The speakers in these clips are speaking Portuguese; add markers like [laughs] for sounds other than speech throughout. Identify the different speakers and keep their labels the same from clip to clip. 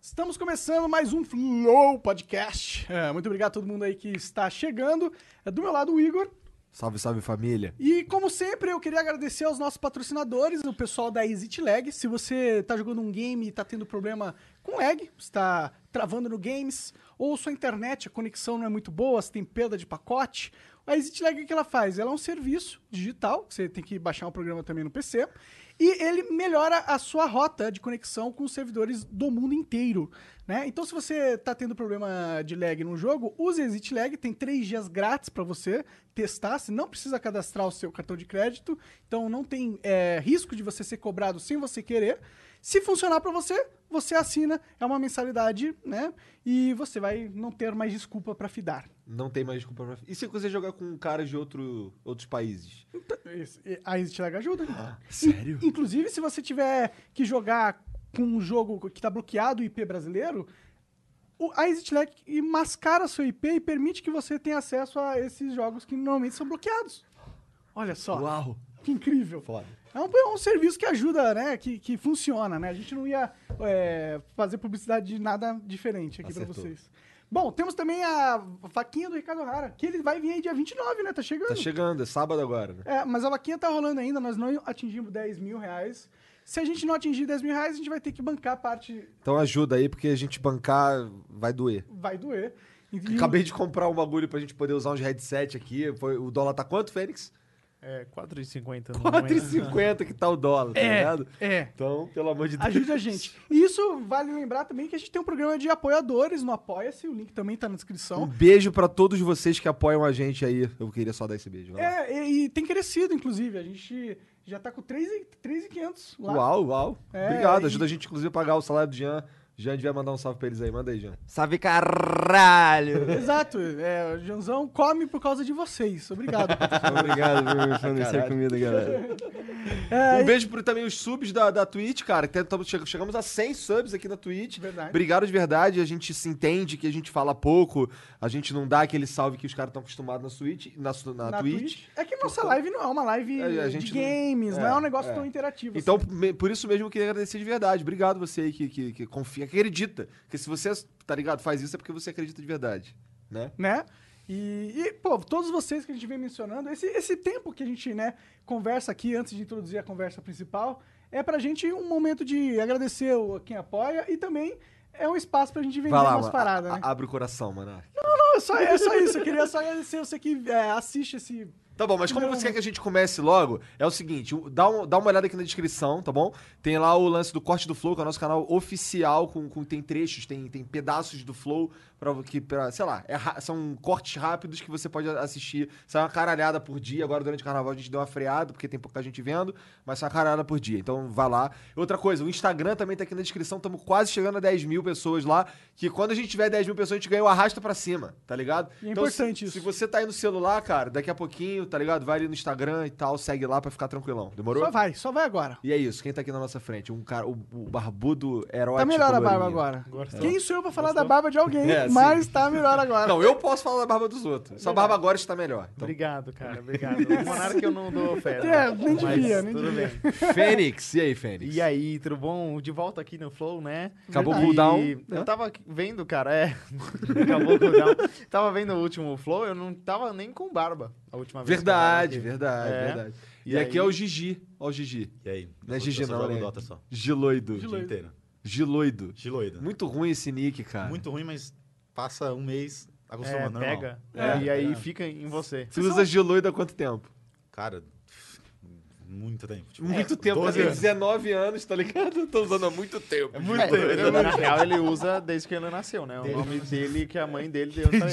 Speaker 1: Estamos começando mais um Flow Podcast. É, muito obrigado a todo mundo aí que está chegando. É, do meu lado, o Igor.
Speaker 2: Salve, salve família.
Speaker 1: E como sempre, eu queria agradecer aos nossos patrocinadores, o pessoal da Exit Lag. Se você está jogando um game e está tendo problema com lag, está travando no games, ou sua internet, a conexão não é muito boa, você tem perda de pacote, a Exit Lag o que ela faz? Ela é um serviço digital, que você tem que baixar um programa também no PC, e ele melhora a sua rota de conexão com os servidores do mundo inteiro. Né? Então, se você está tendo problema de lag no jogo, use a Exit Lag, tem três dias grátis para você testar, você não precisa cadastrar o seu cartão de crédito, então não tem é, risco de você ser cobrado sem você querer. Se funcionar para você, você assina, é uma mensalidade, né? E você vai não ter mais desculpa para fidar.
Speaker 2: Não tem mais desculpa pra... E se você jogar com caras de outro, outros países?
Speaker 1: Então, esse- A Exit Lag ajuda. então.
Speaker 2: Sério?
Speaker 1: In- Inclusive, se você tiver que jogar com um jogo que está bloqueado o IP brasileiro, o- a Exit Lag mascara seu IP e permite que você tenha acesso a esses jogos que normalmente são bloqueados. Olha só,
Speaker 2: Uau.
Speaker 1: que incrível.
Speaker 2: Foda.
Speaker 1: É um, é um serviço que ajuda, né? Que, que funciona, né? A gente não ia é, fazer publicidade de nada diferente aqui pra
Speaker 2: Acertou.
Speaker 1: vocês. Bom, temos também a vaquinha do Ricardo Rara, que ele vai vir aí dia 29, né? Tá chegando.
Speaker 2: Tá chegando, é sábado agora, né?
Speaker 1: É, mas a vaquinha tá rolando ainda, nós não atingimos 10 mil reais. Se a gente não atingir 10 mil reais, a gente vai ter que bancar a parte.
Speaker 2: Então ajuda aí, porque a gente bancar vai doer.
Speaker 1: Vai doer. E- e-
Speaker 2: Acabei de comprar um bagulho pra gente poder usar uns headset aqui. Foi, o dólar tá
Speaker 1: [laughs]
Speaker 2: quanto, Fênix?
Speaker 3: É, 4,50 no momento.
Speaker 2: 4,50 que tá o dólar, tá
Speaker 1: É,
Speaker 2: ligado?
Speaker 1: é.
Speaker 2: Então, pelo amor de Deus.
Speaker 1: Ajude a gente. E isso vale lembrar também que a gente tem um programa de apoiadores no Apoia-se, o link também tá na
Speaker 2: Um
Speaker 1: descrição.
Speaker 2: beijo pra todos vocês que apoiam a gente aí. Eu queria só dar esse beijo. vai lá.
Speaker 1: É, e, e tem crescido, inclusive. A gente já tá com 3,500 lá.
Speaker 2: Uau, uau.
Speaker 1: É,
Speaker 2: Obrigado,
Speaker 1: e-
Speaker 2: ajuda a gente inclusive a pagar o salário do Jean. Jean devia mandar um salve pra eles aí. Manda aí, Jean.
Speaker 4: Salve caralho!
Speaker 1: Exato. É, o Janzão come por causa de vocês. Obrigado.
Speaker 2: [laughs]
Speaker 4: Obrigado por fornecer
Speaker 2: Ah, Caralho.
Speaker 4: comida, galera.
Speaker 1: É,
Speaker 2: [laughs] Um beijo por também os subs da, da Twitch, cara. que tamo- che- Chegamos a 100 subs aqui na Twitch.
Speaker 1: [laughs] Verdade.
Speaker 2: Obrigado de verdade. A gente se entende que a gente fala pouco. A gente não dá aquele salve que os caras estão acostumados na, Switch, na, su- na
Speaker 1: na
Speaker 2: Twitch.
Speaker 1: Twitch. É que nossa live não é uma live
Speaker 2: É, a
Speaker 1: de
Speaker 2: gente não-
Speaker 1: games, não, é,
Speaker 2: é,
Speaker 1: um negócio
Speaker 2: é.
Speaker 1: tão interativo.
Speaker 2: Então,
Speaker 1: assim.
Speaker 2: me- por isso mesmo, eu queria agradecer de verdade. Obrigado você aí que, que, que confia, que acredita. Porque se você, tá ligado, faz isso é porque você acredita de verdade, né?
Speaker 1: né? E, e, pô, todos vocês que a gente vem mencionando, esse, esse tempo que a gente, né, conversa aqui antes de introduzir a conversa principal, é pra gente um momento de agradecer o- quem apoia e também é um espaço pra gente vender
Speaker 2: Vai lá,
Speaker 1: umas
Speaker 2: mano. Ah,
Speaker 1: paradas,
Speaker 2: A-
Speaker 1: né?
Speaker 2: Abre o coração, mano.
Speaker 1: Não, é só, é só isso. Eu queria só agradecer você que é, assiste esse.
Speaker 2: Tá bom, mas como
Speaker 1: Não.
Speaker 2: você quer que a gente comece logo, é o seguinte, o- dá, um- dá uma olhada aqui na descrição, tá bom? Tem lá o lance do corte do Flow, que é o nosso canal oficial, com, com- tem trechos, tem, tem pedaços do Flow, pra, que, pra, sei lá, é ra- são cortes rápidos que você pode assistir. Sai uma caralhada por dia, agora durante o carnaval a gente deu uma freada, porque tem pouca gente vendo, mas sai uma caralhada por dia, então vai lá. Outra coisa, o Instagram também tá aqui na descrição, estamos quase chegando a 10 mil pessoas lá, que quando a gente tiver 10 mil pessoas, a gente ganha o arrasta pra cima, tá ligado?
Speaker 1: E é
Speaker 2: Então, se-
Speaker 1: importante
Speaker 2: Se
Speaker 1: isso.
Speaker 2: você tá aí no celular, cara, daqui a pouquinho, tá ligado? Vai ali no Instagram e tal, segue lá pra ficar tranquilão. Demorou?
Speaker 1: Só vai, só vai agora.
Speaker 2: E é isso, quem tá aqui na nossa frente? Um cara, o, o barbudo herói.
Speaker 1: Tá melhor a barba agora.
Speaker 3: Gostou?
Speaker 1: Quem sou eu pra falar da barba de alguém,
Speaker 2: [laughs] É, sim.
Speaker 1: mas tá melhor agora.
Speaker 2: Não, eu posso falar da barba dos outros. Sua barba agora está melhor. Então,
Speaker 3: Obrigado, cara, obrigado. O Monarca eu não dou oferta.
Speaker 1: É, nem
Speaker 3: mas
Speaker 1: devia, nem
Speaker 3: tudo
Speaker 1: devia.
Speaker 3: bem.
Speaker 2: Fênix, e aí, Fênix?
Speaker 3: E aí, tudo bom? De volta aqui no Flow, né?
Speaker 2: Acabou o
Speaker 3: E
Speaker 2: cooldown.
Speaker 3: Eu tava aqui vendo, cara, é. [laughs] Acabou o cooldown. Tava vendo o último Flow, eu não tava nem com barba a última vez. que eu tava
Speaker 2: Verdade,
Speaker 3: aqui.
Speaker 2: verdade,
Speaker 3: É.
Speaker 2: verdade. E,
Speaker 3: E
Speaker 2: aqui é
Speaker 3: aí-
Speaker 2: o Gigi. Ó, o Gigi.
Speaker 5: E aí?
Speaker 2: Não é
Speaker 5: Eu
Speaker 2: Gigi,
Speaker 5: só
Speaker 2: não,
Speaker 5: jogo
Speaker 2: né?
Speaker 5: Dota só. O
Speaker 2: Giloido.
Speaker 5: dia inteiro.
Speaker 2: Giloido.
Speaker 5: Giloida.
Speaker 2: Muito
Speaker 5: Muito,
Speaker 2: ruim esse nick, cara.
Speaker 5: ruim, mas passa um mês, acostuma
Speaker 3: É,
Speaker 5: normal.
Speaker 3: pega.
Speaker 1: É.
Speaker 3: E aí
Speaker 5: É.
Speaker 3: fica em você.
Speaker 2: Você usa Giloido há quanto tempo?
Speaker 5: Cara, muito tempo. Tipo,
Speaker 2: Muito tempo, eu
Speaker 5: 12
Speaker 2: tenho
Speaker 5: anos.
Speaker 2: 19 anos, tá ligado? Eu tô usando há É muito tempo.
Speaker 3: Muito, Na real, É. ele usa desde que ele nasceu, né? O nome dele que a mãe dele deu pra ele.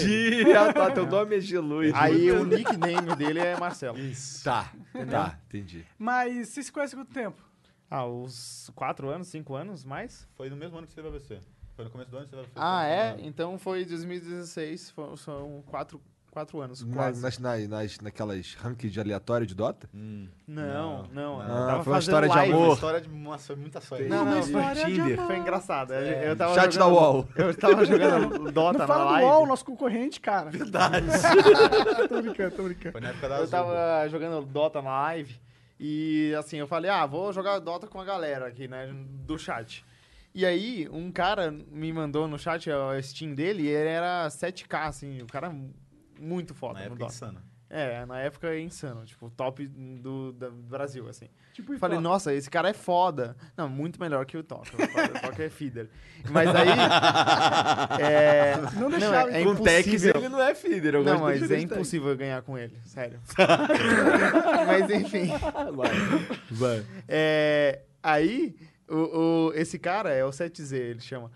Speaker 2: Entendi. Tá [laughs] Ah, tá, teu nome é Giloido.
Speaker 3: Aí o nickname dele é Marcelo.
Speaker 5: Isso.
Speaker 2: Tá, tá, entendi.
Speaker 1: Mas vocês se conhecem há quanto tempo?
Speaker 3: Ah, uns 4 anos, 5 anos mais?
Speaker 5: Foi no mesmo ano que você teve ABC. Foi Foi no começo do ano, você vai foi-
Speaker 3: Ah,
Speaker 5: foi-
Speaker 3: é? Então foi 2016, foi- são quatro, quatro anos,
Speaker 2: Na-
Speaker 3: quase.
Speaker 2: nas, nas, nas- naquelas rankings de aleatório de Dota?
Speaker 5: Hum.
Speaker 3: Não,
Speaker 2: não.
Speaker 3: não. eu
Speaker 2: Ah,
Speaker 3: tava
Speaker 2: Foi uma
Speaker 3: fazendo
Speaker 2: história de
Speaker 5: Foi
Speaker 3: live.
Speaker 5: uma
Speaker 2: amor.
Speaker 5: história de nossa, foi muita sorte.
Speaker 3: Não, não, foi,
Speaker 2: Tinder.
Speaker 3: foi engraçado. Eu- Eu tava
Speaker 2: Chat da
Speaker 3: jogando,
Speaker 2: [laughs] UOL.
Speaker 3: Eu tava jogando Dota
Speaker 1: Não
Speaker 3: tá na
Speaker 1: fala do
Speaker 3: live.
Speaker 1: UOL, nosso concorrente, cara. Verdade. [laughs] tô brincando, tô brincando.
Speaker 5: Foi na época da
Speaker 3: Eu
Speaker 5: Azul.
Speaker 3: tava jogando Dota na live e assim, eu falei, ah, vou jogar Dota com a galera aqui, né, do chat. E aí, um cara me mandou no chat a Steam dele e ele era 7K, assim, o cara muito foda
Speaker 5: Na
Speaker 3: no
Speaker 5: época
Speaker 3: Dota.
Speaker 5: insana.
Speaker 3: É, na época é insano, tipo, top do, da- do Brasil, assim.
Speaker 1: Tipo,
Speaker 3: Eu falei,
Speaker 1: Ivan,
Speaker 3: nossa, esse cara é foda. Não, muito melhor que o Toca. O Toca é feeder. Mas aí. é,
Speaker 1: Não
Speaker 3: é-
Speaker 1: deixava,
Speaker 3: é
Speaker 1: então.
Speaker 2: Com Tex
Speaker 3: impossível.
Speaker 2: ele não é feeder, eu
Speaker 3: Não,
Speaker 2: gosto
Speaker 3: mas
Speaker 2: dele
Speaker 3: é
Speaker 2: de Tex.
Speaker 3: impossível eu ganhar com ele, sério. mas enfim.
Speaker 2: Vai.
Speaker 3: É, aí, o, o- esse cara é o 7Z, ele chama.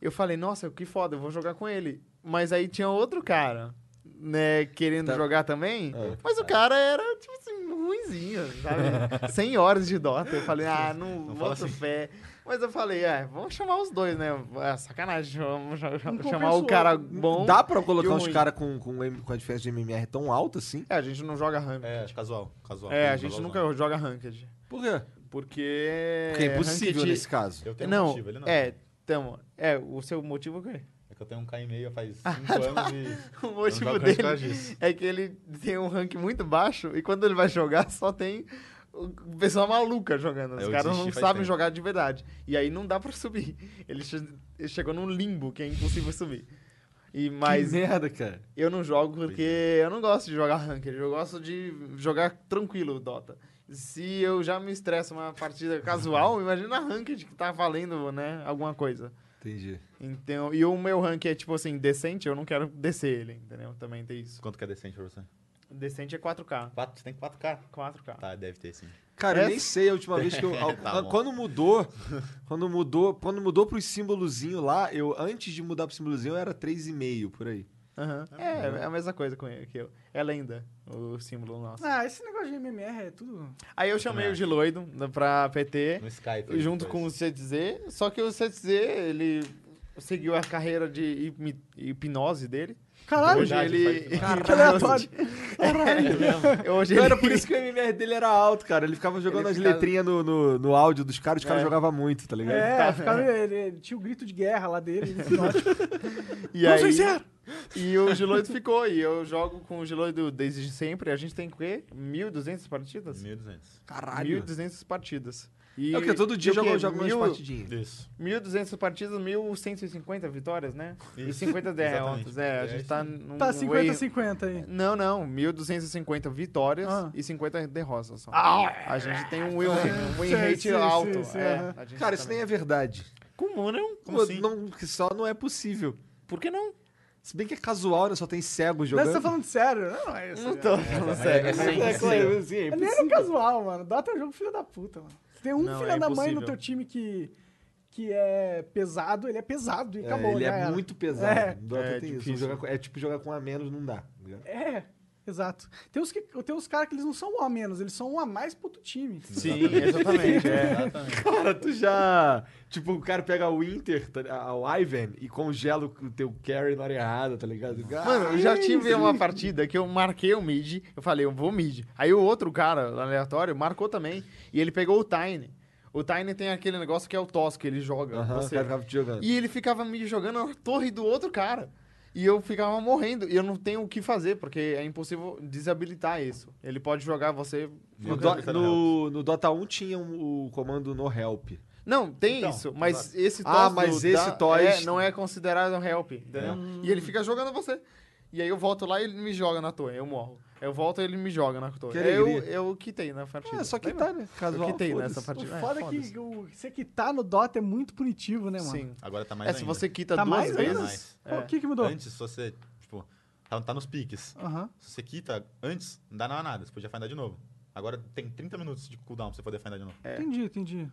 Speaker 3: Eu falei, nossa, que foda, eu vou jogar com ele. Mas aí tinha outro cara, né, querendo
Speaker 2: Tá.
Speaker 3: jogar também.
Speaker 2: É.
Speaker 3: Mas o cara era, tipo assim, ruimzinho,
Speaker 2: [laughs]
Speaker 3: sabe? 100 horas de Dota. Eu falei, ah, não,
Speaker 5: Não fala
Speaker 2: assim."
Speaker 3: boto fé. Mas eu falei, é, vamos chamar os dois, né? É sacanagem, vamos já- já-
Speaker 1: Não
Speaker 3: [laughs] chamar o
Speaker 1: compensou.
Speaker 3: cara bom.
Speaker 2: Dá pra colocar
Speaker 3: e o
Speaker 2: uns
Speaker 3: ruim.
Speaker 2: caras com, com, M- com a diferença de MMR tão alta assim?
Speaker 3: É, a gente não joga ranked.
Speaker 5: É,
Speaker 3: É,
Speaker 5: casual. casual
Speaker 3: a gente nunca joga ranked.
Speaker 2: Por quê?
Speaker 3: Porque...
Speaker 2: Porque é impossível
Speaker 3: ranked-
Speaker 2: nesse caso.
Speaker 5: Eu tenho um
Speaker 3: não,
Speaker 5: motivo, ele não.
Speaker 3: é, então, é, o seu motivo é o quê?
Speaker 5: É que eu tenho um K e meio faz
Speaker 3: Ah,
Speaker 5: 5
Speaker 3: tá.
Speaker 5: anos
Speaker 3: [laughs] O
Speaker 5: e. eu não jogo
Speaker 3: motivo
Speaker 5: Crash por causa
Speaker 3: dele
Speaker 5: disso.
Speaker 3: é que ele tem um rank muito baixo e quando ele vai jogar só tem o- pessoa maluca jogando. Os
Speaker 5: Eu
Speaker 3: caras
Speaker 5: desisti
Speaker 3: não
Speaker 5: É, faz
Speaker 3: sabem
Speaker 5: tempo.
Speaker 3: jogar de verdade. E aí não dá pra subir. Ele, che- ele chegou num limbo que é impossível subir. E, mas
Speaker 2: Que merda, cara.
Speaker 3: eu não jogo porque
Speaker 5: é.
Speaker 3: eu não gosto de jogar ranked. Eu gosto de jogar tranquilo Dota. Se eu já me estresso uma partida casual, [laughs] imagina a ranked que tá valendo, né, alguma coisa.
Speaker 2: Entendi.
Speaker 3: Então, e o meu rank é tipo assim, decente, eu não quero descer ele, entendeu? Também tem isso.
Speaker 5: Quanto que é decente pra você?
Speaker 3: Decente é 4K.
Speaker 5: 4, você tem 4K.
Speaker 3: 4K.
Speaker 5: Tá, deve ter sim.
Speaker 2: Cara, eu
Speaker 3: Essa-
Speaker 2: nem sei a última vez que [laughs] eu. ao-
Speaker 5: Tá bom.
Speaker 2: quando mudou, quando mudou, quando mudou pros símbolozinho lá, eu antes de mudar pro símbolozinho eu era 3,5 por aí.
Speaker 3: Aham. É, é a mesma coisa com ele, que eu. É lenda, o símbolo nosso.
Speaker 1: Ah, esse negócio de MMR é tudo...
Speaker 3: Aí eu chamei o Giloido né, pra PT,
Speaker 5: No Skype.
Speaker 3: junto com o CZ, só que o CZ, ele seguiu a carreira de hipmi- hipnose dele.
Speaker 1: Caralho,
Speaker 3: Hoje
Speaker 5: Ah, Verdade,
Speaker 3: ele...
Speaker 5: faz
Speaker 2: é
Speaker 1: que
Speaker 3: [laughs]
Speaker 1: aleatório.
Speaker 5: [laughs]
Speaker 3: Hoje
Speaker 2: Então
Speaker 3: ele...
Speaker 2: era [laughs] por isso que o MMR dele era alto, cara. Ele ficava jogando as
Speaker 3: ficava-
Speaker 2: letrinhas no, no, no áudio dos caras, os caras
Speaker 3: É.
Speaker 2: jogavam muito, tá [laughs] ligado?
Speaker 1: [laughs] É, ficava, ele, ele tinha o grito de guerra lá
Speaker 2: [laughs]
Speaker 1: dele.
Speaker 3: [laughs] E aí...
Speaker 2: é.
Speaker 3: [laughs] E o Giloido ficou, e eu jogo com o Giloido desde sempre. A gente tem o quê? 1.200 partidas?
Speaker 5: 1200.
Speaker 2: Caralho.
Speaker 3: 1.200 partidas. E,
Speaker 2: É o que todo dia
Speaker 3: e o quê?
Speaker 2: eu jogo umas
Speaker 3: Mil-
Speaker 2: partidinhas.
Speaker 5: Isso.
Speaker 3: 1.200 partidas, 1.150 vitórias, né? E
Speaker 5: Isso,
Speaker 3: 50 derrotas,
Speaker 5: exatamente.
Speaker 3: é. A
Speaker 5: É
Speaker 3: gente
Speaker 5: isso
Speaker 3: tá
Speaker 5: mesmo.
Speaker 2: um
Speaker 3: num
Speaker 1: Tá
Speaker 3: way-
Speaker 1: 50-50 aí.
Speaker 3: Não, não. 1.250 vitórias
Speaker 1: Ah.
Speaker 3: e 50 derrotas só. a gente tem um win, um win
Speaker 1: Sim,
Speaker 3: rate
Speaker 1: sim,
Speaker 3: alto.
Speaker 1: sim, sim,
Speaker 3: é,
Speaker 1: aham.
Speaker 3: a gente
Speaker 2: Cara, isso nem
Speaker 3: também.
Speaker 2: é verdade.
Speaker 3: Como não?
Speaker 5: Como assim?
Speaker 2: Não, que só não é possível.
Speaker 3: Por que não?
Speaker 2: Se bem que é casual, né? Só tem cego
Speaker 1: Mas você
Speaker 2: jogando.
Speaker 1: tá falando sério? Não, não é isso.
Speaker 3: Não
Speaker 1: cara.
Speaker 3: tô falando sério.
Speaker 5: é
Speaker 3: mas-
Speaker 5: sem-
Speaker 2: claro, assim, é
Speaker 1: Ele era um casual, mano. Dota é um jogo filho da puta, mano. Se tem um
Speaker 3: Não,
Speaker 1: filho
Speaker 3: é
Speaker 1: da mãe no
Speaker 3: impossível.
Speaker 1: teu time que, que é pesado, ele é pesado e
Speaker 2: É,
Speaker 1: acabou,
Speaker 2: ele
Speaker 1: já
Speaker 2: é
Speaker 1: era.
Speaker 2: muito pesado.
Speaker 1: É.
Speaker 2: Dota
Speaker 3: É
Speaker 2: tem isso.
Speaker 3: difícil.
Speaker 2: Jogar com- é tipo jogar com um a menos, não dá. tá ligado?
Speaker 1: É, exato. Tem uns, que, tem uns caras que eles não são um a menos, eles são um a mais pro outro time.
Speaker 3: Sim, exatamente. é.
Speaker 5: Exatamente.
Speaker 2: Cara, tu já. Tipo, o cara pega o Inter, tá li- a- o Ivan, e congela o teu carry na hora errada, tá ligado?
Speaker 3: Mano, eu já tive uma partida que eu marquei o mid, eu falei, eu vou mid. Aí o outro cara, aleatório, marcou também, e ele pegou o Tiny. O Tiny tem aquele negócio que é o toss que ele joga.
Speaker 2: Aham, o
Speaker 3: você-
Speaker 2: cara ficava te jogando.
Speaker 3: E ele ficava me jogando na torre do outro cara. E eu ficava morrendo. E eu não tenho o que fazer, porque é impossível desabilitar isso. Ele pode jogar você.
Speaker 2: No,
Speaker 5: Nunca
Speaker 2: Do-
Speaker 5: vi
Speaker 2: no- no Dota 1 tinha um- o comando no help.
Speaker 3: Não, tem
Speaker 5: Então,
Speaker 3: isso, mas esse
Speaker 2: Ah,
Speaker 3: toss
Speaker 2: mas
Speaker 3: do-
Speaker 2: esse
Speaker 3: da-
Speaker 2: toss-
Speaker 3: é, não é considerado um help, entendeu? E ele fica jogando você. E aí eu volto lá e ele me joga na torre, eu morro. Eu volto e ele me joga na torre.
Speaker 2: Que
Speaker 3: eu,
Speaker 2: alegria.
Speaker 3: eu quitei na partida.
Speaker 2: É, só que
Speaker 3: Lembra?
Speaker 2: tá, né?
Speaker 3: Eu
Speaker 2: Casual.
Speaker 3: quitei
Speaker 2: foda-se.
Speaker 3: nessa
Speaker 1: O
Speaker 3: partida. É,
Speaker 1: foda é
Speaker 3: foda-se.
Speaker 1: que o, você quitar no Dota é muito punitivo, né, mano?
Speaker 3: Sim.
Speaker 5: Agora tá mais
Speaker 3: É, se
Speaker 5: ainda.
Speaker 3: você quita
Speaker 1: Tá
Speaker 3: duas
Speaker 1: mais ainda?
Speaker 3: vezes...
Speaker 5: Mais.
Speaker 1: Pô, O
Speaker 3: é.
Speaker 1: que que mudou?
Speaker 5: Antes, se você, tipo, tá, tá nos piques.
Speaker 1: Aham.
Speaker 5: Se você quita antes, não dá nada. Você podia findar de novo. Agora tem 30 minutos de cooldown pra você poder findar de novo.
Speaker 1: Entendi, entendi.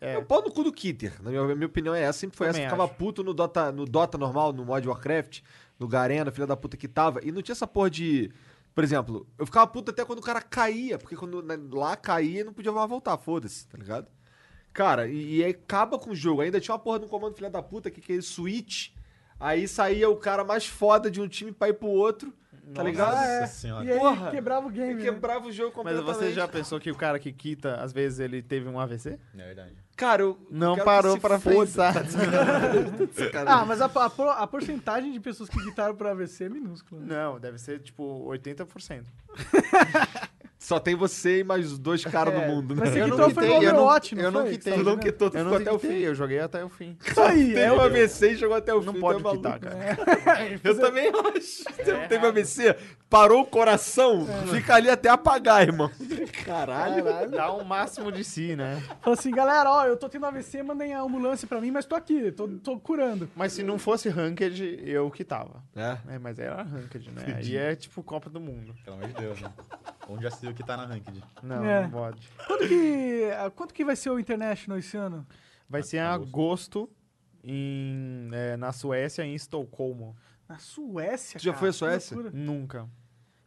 Speaker 2: É o pau no cu do Kitter. Na minha, minha opinião é essa, sempre foi
Speaker 3: Também
Speaker 2: essa. Ficava
Speaker 3: acho.
Speaker 2: puto no Dota, no Dota normal, no mod Warcraft, no Garena, filha da puta que tava. E não tinha essa porra de. Por exemplo, eu né, ficava puto até quando o cara caía, porque quando na- lá caía não podia mais voltar, foda-se, tá ligado? Cara, e, e aí acaba com o jogo. Ainda tinha uma porra de um comando filha da puta que que é switch. Aí saía o cara mais foda de um time pra ir pro outro. Tá ligado?
Speaker 3: Ah,
Speaker 5: Nossa
Speaker 1: é.
Speaker 5: senhora.
Speaker 1: E aí
Speaker 2: Porra.
Speaker 1: quebrava o
Speaker 2: E
Speaker 3: é
Speaker 1: game. né?
Speaker 2: quebrava o jogo
Speaker 3: Mas
Speaker 2: completamente.
Speaker 3: você já pensou que o cara que quita, às vezes, ele teve um AVC?
Speaker 5: É verdade.
Speaker 2: Cara, eu
Speaker 3: Não
Speaker 2: quero que
Speaker 3: parou
Speaker 2: se
Speaker 3: pra
Speaker 2: foda.
Speaker 3: pensar.
Speaker 1: Ah, mas a, a por- a porcentagem de pessoas que quitaram pra AVC é minúscula. né?
Speaker 3: [laughs] Não, deve ser tipo 80%.
Speaker 2: Só tem você e mais dois caras
Speaker 3: É,
Speaker 2: no mundo, né?
Speaker 1: Mas você
Speaker 3: Eu não
Speaker 1: quitou foi no
Speaker 3: quitei, eu não-
Speaker 1: Overwatch, não
Speaker 3: eu não
Speaker 1: foi?
Speaker 3: quitei.
Speaker 1: Você
Speaker 2: Tu
Speaker 1: tá
Speaker 2: não
Speaker 1: jogando?
Speaker 2: quitou, tu
Speaker 3: Eu
Speaker 2: ficou
Speaker 3: não
Speaker 2: até o fim.
Speaker 3: tentei, eu joguei até o fim.
Speaker 1: Isso aí,
Speaker 2: Teve
Speaker 1: é
Speaker 2: um
Speaker 1: o...
Speaker 2: AVC e chegou até o
Speaker 3: Não
Speaker 2: fim.
Speaker 3: pode
Speaker 2: tu é
Speaker 3: quitar,
Speaker 2: maluco.
Speaker 3: cara.
Speaker 2: Eu também
Speaker 3: [laughs]
Speaker 2: acho.
Speaker 3: É
Speaker 2: teve
Speaker 3: errado. É.
Speaker 2: AVC, parou o coração, fica ali até apagar, irmão. Caralho.
Speaker 3: Dá o máximo de si, né?
Speaker 1: Falou assim, galera, ó, eu tô tendo AVC, mandem a ambulância pra mim, mas tô aqui, tô, tô curando.
Speaker 3: Mas se não fosse ranked, eu quitava.
Speaker 2: É.
Speaker 3: É, mas era ranked, né? E é tipo Copa do Mundo.
Speaker 5: Pelo amor de Deus, né? Onde já se viu que tá na ranked?
Speaker 3: Não,
Speaker 1: É.
Speaker 3: não pode.
Speaker 1: Quanto que, ah, quanto que vai ser o International esse ano?
Speaker 3: Vai ser em agosto em, é, na Suécia, em Estocolmo.
Speaker 1: Na Suécia,
Speaker 2: Tu já
Speaker 1: cara,
Speaker 2: foi à
Speaker 1: que
Speaker 2: Suécia?
Speaker 1: loucura.
Speaker 3: Nunca.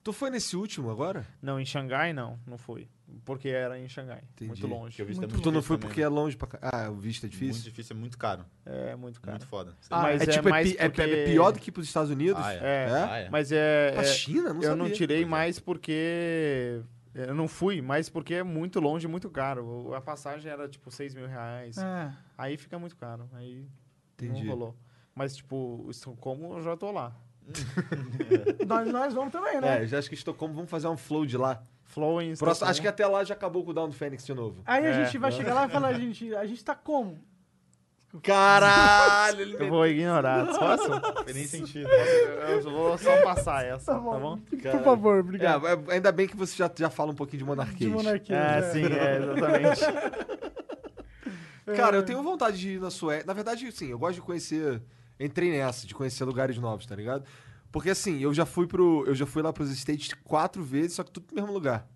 Speaker 2: Tu foi nesse último agora?
Speaker 3: Não, em Xangai não, não fui. Porque era em Xangai. Muito longe.
Speaker 5: Eu vi
Speaker 1: Muito
Speaker 5: também. né?
Speaker 2: Tu não foi porque é longe pra cá. Ah, o visto é
Speaker 5: Muito
Speaker 2: difícil.
Speaker 5: difícil, é muito caro.
Speaker 3: É muito caro.
Speaker 5: Muito foda.
Speaker 3: Ah, mas
Speaker 2: é
Speaker 3: é
Speaker 2: tipo, é,
Speaker 3: mais
Speaker 2: pi- é pi- é
Speaker 3: porque-
Speaker 2: pior do que pros Estados Unidos?
Speaker 5: Ah, é.
Speaker 3: É,
Speaker 5: Ah, é.
Speaker 3: mas é.
Speaker 2: Pra
Speaker 3: é-
Speaker 2: China? Não
Speaker 3: eu não
Speaker 2: sabia.
Speaker 3: tirei mais porque. Eu não fui, mas porque é muito longe, muito caro. O- A passagem era tipo 6 mil reais.
Speaker 1: Ah,
Speaker 3: Aí fica muito caro. Aí
Speaker 2: Entendi.
Speaker 3: não rolou. Mas, tipo, Estocolmo eu já tô lá.
Speaker 1: nós, nós vamos também, né?
Speaker 2: É, eu já acho que Estocolmo, vamos fazer um flow de lá.
Speaker 3: Flow em
Speaker 2: Próximo,
Speaker 3: Estocolmo.
Speaker 2: acho que até lá já acabou o cooldown do Fênix de novo.
Speaker 1: Aí a
Speaker 3: É.
Speaker 1: gente vai chegar lá e falar, a gente, a gente tá como?
Speaker 2: Caralho! ele
Speaker 3: Eu vou
Speaker 2: [laughs]
Speaker 3: ignorar. Posso?
Speaker 5: Não fez nem sentido.
Speaker 3: Eu vou só passar essa, tá bom?
Speaker 1: Por favor, obrigado.
Speaker 2: É, ainda bem que você já, já fala um pouquinho de monarquia.
Speaker 1: De monarquia.
Speaker 2: Ah,
Speaker 3: É,
Speaker 1: né?
Speaker 3: sim, é, exatamente.
Speaker 2: Cara, eu
Speaker 3: é.
Speaker 2: tenho vontade de ir na Suécia. Na verdade, sim, eu gosto de conhecer. Entrei nessa, de conhecer lugares novos, tá ligado? Porque assim, eu já fui pro. Eu já fui lá pros States quatro vezes, só que tudo no mesmo lugar.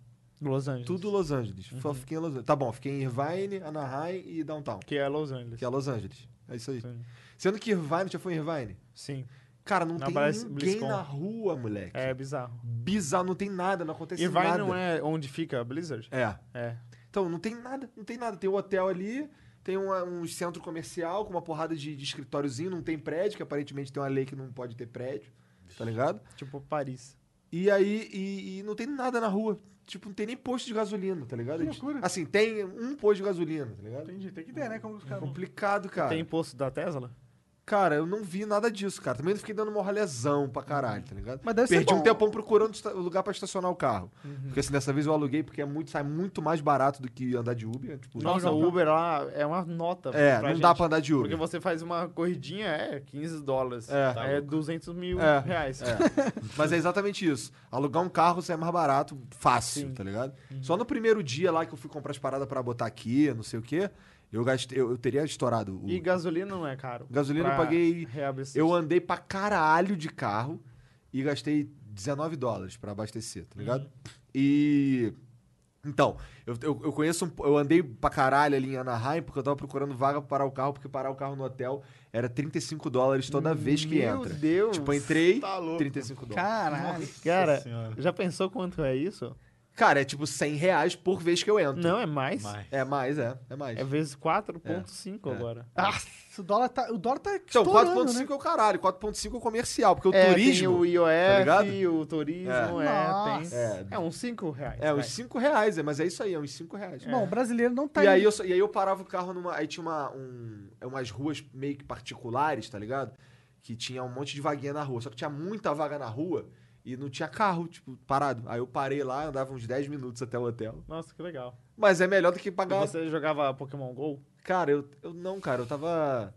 Speaker 3: Los Angeles.
Speaker 2: Tudo [laughs] Los Angeles.
Speaker 3: Uhum.
Speaker 2: Só fiquei em Los Angeles. Tá bom, fiquei em Irvine, Anaheim e Downtown.
Speaker 3: Que é Los Angeles.
Speaker 2: Que é Los Angeles. É isso aí.
Speaker 3: Sim.
Speaker 2: Sendo que Irvine já foi em Irvine.
Speaker 3: Sim.
Speaker 2: Cara, não
Speaker 3: Na
Speaker 2: tem
Speaker 3: Blas-
Speaker 2: ninguém
Speaker 3: BlizzCon.
Speaker 2: na rua, moleque.
Speaker 3: É bizarro.
Speaker 2: Bizarro, não tem nada, não acontece
Speaker 3: Irvine
Speaker 2: nada.
Speaker 3: não é onde fica a Blizzard?
Speaker 2: É.
Speaker 3: É.
Speaker 2: Então, não tem nada, não tem nada. Tem um hotel ali, tem uma- um centro comercial com uma porrada de, de escritóriozinho, não tem prédio, que aparentemente tem uma lei que não pode ter prédio, tá ligado?
Speaker 3: Tipo Paris.
Speaker 2: E aí, e, e não tem nada na rua. Tipo, não tem nem posto de gasolina, tá ligado?
Speaker 1: Que loucura.
Speaker 2: Assim, tem um posto de gasolina, tá ligado?
Speaker 1: Entendi, tem que ter, né? Como os caras...
Speaker 2: Complicado, cara.
Speaker 3: Tem imposto da Tesla?
Speaker 2: Cara, eu não vi nada disso, cara. Também não fiquei dando uma rolezão pra caralho, tá ligado?
Speaker 1: Mas deve ser
Speaker 2: Perdi
Speaker 1: bom.
Speaker 2: um
Speaker 1: Uhum.
Speaker 2: tempão procurando esta- lugar pra estacionar o carro. Porque assim, dessa vez eu aluguei, porque é muito, sai muito mais barato do que andar de Uber. Tipo,
Speaker 3: Nossa, o Uber lá é uma nota.
Speaker 2: É,
Speaker 3: pra
Speaker 2: não
Speaker 3: gente.
Speaker 2: dá pra andar de
Speaker 3: Porque
Speaker 2: Uber.
Speaker 3: você faz uma corridinha, é 15 dólares.
Speaker 2: É.
Speaker 5: Tá
Speaker 3: é
Speaker 5: louco.
Speaker 3: 200 mil
Speaker 2: É,
Speaker 3: reais.
Speaker 2: Mas é exatamente isso. Alugar um carro sai mais barato, fácil,
Speaker 3: Sim. Uhum.
Speaker 2: tá ligado? Só no primeiro dia lá que eu fui comprar as paradas pra botar aqui, não sei o quê, eu gastei, eu, eu teria estourado o.
Speaker 3: E gasolina não é caro.
Speaker 2: Gasolina eu
Speaker 3: Pra
Speaker 2: paguei-
Speaker 3: reabastecer.
Speaker 2: Eu andei pra caralho de carro e gastei 19 dólares pra abastecer, tá ligado?
Speaker 3: Uhum.
Speaker 2: E. Então, eu, eu, eu conheço um, po- Eu andei pra caralho ali em Anaheim porque eu tava procurando vaga pra parar o carro, porque parar o carro no hotel era 35 dólares toda vez que
Speaker 3: Meu
Speaker 2: entra.
Speaker 3: Deus.
Speaker 2: Tipo, eu entrei,
Speaker 5: Tá louco.
Speaker 2: 35 dólares.
Speaker 1: Caralho.
Speaker 3: Cara,
Speaker 5: senhora.
Speaker 3: já pensou quanto é isso?
Speaker 2: Cara, é tipo 100 reais por vez que eu entro.
Speaker 3: Não, é
Speaker 2: [laughs]
Speaker 3: mais.
Speaker 5: Mas,
Speaker 2: É mais, é. É mais.
Speaker 3: É vezes 4.5 agora.
Speaker 2: Ah,
Speaker 1: Nossa, o dólar tá, o dólar tá
Speaker 2: então,
Speaker 1: estourando,
Speaker 2: 4.5 é o caralho. 4.5 é o comercial, porque o
Speaker 3: né? É,
Speaker 2: turismo... Tá
Speaker 3: Tem o IOF,
Speaker 2: ligado?
Speaker 3: o turismo,
Speaker 1: É.
Speaker 3: é,
Speaker 1: Nossa.
Speaker 3: tem. É uns 5 reais.
Speaker 2: É,
Speaker 3: vai.
Speaker 2: uns 5 reais, é, mas é isso aí, é uns 5 reais.
Speaker 1: né? Bom, o brasileiro não tá
Speaker 2: E
Speaker 1: indo.
Speaker 2: aí, eu, só- e aí eu parava o carro numa. Aí tinha uma, um, é, umas ruas meio que particulares, tá ligado? Que tinha um monte de vaguinha na rua. Só que tinha muita vaga na rua e não tinha carro, tipo, parado. Aí eu parei lá, andava uns 10 minutos até o hotel.
Speaker 3: Nossa, que legal.
Speaker 2: Mas é melhor do que
Speaker 3: E
Speaker 2: pagar.
Speaker 3: Você jogava Pokémon GO?
Speaker 2: Cara, eu, eu não, cara, eu tava.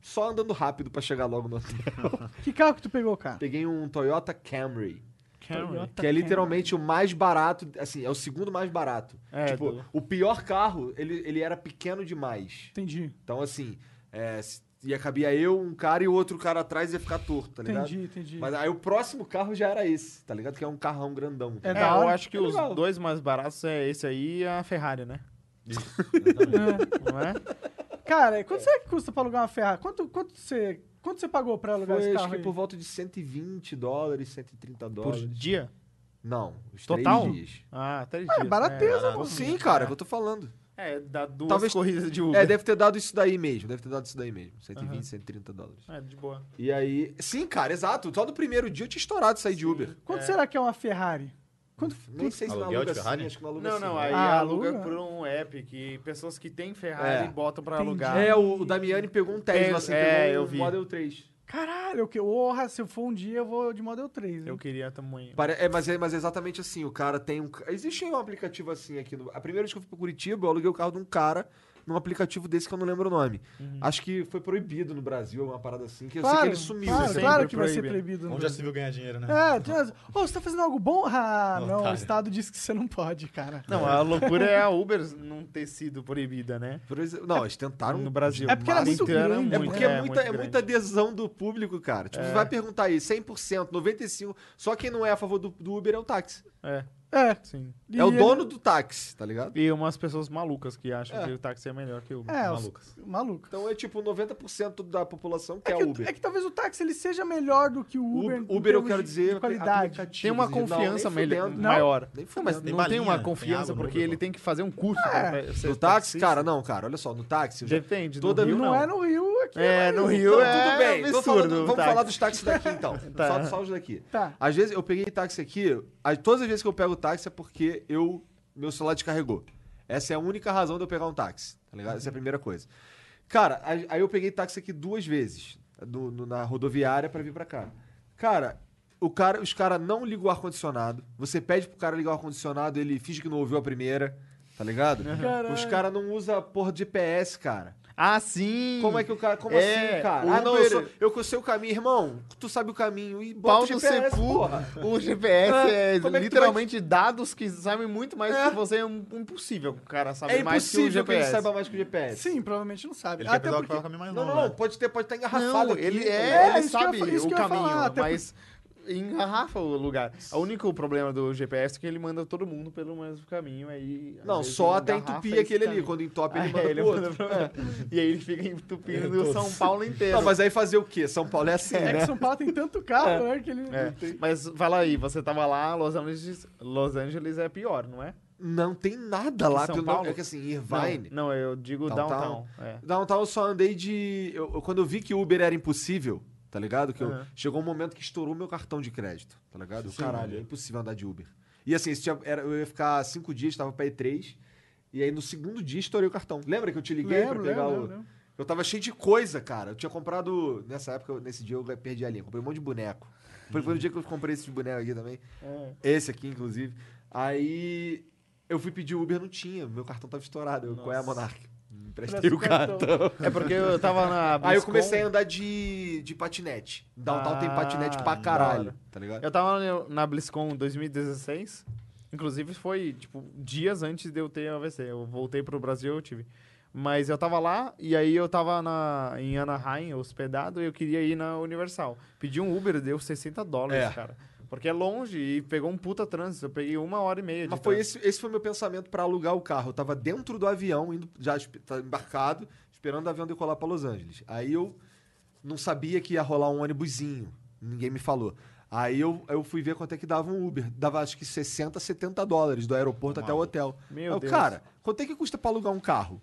Speaker 2: Só andando rápido pra chegar logo no hotel.
Speaker 1: Que carro que tu pegou, cara?
Speaker 2: Peguei um Toyota Camry.
Speaker 3: Camry.
Speaker 2: que é literalmente o mais barato, assim, é o segundo mais barato.
Speaker 3: É,
Speaker 2: tipo,
Speaker 3: do-
Speaker 2: o pior carro, ele, ele era pequeno demais.
Speaker 1: Entendi,
Speaker 2: Então, assim, é, s- ia cabia eu, um cara e o outro cara atrás ia ficar torto, tá ligado?
Speaker 1: entendi, entendi.
Speaker 2: Mas aí o próximo carro já era esse, tá ligado? Que é um carrão grandão.
Speaker 1: É
Speaker 3: É,
Speaker 1: da hora.
Speaker 3: eu acho que
Speaker 2: É
Speaker 3: os
Speaker 2: legal.
Speaker 3: dois mais baratos é esse aí e a Ferrari, né?
Speaker 5: isso, exatamente.
Speaker 1: É.
Speaker 3: Não
Speaker 2: [laughs]
Speaker 3: é?
Speaker 1: Cara, quanto será que custa pra alugar uma Ferrari? Quanto, quanto, você, quanto você pagou pra alugar
Speaker 2: Foi,
Speaker 1: esse
Speaker 2: acho
Speaker 1: carro
Speaker 2: que
Speaker 1: aí?
Speaker 2: por volta de 120 dólares, 130
Speaker 3: Por
Speaker 2: dólares.
Speaker 3: dia?
Speaker 2: Não, os
Speaker 3: Total?
Speaker 2: três dias.
Speaker 3: Ah, três
Speaker 1: É,
Speaker 3: dias.
Speaker 1: barateza,
Speaker 5: Caralho.
Speaker 1: pô.
Speaker 2: Sim, cara, é o que eu tô falando.
Speaker 3: É, dá duas
Speaker 2: Talvez-
Speaker 3: corridas de Uber.
Speaker 2: É, deve ter dado isso daí mesmo. Deve ter dado isso daí mesmo. 120,
Speaker 3: Aham.
Speaker 2: 130 dólares.
Speaker 3: É, de boa.
Speaker 2: E aí. Sim, cara, exato. Só do primeiro dia eu tinha estourado sair de Uber.
Speaker 1: Quanto será que é uma Ferrari? Quanto,
Speaker 2: Nem sei se não
Speaker 5: Aluguel
Speaker 2: aluga
Speaker 5: de
Speaker 2: assim,
Speaker 5: Ferrari?
Speaker 2: acho que não aluga
Speaker 3: Não,
Speaker 2: assim,
Speaker 3: não,
Speaker 2: né?
Speaker 3: aí
Speaker 1: Ah,
Speaker 3: aluga
Speaker 1: aluga?
Speaker 3: por um app que pessoas que têm Ferrari
Speaker 2: É.
Speaker 3: botam pra
Speaker 1: Entendi.
Speaker 3: alugar.
Speaker 2: É, o, o Damiani pegou um Tesla,
Speaker 3: Pego-
Speaker 2: assim,
Speaker 3: é,
Speaker 2: pegou
Speaker 3: eu
Speaker 2: um
Speaker 3: vi.
Speaker 2: Model 3.
Speaker 1: Caralho, eu que... Porra, se eu for um dia, eu vou de Model 3.
Speaker 3: Eu
Speaker 1: hein?
Speaker 3: queria tamanho.
Speaker 2: Pare- É, mas é, mas é exatamente assim, o cara tem um... ca- Existe um aplicativo assim aqui no... A primeira vez que eu fui pra Curitiba, eu aluguei o carro de um cara num aplicativo desse que eu não lembro o nome.
Speaker 3: Uhum.
Speaker 2: Acho que foi proibido no Brasil, uma parada assim, que eu sei que ele sumiu.
Speaker 1: Claro,
Speaker 2: assim.
Speaker 1: claro
Speaker 3: Sempre
Speaker 1: que vai ser
Speaker 3: proíbe.
Speaker 1: proibido.
Speaker 5: Onde já se viu ganhar dinheiro, né?
Speaker 1: É, tu- Ô, você tá fazendo algo bom? Ah,
Speaker 5: Não,
Speaker 1: não, o
Speaker 5: otário.
Speaker 1: Estado disse que você não pode, cara.
Speaker 3: Não, a loucura é a Uber não ter sido proibida, né?
Speaker 2: Por exemplo- Não, eles tentaram...
Speaker 3: No Brasil.
Speaker 1: É porque era
Speaker 3: Mas
Speaker 1: muito
Speaker 3: era
Speaker 1: grande,
Speaker 2: É
Speaker 1: muito,
Speaker 2: porque é,
Speaker 3: muito
Speaker 2: muita, é
Speaker 3: grande. É.
Speaker 2: muita adesão do público, cara. Tipo, você vai perguntar aí, 100%, 95%, só quem não é a favor do, do Uber é o táxi.
Speaker 3: É,
Speaker 1: É.
Speaker 3: sim.
Speaker 1: e
Speaker 2: é o
Speaker 1: ele-
Speaker 2: dono do táxi, tá ligado?
Speaker 3: E umas pessoas malucas que acham
Speaker 2: É.
Speaker 3: que o táxi é melhor que o Uber.
Speaker 1: É,
Speaker 5: Malucas.
Speaker 1: Os... maluco.
Speaker 2: Então é tipo 90% da população
Speaker 1: É
Speaker 2: quer
Speaker 1: que, o-
Speaker 2: Uber.
Speaker 1: é que talvez o táxi ele seja melhor do que o Uber.
Speaker 2: Uber,
Speaker 1: em
Speaker 2: Uber eu
Speaker 1: termos
Speaker 2: quero
Speaker 1: de-
Speaker 2: dizer
Speaker 1: De qualidade.
Speaker 2: aplicativo,
Speaker 3: Tem uma
Speaker 2: assim, não,
Speaker 3: confiança
Speaker 2: nem
Speaker 3: melhor,
Speaker 2: fudendo.
Speaker 3: maior.
Speaker 2: Nem fudendo.
Speaker 3: Não, mas
Speaker 5: Tem
Speaker 3: não um tem
Speaker 5: balinha,
Speaker 3: uma
Speaker 5: tem
Speaker 3: confiança,
Speaker 5: água no
Speaker 3: porque
Speaker 5: Uber,
Speaker 3: ele
Speaker 5: pô.
Speaker 3: tem que fazer um curso.
Speaker 2: É.
Speaker 3: pra ser
Speaker 2: No táxi,
Speaker 3: taxista.
Speaker 2: cara, não, cara, olha só, no táxi. eu já-
Speaker 3: Depende.
Speaker 2: Toda-
Speaker 3: no Rio,
Speaker 1: não, é no Rio, aqui
Speaker 3: É, no Rio
Speaker 2: Então,
Speaker 3: é
Speaker 2: tudo bem, tô
Speaker 3: absurdo.
Speaker 2: falando-
Speaker 3: o
Speaker 2: vamos
Speaker 3: táxi.
Speaker 2: falar dos táxis daqui então.
Speaker 3: [laughs] Tá.
Speaker 2: Só, só os daqui.
Speaker 1: Tá.
Speaker 2: Às vezes eu peguei táxi aqui, a- todas as vezes que eu pego táxi é porque eu meu celular descarregou. Essa é a única razão de eu pegar um táxi, tá ligado? Essa é a primeira coisa. Cara, aí aí eu peguei táxi aqui duas vezes do- no- na rodoviária pra vir pra cá. Cara, o cara, os caras não ligam o ar-condicionado. Você pede pro cara ligar o ar-condicionado, ele finge que não ouviu a primeira, tá ligado?
Speaker 3: Uhum.
Speaker 2: Os caras não usam porra de GPS, cara.
Speaker 3: Ah, sim!
Speaker 2: Como é que o cara. Como
Speaker 3: É,
Speaker 2: assim, cara?
Speaker 3: Uber-
Speaker 2: Ah, não, eu, sou, eu que sei o caminho, irmão. Tu sabe o caminho. E bota
Speaker 3: Pau
Speaker 2: o
Speaker 3: no
Speaker 2: GPS,
Speaker 3: sepu.
Speaker 2: porra.
Speaker 3: O GPS
Speaker 2: É,
Speaker 3: é,
Speaker 2: como é que tu
Speaker 3: literalmente dados que sabem muito mais
Speaker 2: É.
Speaker 3: que você. É um- impossível que o cara sabe
Speaker 2: É
Speaker 3: mais que o
Speaker 2: impossível que, ele
Speaker 3: GPS.
Speaker 2: saiba mais que o GPS.
Speaker 1: Sim, provavelmente não sabe.
Speaker 2: é
Speaker 1: Ah,
Speaker 5: Ele quer
Speaker 1: Até
Speaker 5: pegar o que
Speaker 1: porque...
Speaker 5: vai o caminho mais
Speaker 2: Não,
Speaker 5: longo.
Speaker 2: não,
Speaker 5: né?
Speaker 2: pode ter, pode estar engarrafado.
Speaker 3: Não,
Speaker 2: aqui,
Speaker 3: ele
Speaker 2: tá
Speaker 3: é,
Speaker 2: ligado?
Speaker 1: É,
Speaker 3: ele
Speaker 1: isso que eu ia
Speaker 3: sabe
Speaker 1: fa- isso
Speaker 3: o
Speaker 1: que eu ia falar,
Speaker 3: caminho,
Speaker 1: até
Speaker 3: mas engarrafa o lugar. O único problema do GPS é que ele manda todo mundo pelo mesmo caminho, aí... às
Speaker 2: Não,
Speaker 3: vezes
Speaker 2: só
Speaker 3: ele
Speaker 2: até
Speaker 3: é engarrafa
Speaker 2: entupir
Speaker 3: esse
Speaker 2: aquele ali.
Speaker 3: [laughs] caminho.
Speaker 2: Quando entope,
Speaker 3: Ah,
Speaker 2: ele
Speaker 3: é,
Speaker 2: manda pro outro. É.
Speaker 3: pro outro. E aí ele fica entupindo o
Speaker 5: Todos.
Speaker 3: São Paulo inteiro.
Speaker 2: Não, mas aí fazer o quê? São Paulo é assim,
Speaker 1: É
Speaker 2: né?
Speaker 1: que São Paulo tem tanto
Speaker 2: [laughs]
Speaker 1: carro, né? Que ele...
Speaker 3: É, mas fala aí, você tava lá, Los Angeles, Los Angeles é pior, não é?
Speaker 2: Não tem nada lá.
Speaker 3: Em São
Speaker 2: que eu não-
Speaker 3: Paulo?
Speaker 2: É que assim, Irvine...
Speaker 3: Não, não, eu digo
Speaker 2: Downtown.
Speaker 3: downtown. é.
Speaker 2: Downtown eu só andei de. eu- eu- quando eu vi que Uber era impossível, tá ligado? Que eu-
Speaker 3: Aham.
Speaker 2: chegou um momento que estourou meu cartão de crédito, tá ligado? Eu,
Speaker 5: Sim,
Speaker 2: Caralho,
Speaker 5: né?
Speaker 2: é impossível andar de Uber. E assim, isso tinha- era- eu ia ficar cinco dias, tava pra E3. E aí no segundo dia estourei o cartão. Lembra que eu te liguei
Speaker 1: Lembro,
Speaker 2: pra pegar
Speaker 1: lembro,
Speaker 2: o. [laughs]
Speaker 1: lembro.
Speaker 2: Eu tava cheio de coisa, cara. Eu tinha comprado. Nessa época, eu- nesse dia eu perdi a linha. Comprei um monte de boneco. Foi foi no dia que eu comprei esses bonecos aqui também.
Speaker 3: É.
Speaker 2: Esse aqui, inclusive. Aí eu fui pedir Uber, não tinha. Meu cartão tava estourado. Eu, qual é a Monark?
Speaker 3: Hum.
Speaker 2: Me Emprestei o
Speaker 1: Empresta o
Speaker 2: cartão.
Speaker 3: É porque eu tava na.
Speaker 2: [laughs] Aí eu
Speaker 3: BlizzCon,
Speaker 2: comecei a andar de, de patinete. Downtown tem
Speaker 3: Ah,
Speaker 2: patinete pra
Speaker 3: da
Speaker 2: caralho,
Speaker 3: hora.
Speaker 2: tá ligado?
Speaker 3: Eu tava na- na BlizzCon 2016. Inclusive foi, tipo, dias antes de eu ter AVC. Eu voltei pro Brasil, eu tive. Mas eu tava lá e aí eu tava na, em Anaheim, hospedado, e eu queria ir na Universal. Pedi um Uber, deu 60 dólares,
Speaker 2: É.
Speaker 3: cara. Porque é longe e pegou um puta trânsito. Eu peguei uma hora e meia de
Speaker 2: Mas foi
Speaker 3: trânsito.
Speaker 2: esse, esse foi meu pensamento pra alugar o carro. Eu tava dentro do avião, indo já esp- tá embarcado, esperando o avião decolar pra Los Angeles. Aí eu não sabia que ia rolar um ônibusinho. Ninguém me falou. Aí eu, eu fui ver quanto é que dava um Uber. Dava acho que 60, 70 dólares do aeroporto até o hotel.
Speaker 3: Meu
Speaker 2: Aí eu,
Speaker 3: Deus.
Speaker 2: Cara, quanto é que custa pra alugar um carro?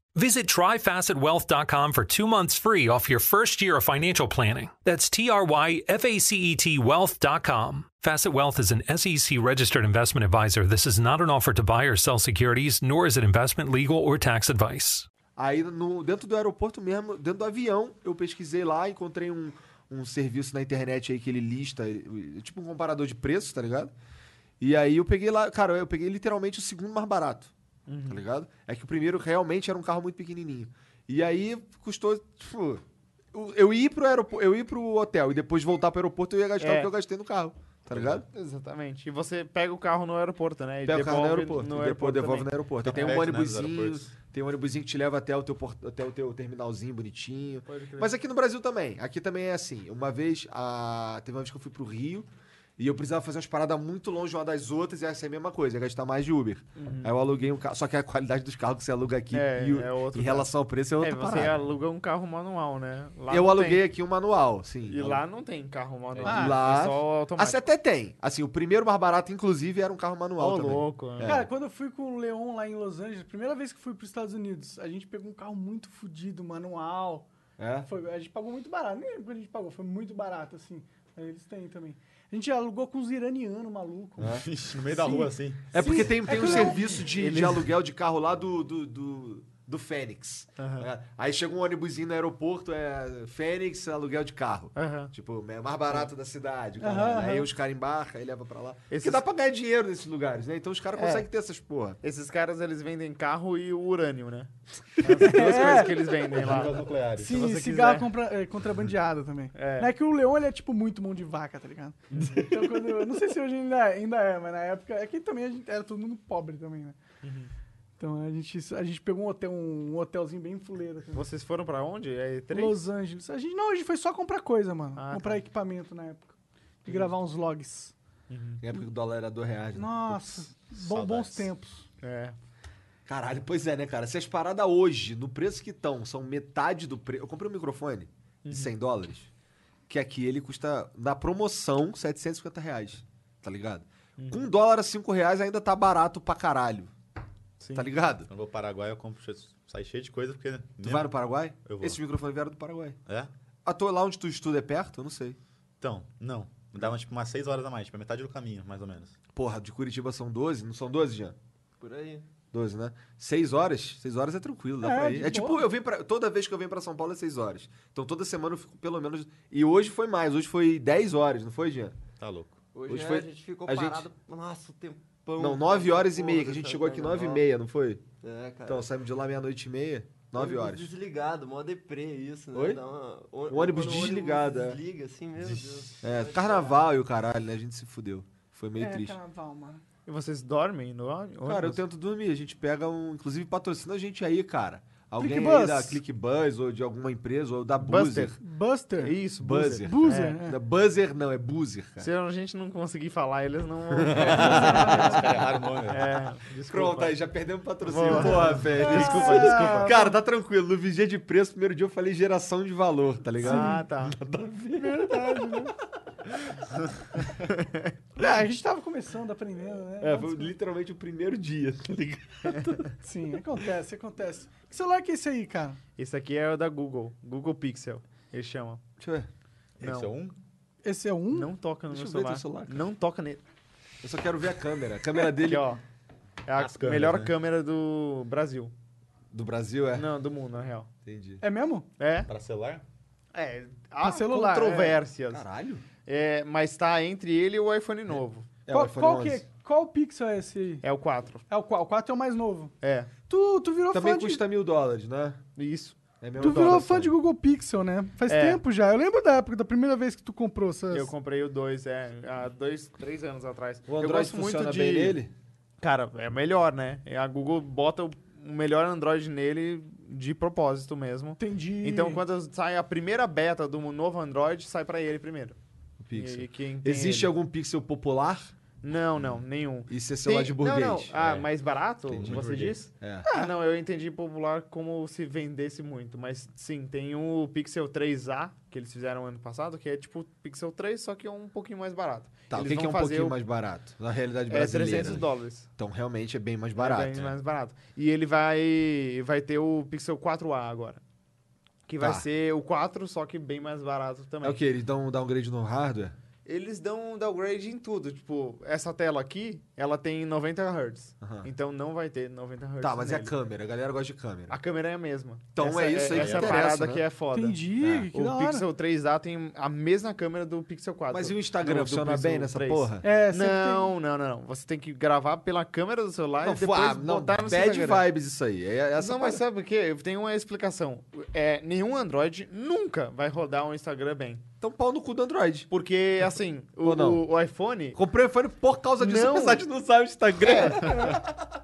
Speaker 6: Visit tryfacetwealth.com for two months free off your first year of financial planning. That's T R Y F A C E T wealth.com. Facet Wealth is an SEC registered investment advisor. This is not an offer to buy or sell securities, nor is it investment, legal, or tax advice.
Speaker 2: Aí no, dentro do aeroporto mesmo, dentro do avião, eu pesquisei lá, encontrei um, um serviço na internet aí que ele lista, ele- tipo um comparador de preços, tá ligado? E aí eu peguei lá, cara, eu peguei literalmente o segundo mais barato. tá ligado? É que o primeiro realmente era um carro muito pequenininho. E aí custou, tipo, eu- eu ir pro aeroporto, eu ir pro hotel e depois voltar pro aeroporto, eu ia gastar
Speaker 3: É.
Speaker 2: o que eu gastei no carro, tá ligado?
Speaker 3: Exatamente. E você pega o carro no aeroporto, né? E
Speaker 2: Pega o carro no
Speaker 3: devolve
Speaker 2: aeroporto,
Speaker 3: no
Speaker 2: e depois
Speaker 3: aeroporto
Speaker 2: devolve
Speaker 3: também.
Speaker 2: no aeroporto.
Speaker 5: Tá
Speaker 2: Tem um
Speaker 5: perto, né, dos
Speaker 2: ônibusinho,
Speaker 5: aeroportos.
Speaker 2: tem um ônibusinho que te leva até o teu, port- até o teu terminalzinho bonitinho.
Speaker 3: Pode crer.
Speaker 2: Mas aqui no Brasil também. Aqui também é assim. Uma vez, a... teve uma vez que eu fui pro Rio e eu precisava fazer umas paradas muito longe uma das outras e essa é a mesma coisa, ia gastar mais de Uber. Aí eu aluguei um carro. Só que a qualidade dos carros que você aluga aqui
Speaker 3: Uhum. É,
Speaker 2: e o-
Speaker 3: é outro
Speaker 2: em relação ao preço é outra
Speaker 3: É, você
Speaker 2: parada.
Speaker 3: aluga um carro manual, né? Lá
Speaker 2: Eu
Speaker 3: não
Speaker 2: aluguei
Speaker 3: tem.
Speaker 2: aqui um manual, sim.
Speaker 3: E lá não tem carro manual.
Speaker 2: Ah,
Speaker 3: é
Speaker 2: lá-
Speaker 3: só automático.
Speaker 2: Assim, até tem. Assim, o primeiro mais barato, inclusive, era um carro manual
Speaker 3: Ô,
Speaker 2: também.
Speaker 3: louco. né?
Speaker 1: Cara, quando eu fui com o Leon lá em Los Angeles, primeira vez que fui pros Estados Unidos, a gente pegou um carro muito fodido, manual.
Speaker 2: É?
Speaker 1: Foi- a gente pagou muito barato. Nem lembro quando a gente pagou, foi muito barato, assim. Aí eles têm também. A gente alugou com uns iranianos
Speaker 5: É.
Speaker 1: malucos.
Speaker 5: Ixi, no meio da rua, assim.
Speaker 2: É porque tem, tem um serviço de, de aluguel de carro lá do, do, do, do Fênix. É. Aí chega um ônibusinho no aeroporto, é Fênix, aluguel de carro.
Speaker 3: Aham.
Speaker 2: Tipo, é mais barato da cidade. o
Speaker 1: Aham,
Speaker 2: caralho. Aí
Speaker 1: aham.
Speaker 2: os caras embarcam e levam pra lá. Porque
Speaker 3: Esses-
Speaker 2: dá pra ganhar dinheiro nesses lugares, né? Então os caras
Speaker 3: É.
Speaker 2: conseguem ter essas porra.
Speaker 3: Esses caras, eles vendem carro e o urânio, né? As [laughs] duas coisas que eles vendem
Speaker 5: Bombas
Speaker 3: lá.
Speaker 5: nucleares.
Speaker 1: Sim,
Speaker 3: você
Speaker 1: cigarro
Speaker 3: quiser.
Speaker 1: compra- eh, contrabandeado também.
Speaker 3: [laughs] É.
Speaker 1: Não é que o Leon ele é tipo muito mão de vaca, tá ligado? Então quando. eu Não sei se hoje ainda, ainda é, mas na época. É que também a gente era todo mundo pobre também, né?
Speaker 3: Uhum.
Speaker 1: Então a gente, a gente pegou um hotel, um hotelzinho bem fuleiro.
Speaker 2: É.
Speaker 1: Assim.
Speaker 3: Vocês foram pra onde? É três?
Speaker 1: Los Angeles. A gente, não, a gente foi só comprar coisa, mano.
Speaker 3: Ah,
Speaker 1: comprar
Speaker 3: tá.
Speaker 1: equipamento na época. E gravar uns logs.
Speaker 2: Na época que o dólar era dois reais. né?
Speaker 1: Nossa, bom- bons
Speaker 5: saudades.
Speaker 1: tempos.
Speaker 3: É.
Speaker 2: Caralho, pois é, né, cara? Se as paradas hoje, no preço que estão, são metade do preço. Eu comprei um microfone
Speaker 5: Uhum.
Speaker 2: de 100 dólares, que aqui ele custa, na promoção, 750 reais, tá ligado?
Speaker 5: Uhum.
Speaker 2: Com um dólar a 5 reais ainda tá barato pra caralho,
Speaker 3: Sim.
Speaker 2: tá ligado?
Speaker 5: Quando eu vou pro Paraguai, eu compro, cheio- sai cheio de coisa, porque...
Speaker 2: Tu vai no Paraguai?
Speaker 5: Eu vou.
Speaker 2: Esses microfones vieram do Paraguai.
Speaker 5: É?
Speaker 2: Ah, tô lá onde tu estuda é perto? Eu não sei.
Speaker 5: Então, não. Me dava, tipo, umas 6 horas a mais, tipo, é metade do caminho, mais ou menos.
Speaker 2: Porra, de Curitiba são 12, não são 12, Jean?
Speaker 4: Por aí.
Speaker 2: 12, né? 6 horas? 6 horas é tranquilo, dá
Speaker 1: É,
Speaker 2: pra ir.
Speaker 1: de
Speaker 2: É tipo,
Speaker 1: boa.
Speaker 2: eu venho pra, toda vez que eu venho pra São Paulo é 6 horas. Então toda semana eu fico pelo menos. E hoje foi mais, hoje foi 10 horas, não foi, Jean?
Speaker 5: Tá louco.
Speaker 4: Hoje,
Speaker 2: Hoje
Speaker 4: é,
Speaker 2: foi-
Speaker 4: a gente ficou
Speaker 2: a gente-
Speaker 4: parado. Nossa, o tempão.
Speaker 2: Não, 9 horas e meia, que a gente
Speaker 4: Porra,
Speaker 2: chegou aqui
Speaker 4: cara,
Speaker 2: 9 e
Speaker 4: não.
Speaker 2: meia, não foi?
Speaker 4: né? É, cara.
Speaker 2: Então saímos de lá meia-noite e meia, 9
Speaker 4: Ônibus
Speaker 2: horas.
Speaker 4: Desligado, mó deprê isso, né?
Speaker 2: Oi?
Speaker 4: Dá uma- o-
Speaker 2: O ônibus
Speaker 4: quando o
Speaker 2: desligado, é.
Speaker 4: Desliga, assim, meu Deus.
Speaker 2: É, carnaval e o caralho, né? A gente se fudeu. Foi meio
Speaker 1: é,
Speaker 2: triste.
Speaker 1: carnaval, mano.
Speaker 3: E vocês dormem no ônibus?
Speaker 2: Cara, eu tento dormir. A gente pega um. Inclusive, patrocina a gente aí, cara. Alguém aí
Speaker 1: Clickbus.
Speaker 2: da ClickBuzz ou de alguma empresa ou da Buzzer.
Speaker 3: Buster.
Speaker 1: Buster.
Speaker 3: É Isso,
Speaker 2: Buzzer.
Speaker 3: buzzer.
Speaker 1: Buzzer,
Speaker 2: É.
Speaker 1: é.
Speaker 2: Da Buzzer não, é Buzzer, cara.
Speaker 3: Se a gente não conseguir falar, eles
Speaker 2: [laughs]
Speaker 3: não vão...
Speaker 5: Os caras erraram o nome,
Speaker 3: [laughs]
Speaker 5: né?
Speaker 3: é,
Speaker 2: Pronto,
Speaker 3: desculpa.
Speaker 2: aí já perdemos o patrocínio.
Speaker 3: Boa.
Speaker 2: Porra, velho.
Speaker 3: Desculpa, desculpa.
Speaker 2: Cara, tá tranquilo. No vigia de preço, primeiro dia eu falei geração de valor, tá ligado? [laughs]
Speaker 3: Ah, tá.
Speaker 1: Ah, a gente tava começando, aprendendo, né?
Speaker 2: É, foi literalmente o primeiro dia, tá ligado?
Speaker 3: [laughs]
Speaker 1: Sim, acontece, acontece. Que celular que é esse aí, cara?
Speaker 3: Esse aqui é o da Google. Google Pixel, eles chamam.
Speaker 2: Deixa eu ver.
Speaker 5: Esse é um?
Speaker 1: Esse é um?
Speaker 3: Não toca no
Speaker 2: Hum. Deixa
Speaker 3: meu
Speaker 2: eu ver
Speaker 3: celular.
Speaker 2: teu celular, cara.
Speaker 3: não toca nele.
Speaker 2: Eu só quero ver a câmera. A câmera
Speaker 3: Aqui,
Speaker 2: dele
Speaker 3: ó. É a
Speaker 5: As câmeras,
Speaker 3: melhor
Speaker 5: né?
Speaker 3: câmera do Brasil.
Speaker 2: do Brasil é.
Speaker 3: Não, do mundo, na real.
Speaker 2: Entendi.
Speaker 1: É mesmo?
Speaker 3: É?
Speaker 5: Pra celular?
Speaker 3: É. Há
Speaker 1: celular,
Speaker 3: controvérsias.
Speaker 2: Caralho.
Speaker 3: É, mas tá entre ele e o iPhone novo.
Speaker 2: É o
Speaker 1: qual,
Speaker 2: iPhone
Speaker 1: qual, que,
Speaker 2: 11.
Speaker 1: é- qual pixel é esse aí?
Speaker 3: É o 4.
Speaker 1: É o qual? O 4 é o mais novo.
Speaker 3: É.
Speaker 1: Tu, tu virou
Speaker 2: Também
Speaker 1: fã de...
Speaker 2: custa mil dólares, né?
Speaker 3: Isso.
Speaker 2: É mesmo
Speaker 1: Tu virou
Speaker 2: dólar,
Speaker 1: fã
Speaker 2: só.
Speaker 1: de Google Pixel, né? Faz
Speaker 3: É.
Speaker 1: tempo já. Eu lembro da época, da primeira vez que tu comprou essas...
Speaker 3: Eu comprei o 2, é. Há dois, três anos atrás.
Speaker 2: O Android
Speaker 3: eu gosto
Speaker 2: funciona
Speaker 3: muito de...
Speaker 2: bem nele?
Speaker 3: Cara, é melhor, né? É, A Google bota o o melhor Android nele de propósito mesmo.
Speaker 1: Entendi.
Speaker 3: Então, quando sai a primeira beta do novo Android, sai pra ele primeiro.
Speaker 2: O Pixel.
Speaker 3: E- e quem tem
Speaker 2: Existe
Speaker 3: ele-
Speaker 2: algum Pixel popular?
Speaker 3: Não, não, nenhum.
Speaker 2: E se é celular
Speaker 3: Tem-
Speaker 2: de burguês?
Speaker 3: Não, não. Ah,
Speaker 2: É.
Speaker 3: mais barato,
Speaker 2: Entendi.
Speaker 3: você diz?
Speaker 2: É.
Speaker 3: Ah, não, eu entendi popular como se vendesse muito. Mas sim, tem o Pixel 3A, que eles fizeram ano passado, que é tipo o Pixel 3, só que é um pouquinho mais barato.
Speaker 2: Tá, o
Speaker 3: eles
Speaker 2: que, que é
Speaker 3: vão
Speaker 2: um
Speaker 3: fazer
Speaker 2: pouquinho
Speaker 3: o-
Speaker 2: mais barato? Na realidade
Speaker 3: É
Speaker 2: brasileira.
Speaker 3: 300 dólares.
Speaker 2: Então realmente é bem mais barato.
Speaker 3: É bem mais barato. E ele vai, vai ter o Pixel 4A agora. Que vai
Speaker 2: Tá.
Speaker 3: ser o 4, só que bem mais barato
Speaker 2: É
Speaker 3: também.
Speaker 2: o que? Eles dão um downgrade no hardware?
Speaker 3: eles dão um downgrade em tudo. Tipo, essa tela aqui, ela tem 90 Hz.
Speaker 2: Aham.
Speaker 3: Então não vai ter 90 Hz.
Speaker 2: Tá, mas é a
Speaker 3: nele.
Speaker 2: câmera. A galera gosta de câmera.
Speaker 3: A câmera é a mesma.
Speaker 2: Então é isso aí que
Speaker 3: Essa
Speaker 2: interessa,
Speaker 3: parada
Speaker 2: né?
Speaker 3: que é foda.
Speaker 1: Entendi, que da
Speaker 3: O
Speaker 1: hora.
Speaker 3: Pixel 3A tem a mesma câmera do Pixel 4.
Speaker 2: Mas e o Instagram
Speaker 3: Não, do
Speaker 2: funciona
Speaker 3: Pixel
Speaker 2: bem nessa
Speaker 3: 3.
Speaker 2: porra?
Speaker 1: É, sempre
Speaker 3: Não, não, não, não. Você tem que gravar pela câmera do celular
Speaker 2: Não,
Speaker 3: e
Speaker 2: fu-
Speaker 3: depois
Speaker 2: ah, não,
Speaker 3: botar no seu
Speaker 2: bad
Speaker 3: Instagram.
Speaker 2: vibes isso aí. É essa
Speaker 3: não, mas
Speaker 2: parada.
Speaker 3: sabe o quê? Tem uma explicação. É, nenhum Android nunca vai rodar um Instagram bem.
Speaker 2: Então pau no cu do Android.
Speaker 3: Porque, assim, o,
Speaker 2: Ou não?
Speaker 3: o- o iPhone
Speaker 2: Comprei o iPhone por causa disso,
Speaker 3: Não. É,
Speaker 2: apesar de não usar o Instagram.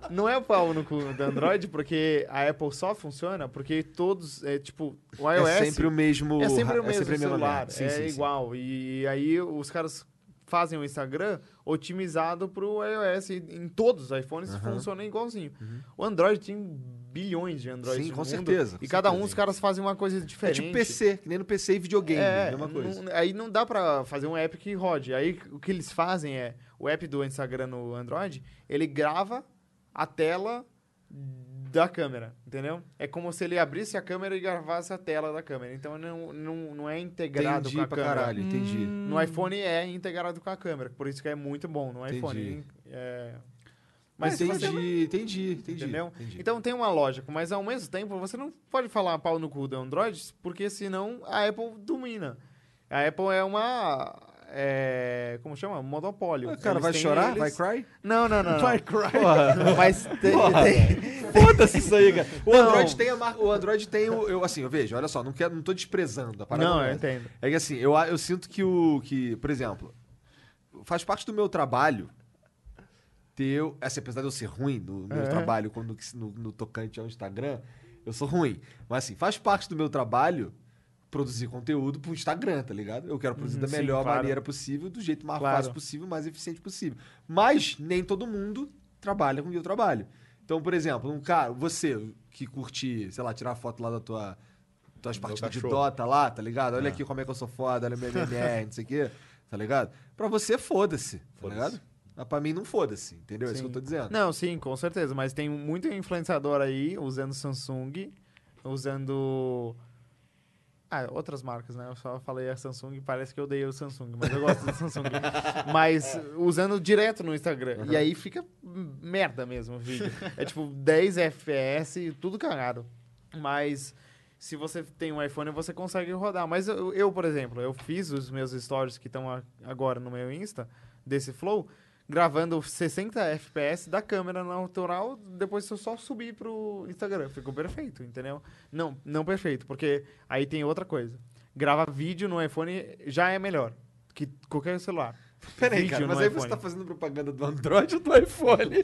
Speaker 3: não é o pau no cu do Android, porque a Apple só funciona porque todos, é, tipo, o iOS...
Speaker 2: É sempre o mesmo.
Speaker 3: É sempre o
Speaker 2: é
Speaker 3: mesmo
Speaker 2: sempre a mesma
Speaker 3: celular,
Speaker 2: merda. Sim,
Speaker 3: é
Speaker 2: sim, sim.
Speaker 3: igual. E aí os caras fazem o Instagram otimizado pro iOS. e Em todos os iPhones funciona igualzinho. O Android tem bilhões de Androids
Speaker 2: Uhum. Sim,
Speaker 3: no
Speaker 2: com
Speaker 3: mundo,
Speaker 2: certeza,
Speaker 3: E
Speaker 2: com
Speaker 3: cada um
Speaker 2: certeza.
Speaker 3: os caras fazem uma coisa
Speaker 2: É
Speaker 3: diferente.
Speaker 2: tipo PC, que nem no PC e videogame,
Speaker 3: É,
Speaker 2: mesma coisa.
Speaker 3: não- aí não dá pra fazer um app que rode. Aí o que eles fazem é, o app do Instagram no Android, ele grava a tela da câmera, entendeu? É como se ele abrisse a câmera e gravasse a tela da câmera. Então não, não, não é integrado
Speaker 2: Entendi
Speaker 3: com a
Speaker 2: pra
Speaker 3: câmera.
Speaker 2: caralho, entendi.
Speaker 3: No iPhone é integrado com a câmera, por isso que é muito bom no
Speaker 2: Entendi.
Speaker 3: iPhone. é-
Speaker 2: Mas
Speaker 3: Mas
Speaker 2: entendi,
Speaker 3: você
Speaker 2: entendi, entendi.
Speaker 3: entendeu?
Speaker 2: entendi.
Speaker 3: Então tem uma lógica, mas ao mesmo tempo você não pode falar pau no cu do Android, porque senão a Apple domina. A Apple é uma. é, como chama? Monopólio.
Speaker 2: Ah, cara,
Speaker 3: Eles
Speaker 2: vai
Speaker 3: têm
Speaker 2: chorar?
Speaker 3: eles-
Speaker 2: Vai cry?
Speaker 3: Não, não, não. não.
Speaker 1: Vai cry.
Speaker 3: Mas tem. tem-
Speaker 2: Foda-se isso aí,
Speaker 3: [laughs]
Speaker 2: cara. O
Speaker 3: Não.
Speaker 2: Android tem a marca. O Android tem o. Eu, assim, eu vejo, olha só, não, quero, não tô desprezando a parada.
Speaker 3: Não,
Speaker 2: é
Speaker 3: eu entendo.
Speaker 2: É que assim, eu, a- eu sinto que o. que, Por exemplo, faz parte do meu trabalho ter. o- Assim, apesar de eu ser ruim no meu
Speaker 3: É.
Speaker 2: trabalho, quando, no, no tocante ao Instagram, eu sou ruim. Mas assim, faz parte do meu trabalho produzir conteúdo pro Instagram, tá ligado? Eu quero produzir
Speaker 3: Uhum,
Speaker 2: da
Speaker 3: sim,
Speaker 2: melhor
Speaker 3: claro.
Speaker 2: maneira possível, do jeito mais
Speaker 3: Claro.
Speaker 2: fácil possível, mais eficiente possível. Mas nem todo mundo trabalha com o que eu trabalho. Então, por exemplo, um cara, você que curte, sei lá, tirar foto lá da tua tuas
Speaker 5: Meu
Speaker 2: partidas de
Speaker 5: cachorro.
Speaker 2: Dota lá, tá ligado? Olha aqui como é que eu sou foda, olha meu MMR, não sei o quê, tá ligado? Pra você, foda-se, tá
Speaker 5: Foda-se.
Speaker 2: ligado? Mas pra mim não foda-se, entendeu? É isso
Speaker 3: Sim.
Speaker 2: que eu tô dizendo.
Speaker 3: Não, sim, com certeza. Mas tem muito influenciador aí usando Samsung, usando. Ah, outras marcas, né? Eu só falei a Samsung, parece que eu odeio o Samsung, mas eu gosto do Samsung. Mas usando direto no Instagram. E aí fica merda mesmo o vídeo. É tipo 10 FPS, tudo cagado. Mas se você tem um iPhone, você consegue rodar. Mas eu, eu, por exemplo, eu fiz os meus stories que estão a- agora no meu Insta, desse Flow, gravando 60 FPS da câmera na autoral, depois eu só subi pro Instagram. Ficou perfeito, entendeu? Não, não perfeito, porque aí tem outra coisa. Grava vídeo no iPhone já é melhor que qualquer celular.
Speaker 2: Peraí,
Speaker 3: Vídeo
Speaker 2: cara,
Speaker 3: no
Speaker 2: mas aí você
Speaker 3: iPhone.
Speaker 2: tá fazendo propaganda do Android ou do iPhone?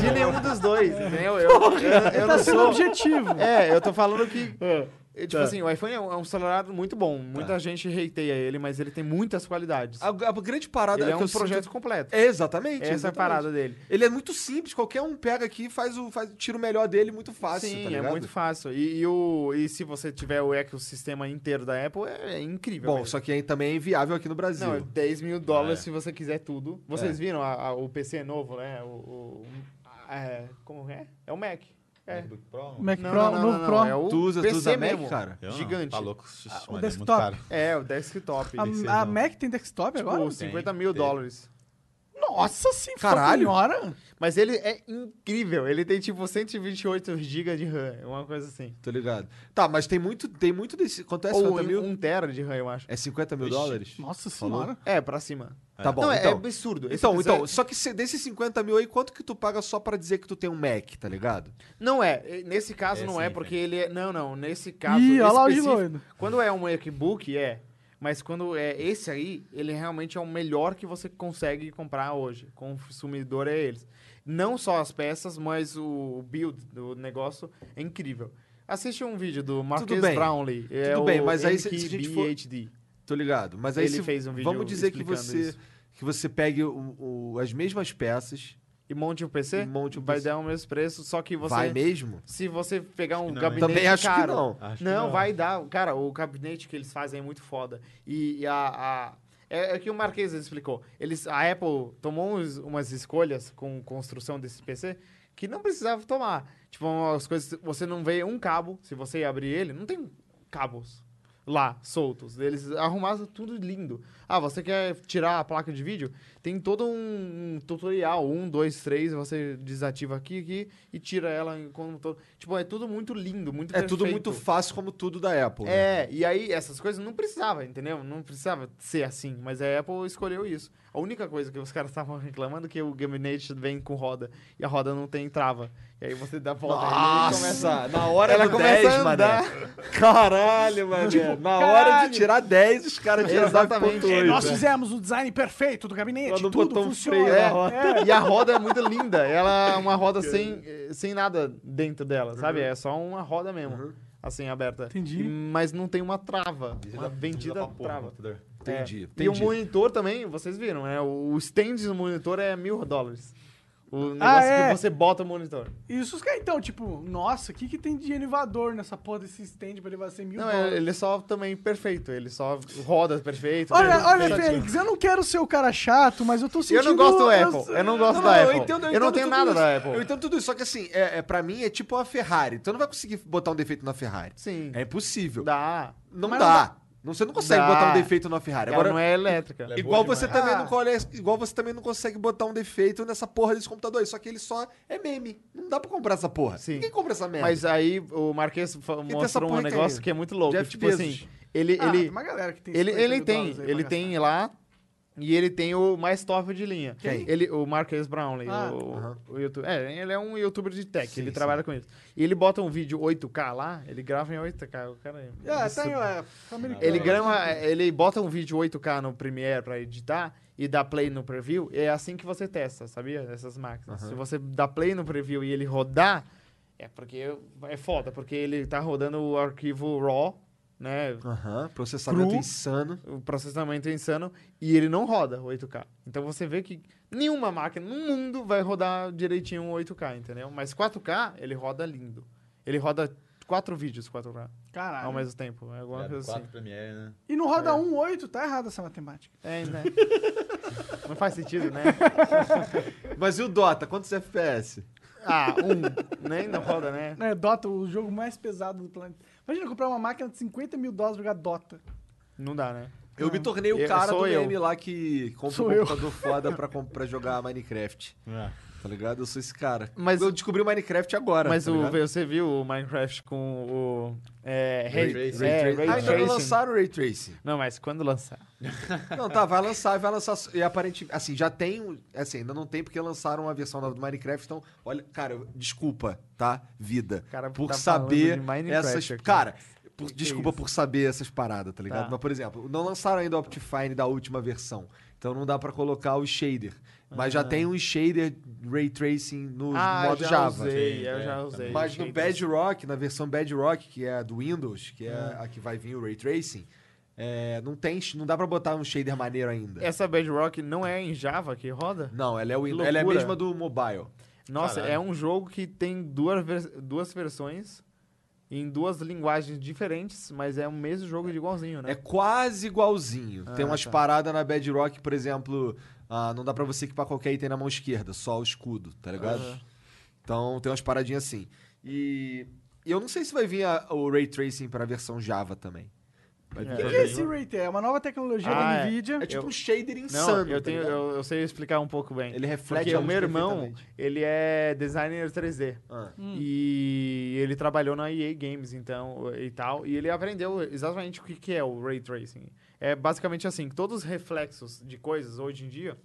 Speaker 3: De nenhum dos
Speaker 2: [laughs]
Speaker 3: dois, entendeu? Eu, eu, eu
Speaker 1: tá
Speaker 3: não
Speaker 1: sendo
Speaker 3: sou...
Speaker 1: objetivo.
Speaker 3: É, eu tô falando
Speaker 2: [laughs]
Speaker 3: que. é,
Speaker 2: Tá.
Speaker 3: Tipo assim, o iPhone é um, é um celular muito bom. Muita gente hateia ele, mas ele tem muitas qualidades.
Speaker 2: A, a grande parada
Speaker 3: Ele
Speaker 2: é
Speaker 3: é
Speaker 2: que
Speaker 3: um
Speaker 2: eu
Speaker 3: projeto
Speaker 2: sinto...
Speaker 3: completo.
Speaker 2: É, exatamente.
Speaker 3: Essa é a
Speaker 2: exatamente.
Speaker 3: parada dele.
Speaker 2: Ele é muito simples, qualquer um pega aqui e faz o, faz, tira o melhor dele muito fácil,
Speaker 3: Sim,
Speaker 2: tá
Speaker 3: é
Speaker 2: ligado?
Speaker 3: muito fácil. E, e o, e se você tiver o ecossistema inteiro da Apple, é, é incrível.
Speaker 2: Bom,
Speaker 3: mesmo.
Speaker 2: só que aí também é inviável aqui no Brasil. É.
Speaker 3: Não, é 10 mil dólares
Speaker 5: Ah, é.
Speaker 3: se você quiser tudo. Vocês viram a- a- o PC novo, né? O, o- é, como é? É o Mac. É.
Speaker 5: MacBook Pro?
Speaker 1: Mac Pro, novo Pro.
Speaker 3: É o
Speaker 2: Tu usa- tu
Speaker 3: PC
Speaker 2: usa Mac,
Speaker 3: mesmo.
Speaker 2: cara?
Speaker 5: Eu não,
Speaker 3: Gigante.
Speaker 5: Tá louco. Xixi, mano, é muito
Speaker 1: desktop.
Speaker 5: caro.
Speaker 3: É, o desktop.
Speaker 1: A-
Speaker 5: tem que ser,
Speaker 1: a,
Speaker 5: não.
Speaker 1: Mac tem desktop agora?
Speaker 3: é Tipo, 50 mil
Speaker 5: tem.
Speaker 3: dólares.
Speaker 1: Nossa senhora!
Speaker 2: Caralho.
Speaker 1: Senhora.
Speaker 3: Mas ele é incrível. Ele tem tipo 128 GB de RAM, é uma coisa assim.
Speaker 2: Tô ligado. Tá, mas tem muito, tem muito desse. Quanto é
Speaker 3: Ou
Speaker 2: 50 mil?
Speaker 3: 1 tera de RAM, eu acho.
Speaker 2: É 50 mil
Speaker 5: Ixi.
Speaker 2: dólares?
Speaker 1: Nossa
Speaker 2: Falou?
Speaker 1: senhora.
Speaker 3: É, pra cima.
Speaker 2: Tá bom,
Speaker 3: Não, é, é
Speaker 2: então.
Speaker 3: absurdo. Esse
Speaker 2: Então,
Speaker 3: PC-
Speaker 2: então, só que se- desses 50 mil aí, quanto que tu paga só pra dizer que tu tem um Mac, tá ligado?
Speaker 3: Não é. Nesse caso
Speaker 5: É
Speaker 3: não
Speaker 5: sim,
Speaker 3: é,
Speaker 5: velho.
Speaker 3: porque ele é... Não, não. Nesse caso
Speaker 1: Ih, olha lá o de
Speaker 3: específico-
Speaker 1: loiro.
Speaker 3: Quando é um MacBook, é. Mas quando é esse aí, ele realmente é o melhor que você consegue comprar hoje. Consumidor é eles. Não só as peças, mas o build do negócio é incrível. Assiste um vídeo do Marcus
Speaker 2: bem.
Speaker 3: Brownlee. é
Speaker 2: Tudo
Speaker 3: o
Speaker 2: bem, mas aí se- se a gente for-
Speaker 3: MKBHD.
Speaker 2: Tô ligado. Mas aí
Speaker 3: Ele
Speaker 2: se-
Speaker 3: fez um vídeo
Speaker 2: vamos dizer que
Speaker 3: explicando
Speaker 2: você
Speaker 3: isso.
Speaker 2: que você pegue o- o- as mesmas peças,
Speaker 3: E monte o PC?
Speaker 2: E monte o
Speaker 3: vai
Speaker 2: PC.
Speaker 3: dar o mesmo preço, só que você.
Speaker 2: vai mesmo?
Speaker 3: Se você pegar um
Speaker 5: que não, né?
Speaker 3: gabinete
Speaker 2: Também acho que
Speaker 3: caro,
Speaker 2: não.
Speaker 5: Acho que
Speaker 3: não,
Speaker 5: não.
Speaker 3: vai dar. Cara, o gabinete que eles fazem é muito foda. E, e a. a- é, é que o Marquês explicou. Eles, a Apple tomou uns- umas escolhas com construção desse PC que não precisava é tomar. Tipo, umas coisas. Você não vê um cabo. Se você abrir ele, não tem cabos. lá, soltos. Eles arrumaram tudo lindo. Ah, você quer tirar a placa de vídeo? Tem todo um tutorial, um, dois, três, você desativa aqui, aqui e tira ela em como todo. Tipo, é tudo muito lindo, muito
Speaker 2: É tudo
Speaker 3: perfeito.
Speaker 2: muito fácil, como tudo da Apple. né?
Speaker 3: É, e aí essas coisas não precisava, entendeu? Não precisava ser assim, mas a Apple escolheu isso. A única coisa que os [laughs] caras estavam reclamando é que o gabinete vem com roda e a roda não tem trava. E aí você dá a volta e ele começa
Speaker 2: Nossa, na hora
Speaker 3: Ela
Speaker 2: do
Speaker 3: começa
Speaker 2: 10,
Speaker 3: a
Speaker 2: mané.
Speaker 3: andar.
Speaker 2: Caralho, mané. Tipo, na hora
Speaker 1: caralho.
Speaker 2: de tirar 10, os caras tiram
Speaker 3: [laughs] Exatamente. É,
Speaker 2: 9.8.
Speaker 1: Nós fizemos o design perfeito do gabinete,
Speaker 2: Lá no
Speaker 1: tudo
Speaker 2: botão
Speaker 1: funciona.
Speaker 2: um freio,
Speaker 1: É,
Speaker 2: na roda.
Speaker 1: é.
Speaker 3: E a roda é muito linda. Ela é uma roda sem, eh, sem nada dentro dela, sabe? É só uma roda mesmo. Assim, aberta.
Speaker 1: Entendi.
Speaker 3: E- Mas não tem uma trava. Uma vendida trava.
Speaker 2: Entendi,
Speaker 3: É. E o
Speaker 2: entendi.
Speaker 3: monitor também, vocês viram, né? O stand do monitor é mil dólares. O negócio
Speaker 1: é.
Speaker 3: que você bota o monitor.
Speaker 1: Isso os caras, então, tipo, nossa, o que, que tem de elevador nessa porra desse stand pra levar 100 mil
Speaker 3: Não,
Speaker 1: dólares?
Speaker 3: é- ele é só também perfeito. Ele só roda perfeito. né?
Speaker 1: Olha,
Speaker 3: tudo
Speaker 1: olha,
Speaker 3: certinho.
Speaker 1: Félix, eu não quero ser o cara chato, mas eu tô sentindo...
Speaker 3: Eu não gosto do
Speaker 1: eu-
Speaker 3: Apple. Eu não gosto da Apple. Eu, não tenho
Speaker 2: tudo
Speaker 3: nada
Speaker 2: isso.
Speaker 3: da Apple.
Speaker 2: Eu entendo tudo isso, só que assim, é, é, pra mim é tipo uma Ferrari. Tu não vai conseguir botar um defeito na Ferrari.
Speaker 3: Sim.
Speaker 2: É impossível.
Speaker 3: Dá.
Speaker 2: Não
Speaker 1: Mas
Speaker 2: dá. Não, você não consegue
Speaker 3: Dá.
Speaker 2: botar um defeito na Ferrari.
Speaker 3: Ela
Speaker 2: Agora,
Speaker 3: não é elétrica.
Speaker 5: Ela é
Speaker 2: igual,
Speaker 5: boa
Speaker 2: você
Speaker 5: demais.
Speaker 2: também
Speaker 3: Ah.
Speaker 2: não cole- igual você também não consegue botar um defeito nessa porra desse computador aí. Só que ele só é meme. Não dá pra comprar essa porra.
Speaker 3: Sim.
Speaker 2: Ninguém compra essa merda.
Speaker 3: Mas aí o Marquês fa-
Speaker 2: é essa
Speaker 3: mostrou um
Speaker 2: porra que é
Speaker 3: negócio
Speaker 2: aí?
Speaker 3: que é muito louco.
Speaker 2: Jeff
Speaker 3: tipo
Speaker 2: Bezos.
Speaker 3: assim, ele,
Speaker 1: Ah, tem
Speaker 3: ele,
Speaker 1: uma galera que tem
Speaker 3: ele,
Speaker 1: 50 mil
Speaker 3: ele tem,
Speaker 1: dólares aí pra
Speaker 3: ele
Speaker 1: gastar.
Speaker 3: tem lá e ele tem o mais top de linha.
Speaker 2: Quem?
Speaker 3: Ele, o Marquês Brownlee,
Speaker 1: Ah.
Speaker 3: o, o YouTube. É, ele é um youtuber de tech, ele trabalha com isso. E ele bota um vídeo 8K lá, ele grava em 8K, o cara. é
Speaker 1: É,
Speaker 3: absurdo.
Speaker 1: tem, é, americano.
Speaker 3: Ele grava, ele bota um vídeo 8K no Premiere pra editar e dá play no preview, é assim que você testa, sabia? Essas máquinas. Se você dá play no preview e ele rodar, é porque é foda, porque ele tá rodando o arquivo RAW, né?
Speaker 2: Aham, processamento
Speaker 3: Cru.
Speaker 2: insano.
Speaker 3: O processamento é insano e ele não roda 8K. Então você vê que nenhuma máquina no mundo vai rodar direitinho um 8K, entendeu? Mas 4K, ele roda lindo. Ele roda quatro vídeos 4K ao
Speaker 1: Caralho.
Speaker 3: mesmo tempo, é alguma coisa assim.
Speaker 5: 4 Premiere, né?
Speaker 1: E não roda 1.8, tá errada essa matemática.
Speaker 3: É, né? [laughs] Não faz sentido,
Speaker 2: [laughs]
Speaker 3: né?
Speaker 2: Mas e o Dota? Quantos FPS?
Speaker 3: Ah, um. Nem na roda, né?
Speaker 1: É, Dota, o jogo mais pesado do planeta. Imagina comprar uma máquina de 50 mil dólares pra jogar Dota.
Speaker 3: Não dá, né?
Speaker 2: Eu me tornei o
Speaker 5: É,
Speaker 3: Eu-
Speaker 2: cara
Speaker 3: sou
Speaker 2: do
Speaker 3: eu.
Speaker 2: meme lá que compra
Speaker 1: Sou
Speaker 2: um
Speaker 1: eu.
Speaker 2: computador foda pra, com- pra jogar Minecraft.
Speaker 5: É.
Speaker 2: Tá ligado? Eu sou esse cara.
Speaker 3: Mas-
Speaker 2: eu descobri o Minecraft agora.
Speaker 3: Mas
Speaker 2: tá
Speaker 3: o,
Speaker 2: ligado?
Speaker 3: você viu o Minecraft com o. É,
Speaker 5: Ray
Speaker 3: Ray-
Speaker 5: tracing.
Speaker 3: é,
Speaker 5: Ray
Speaker 3: Ray
Speaker 2: Ah, ainda não
Speaker 3: tracing.
Speaker 2: lançaram o Ray Tracing.
Speaker 3: Não, mas quando lançar?
Speaker 2: Não, tá, vai lançar, vai lançar. E aparentemente, assim, já tem. um- Assim, ainda não tem porque lançaram uma versão nova do Minecraft. Então, olha, cara, eu- desculpa, tá? Vida.
Speaker 3: Cara,
Speaker 2: por
Speaker 3: tá
Speaker 2: saber
Speaker 3: falando de Minecraft
Speaker 2: essas.
Speaker 3: aqui.
Speaker 2: Cara, por-
Speaker 3: Que é
Speaker 2: desculpa
Speaker 3: isso?
Speaker 2: por saber essas paradas, tá ligado?
Speaker 3: Tá.
Speaker 2: Mas, por exemplo, não lançaram ainda o Optifine da última versão. Então não dá pra colocar o shader. Mas já tem um shader Ray Tracing no
Speaker 3: ah,
Speaker 2: modo
Speaker 3: eu já
Speaker 2: Java.
Speaker 3: usei, eu
Speaker 5: Sim,
Speaker 3: já
Speaker 5: é,
Speaker 3: usei.
Speaker 2: Mas no
Speaker 3: Shaders.
Speaker 2: Bedrock, na versão Bedrock, que é a do Windows, que é
Speaker 3: Ah.
Speaker 2: a que vai vir o Ray Tracing, é, não tem, não dá pra botar um shader maneiro ainda.
Speaker 3: Essa Bedrock não é em Java que roda?
Speaker 2: Não, ela é o Windows,
Speaker 3: Loucura.
Speaker 2: ela é a mesma do mobile.
Speaker 3: Nossa,
Speaker 5: Caralho.
Speaker 3: é um jogo que tem duas, vers- duas versões em duas linguagens diferentes, mas é o mesmo jogo de igualzinho, né? Ah, tá.
Speaker 2: É quase igualzinho. tem umas paradas na Bedrock, por exemplo, ah, não dá pra você equipar qualquer item na mão esquerda, só o escudo, tá ligado? Então tem umas paradinhas assim. E, e eu não sei se vai vir a- o Ray Tracing pra versão Java também. Vai vir
Speaker 3: É.
Speaker 1: O que
Speaker 2: pra-
Speaker 1: que é esse Rayter? É uma nova tecnologia
Speaker 3: Ah,
Speaker 1: da
Speaker 3: é.
Speaker 1: NVIDIA.
Speaker 2: É tipo
Speaker 3: Eu-
Speaker 2: um shader insano.
Speaker 3: Não, eu,
Speaker 2: tá
Speaker 3: tenho,
Speaker 2: ligado?
Speaker 3: eu, eu sei explicar um pouco bem.
Speaker 2: Ele reflete
Speaker 3: Porque
Speaker 2: a
Speaker 3: o
Speaker 2: luz
Speaker 3: meu irmão,
Speaker 2: perfeitamente.
Speaker 3: ele é designer 3D.
Speaker 2: Ah.
Speaker 3: E ele trabalhou na EA Games, então, e tal. E ele aprendeu exatamente o que que é o Ray Tracing. É basicamente assim, que todos os reflexos de coisas hoje em dia...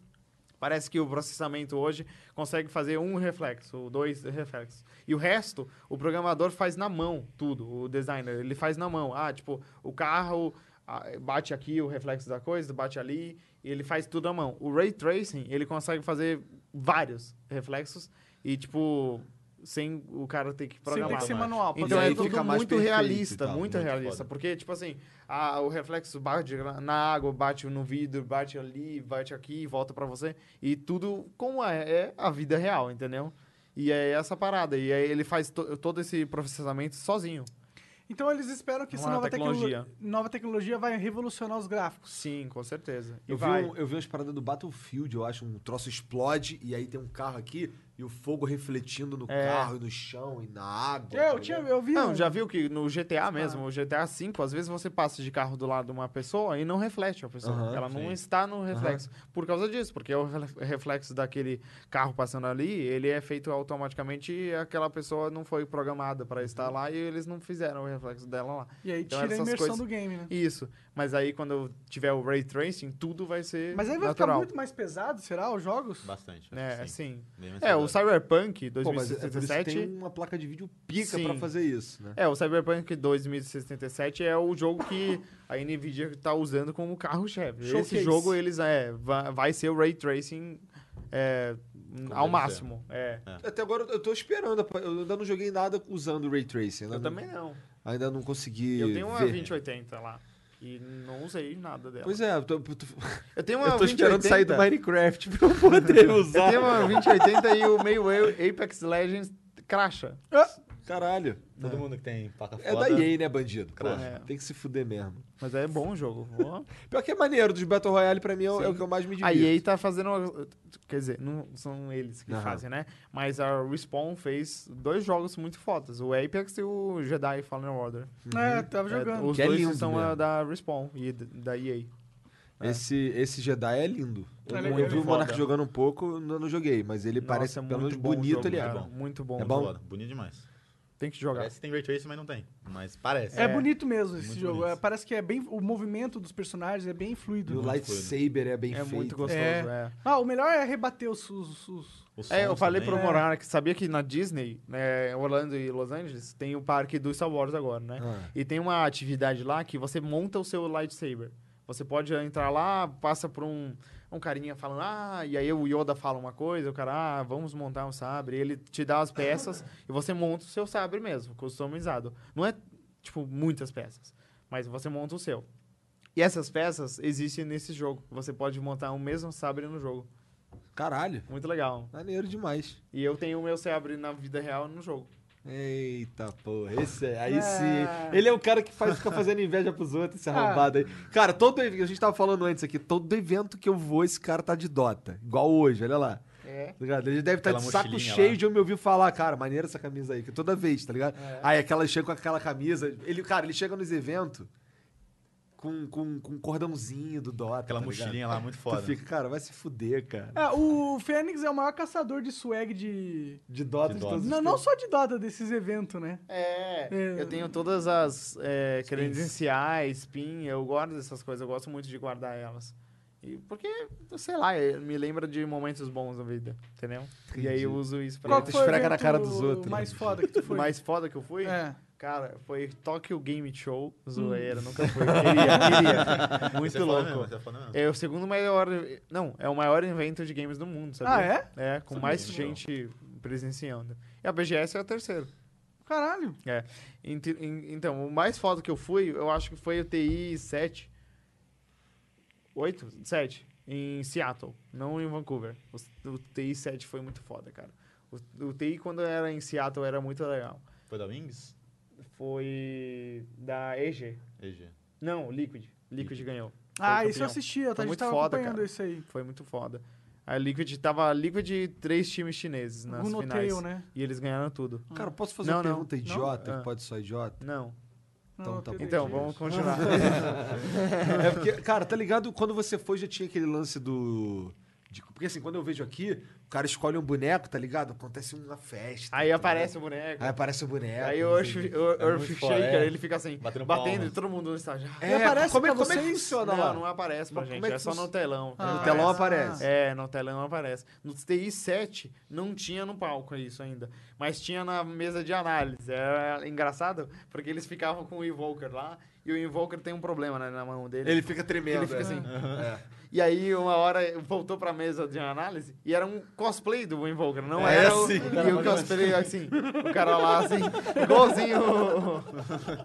Speaker 3: Parece que o processamento hoje consegue fazer um reflexo, dois reflexos. E o resto, o programador faz na mão tudo, o designer. Ele faz na mão. Ah, tipo, o carro ah, bate aqui o reflexo da coisa, bate ali, e ele faz tudo na mão. O ray tracing, ele consegue fazer vários reflexos e, tipo, sem o cara ter que
Speaker 1: Sempre
Speaker 3: programar.
Speaker 1: tem que ser
Speaker 5: programado.
Speaker 1: manual.
Speaker 3: Então
Speaker 2: Ele
Speaker 3: é
Speaker 1: Porque-
Speaker 2: fica
Speaker 3: tudo
Speaker 2: mais
Speaker 3: muito
Speaker 2: perfeito e né,
Speaker 3: realista,
Speaker 5: tal,
Speaker 3: muito
Speaker 5: muito
Speaker 3: realista.
Speaker 5: foda.
Speaker 3: Porque, tipo assim, a- o reflexo bate na- na água, bate no vidro, bate ali, bate aqui, volta pra você. E tudo como é, é a vida real, entendeu? E é essa parada. E aí ele faz to- todo esse processamento sozinho.
Speaker 1: Então eles esperam que essa
Speaker 3: Uma
Speaker 1: nova tecnologia.
Speaker 3: tecnologia.
Speaker 1: nova tecnologia vai revolucionar os gráficos.
Speaker 3: Sim, com certeza. E
Speaker 2: Eu vi,
Speaker 3: vai.
Speaker 2: um, eu vi umas paradas do Battlefield, eu acho, um troço explode e aí tem um carro aqui, E o fogo refletindo no
Speaker 3: É.
Speaker 2: carro, e no chão, e na água.
Speaker 1: É,
Speaker 2: tá
Speaker 1: eu, tinha,
Speaker 2: ligado?
Speaker 1: eu vi.
Speaker 3: Não,
Speaker 1: um-
Speaker 3: já viu que no GTA mesmo, o GTA V, às vezes você passa de carro do lado de uma pessoa e não reflete a pessoa.
Speaker 2: Aham,
Speaker 3: Ela não
Speaker 2: sim.
Speaker 3: está no reflexo. Por causa disso, porque o rele- reflexo daquele carro passando ali, ele é feito automaticamente e aquela pessoa não foi programada para estar
Speaker 2: Uhum.
Speaker 3: lá e eles não fizeram o reflexo dela lá.
Speaker 1: E aí
Speaker 3: Então,
Speaker 1: tira a
Speaker 3: essas
Speaker 1: imersão do
Speaker 3: coisas-
Speaker 1: game,
Speaker 3: [laughs]
Speaker 1: né?
Speaker 3: Isso. Mas aí quando tiver o ray tracing, tudo vai ser
Speaker 1: Mas aí vai ficar
Speaker 3: natural.
Speaker 1: muito mais pesado, será? Os jogos?
Speaker 5: Bastante. acho
Speaker 3: É,
Speaker 5: que sim.
Speaker 3: sim.
Speaker 5: Bem mais
Speaker 3: É, o
Speaker 5: saudável.
Speaker 3: Cyberpunk
Speaker 2: Pô, mas é por isso que
Speaker 3: 2077
Speaker 2: tem uma placa de vídeo pica
Speaker 3: Sim.
Speaker 2: pra fazer isso, né?
Speaker 3: É, o Cyberpunk 2077 é o jogo que a Nvidia está usando como carro-chefe. Esse
Speaker 1: Showcase.
Speaker 3: jogo eles é, va- vai ser o ray tracing é, ao
Speaker 5: deve
Speaker 3: máximo. É.
Speaker 2: Até agora eu- eu tô esperando. apa- Eu ainda não joguei nada usando Ray Tracing. Ainda
Speaker 3: Eu
Speaker 2: não-
Speaker 3: também não.
Speaker 2: Ainda não consegui
Speaker 3: Eu tenho uma
Speaker 2: ver.
Speaker 3: 2080 lá. E não usei nada dela.
Speaker 2: Pois é, eu tô, eu tô- [laughs]
Speaker 3: eu tenho uma
Speaker 2: eu tô esperando
Speaker 3: 2080,
Speaker 2: sair do Minecraft pra eu poder
Speaker 3: [laughs] Eu
Speaker 2: usar.
Speaker 3: tenho uma 2080 e o meio Apex Legends cracha.
Speaker 2: Caralho.
Speaker 5: Todo mundo que tem placa foda.
Speaker 2: É da EA, né, bandido? Pô,
Speaker 5: Crash.
Speaker 3: É.
Speaker 2: Tem que se fuder mesmo.
Speaker 3: Mas é bom o jogo. ó.
Speaker 2: Pior que é maneiro, dos Battle Royale pra mim é o, é o que eu mais me
Speaker 3: A
Speaker 2: divirto.
Speaker 3: EA tá fazendo. Quer dizer, não são eles que
Speaker 2: Aham.
Speaker 3: fazem, né? Mas a Respawn fez dois jogos muito fodas: o Apex e o Jedi Fallen Order.
Speaker 1: É, tava jogando.
Speaker 3: É, os
Speaker 2: Que é
Speaker 3: dois
Speaker 2: lindo
Speaker 3: são
Speaker 2: mesmo.
Speaker 3: uh, da Respawn e d- da EA. É.
Speaker 2: Esse, esse Jedi é lindo.
Speaker 1: É
Speaker 2: Eu,
Speaker 1: legal,
Speaker 2: eu vi o
Speaker 1: ele
Speaker 2: Monark
Speaker 5: foda.
Speaker 2: jogando um pouco, não, não joguei, mas ele parece,
Speaker 3: Nossa, é
Speaker 2: pelo menos
Speaker 3: muito bom o
Speaker 2: bonito
Speaker 3: jogo,
Speaker 2: ele é.
Speaker 3: cara.
Speaker 5: bom.
Speaker 3: Muito bom.
Speaker 2: É
Speaker 5: É
Speaker 2: bom?
Speaker 5: bom? Bonito demais.
Speaker 3: Tem que jogar.
Speaker 5: Parece que tem Ray Tracing, mas não tem. Mas parece.
Speaker 1: É, bonito mesmo esse
Speaker 5: Muito
Speaker 1: jogo.
Speaker 5: bonito.
Speaker 1: É, parece que é bem. O movimento dos personagens é bem
Speaker 2: E o
Speaker 1: fluido. né?
Speaker 2: lightsaber é bem
Speaker 3: É
Speaker 2: feito.
Speaker 3: muito gostoso.
Speaker 1: É.
Speaker 3: É.
Speaker 1: Ah, o melhor é rebater os. os- os-
Speaker 5: Os
Speaker 3: É, eu
Speaker 5: sons
Speaker 3: falei
Speaker 5: também.
Speaker 3: pro Morar que sabia que na Disney, né, Orlando e Los Angeles, tem o parque do Star Wars agora, né?
Speaker 2: Ah.
Speaker 3: E tem uma atividade lá que você monta o seu lightsaber. Você pode entrar lá, passa por um, um carinha falando, ah, e aí o Yoda fala uma coisa, o cara, ah, vamos montar um sabre. Ele te dá as
Speaker 2: [laughs]
Speaker 3: peças e você monta o seu sabre mesmo, customizado. Não é, tipo, muitas peças, mas você monta o seu. E essas peças existem nesse jogo. Você pode montar o mesmo sabre no jogo.
Speaker 2: Caralho,
Speaker 3: Muito legal.
Speaker 2: maneiro demais.
Speaker 3: E eu tenho o meu sabre na vida real no jogo.
Speaker 2: Eita porra, esse é, aí
Speaker 1: Ah.
Speaker 2: sim. Ele é o cara que faz, fica fazendo inveja pros outros,
Speaker 3: Ah.
Speaker 2: esse arrombado aí. Cara, todo evento, a gente tava falando antes aqui, todo evento que eu vou, esse cara tá de Dota. Igual hoje, olha lá.
Speaker 3: É.
Speaker 2: Tá ligado? Ele deve estar
Speaker 5: Aquela
Speaker 2: de saco
Speaker 5: mochilinha
Speaker 2: cheio
Speaker 5: lá.
Speaker 2: de eu me ouvir falar, cara, maneira essa camisa aí, que toda vez, tá ligado?
Speaker 3: É.
Speaker 2: Aí aquela chega com aquela camisa. Ele, cara, ele chega nos eventos com, com, com um cordãozinho do Dota.
Speaker 5: Aquela
Speaker 2: tá ligado?
Speaker 5: mochilinha lá, muito
Speaker 2: Tu
Speaker 5: foda.
Speaker 2: fica, cara, vai se fuder, cara.
Speaker 1: É, o Fênix é o maior caçador de swag de.
Speaker 2: De Dota de,
Speaker 5: De Dota.
Speaker 2: todos os
Speaker 1: Não, não só de Dota desses eventos, né?
Speaker 3: É,
Speaker 1: É.
Speaker 3: eu tenho todas as é, credenciais, pin, eu guardo essas coisas, eu gosto muito de guardar elas. E porque, sei lá, é- me lembra de momentos bons na vida, entendeu? E aí eu uso isso pra...
Speaker 1: Qual que foi o
Speaker 2: esfrega na
Speaker 1: evento
Speaker 2: cara dos outros.
Speaker 1: mais foda que tu foi?
Speaker 3: Mais foda que eu fui?
Speaker 1: É. Hum.
Speaker 3: Cara, foi Tokyo Game Show, zoeira, nunca
Speaker 1: [laughs]
Speaker 3: fui, queria, queria.
Speaker 5: Esse é
Speaker 3: Muito
Speaker 5: foda
Speaker 3: louco.
Speaker 5: mesmo, esse é foda mesmo.
Speaker 3: É o segundo maior. Não, é o maior evento de games do mundo, sabe?
Speaker 1: Ah, é?
Speaker 3: É, com
Speaker 5: Sabia,
Speaker 3: mais
Speaker 5: legal.
Speaker 3: gente presenciando. E a BGS é o terceiro.
Speaker 1: Caralho.
Speaker 3: É. Ent- en- Então, o mais foda que eu fui, eu acho que foi o TI 7. 8? 7. Em Seattle, não em Vancouver. O, o TI 7 foi muito foda, cara. O, o TI quando era em Seattle era muito legal.
Speaker 5: Foi da Wings?
Speaker 3: Foi da EG.
Speaker 5: EG.
Speaker 3: Não, Liquid. Liquid ganhou. Foi
Speaker 1: Ah, isso eu
Speaker 3: campeão.
Speaker 1: assisti, eu
Speaker 3: Tá
Speaker 1: a gente
Speaker 3: muito
Speaker 1: tava
Speaker 3: foda,
Speaker 1: acompanhando
Speaker 3: cara.
Speaker 1: isso aí.
Speaker 3: Foi muito foda. A Liquid tava Liquid e três times chineses nas finais.
Speaker 1: Runotail, né?
Speaker 3: E eles ganharam tudo.
Speaker 2: Cara, posso fazer
Speaker 3: Não,
Speaker 2: uma
Speaker 3: não.
Speaker 2: pergunta idiota,
Speaker 3: Não?
Speaker 2: que
Speaker 3: Ah.
Speaker 2: pode só idiota?
Speaker 3: Não.
Speaker 2: Então tá bom.
Speaker 1: Runotail.
Speaker 3: Então,
Speaker 1: [laughs]
Speaker 3: vamos continuar.
Speaker 2: [laughs] É porque, cara, tá ligado? Quando você foi, já tinha aquele lance do. de- porque assim, quando eu vejo aqui, o cara escolhe um boneco, tá ligado? Acontece uma festa.
Speaker 3: Aí
Speaker 2: tá
Speaker 3: aparece o
Speaker 2: ligado?
Speaker 3: boneco.
Speaker 2: Aí aparece o boneco.
Speaker 3: Aí
Speaker 2: não sei
Speaker 3: o Earth,
Speaker 2: o quê.
Speaker 3: o Earth
Speaker 5: muito foda,
Speaker 3: Shaker,
Speaker 5: é.
Speaker 3: ele fica assim, batendo,
Speaker 5: Batendo
Speaker 3: e
Speaker 5: palmas.
Speaker 3: todo mundo no estágio. "Ah".
Speaker 2: um É,
Speaker 1: E aparece
Speaker 2: como, é-
Speaker 1: pra
Speaker 2: como é que
Speaker 1: vocês?
Speaker 2: funciona lá?
Speaker 3: Não, não aparece pra
Speaker 2: Mas
Speaker 3: gente,
Speaker 2: como é que
Speaker 3: é só
Speaker 2: fun-
Speaker 3: no telão.
Speaker 1: Ah.
Speaker 2: No telão aparece.
Speaker 3: É, no telão não aparece. No TI 7 não tinha no palco isso ainda. Mas tinha na mesa de análise. Era engraçado porque eles ficavam com o Invoker lá e o Invoker tem um problema né, na mão dele.
Speaker 2: Ele fica tremendo.
Speaker 3: Ele fica
Speaker 2: é.
Speaker 3: assim.
Speaker 2: É.
Speaker 3: E aí, uma hora, voltou pra mesa de análise e era um cosplay do Invoker, não
Speaker 2: É
Speaker 3: era
Speaker 2: assim.
Speaker 3: o... E o cosplay, assim, o cara lá, assim, igualzinho o...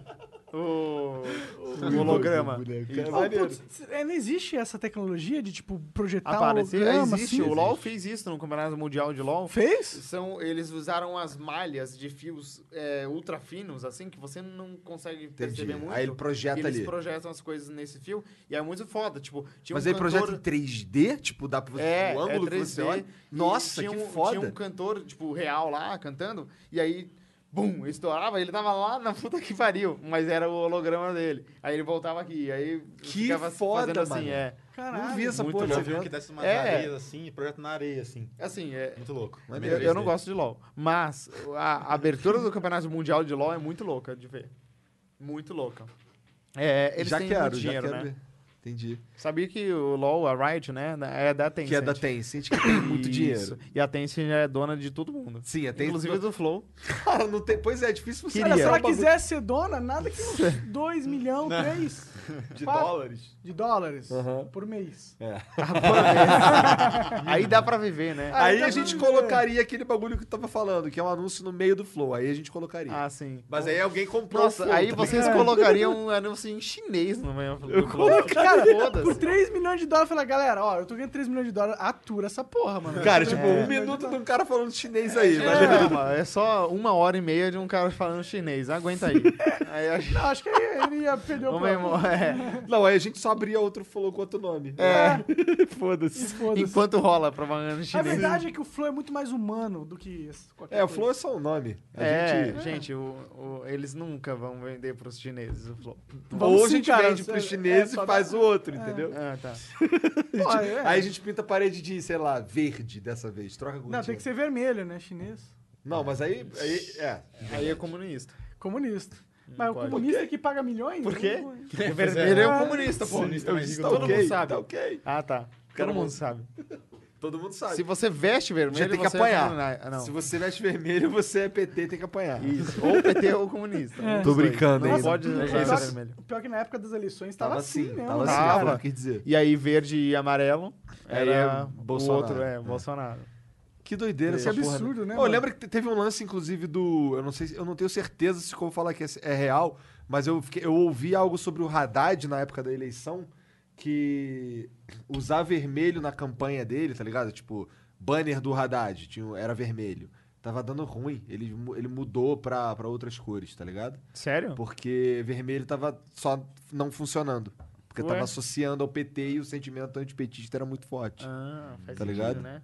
Speaker 3: O, o o
Speaker 2: [laughs]
Speaker 3: holograma.
Speaker 2: boneco.
Speaker 1: Ah, putz, é, não existe essa tecnologia de, tipo, projetar
Speaker 3: Aparecer,
Speaker 1: holograma,
Speaker 3: Tá existe.
Speaker 1: assim?
Speaker 3: O LoL fez isso no Campeonato Mundial de LoL.
Speaker 1: Fez?
Speaker 3: São, eles usaram as malhas de fios é, ultra finos, assim, que você não consegue perceber muito.
Speaker 2: Aí ele projeta
Speaker 3: E eles
Speaker 2: ali.
Speaker 3: projetam as coisas nesse fio e é muito foda. Tipo, tinha
Speaker 2: Mas
Speaker 3: um
Speaker 2: ele
Speaker 3: cantor...
Speaker 2: projeta em 3D? Tipo, dá pra você.
Speaker 3: É,
Speaker 2: o ângulo que você
Speaker 3: 3D,
Speaker 2: olha.
Speaker 3: e
Speaker 2: Nossa,
Speaker 3: tinha
Speaker 2: que
Speaker 3: um-
Speaker 2: foda.
Speaker 3: Tinha um cantor, tipo, real lá, cantando, e aí, bum, estourava, ele tava lá na [laughs] puta que pariu, mas era o holograma dele. Aí ele voltava aqui, aí
Speaker 2: Que
Speaker 3: ficava
Speaker 2: foda,
Speaker 3: fazendo assim,
Speaker 2: mano.
Speaker 3: é.
Speaker 2: Não vi essa
Speaker 3: muito
Speaker 2: porra.
Speaker 5: Eu
Speaker 3: louco.
Speaker 5: vi um
Speaker 2: Você
Speaker 5: que
Speaker 2: viu?
Speaker 5: desce umas
Speaker 3: É.
Speaker 5: areias assim, e projeta na areia, assim.
Speaker 3: Assim, é...
Speaker 5: Muito louco.
Speaker 2: Mas
Speaker 5: É meio
Speaker 3: Eu, eu não
Speaker 5: 3D.
Speaker 3: gosto de LoL, mas a abertura do Campeonato Mundial de LoL é muito louca de ver. Muito louca. É, eles têm muito dinheiro, né?
Speaker 2: ver. Entendi.
Speaker 3: Sabia que o LoL, a Riot, né, é da Tencent.
Speaker 2: Que é da Tencent, que tem muito
Speaker 3: [clears throat] Isso.
Speaker 2: dinheiro. É,
Speaker 3: E a Tencent é dona de todo mundo.
Speaker 2: Sim, a Tencent...
Speaker 3: Inclusive do Flow.
Speaker 2: Cara, não tem... Pois é, é difícil você...
Speaker 3: Queria. um
Speaker 1: Olha, se
Speaker 2: Olha
Speaker 1: ela
Speaker 2: só,
Speaker 1: quiser ser dona, nada
Speaker 3: [laughs]
Speaker 1: que uns 2 milhões, 3
Speaker 4: De
Speaker 1: Fala.
Speaker 4: dólares?
Speaker 1: de dólares
Speaker 2: Aham.
Speaker 1: por mês.
Speaker 3: Aí dá pra viver, né?
Speaker 2: Aí
Speaker 1: tá
Speaker 2: a gente
Speaker 1: bom.
Speaker 2: colocaria aquele bagulho que eu tava falando, que é um anúncio no meio do flow. Aí a gente colocaria.
Speaker 3: Ah, sim.
Speaker 2: Mas aí alguém comprou o
Speaker 3: Nossa,
Speaker 2: flow,
Speaker 3: aí
Speaker 2: tá
Speaker 3: vocês
Speaker 2: ligado?
Speaker 3: colocariam um anúncio em chinês no meio do Eu
Speaker 1: Cara, por
Speaker 3: foda-se.
Speaker 1: 3 milhões de dólares, eu falei, galera, ó, eu tô ganhando 3 milhões de dólares, atura essa porra, mano.
Speaker 2: Cara, tipo,
Speaker 1: É.
Speaker 2: um minuto de um cara falando chinês aí. mas-
Speaker 3: É, mano, é só uma hora e meia de um cara falando chinês. Aguenta aí. aí a gente...
Speaker 1: Não, acho que aí ele ia perder o
Speaker 3: Ô, meu irmão,
Speaker 1: programa.
Speaker 3: é.
Speaker 2: Não, aí a gente só abria outro flow com outro nome.
Speaker 3: É. Foda-se.
Speaker 1: Foda-se.
Speaker 3: Enquanto rola propaganda
Speaker 1: A
Speaker 3: chinês.
Speaker 1: verdade é que o Flow é muito mais humano do que esse- qualquer
Speaker 2: É, o
Speaker 1: coisa.
Speaker 2: flow é só um nome. A
Speaker 3: É,
Speaker 2: gente...
Speaker 3: gente, o- o- eles nunca vão vender pros chineses o Flow.
Speaker 1: Vamos
Speaker 2: Ou a
Speaker 1: sim,
Speaker 2: gente
Speaker 1: cara,
Speaker 2: vende pro
Speaker 1: é-
Speaker 2: chinês
Speaker 1: é só
Speaker 2: e faz
Speaker 1: dá-
Speaker 2: o outro, entendeu?
Speaker 3: Ah, tá.
Speaker 1: Pô, é.
Speaker 2: tipo, Aí a gente pinta a parede de, sei lá, verde dessa vez. Troca com
Speaker 1: Não, tem que ser vermelho, né? Chinês.
Speaker 2: Não, mas aí. aí é.
Speaker 3: Aí é [laughs] comunista.
Speaker 1: Comunista. Mas o
Speaker 3: pode.
Speaker 1: comunista que paga milhões?
Speaker 3: Por
Speaker 1: eu
Speaker 3: quê?
Speaker 1: não-
Speaker 3: O vermelho é
Speaker 2: um
Speaker 3: o comunista, pô.
Speaker 5: Comunista mais rico do
Speaker 3: Todo
Speaker 5: mundo.
Speaker 3: mundo sabe.
Speaker 2: Tá ok.
Speaker 3: Ah, tá. Todo
Speaker 2: Cara,
Speaker 3: mundo
Speaker 2: mas-
Speaker 3: sabe.
Speaker 2: Todo mundo sabe.
Speaker 3: Se você veste vermelho,
Speaker 2: Já tem que
Speaker 3: você
Speaker 2: apanhar.
Speaker 3: É comunista.
Speaker 2: Se
Speaker 3: não.
Speaker 2: você veste vermelho, você é PT, tem que apanhar.
Speaker 3: Isso. Ou PT ou comunista. Um dos
Speaker 2: Tô
Speaker 3: dois.
Speaker 2: brincando
Speaker 3: Não
Speaker 2: ainda.
Speaker 3: pode usar
Speaker 1: Pior-
Speaker 3: vermelho.
Speaker 1: Pior que na época das eleições tava, assim, né?
Speaker 2: tava assim,
Speaker 3: Tava.
Speaker 2: tava, não quis dizer.
Speaker 3: E aí, verde e amarelo.
Speaker 2: Aí
Speaker 3: Era
Speaker 2: é
Speaker 3: o
Speaker 2: Bolsonaro.
Speaker 3: outro, é, Bolsonaro.
Speaker 2: Que doideira
Speaker 1: Que
Speaker 2: essa É, porra.
Speaker 1: absurdo, né,
Speaker 2: Ô,
Speaker 1: mano?
Speaker 2: lembra que te- teve um lance, inclusive, do. Eu não sei, se- eu não tenho certeza se como falar que é, é real, mas eu, fiquei- eu ouvi algo sobre o Haddad na época da eleição que usar vermelho na campanha dele, tá ligado? Tipo, banner do Haddad tinha, era vermelho. Tava dando ruim. Ele, mu- ele mudou pra, pra outras cores, tá ligado?
Speaker 3: Sério?
Speaker 2: Porque vermelho tava só não funcionando. Porque
Speaker 3: Ué?
Speaker 2: tava associando ao PT e o sentimento antipetista era muito forte.
Speaker 3: Ah, faz
Speaker 2: Tá
Speaker 3: sentido,
Speaker 2: ligado?
Speaker 3: né?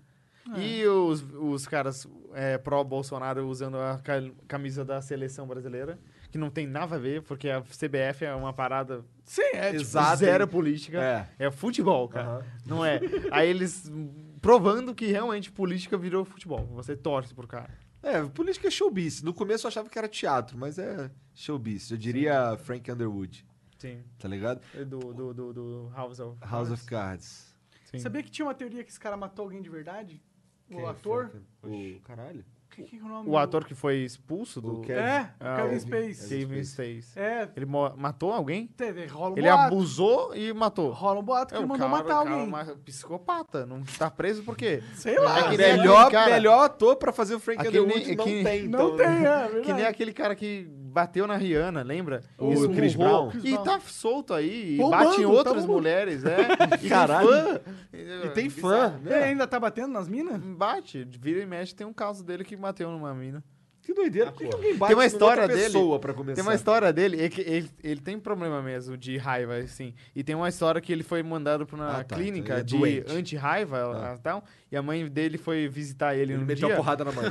Speaker 3: E os, os caras é, pró-Bolsonaro usando a ca- camisa da seleção brasileira, que não tem nada a ver, porque a CBF é uma parada
Speaker 1: Sim, é. tipo,
Speaker 2: Exato.
Speaker 3: zero política.
Speaker 2: É.
Speaker 3: É futebol, cara. Não é. Aí eles hum, provando que realmente política virou futebol. Você torce pro cara.
Speaker 2: É, política é showbiz. No começo eu achava que era teatro, mas é showbiz. Eu diria Frank Underwood,
Speaker 3: Sim.
Speaker 2: tá ligado?
Speaker 3: Do, do, do, do House of
Speaker 2: House of Cards.
Speaker 3: Sim.
Speaker 1: Sabia que tinha uma teoria que esse cara matou alguém de verdade?
Speaker 2: Quem
Speaker 1: o
Speaker 2: é
Speaker 1: ator?
Speaker 2: Frank- O caralho.
Speaker 1: Que, que é o nome?
Speaker 3: O ator que foi expulso do
Speaker 2: O Kevin.
Speaker 1: É,
Speaker 3: Ah,
Speaker 1: o Kevin
Speaker 3: o-
Speaker 1: Space.
Speaker 3: Kevin Space.
Speaker 1: É,
Speaker 3: Ele mo- matou alguém?
Speaker 1: teve, rola um
Speaker 3: Ele
Speaker 2: é
Speaker 1: boato.
Speaker 3: abusou e matou.
Speaker 1: Rola um boato que
Speaker 3: É,
Speaker 1: ele
Speaker 3: o
Speaker 1: mandou
Speaker 3: cara-
Speaker 1: matar
Speaker 3: o cara
Speaker 1: alguém.
Speaker 3: é uma psicopata, não tá preso por quê?
Speaker 1: Sei lá.
Speaker 3: É que nem
Speaker 2: melhor,
Speaker 3: aquele cara-
Speaker 2: melhor ator pra fazer o Frank
Speaker 3: Aquele-
Speaker 2: Underwood não
Speaker 3: aquele-
Speaker 2: tem, então.
Speaker 1: Não tem, é,
Speaker 3: né? Que nem
Speaker 1: verdade.
Speaker 3: aquele cara que bateu na Rihanna, lembra?
Speaker 2: O
Speaker 3: Isso,
Speaker 2: Chris
Speaker 3: murrou.
Speaker 2: Brown?
Speaker 1: Chris
Speaker 3: E
Speaker 1: Brown.
Speaker 3: tá solto aí, e
Speaker 1: Bombando,
Speaker 3: bate em
Speaker 1: tá
Speaker 3: outras
Speaker 1: bombando.
Speaker 3: mulheres,
Speaker 2: [laughs]
Speaker 3: é. E
Speaker 2: Caralho.
Speaker 3: tem fã.
Speaker 2: E tem fã,
Speaker 1: Ele
Speaker 2: né?
Speaker 1: ainda tá batendo nas
Speaker 3: É,
Speaker 1: minas?
Speaker 3: Bate, vira e mexe, tem um caso dele que bateu numa mina.
Speaker 2: Que doideira. Por que que alguém bate
Speaker 3: Tem uma
Speaker 2: numa
Speaker 3: história
Speaker 2: outra
Speaker 3: dele-
Speaker 2: pessoa pra começar?
Speaker 3: Tem uma história dele, é que ele, ele tem problema mesmo de raiva, assim. E tem uma história que ele foi mandado pra uma
Speaker 2: Ah, tá,
Speaker 3: clínica
Speaker 2: então ele é
Speaker 3: de
Speaker 2: doente.
Speaker 3: anti-raiva
Speaker 2: Ah.
Speaker 3: e tal. E a mãe dele foi visitar ele,
Speaker 2: Ele
Speaker 3: no
Speaker 2: meteu
Speaker 3: dia.
Speaker 2: a porrada na
Speaker 3: [laughs]
Speaker 2: mãe.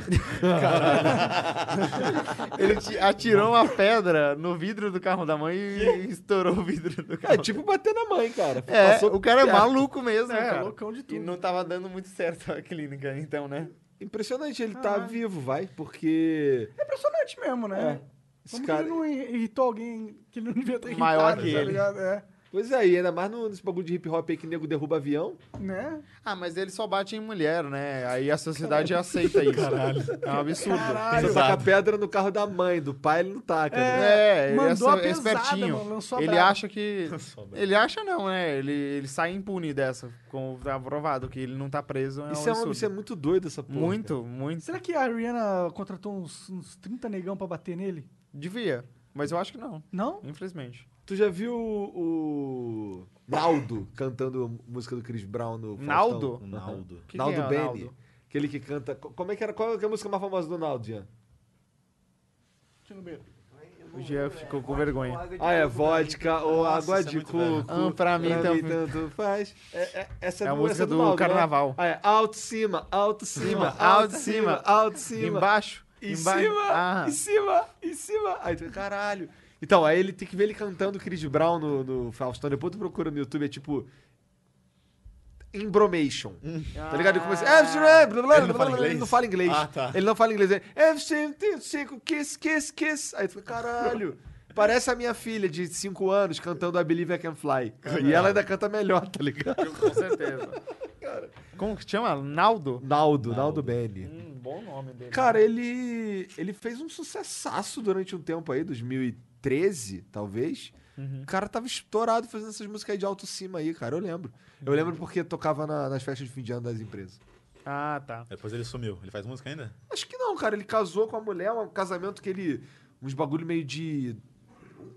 Speaker 3: Ele ti- atirou uma pedra no vidro do carro da mãe [laughs] e estourou o vidro do carro.
Speaker 2: é tipo bater na mãe, cara.
Speaker 3: É,
Speaker 2: Passou
Speaker 3: o cara [laughs] é
Speaker 2: perto.
Speaker 3: maluco mesmo,
Speaker 1: É,
Speaker 3: cara.
Speaker 1: loucão de
Speaker 3: E
Speaker 1: tudo.
Speaker 3: não tava dando muito certo a clínica, então, né?
Speaker 2: Impressionante, ele tá
Speaker 1: Caralho.
Speaker 2: vivo, vai, porque...
Speaker 1: É impressionante mesmo, né?
Speaker 2: É. Esse
Speaker 1: Como
Speaker 2: cara...
Speaker 1: que ele não irritou alguém que ele não devia ter irritado,
Speaker 3: Maior que
Speaker 1: tá
Speaker 3: ele.
Speaker 1: ligado? É,
Speaker 2: Pois é, e ainda mais no- nesse bagulho de hip hop aí que nego derruba avião.
Speaker 1: né?
Speaker 3: Ah, mas ele só bate em mulher, né? Aí a sociedade aceita isso. Caralho. É um absurdo.
Speaker 2: Você
Speaker 1: Caralho.
Speaker 2: taca pedra no carro da mãe, do pai ele não taca. né?
Speaker 3: É, ele
Speaker 1: mandou
Speaker 3: é
Speaker 1: a pesada,
Speaker 3: espertinho.
Speaker 1: mano, lançou a
Speaker 3: ele
Speaker 1: braba.
Speaker 3: acha [laughs] que. Ele acha não, né? Ele, ele sai impune dessa. Com, tá provado que ele não tá preso. É
Speaker 2: Isso
Speaker 3: um
Speaker 2: é, um,
Speaker 3: absurdo.
Speaker 2: isso é muito doido, essa porra.
Speaker 3: Muito, muito.
Speaker 1: Será que a Rihanna contratou uns, uns 30 negão pra bater nele?
Speaker 3: Devia. Mas eu acho que não,
Speaker 1: Não?
Speaker 3: infelizmente.
Speaker 2: Tu já viu o. Naldo cantando música do Chris Brown no. Faustão?
Speaker 3: Naldo?
Speaker 2: Aham.
Speaker 5: Naldo.
Speaker 3: Que
Speaker 2: Naldo
Speaker 3: quem é o
Speaker 2: Bene.
Speaker 3: Naldo?
Speaker 2: Aquele que canta. co- Como é que era? Qual é a música mais famosa do Naldo, Jean?
Speaker 3: O Jean ficou com vergonha.
Speaker 2: Ah, é vodka ou
Speaker 5: Nossa,
Speaker 2: água
Speaker 5: isso é
Speaker 2: de
Speaker 5: muito
Speaker 2: coco.
Speaker 3: velho. Ah, pra mim tam-
Speaker 2: tanto faz. É, é- essa
Speaker 3: É a
Speaker 2: do-
Speaker 3: música
Speaker 2: essa
Speaker 3: do
Speaker 2: Naldo, né?
Speaker 3: carnaval.
Speaker 2: Ah, é. Alto cima, alto cima,
Speaker 3: Cima,
Speaker 2: alto
Speaker 3: alto
Speaker 2: cima,
Speaker 3: cima,
Speaker 2: alto cima.
Speaker 3: Embaixo?
Speaker 2: Em
Speaker 3: Emba-
Speaker 2: cima,
Speaker 3: Ah,
Speaker 2: em cima, em cima. Aí tu, caralho. Então, aí ele tem que ver ele cantando o Chris Brown no, no Faustão. Depois tu procura no YouTube, é tipo. Embromation. Tá ligado? Ele começa. "Everything", blá, blá, blá,
Speaker 5: Hum. Ah. Ele não
Speaker 2: blá,
Speaker 5: fala
Speaker 2: blá, Ele não
Speaker 5: inglês?
Speaker 2: fala inglês.
Speaker 5: Ah, tá.
Speaker 2: Ele não fala inglês. Ele. "Everything, Cinco, kiss, kiss, kiss. Aí tu fica, caralho. Parece a minha filha de 5 anos cantando I Believe I Can Fly. E ela ainda canta melhor, tá ligado?
Speaker 3: com certeza. Como que chama? Naldo?
Speaker 2: Naldo, Naldo Benny.
Speaker 3: Hum, bom nome dele.
Speaker 2: Cara, ele ele fez um sucessaço durante um tempo aí, 2013, talvez. O cara tava estourado fazendo essas músicas aí de alto cima aí, cara. Eu lembro. Eu lembro porque tocava na- nas festas de fim de ano das empresas.
Speaker 3: Ah, tá.
Speaker 5: É, Depois ele sumiu. Ele faz música ainda?
Speaker 2: Acho que não, cara. Ele casou com a mulher, um casamento que ele. Uns bagulho meio de.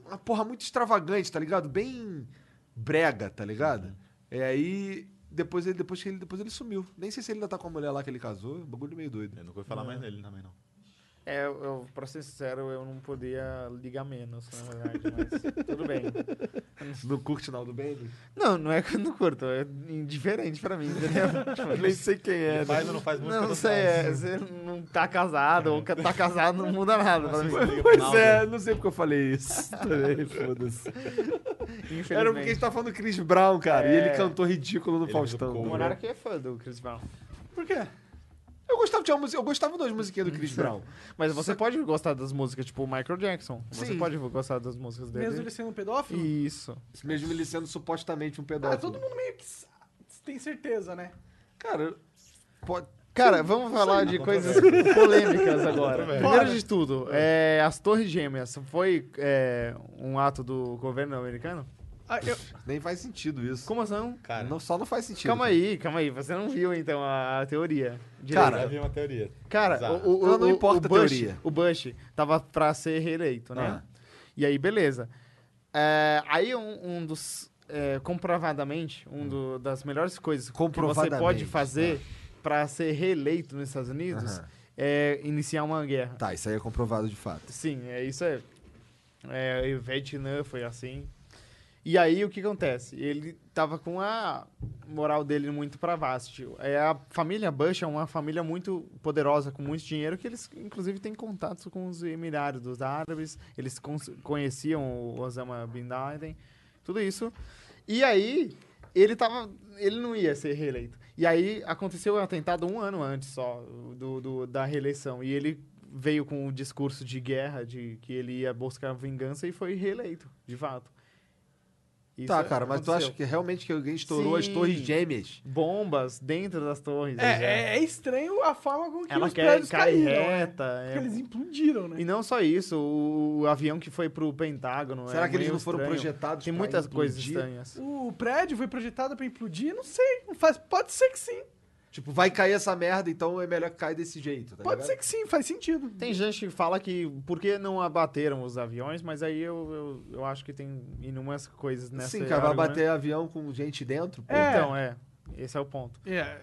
Speaker 2: Uma porra muito extravagante, tá ligado? Bem brega, tá ligado? E aí. Depois ele, depois, que ele, depois ele sumiu. Nem sei se ele ainda tá com a mulher lá que ele casou. Bagulho meio doido.
Speaker 5: Eu nunca ouvi falar mais dele também, não.
Speaker 3: É, eu, eu, pra ser sincero, eu não podia ligar menos, na verdade, mas tudo bem.
Speaker 2: Não curte Naldo Benny?
Speaker 3: Não, não é que eu não curto, é indiferente pra mim, entendeu? Tipo, eu nem sei quem é.
Speaker 5: Ele faz
Speaker 3: né?
Speaker 5: ou não faz música,
Speaker 3: Não
Speaker 5: tanto
Speaker 3: sei,
Speaker 5: faz.
Speaker 3: é, você não tá casado ou tá casado não muda nada pra mim.
Speaker 2: Pois é, não sei porque eu falei isso. [laughs] Também, foda-se.
Speaker 3: Infelizmente.
Speaker 2: Era porque a gente tá- tava falando do Chris Brown, cara. E
Speaker 3: É.
Speaker 2: ele cantou ridículo no
Speaker 5: Ele
Speaker 2: Faustão.
Speaker 5: ficou
Speaker 3: O
Speaker 2: tá ligado?
Speaker 3: Monark é fã do Chris Brown.
Speaker 1: Por quê?
Speaker 2: Eu gostava de uma música, eu gostava das musiquinhas do Chris
Speaker 3: Uhum.
Speaker 2: Brown.
Speaker 3: Mas você pode gostar das músicas, tipo o Michael Jackson. Você
Speaker 2: Sim.
Speaker 3: pode gostar das músicas dele.
Speaker 1: Mesmo ele sendo um pedófilo?
Speaker 3: Isso.
Speaker 2: Mesmo ele sendo supostamente um
Speaker 1: Cara,
Speaker 2: pedófilo.
Speaker 1: todo mundo meio que s- tem certeza, né?
Speaker 2: Cara, pode...
Speaker 3: Cara, vamos falar de coisas polêmicas agora. Primeiro de tudo, é, as Torres Gêmeas foi é, um ato do governo americano?
Speaker 1: Ah, eu-
Speaker 2: nem faz sentido isso.
Speaker 3: Como assim?
Speaker 5: Cara,
Speaker 2: Não, só não faz sentido.
Speaker 3: Calma aí, calma aí. Você não viu então a, a teoria. direito.
Speaker 5: já
Speaker 2: cara.
Speaker 5: vi uma teoria.
Speaker 3: Cara,
Speaker 5: Bizarro.
Speaker 3: o, o,
Speaker 2: Não,
Speaker 3: o,
Speaker 2: Então, não importa a
Speaker 3: o Bush,
Speaker 2: teoria.
Speaker 3: O Bush tava pra ser reeleito, né? E aí, beleza. É, aí um, um dos. é, comprovadamente, um do- das melhores coisas que você
Speaker 2: Comprovadamente, né?
Speaker 3: pode fazer pra ser reeleito nos Estados Unidos
Speaker 2: Aham.
Speaker 3: é iniciar uma guerra.
Speaker 2: Tá, isso aí é comprovado de fato.
Speaker 3: Sim, é isso aí. É, e o Vietnã foi assim. E aí, o que acontece? Ele tava com a moral dele muito pra baixo. tio. É, a família Bush é uma família muito poderosa, com muito dinheiro, que eles, inclusive, têm contato com os emirários dos árabes. Eles cons- conheciam o Osama Bin Laden, tudo isso. E aí, ele tava... Ele não ia ser reeleito. E aí, aconteceu o atentado um ano antes só do, do- da reeleição. E ele veio com o discurso de guerra, de que ele ia buscar vingança e foi reeleito, de fato. Isso é
Speaker 2: tá, cara, mas tu
Speaker 3: aconteceu.
Speaker 2: acha que realmente que alguém estourou as
Speaker 3: Sim.
Speaker 2: torres gêmeas?
Speaker 3: Bombas dentro das torres. né?
Speaker 1: é, é, é estranho a forma com que
Speaker 3: Ela
Speaker 1: os
Speaker 3: quer
Speaker 1: prédios
Speaker 3: cai
Speaker 1: caíram. né?
Speaker 3: reta. é.
Speaker 1: Porque eles implodiram, né?
Speaker 3: E não só isso, o, o avião que foi pro Pentágono.
Speaker 2: Será
Speaker 3: é
Speaker 2: que eles
Speaker 3: meio
Speaker 2: não foram
Speaker 3: estranho.
Speaker 2: projetados
Speaker 3: Tem
Speaker 2: pra
Speaker 3: muitas
Speaker 2: implodir?
Speaker 3: coisas estranhas.
Speaker 1: O prédio foi projetado pra implodir? Não sei. Não faz- Pode ser que sim.
Speaker 2: Tipo, vai cair essa merda, então é melhor que caia desse jeito, tá
Speaker 1: Pode
Speaker 2: ligado?
Speaker 1: ser que sim. Faz sentido.
Speaker 3: Tem gente que fala que por que não abateram os aviões, mas aí eu, eu, eu acho que tem inúmeras coisas nessa
Speaker 2: Sim, cara, vai
Speaker 3: argumento.
Speaker 2: bater avião com gente dentro, pô.
Speaker 3: Então, é. Esse é o ponto.
Speaker 1: É,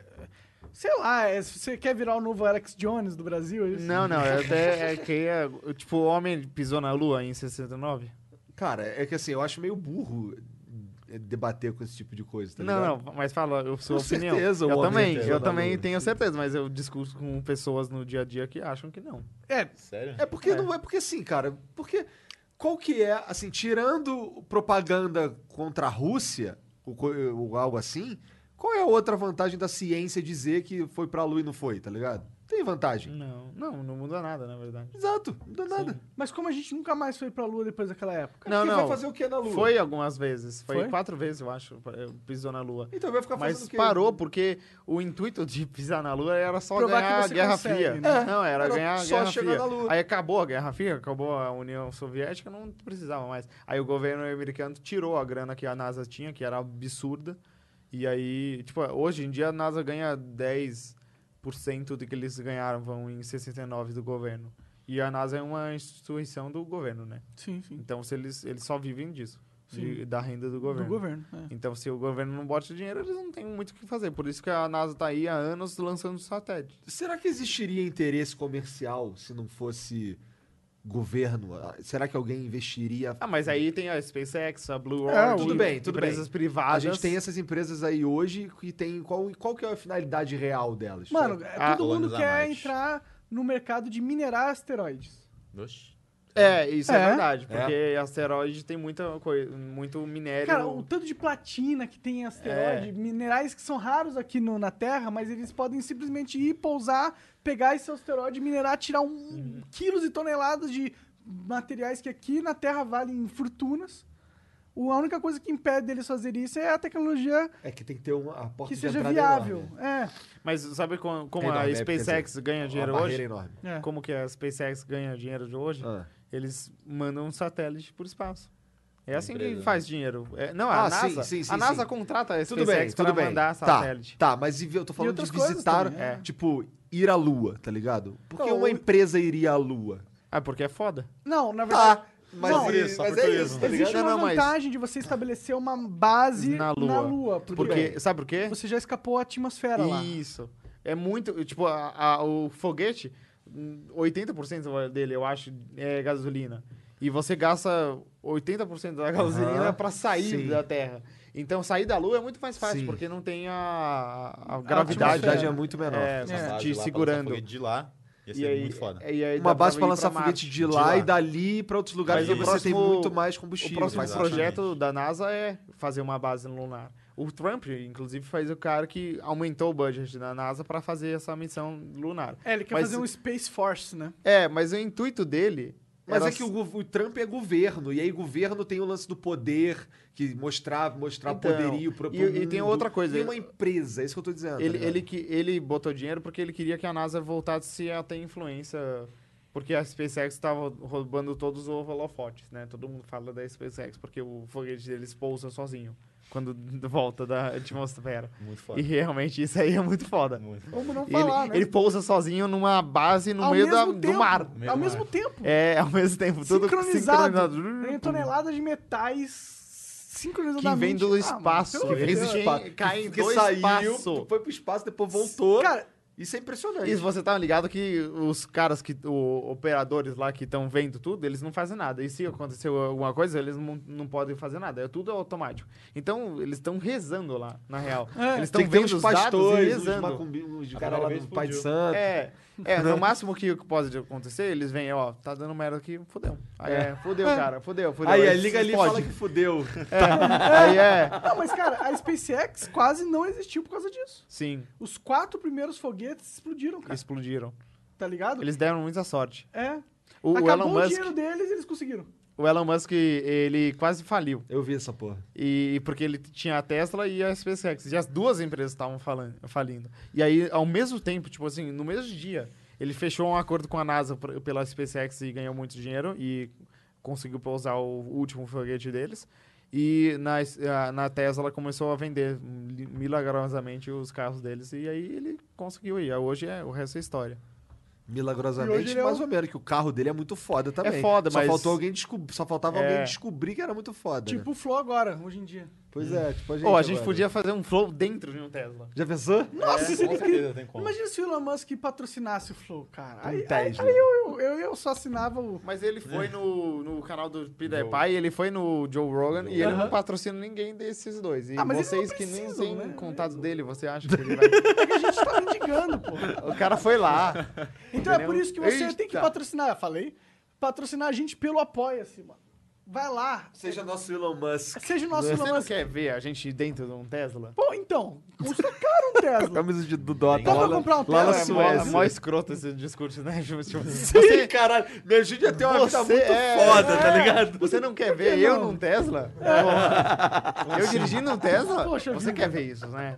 Speaker 1: sei lá, é, se você quer virar o novo Alex Jones do Brasil? é isso?
Speaker 3: Não, não, é até é que é, tipo, o homem pisou na lua em 69?
Speaker 2: Cara, é que assim, eu acho meio burro eh, debater com esse tipo de coisa, tá ligado?
Speaker 3: não, não, mas fala a sua
Speaker 2: Com
Speaker 3: opinião.
Speaker 2: certeza, o
Speaker 3: eu
Speaker 2: homem
Speaker 3: também,
Speaker 2: pisou
Speaker 3: eu
Speaker 2: na
Speaker 3: também
Speaker 2: lua.
Speaker 3: tenho certeza, mas eu discuto com pessoas no dia a dia que acham que não.
Speaker 1: É,
Speaker 5: Sério?
Speaker 2: É porque não é porque assim, cara. Porque qual que é, assim, tirando propaganda contra a Rússia, ou, co- ou algo assim, qual é a outra vantagem da ciência dizer que foi pra lua e não foi, tá ligado? Tem vantagem.
Speaker 3: Não, não, não muda nada, na verdade.
Speaker 2: Exato, não dá nada.
Speaker 1: mas como a gente nunca mais foi pra Lua depois daquela época?
Speaker 3: Não,
Speaker 2: Quem
Speaker 3: não.
Speaker 2: vai fazer o que na lua?
Speaker 3: Foi algumas vezes. Foi,
Speaker 1: Foi?
Speaker 3: quatro vezes, eu acho, eh, pisou na Lua.
Speaker 2: Então vai ficar fazendo
Speaker 3: Mas
Speaker 2: o quê?
Speaker 3: parou porque o intuito de pisar na Lua era só
Speaker 1: Provar que
Speaker 3: ganhar a
Speaker 1: você
Speaker 3: Guerra
Speaker 1: consegue,
Speaker 3: Fria.
Speaker 1: né?
Speaker 3: Não, era,
Speaker 2: Era
Speaker 3: ganhar a
Speaker 2: só
Speaker 3: Guerra
Speaker 2: chegar
Speaker 3: Fria.
Speaker 2: na Lua.
Speaker 3: Aí acabou a Guerra Fria, acabou a União Soviética, não precisava mais. Aí o governo americano tirou a grana que a NASA tinha, que era absurda. E aí, tipo, hoje em dia a NASA ganha 10% do que eles ganhavam em 69 do governo. E a NASA é uma instituição do governo, né?
Speaker 1: Sim, sim.
Speaker 3: Então se eles, eles só vivem disso. de- da renda do
Speaker 1: do
Speaker 3: governo.
Speaker 1: governo. é.
Speaker 3: Então, se o governo não bota dinheiro, eles não têm muito o que fazer. Por isso que a NASA tá aí há anos lançando satélite.
Speaker 2: Será que existiria interesse comercial se não fosse governo? Ah, Será que alguém investiria?
Speaker 3: Ah, mas aí tem a SpaceX, a Blue
Speaker 1: É,
Speaker 3: Origin,
Speaker 2: tudo bem, tudo
Speaker 3: empresas
Speaker 2: A
Speaker 3: privadas.
Speaker 2: gente tem essas empresas aí hoje que tem qual qual que é a finalidade real delas?
Speaker 1: Mano, é,
Speaker 3: Ah,
Speaker 1: todo mundo
Speaker 5: colonizar
Speaker 1: quer
Speaker 5: Marte.
Speaker 1: entrar no mercado de minerar asteroides.
Speaker 5: Oxi.
Speaker 3: É, isso é,
Speaker 1: É.
Speaker 3: verdade, porque asteroide tem muita coisa, muito minério.
Speaker 1: Cara, o tanto de platina que tem em
Speaker 2: É.
Speaker 1: asteroide, minerais que são raros aqui no- na Terra, mas eles podem simplesmente ir pousar, pegar esse asteroide, minerar, tirar um, quilos e toneladas de materiais que aqui na Terra valem fortunas. O- a única coisa que impede deles fazer isso é a tecnologia
Speaker 2: É que tem que ter uma a porta
Speaker 1: que
Speaker 2: de
Speaker 1: seja
Speaker 2: entrada
Speaker 1: viável.
Speaker 2: enorme, né?
Speaker 1: É,
Speaker 3: Mas sabe como, como
Speaker 2: É enorme,
Speaker 3: a
Speaker 2: é, porque,
Speaker 3: SpaceX
Speaker 2: quer dizer,
Speaker 3: ganha dinheiro
Speaker 2: uma
Speaker 3: hoje?
Speaker 2: barreira enorme.
Speaker 1: é.
Speaker 3: Como que a SpaceX ganha dinheiro de hoje?
Speaker 2: Ah.
Speaker 3: Eles mandam um satélite pro espaço. É assim
Speaker 5: empresa,
Speaker 3: que
Speaker 5: né?
Speaker 3: faz dinheiro. É, não, a
Speaker 2: Ah, sim,
Speaker 3: NASA,
Speaker 2: sim, sim,
Speaker 3: a NASA
Speaker 2: sim.
Speaker 3: contrata a SpaceX
Speaker 2: Tudo bem,
Speaker 3: pra
Speaker 2: tudo bem.
Speaker 3: mandar satélite.
Speaker 2: Tá, tá, mas e eu tô falando
Speaker 1: outras
Speaker 2: de
Speaker 1: coisas
Speaker 2: visitar,
Speaker 1: também,
Speaker 3: é.
Speaker 2: tipo, ir à lua, tá ligado? Por que
Speaker 1: Não,
Speaker 2: uma
Speaker 1: o-
Speaker 2: empresa iria à lua?
Speaker 3: Ah, porque é foda.
Speaker 1: Não, na verdade,
Speaker 2: Tá, mas,
Speaker 1: Não,
Speaker 2: e-
Speaker 5: isso, só
Speaker 2: mas
Speaker 5: por
Speaker 2: é
Speaker 5: turismo.
Speaker 2: isso, tá ligado?
Speaker 1: existe
Speaker 3: ligado?
Speaker 1: uma
Speaker 3: Não, mas-
Speaker 1: vantagem de você estabelecer uma base
Speaker 3: Na
Speaker 1: na
Speaker 3: Lua.
Speaker 1: Lua. porque
Speaker 3: Porque, sabe por quê?
Speaker 1: você já escapou a atmosfera lá.
Speaker 3: Isso. É muito. Tipo, a- a- o foguete, hum, 80% dele, eu acho, é gasolina. E você gasta 80% da gasolina
Speaker 2: Aham,
Speaker 3: pra sair
Speaker 2: sim.
Speaker 3: da Terra. Então, sair da Lua é muito mais fácil,
Speaker 2: Sim.
Speaker 3: porque não tem a, a
Speaker 2: A gravidade
Speaker 3: gravidade
Speaker 2: é muito menor.
Speaker 3: é,
Speaker 5: Essa base lá pra
Speaker 3: te
Speaker 5: lançar
Speaker 3: segurando.
Speaker 5: foguete de lá, ia
Speaker 3: E
Speaker 5: ser
Speaker 3: aí,
Speaker 5: muito foda.
Speaker 3: e aí dá
Speaker 2: Uma base pra
Speaker 3: ir
Speaker 2: lançar
Speaker 3: Marte.
Speaker 2: foguete de
Speaker 5: de
Speaker 2: lá
Speaker 5: lá.
Speaker 2: e dali pra outros lugares
Speaker 3: Mas
Speaker 2: que
Speaker 3: o
Speaker 2: você tem
Speaker 3: próximo-
Speaker 2: muito mais
Speaker 3: O
Speaker 2: combustível.
Speaker 3: próximo
Speaker 2: exato.
Speaker 5: exatamente.
Speaker 3: projeto da NASA é fazer uma base lunar. O Trump, inclusive, faz o cara que aumentou o budget da NASA pra fazer essa missão lunar.
Speaker 1: É, ele quer
Speaker 3: Mas-
Speaker 1: fazer um Space Force, né?
Speaker 3: É, mas o intuito dele.
Speaker 2: Mas
Speaker 3: era
Speaker 2: é que o, gov- o Trump é governo, e aí governo tem o lance do poder, que mostrar, mostrar
Speaker 3: Então,
Speaker 2: poderio pro, pro
Speaker 3: e- e tem
Speaker 2: mundo.
Speaker 3: outra coisa,
Speaker 2: E
Speaker 3: ele-
Speaker 2: uma empresa, é isso que eu tô dizendo. tá
Speaker 3: Ele,
Speaker 2: ligado?
Speaker 3: ele, que, ele botou dinheiro porque ele queria que a NASA voltasse a ter influência. Porque a SpaceX estava roubando todos os holofotes, né? Todo mundo fala da SpaceX porque o foguete deles pousa sozinho quando [laughs] volta da atmosfera.
Speaker 5: Muito
Speaker 3: E
Speaker 5: foda.
Speaker 3: realmente isso aí é muito foda.
Speaker 5: Muito foda.
Speaker 1: Como não
Speaker 3: Ele,
Speaker 1: falar, né?
Speaker 3: ele pousa sozinho numa base no
Speaker 1: Ao
Speaker 3: meio da-
Speaker 1: mesmo
Speaker 3: do
Speaker 1: tempo,
Speaker 3: mar.
Speaker 5: meio
Speaker 1: Ao
Speaker 5: do
Speaker 1: mesmo
Speaker 5: mar.
Speaker 1: tempo.
Speaker 3: É, ao mesmo tempo. Tudo
Speaker 1: sincronizado.
Speaker 3: sincronizado.
Speaker 1: Tem toneladas de metais sincronizadamente.
Speaker 3: Que vem do
Speaker 1: Ah,
Speaker 3: espaço.
Speaker 1: mano, pelo
Speaker 3: que vem
Speaker 1: amor de
Speaker 3: do
Speaker 1: Deus.
Speaker 3: espa- Cai em
Speaker 2: que
Speaker 3: do
Speaker 2: saiu,
Speaker 3: espaço.
Speaker 2: foi pro espaço, depois voltou.
Speaker 1: Cara,
Speaker 2: isso é impressionante.
Speaker 3: E você tá ligado que os caras que. O, operadores lá que estão vendo tudo, eles não fazem nada. E se aconteceu alguma coisa, eles não, não podem fazer nada. É tudo automático. Então, eles estão rezando lá, na real. eles
Speaker 2: É, Tem
Speaker 3: estão
Speaker 2: que ter
Speaker 3: vendo
Speaker 2: uns
Speaker 3: os dados e
Speaker 2: pastores, uns
Speaker 3: rezando.
Speaker 2: macumbi, uns
Speaker 5: A
Speaker 2: cara lá
Speaker 5: primeira
Speaker 2: do
Speaker 5: vez
Speaker 2: Pai de
Speaker 5: fugiu.
Speaker 2: Santo.
Speaker 3: É, é, no máximo que pode acontecer, eles vêm, ó, tá dando merda aqui, fodeu. Aí é, fodeu, cara, fodeu, fodeu.
Speaker 2: Aí, aí
Speaker 3: eles
Speaker 2: liga ali e
Speaker 3: explodem.
Speaker 2: fala que fudeu.
Speaker 3: [laughs] Aí é.
Speaker 1: Não, mas cara, a SpaceX quase não existiu por causa disso.
Speaker 3: Sim,
Speaker 1: Os quatro primeiros foguetes explodiram, cara.
Speaker 3: explodiram.
Speaker 1: Tá ligado?
Speaker 3: Eles deram muita sorte.
Speaker 1: É.
Speaker 3: O, o
Speaker 1: Acabou
Speaker 3: Elon
Speaker 1: o
Speaker 3: Musk,
Speaker 1: dinheiro deles e eles conseguiram.
Speaker 3: o Elon Musk, ele quase faliu.
Speaker 2: Eu vi essa porra.
Speaker 3: E porque ele tinha a Tesla e a SpaceX. E as duas empresas estavam falan- falindo. E aí, ao mesmo tempo, tipo assim, no mesmo dia, ele fechou um acordo com a NASA pr- pela SpaceX e ganhou muito dinheiro e conseguiu pousar o último foguete deles. E na, es- a- na Tesla ela começou a vender mil- milagrosamente os carros deles. E aí ele conseguiu ir. Aí Hoje é o resto é história.
Speaker 1: E hoje
Speaker 2: Milagrosamente,
Speaker 1: ele é
Speaker 2: mais
Speaker 1: um-
Speaker 2: ou menos, que o carro dele é muito foda também.
Speaker 3: foda,
Speaker 2: só
Speaker 3: mas-
Speaker 2: Faltou alguém descob- Só faltava
Speaker 3: É.
Speaker 2: alguém descobrir que era muito foda. né?
Speaker 1: Tipo o Flow agora, hoje em dia.
Speaker 2: Pois é, tipo a gente.
Speaker 3: Ou a gente
Speaker 2: agora.
Speaker 3: podia fazer um flow dentro de um Tesla.
Speaker 2: Já pensou?
Speaker 1: Nossa,
Speaker 5: Com
Speaker 1: isso é incrível.
Speaker 5: certeza tem como.
Speaker 1: Imagina se o Elon Musk patrocinasse o Flow, cara. Aí,
Speaker 2: Um
Speaker 1: aí-
Speaker 2: Tesla.
Speaker 1: aí eu, eu, eu, eu só assinava o.
Speaker 3: Mas ele
Speaker 2: É.
Speaker 3: foi no, no canal do PewDiePie, ele foi no Joe Rogan e ele não patrocina ninguém desses dois. E
Speaker 1: Ah, mas eles não
Speaker 3: vocês que nem
Speaker 1: precisam,
Speaker 3: têm
Speaker 1: né?
Speaker 2: É.
Speaker 3: contato dele, você acha que
Speaker 2: [laughs]
Speaker 3: ele vai.
Speaker 1: É que a gente tá mendigando, pô.
Speaker 3: o cara foi lá.
Speaker 1: Então é por isso que você tem que
Speaker 3: Eita.
Speaker 1: patrocinar, eu falei. Patrocinar a gente pelo Apoia-se, mano. Vai lá.
Speaker 2: Seja nosso Elon Musk.
Speaker 1: Seja o nosso
Speaker 3: Você
Speaker 1: Elon
Speaker 3: não
Speaker 1: Musk.
Speaker 3: quer ver a gente dentro de um Tesla?
Speaker 1: Pô, então, custa caro um
Speaker 3: [laughs]
Speaker 1: Tesla.
Speaker 2: Camisa de Dudó.
Speaker 1: Dá pra comprar um
Speaker 2: lá
Speaker 1: Tesla?
Speaker 2: na
Speaker 3: é, mó, é
Speaker 2: Suécia.
Speaker 3: mó escroto esse discurso, né? Tipo,
Speaker 2: Sim, [laughs]
Speaker 3: você,
Speaker 2: caralho. Me ajude a ter uma vida
Speaker 3: Você
Speaker 2: muito
Speaker 3: é-
Speaker 2: foda, tá ligado?
Speaker 3: você não quer ver eu
Speaker 1: não?
Speaker 2: [laughs]
Speaker 3: num Tesla? Porra. Eu dirigindo um Tesla?
Speaker 1: Poxa
Speaker 3: você
Speaker 1: vida.
Speaker 3: quer ver isso, né?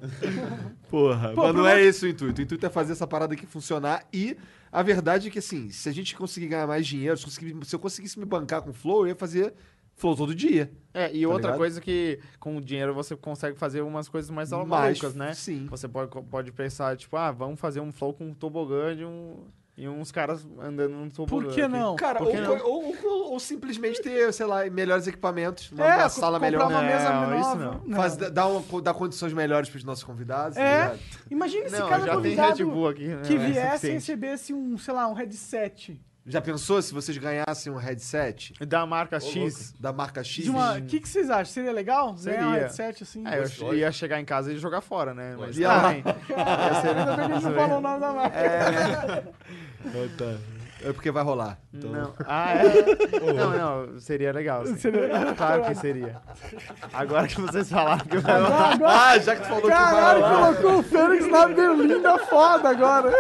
Speaker 2: Porra,
Speaker 1: Pô,
Speaker 2: mas não
Speaker 1: problema-
Speaker 2: é esse o intuito. O intuito é fazer essa parada aqui funcionar e a verdade é que, assim, se a gente conseguir ganhar mais dinheiro, se, conseguir- se eu conseguisse me bancar com Flow, eu ia fazer Flow todo dia.
Speaker 3: É, e
Speaker 2: Tá
Speaker 3: outra
Speaker 2: ligado?
Speaker 3: coisa que com o dinheiro você consegue fazer umas coisas mais
Speaker 2: Mais,
Speaker 3: malucas, né?
Speaker 2: sim.
Speaker 3: Você pode, pode pensar, tipo, ah, vamos fazer um flow com um tobogã de um. E uns caras andando num tobogã.
Speaker 1: Por que
Speaker 3: aqui.
Speaker 1: não?
Speaker 2: Cara,
Speaker 3: Por
Speaker 2: ou,
Speaker 3: que não?
Speaker 2: ou- ou- ou simplesmente ter, sei lá, melhores equipamentos, uma, uma
Speaker 1: É,
Speaker 2: sala
Speaker 1: comprar
Speaker 2: melhor.
Speaker 1: uma mesa
Speaker 3: Não,
Speaker 1: menor.
Speaker 3: isso não.
Speaker 2: Faz, dá, uma- dá condições melhores pros nossos convidados, tá
Speaker 1: É.
Speaker 2: ligado?
Speaker 1: Imagina se
Speaker 3: Não,
Speaker 1: cada
Speaker 3: já tem
Speaker 1: convidado
Speaker 3: Red Bull aqui. né?
Speaker 1: que
Speaker 3: É
Speaker 1: viesse e
Speaker 3: suficiente.
Speaker 1: recebesse um, sei lá, um headset.
Speaker 2: Já pensou se vocês ganhassem um headset
Speaker 3: Da marca X.
Speaker 2: da marca X?
Speaker 1: De uma. O que, que vocês acham? Seria legal? Ganhar um
Speaker 3: Seria.
Speaker 1: headset assim?
Speaker 3: É, eu che- ia chegar em casa e jogar fora, né? Mas
Speaker 2: Ia lá.
Speaker 3: também. ia ser-
Speaker 1: Ainda bem que eles [laughs] não falam o nome da marca.
Speaker 2: É porque vai rolar.
Speaker 3: Não. Ah, é? Não, não, seria legal. sim. Claro que seria. Agora que vocês falaram que eu
Speaker 2: Ah, já que tu falou
Speaker 1: Caralho,
Speaker 2: que vai rolar.
Speaker 1: colocou o Fênix na berlinda foda
Speaker 3: [laughs]
Speaker 1: agora.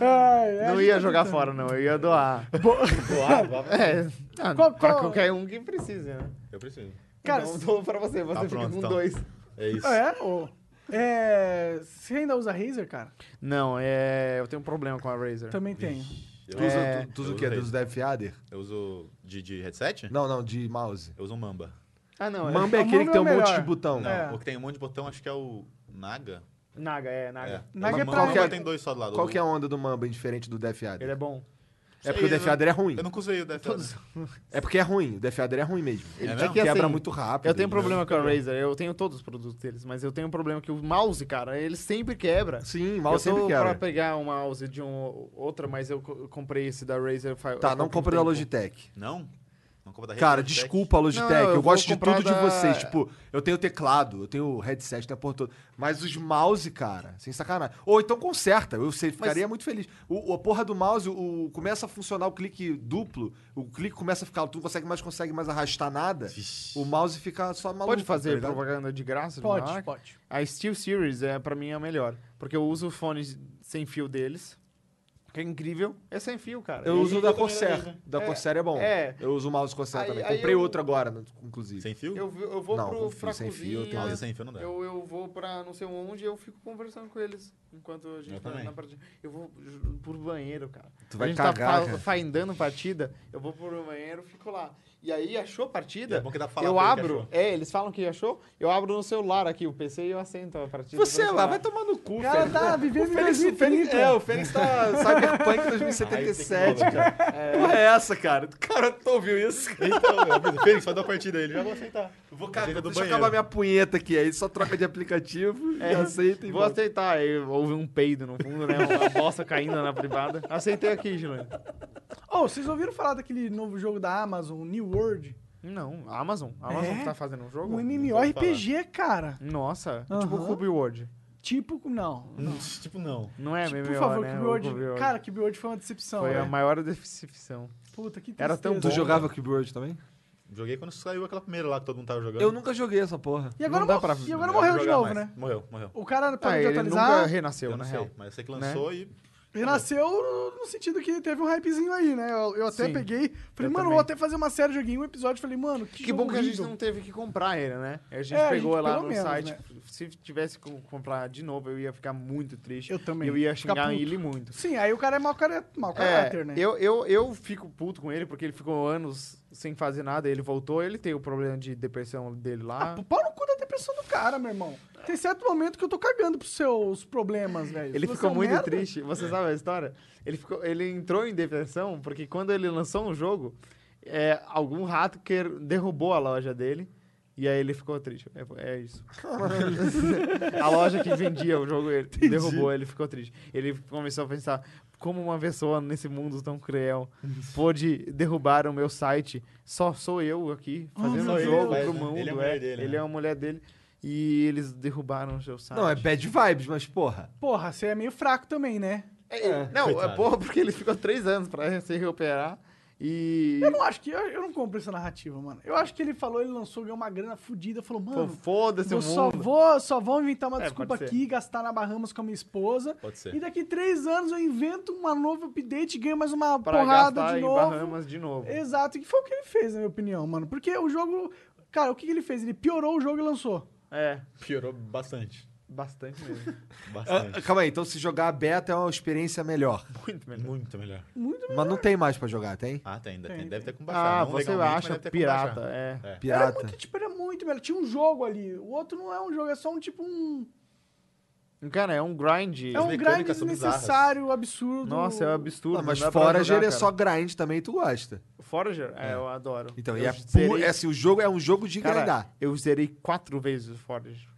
Speaker 1: Ai, é,
Speaker 3: não ia jogar fora, não. Eu ia doar.
Speaker 5: Doar, doar.
Speaker 3: É. Ah,
Speaker 1: Qual-
Speaker 3: pra
Speaker 1: qual-
Speaker 3: qualquer um que precise, né?
Speaker 5: Eu preciso.
Speaker 1: Cara,
Speaker 3: então, dou pra você. Você
Speaker 5: Tá
Speaker 3: fica
Speaker 5: pronto,
Speaker 3: com
Speaker 5: então.
Speaker 3: dois.
Speaker 5: É isso.
Speaker 1: É? Ô, é, Você ainda usa Razer, cara?
Speaker 3: Não, é... Eu tenho um problema com a Razer.
Speaker 1: Também tenho.
Speaker 5: Eu,
Speaker 2: Tu usa,
Speaker 3: É.
Speaker 2: tu, tu usa o
Speaker 5: Eu
Speaker 2: quê? Tu
Speaker 5: usei.
Speaker 2: usa da FAder?
Speaker 5: eu uso de, de headset?
Speaker 2: Não, não, de mouse.
Speaker 5: Eu uso um Mamba.
Speaker 3: Ah, não. É...
Speaker 2: Mamba é
Speaker 1: O
Speaker 2: aquele
Speaker 1: Mamba
Speaker 2: que
Speaker 1: é
Speaker 2: tem
Speaker 1: o
Speaker 2: um monte
Speaker 1: melhor.
Speaker 2: de botão.
Speaker 5: Não,
Speaker 1: É.
Speaker 5: o que tem um monte de botão acho que é o Naga.
Speaker 3: Naga, é, Naga.
Speaker 5: É.
Speaker 1: Naga é pra-
Speaker 5: o Mamba
Speaker 2: Qual que é-
Speaker 5: tem dois só do lado.
Speaker 2: Qual que é
Speaker 5: Eu-
Speaker 2: a onda do Mamba indiferente do Death Adder?
Speaker 3: Ele é bom.
Speaker 2: É porque o Death Adder é ruim.
Speaker 5: Eu nunca usei o Death Adder.
Speaker 2: É porque é ruim. O Death Adder é ruim mesmo. Ele
Speaker 5: É
Speaker 2: te
Speaker 5: mesmo?
Speaker 2: quebra
Speaker 3: É que, assim,
Speaker 2: muito rápido.
Speaker 3: Eu tenho
Speaker 2: ele-
Speaker 3: problema com a Razer. Eu tenho todos os produtos deles. Mas eu tenho um problema que o mouse, cara, ele sempre quebra.
Speaker 2: Sim,
Speaker 3: eu
Speaker 2: mal sempre
Speaker 3: tô pra
Speaker 2: quebra.
Speaker 3: pegar um mouse de um, outra, mas eu co- comprei esse da Razer. fa-
Speaker 2: Tá,
Speaker 3: faz
Speaker 2: não
Speaker 3: pouco
Speaker 2: compra da
Speaker 3: tempo.
Speaker 2: Logitech.
Speaker 5: Não? Não compra da
Speaker 2: Cara,
Speaker 5: Logitech?
Speaker 2: desculpa a Logitech.
Speaker 3: Não, não,
Speaker 2: eu
Speaker 3: eu
Speaker 2: gosto
Speaker 3: vou
Speaker 2: de tudo
Speaker 3: comprar
Speaker 2: de
Speaker 3: da-
Speaker 2: vocês. Tipo, eu tenho teclado, eu tenho headset, tenho a porra toda. Mas os mouse, cara, sem sacanagem. Ou então conserta, eu sei, ficaria muito feliz. O, a porra do mouse, o, começa a funcionar o clique duplo, o clique começa a ficar, tu não consegue mais, consegue mais arrastar nada. O mouse fica só maluco.
Speaker 3: Pode
Speaker 2: tá
Speaker 3: fazer
Speaker 2: ligado?
Speaker 3: propaganda de graça? de
Speaker 1: Pode,
Speaker 3: marca?
Speaker 1: pode.
Speaker 3: A Steel Series, é, pra mim, é a melhor. Porque eu uso o fone sem fio deles. Que é incrível. É sem fio, cara.
Speaker 2: Eu
Speaker 3: E-
Speaker 2: uso o da Corsair. Da
Speaker 3: É,
Speaker 2: Corsair é bom.
Speaker 3: é.
Speaker 2: Eu uso o mouse Corsair
Speaker 3: Aí-
Speaker 2: também.
Speaker 3: aí
Speaker 2: Comprei
Speaker 3: eu-
Speaker 2: outro agora, inclusive.
Speaker 5: Sem fio?
Speaker 3: Eu, eu vou
Speaker 2: Não,
Speaker 3: pro,
Speaker 2: com fio,
Speaker 3: pra
Speaker 2: sem fio,
Speaker 3: cozinha,
Speaker 2: tem né?
Speaker 5: Mouse sem fio não dá.
Speaker 3: Eu, eu vou pra não sei onde e eu fico conversando com eles enquanto a gente
Speaker 5: Eu
Speaker 3: tá
Speaker 5: também.
Speaker 3: na partida. Eu vou ju- pro banheiro, cara.
Speaker 2: Tu vai
Speaker 3: a gente
Speaker 2: cagar, né?
Speaker 3: tá
Speaker 2: cara.
Speaker 3: fa- findando partida, eu vou pro banheiro, fico lá. E aí achou a partida?
Speaker 5: É bom que dá pra falar
Speaker 3: eu
Speaker 5: pra ele que
Speaker 3: abro.
Speaker 5: achou.
Speaker 3: É, eles falam que achou. Eu abro no celular aqui o PC e eu assento a partida.
Speaker 2: Você
Speaker 3: pelo
Speaker 2: lá,
Speaker 3: celular.
Speaker 2: vai tomar no cu,
Speaker 1: O cara
Speaker 2: Félix.
Speaker 1: tá vivendo em
Speaker 2: Félix, o Félix,
Speaker 1: 2030.
Speaker 2: é, o Fênix tá Cyberpunk 2077,
Speaker 5: Ai, tem que
Speaker 2: cara. Que Porra, é essa, cara? O cara tu ouviu isso?
Speaker 5: Então, meu amigo, Fênix, vai dar partida aí, ele já vou aceitar.
Speaker 2: Eu vou
Speaker 5: Ajeita
Speaker 2: cagar,
Speaker 5: do
Speaker 2: deixa eu
Speaker 5: banheiro.
Speaker 2: acabar minha punheta aqui, aí só troca de aplicativo, e aceita e
Speaker 3: Vou
Speaker 2: volta.
Speaker 3: aceitar. Aí Houve um peido no fundo, né?
Speaker 2: [laughs]
Speaker 3: Uma bosta caindo na privada. Aceitei aqui, Juliano.
Speaker 1: Ô, vocês ouviram falar daquele novo jogo da Amazon, New World?
Speaker 3: Não, Amazon. Amazon
Speaker 1: É?
Speaker 3: que tá fazendo um jogo?
Speaker 1: Um MMORPG, cara.
Speaker 3: Nossa, tipo
Speaker 1: Aham.
Speaker 3: Cube World.
Speaker 1: Tipo, não.
Speaker 5: tipo, não.
Speaker 3: Não é
Speaker 1: Tipo,
Speaker 3: MMO,
Speaker 1: por favor,
Speaker 3: né?
Speaker 1: Cube
Speaker 3: O
Speaker 1: World.
Speaker 3: Cube World.
Speaker 1: Cara, Cube World é foi uma decepção.
Speaker 3: foi a
Speaker 1: né?
Speaker 3: maior decepção.
Speaker 1: Puta, que tristeza.
Speaker 3: Era tão
Speaker 2: Tu
Speaker 3: bom.
Speaker 2: jogava Keyboard também?
Speaker 5: Joguei quando saiu aquela primeira lá que todo mundo tava jogando.
Speaker 2: Eu nunca joguei essa porra.
Speaker 1: E agora,
Speaker 3: Não dá
Speaker 1: mo-
Speaker 3: pra-
Speaker 1: e agora
Speaker 5: Eu
Speaker 1: morreu
Speaker 5: vou
Speaker 1: de
Speaker 5: jogar
Speaker 1: novo,
Speaker 5: mais.
Speaker 1: né?
Speaker 5: Morreu, morreu.
Speaker 1: O cara
Speaker 3: Ah,
Speaker 1: parou de
Speaker 3: ele
Speaker 1: atualizar.
Speaker 3: nunca renasceu,
Speaker 5: Eu
Speaker 3: na
Speaker 5: não
Speaker 3: real.
Speaker 5: sei, mas eu sei que lançou e...
Speaker 3: Tá
Speaker 1: Renasceu no sentido que teve um hypezinho aí, né? Eu, eu até
Speaker 3: Sim,
Speaker 1: peguei, falei,
Speaker 3: eu
Speaker 1: mano,
Speaker 3: também.
Speaker 1: vou até fazer uma série, joguei um episódio, falei, mano, que,
Speaker 3: Que
Speaker 1: jogo
Speaker 3: bom que a gente
Speaker 1: horrível.
Speaker 3: não teve que comprar ele, né? A gente
Speaker 1: É, a
Speaker 3: pegou
Speaker 1: gente
Speaker 3: lá
Speaker 1: pelo
Speaker 3: no
Speaker 1: menos,
Speaker 3: site.
Speaker 1: né?
Speaker 3: Se tivesse que comprar de novo, eu ia ficar muito triste.
Speaker 1: Eu também.
Speaker 3: Eu ia
Speaker 1: Ficar
Speaker 3: xingar
Speaker 1: puto.
Speaker 3: ele muito.
Speaker 1: Sim, aí o cara é mau, cara, mau caráter,
Speaker 3: É,
Speaker 1: né?
Speaker 3: eu, eu, eu fico puto com ele porque ele ficou anos sem fazer nada. Ele voltou, ele tem o problema de depressão dele lá.
Speaker 1: Ah, pô, pau no cu da depressão do cara, meu irmão. Tem certo momento que eu tô cagando pros seus problemas, velho.
Speaker 3: Ele
Speaker 1: Você
Speaker 3: ficou
Speaker 1: é um
Speaker 3: muito
Speaker 1: merda.
Speaker 3: triste. Você sabe a história? Ele, ficou, ele entrou em depressão porque quando ele lançou um jogo, é, algum hacker derrubou a loja dele. E aí ele ficou triste. É, é isso. [laughs] a loja que vendia o jogo ele derrubou, ele ficou triste. Ele começou a pensar como uma pessoa nesse mundo tão cruel pôde derrubar o meu site. Só sou eu aqui fazendo
Speaker 5: meu
Speaker 3: um jogo
Speaker 5: Deus.
Speaker 3: pro
Speaker 5: Ele é a
Speaker 3: mundo.
Speaker 5: mulher dele,
Speaker 3: ele
Speaker 5: né?
Speaker 3: é a mulher dele. E eles derrubaram o seu site.
Speaker 2: Não, é bad vibes, mas porra.
Speaker 1: Porra, você é meio fraco também, né?
Speaker 3: É, não,
Speaker 5: coitado.
Speaker 3: é porra [laughs] porque ele ficou três anos pra se recuperar e...
Speaker 1: Eu não acho que. Eu, eu não compro essa narrativa, mano. Eu acho que ele falou, ele lançou, ganhou uma grana fodida, falou,
Speaker 3: Pô,
Speaker 1: mano.
Speaker 3: foda-se o
Speaker 1: Eu
Speaker 3: mundo.
Speaker 1: só vou, só vou inventar uma
Speaker 3: É,
Speaker 1: desculpa
Speaker 3: pode ser.
Speaker 1: aqui, gastar na Bahamas com a minha esposa.
Speaker 5: Pode ser.
Speaker 1: E daqui três anos eu invento uma nova update, ganho mais uma
Speaker 3: pra
Speaker 1: porrada
Speaker 3: gastar
Speaker 1: de
Speaker 3: em
Speaker 1: novo.
Speaker 3: Bahamas de novo.
Speaker 1: Exato, e foi o que ele fez, na minha opinião, mano. Porque o jogo. Cara, o que, que ele fez? Ele piorou o jogo e lançou.
Speaker 3: É,
Speaker 5: Piorou bastante.
Speaker 3: bastante mesmo.
Speaker 2: Ah,
Speaker 5: Bastante.
Speaker 2: calma aí, então se jogar a beta é uma experiência melhor.
Speaker 3: Muito melhor.
Speaker 5: Muito melhor.
Speaker 2: Mas não tem mais pra jogar, tem?
Speaker 5: Ah, tem, ainda tem.
Speaker 1: Tem,
Speaker 5: Deve ter como baixar.
Speaker 3: Ah,
Speaker 5: não
Speaker 3: você
Speaker 5: legalmente, mas
Speaker 3: acha
Speaker 5: deve ter como
Speaker 3: pirata,
Speaker 5: baixar.
Speaker 3: é.
Speaker 2: Ah,
Speaker 5: É.
Speaker 1: Era
Speaker 2: Pirata.
Speaker 1: muito, tipo, era muito melhor. Tinha um jogo ali. O outro não é um jogo, é só um tipo um.
Speaker 3: Cara, é um grind.
Speaker 1: É um grind
Speaker 5: mecânicas são bizarras.
Speaker 1: desnecessário, absurdo.
Speaker 3: Nossa, é um absurdo.
Speaker 2: Ah, mas
Speaker 3: não dá pra
Speaker 2: Forager
Speaker 3: jogar,
Speaker 2: é
Speaker 3: cara.
Speaker 2: só grind também, tu gosta.
Speaker 3: Forager? É, eu adoro.
Speaker 2: Então,
Speaker 3: eu
Speaker 2: e é,
Speaker 3: zerei-
Speaker 2: pu- é assim, o jogo é um jogo de
Speaker 3: Cara,
Speaker 2: grindar.
Speaker 3: eu zerei quatro vezes o Forager.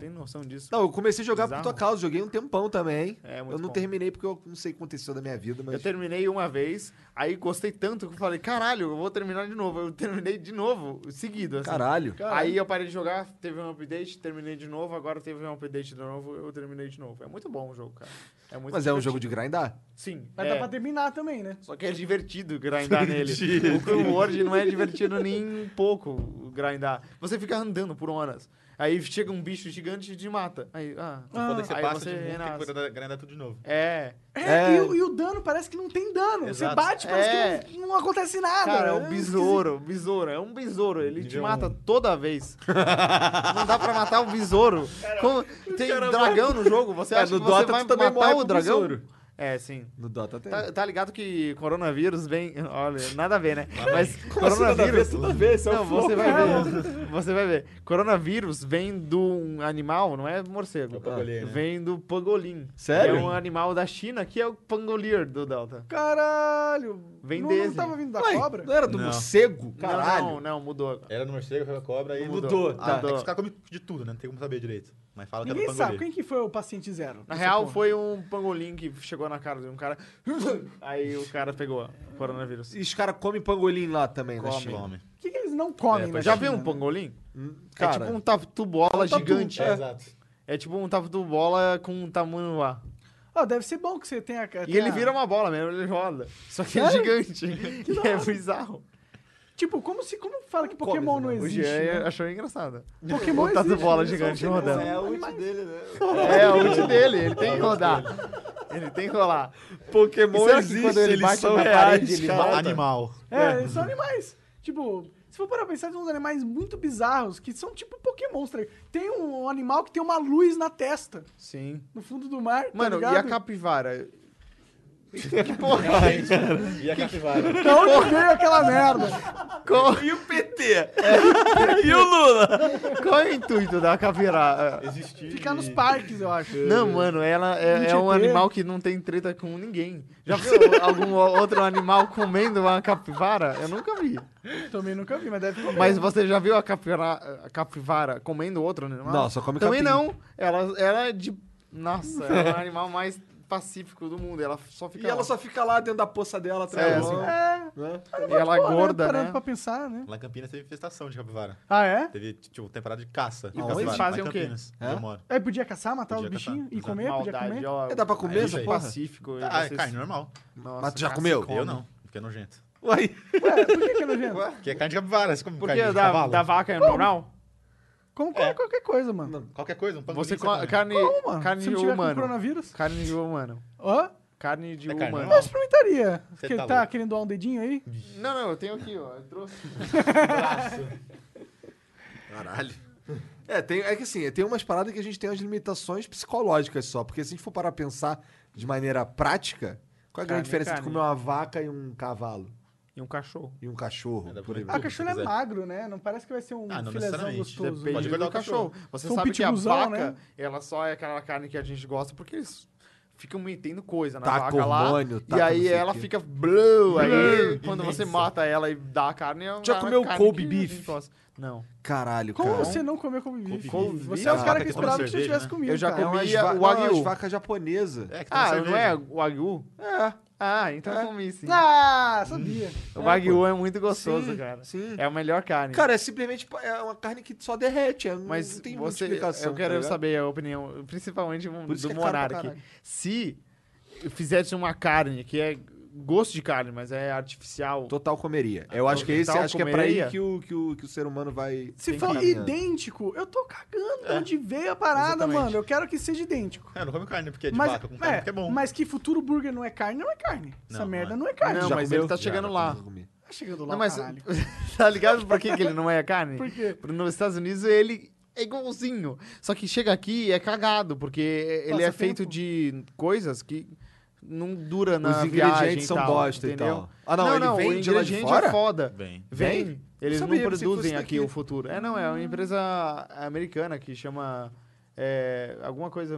Speaker 3: Tem noção disso?
Speaker 2: Não, eu comecei a jogar por tua
Speaker 3: bizarro.
Speaker 2: causa, joguei um tempão também.
Speaker 3: É, muito
Speaker 2: eu não
Speaker 3: bom.
Speaker 2: terminei porque eu não sei o que aconteceu da minha vida, mas.
Speaker 3: Eu terminei uma vez, aí gostei tanto que eu falei, caralho, eu vou terminar de novo. Eu terminei de novo, seguido, assim.
Speaker 2: Caralho.
Speaker 3: Aí eu parei de jogar, teve um update, terminei de novo, agora teve um update de novo, eu terminei de novo. É muito bom o jogo, cara. É muito
Speaker 2: Mas é um jogo
Speaker 3: divertido.
Speaker 2: de grindar?
Speaker 3: Sim.
Speaker 1: Mas
Speaker 3: é.
Speaker 1: dá pra terminar também, né?
Speaker 3: Só que é divertido grindar nele. O Clone Wars não é divertido nem um pouco grindar. Você fica andando por horas. Aí chega um bicho gigante e te mata. Aí, ah,
Speaker 5: Não pode que você
Speaker 3: aí
Speaker 5: passa
Speaker 3: você
Speaker 5: de novo, tem
Speaker 3: renasce.
Speaker 5: que grindar- grindar tudo de novo.
Speaker 3: É.
Speaker 1: É,
Speaker 2: É.
Speaker 1: E, o, e o dano parece que não tem dano. Você
Speaker 5: Exato.
Speaker 1: bate, parece
Speaker 3: É.
Speaker 1: que não, não acontece nada.
Speaker 3: Cara, é
Speaker 1: É
Speaker 3: um besouro, besouro, é um besouro. Ele te
Speaker 5: Nível
Speaker 3: mata
Speaker 5: um.
Speaker 3: toda vez. Não dá pra matar o besouro. Como- Tem dragão no jogo, você
Speaker 2: É,
Speaker 3: acha
Speaker 2: no
Speaker 3: que
Speaker 2: Dota
Speaker 3: você vai
Speaker 2: tu também
Speaker 3: matar
Speaker 2: morre
Speaker 3: o
Speaker 2: pro
Speaker 3: dragão?
Speaker 2: besouro.
Speaker 3: É, sim.
Speaker 2: No Dota tem.
Speaker 3: Tá, tá ligado que coronavírus vem. Olha, nada a ver, né? Mas
Speaker 2: Toda
Speaker 3: coronavírus.
Speaker 2: vez, toda vez, é
Speaker 3: Não,
Speaker 2: o flow.
Speaker 3: você vai ver. Você vai ver. Coronavírus vem de um animal, não é morcego.
Speaker 5: É o pangolim, né?
Speaker 3: Vem do pangolim.
Speaker 2: Sério?
Speaker 3: É um animal da China que é o pangolier do Delta.
Speaker 1: Caralho.
Speaker 3: Vem
Speaker 1: não,
Speaker 3: desse.
Speaker 1: Não tava vindo da
Speaker 2: Ué,
Speaker 1: cobra?
Speaker 2: Não era do
Speaker 5: Não.
Speaker 2: morcego? Caralho.
Speaker 3: Tá Não, não, não, mudou agora.
Speaker 5: Era no morcego, foi a cobra e
Speaker 2: Mudou.
Speaker 5: Ah,
Speaker 2: Tá.
Speaker 5: é que os caras comem de tudo, né? Não tem como saber direito. Mas fala que era
Speaker 1: Ninguém
Speaker 5: pangolim.
Speaker 1: sabe. Quem que foi o paciente zero?
Speaker 3: Na
Speaker 1: dessa
Speaker 3: real,
Speaker 1: porra?
Speaker 3: foi um pangolim que chegou na cara de um cara. Aí o cara pegou o coronavírus.
Speaker 2: E os caras comem pangolim lá também né, na
Speaker 3: Come.
Speaker 2: China.
Speaker 5: Come.
Speaker 1: O que, que eles não comem,
Speaker 5: É,
Speaker 1: na
Speaker 5: pois
Speaker 3: Já
Speaker 1: China,
Speaker 3: viu um
Speaker 1: né?
Speaker 3: pangolim?
Speaker 2: Cara,
Speaker 3: é tipo um tatu-bola gigante.
Speaker 5: É,
Speaker 3: É.
Speaker 5: exato.
Speaker 3: tipo um tatu-bola com um tamanho lá.
Speaker 1: Ah, deve ser bom que você tenha...
Speaker 3: E ele vira uma bola mesmo, ele roda. Só que é gigante. [laughs] E é bizarro.
Speaker 1: Tipo, como se... Como fala que
Speaker 2: Come,
Speaker 1: Pokémon não
Speaker 2: né?
Speaker 3: O
Speaker 1: existe,
Speaker 3: Jean
Speaker 1: né?
Speaker 3: achou engraçado. [laughs]
Speaker 1: Pokémon
Speaker 3: um tatu-bola
Speaker 1: existe, né? eles
Speaker 3: gigante
Speaker 1: são
Speaker 3: rodando.
Speaker 4: É a ult dele, né?
Speaker 3: É, o ult dele, ele tem que rodar. Ele tem que rolar.
Speaker 2: Pokémon
Speaker 3: E será que quando ele bate na parede, ele
Speaker 2: cara.
Speaker 3: volta?
Speaker 5: Animal.
Speaker 1: É, eles são animais. Tipo, se for para pensar, são uns animais muito bizarros, que são tipo pokémons. tá ligado? Tem um animal que tem uma luz na testa,
Speaker 3: Sim.
Speaker 1: no fundo do mar, tá
Speaker 3: Mano,
Speaker 1: ligado?
Speaker 3: e a capivara? Que porra é isso?
Speaker 5: E a capivara.
Speaker 1: Da onde veio aquela merda?
Speaker 2: [laughs]
Speaker 3: [laughs]
Speaker 2: E o PT? e o Lula?
Speaker 3: É. Qual é o intuito da capivara?
Speaker 5: Existir.
Speaker 1: Ficar nos parques, eu acho.
Speaker 3: Não, mano, ela é, é um
Speaker 1: Tietê.
Speaker 3: animal que não tem treta com ninguém. Já viu [laughs] algum o- outro animal comendo uma capivara? Eu nunca vi.
Speaker 1: Também nunca vi, mas deve comer.
Speaker 3: Mas você já viu a capivara, a capivara comendo outro animal?
Speaker 2: Não, só come
Speaker 3: Também
Speaker 2: capim.
Speaker 3: não. Ela, ela é de... Nossa, ela é o animal mais pacífico do mundo. Ela só fica
Speaker 2: E ela
Speaker 3: lá.
Speaker 2: só fica lá dentro da poça dela, tá
Speaker 3: É,
Speaker 2: atrás.
Speaker 3: assim.
Speaker 1: É,
Speaker 3: E ela é
Speaker 1: pô, né,
Speaker 3: gorda,
Speaker 1: parando
Speaker 3: né?
Speaker 1: pra pensar, né?
Speaker 5: Lá em Campinas teve infestação de capivara.
Speaker 1: Ah, é?
Speaker 5: Teve, tipo, temporada de caça. de
Speaker 2: vocês
Speaker 5: capivara, lá em
Speaker 3: fazem o quê?
Speaker 5: Campinas, onde
Speaker 2: Hã?
Speaker 5: eu moro.
Speaker 1: Aí podia caçar, matar
Speaker 5: Podia
Speaker 1: os bichinhos
Speaker 5: caçar,
Speaker 1: e comer, podia
Speaker 3: Maldade,
Speaker 1: comer.
Speaker 3: ó.
Speaker 2: É,
Speaker 3: É
Speaker 2: Dá pra comer
Speaker 5: Aí,
Speaker 2: essa
Speaker 5: velho.
Speaker 2: porra?
Speaker 3: Pacífico. e
Speaker 5: Ah, é
Speaker 3: vocês-
Speaker 5: carne normal.
Speaker 3: Nossa,
Speaker 2: Mas tu já
Speaker 3: cara,
Speaker 2: comeu?
Speaker 3: se come.
Speaker 5: Eu não. Fiquei nojento.
Speaker 2: Uai.
Speaker 1: Ué, por que que é nojento?
Speaker 5: Que é carne de capivara. Você come
Speaker 3: Por
Speaker 5: carne
Speaker 3: que
Speaker 5: de
Speaker 3: da,
Speaker 5: cavalo?
Speaker 3: da vaca é normal? É.
Speaker 1: Como come qualquer coisa, mano.
Speaker 5: Qualquer coisa, um pangolim
Speaker 3: Você
Speaker 5: come.
Speaker 3: come carne,
Speaker 1: Como, mano?
Speaker 3: carne
Speaker 1: Se
Speaker 3: de
Speaker 1: não tiver com
Speaker 3: humano.
Speaker 1: coronavírus?
Speaker 3: Carne de humano.
Speaker 1: Hã?
Speaker 3: Carne de
Speaker 5: É carne
Speaker 3: humano.
Speaker 1: Eu
Speaker 5: normal?
Speaker 1: experimentaria.
Speaker 5: Você
Speaker 1: Porque
Speaker 5: tá
Speaker 1: tá
Speaker 5: louco.
Speaker 1: querendo dar um dedinho aí?
Speaker 3: Não, não, eu tenho aqui, ó. É Eu trouxe.
Speaker 2: Caralho. [laughs] É, tem, é que assim, tem umas paradas que a gente tem as limitações psicológicas só. Porque se a gente for parar a pensar de maneira prática, qual é a
Speaker 3: Carne é
Speaker 2: grande diferença
Speaker 3: carne.
Speaker 2: entre comer uma vaca e um cavalo?
Speaker 3: E um cachorro.
Speaker 2: E um cachorro?
Speaker 5: É, dá pra
Speaker 2: por aí.
Speaker 5: comer
Speaker 1: Ah,
Speaker 5: Tudo,
Speaker 1: o
Speaker 5: se
Speaker 1: cachorro é
Speaker 5: quiser.
Speaker 1: magro, né? Não parece que vai ser um
Speaker 5: Ah, não
Speaker 1: filézão
Speaker 5: necessamente.
Speaker 1: gostoso. né?
Speaker 3: Depende
Speaker 5: Pode
Speaker 3: do
Speaker 5: guardar o
Speaker 3: cachorro.
Speaker 5: cachorro.
Speaker 3: Você
Speaker 1: São
Speaker 3: sabe que a
Speaker 1: pitbullzão,
Speaker 3: vaca,
Speaker 1: né?
Speaker 3: ela só é aquela carne que a gente gosta porque eles ficam metendo coisa na
Speaker 2: Taca
Speaker 3: vaca lá.
Speaker 2: hormônio,
Speaker 3: e
Speaker 2: taca não
Speaker 3: aí
Speaker 2: sei o
Speaker 3: ela
Speaker 2: quê.
Speaker 3: fica... Blue, aí quando
Speaker 5: imensa.
Speaker 3: você mata ela e dá a carne... É uma
Speaker 2: Já comeu
Speaker 3: carne
Speaker 2: Kobe
Speaker 3: que a
Speaker 2: beef?
Speaker 3: gente gosta. Não.
Speaker 2: Caralho,
Speaker 1: Como
Speaker 3: assim?
Speaker 2: cara.
Speaker 1: você não comeu como bife?
Speaker 5: Kobe beef?
Speaker 1: Você é o
Speaker 5: Ah,
Speaker 1: cara
Speaker 5: tem
Speaker 1: que eu
Speaker 5: que tomar
Speaker 1: esperava que você
Speaker 5: cerveja,
Speaker 1: tivesse
Speaker 5: né?
Speaker 1: comido.
Speaker 3: Eu já
Speaker 1: cara.
Speaker 2: É umas,
Speaker 3: Comia
Speaker 2: va
Speaker 3: o
Speaker 2: não, é umas
Speaker 3: wagyu.
Speaker 2: vacas japonesas.
Speaker 5: É, que tem uma
Speaker 3: Ah, não é
Speaker 5: cerveja.
Speaker 3: Wagyu?
Speaker 2: É.
Speaker 3: Ah, então eu comi sim.
Speaker 1: Ah, sabia.
Speaker 5: Hum.
Speaker 3: o Wagyu é, muito gostoso,
Speaker 2: Sim,
Speaker 3: cara.
Speaker 2: sim.
Speaker 3: É a melhor carne.
Speaker 2: Cara, é simplesmente é uma carne que só derrete. é-
Speaker 3: Mas
Speaker 2: não tem muita
Speaker 3: você,
Speaker 2: explicação.
Speaker 3: eu quero
Speaker 2: tá ligado?
Speaker 3: saber a opinião, principalmente um-
Speaker 2: Por isso que
Speaker 3: do
Speaker 2: é caro pra
Speaker 3: Monark.
Speaker 2: caralho.
Speaker 3: Se fizesse uma carne que é gosto de carne, mas é artificial,
Speaker 2: Total comeria. Eu acho que esse
Speaker 3: Total
Speaker 2: acho que é pra aí
Speaker 3: comeria?
Speaker 2: que o, que, o, que o ser humano vai.
Speaker 1: Se
Speaker 2: tem
Speaker 3: um
Speaker 1: for
Speaker 2: caminhando.
Speaker 1: idêntico, eu tô cagando de onde veio a parada,
Speaker 5: É. Exatamente.
Speaker 1: mano. Eu quero que seja idêntico.
Speaker 5: É, eu não come carne porque é de
Speaker 1: mas,
Speaker 5: vaca. Eu como carne
Speaker 1: é,
Speaker 5: porque é bom.
Speaker 1: mas que futuro burger não é carne, não é carne.
Speaker 5: Não,
Speaker 1: Essa
Speaker 5: não
Speaker 1: merda
Speaker 5: é.
Speaker 1: não é carne.
Speaker 3: Não,
Speaker 2: Já
Speaker 3: mas
Speaker 2: comeu?
Speaker 3: ele tá chegando
Speaker 2: já
Speaker 3: lá.
Speaker 2: comi.
Speaker 1: Tá chegando lá,
Speaker 3: Não, mas
Speaker 1: caralho.
Speaker 3: [laughs] tá ligado por que, que ele não é carne?
Speaker 1: Por quê?
Speaker 3: Porque nos Estados Unidos ele é igualzinho. Só que chega aqui e é cagado, porque ele
Speaker 1: Passa
Speaker 3: é feito
Speaker 1: tempo.
Speaker 3: de coisas que não dura na
Speaker 2: Os
Speaker 3: viagem
Speaker 2: ingredientes
Speaker 3: e
Speaker 2: são
Speaker 3: tal,
Speaker 2: bosta
Speaker 3: entendeu?
Speaker 2: e tal. Ah, não, ele vem
Speaker 3: o
Speaker 2: de lá de
Speaker 3: ingrediente
Speaker 2: fora?
Speaker 3: é foda.
Speaker 5: Vem.
Speaker 3: Vem.
Speaker 2: Vem?
Speaker 3: Eles
Speaker 2: Não
Speaker 3: não,
Speaker 2: sabia, pensei que
Speaker 3: produzem
Speaker 2: fosse
Speaker 3: aqui
Speaker 2: daqui.
Speaker 3: o futuro. É, não, é uma empresa americana que chama é, alguma coisa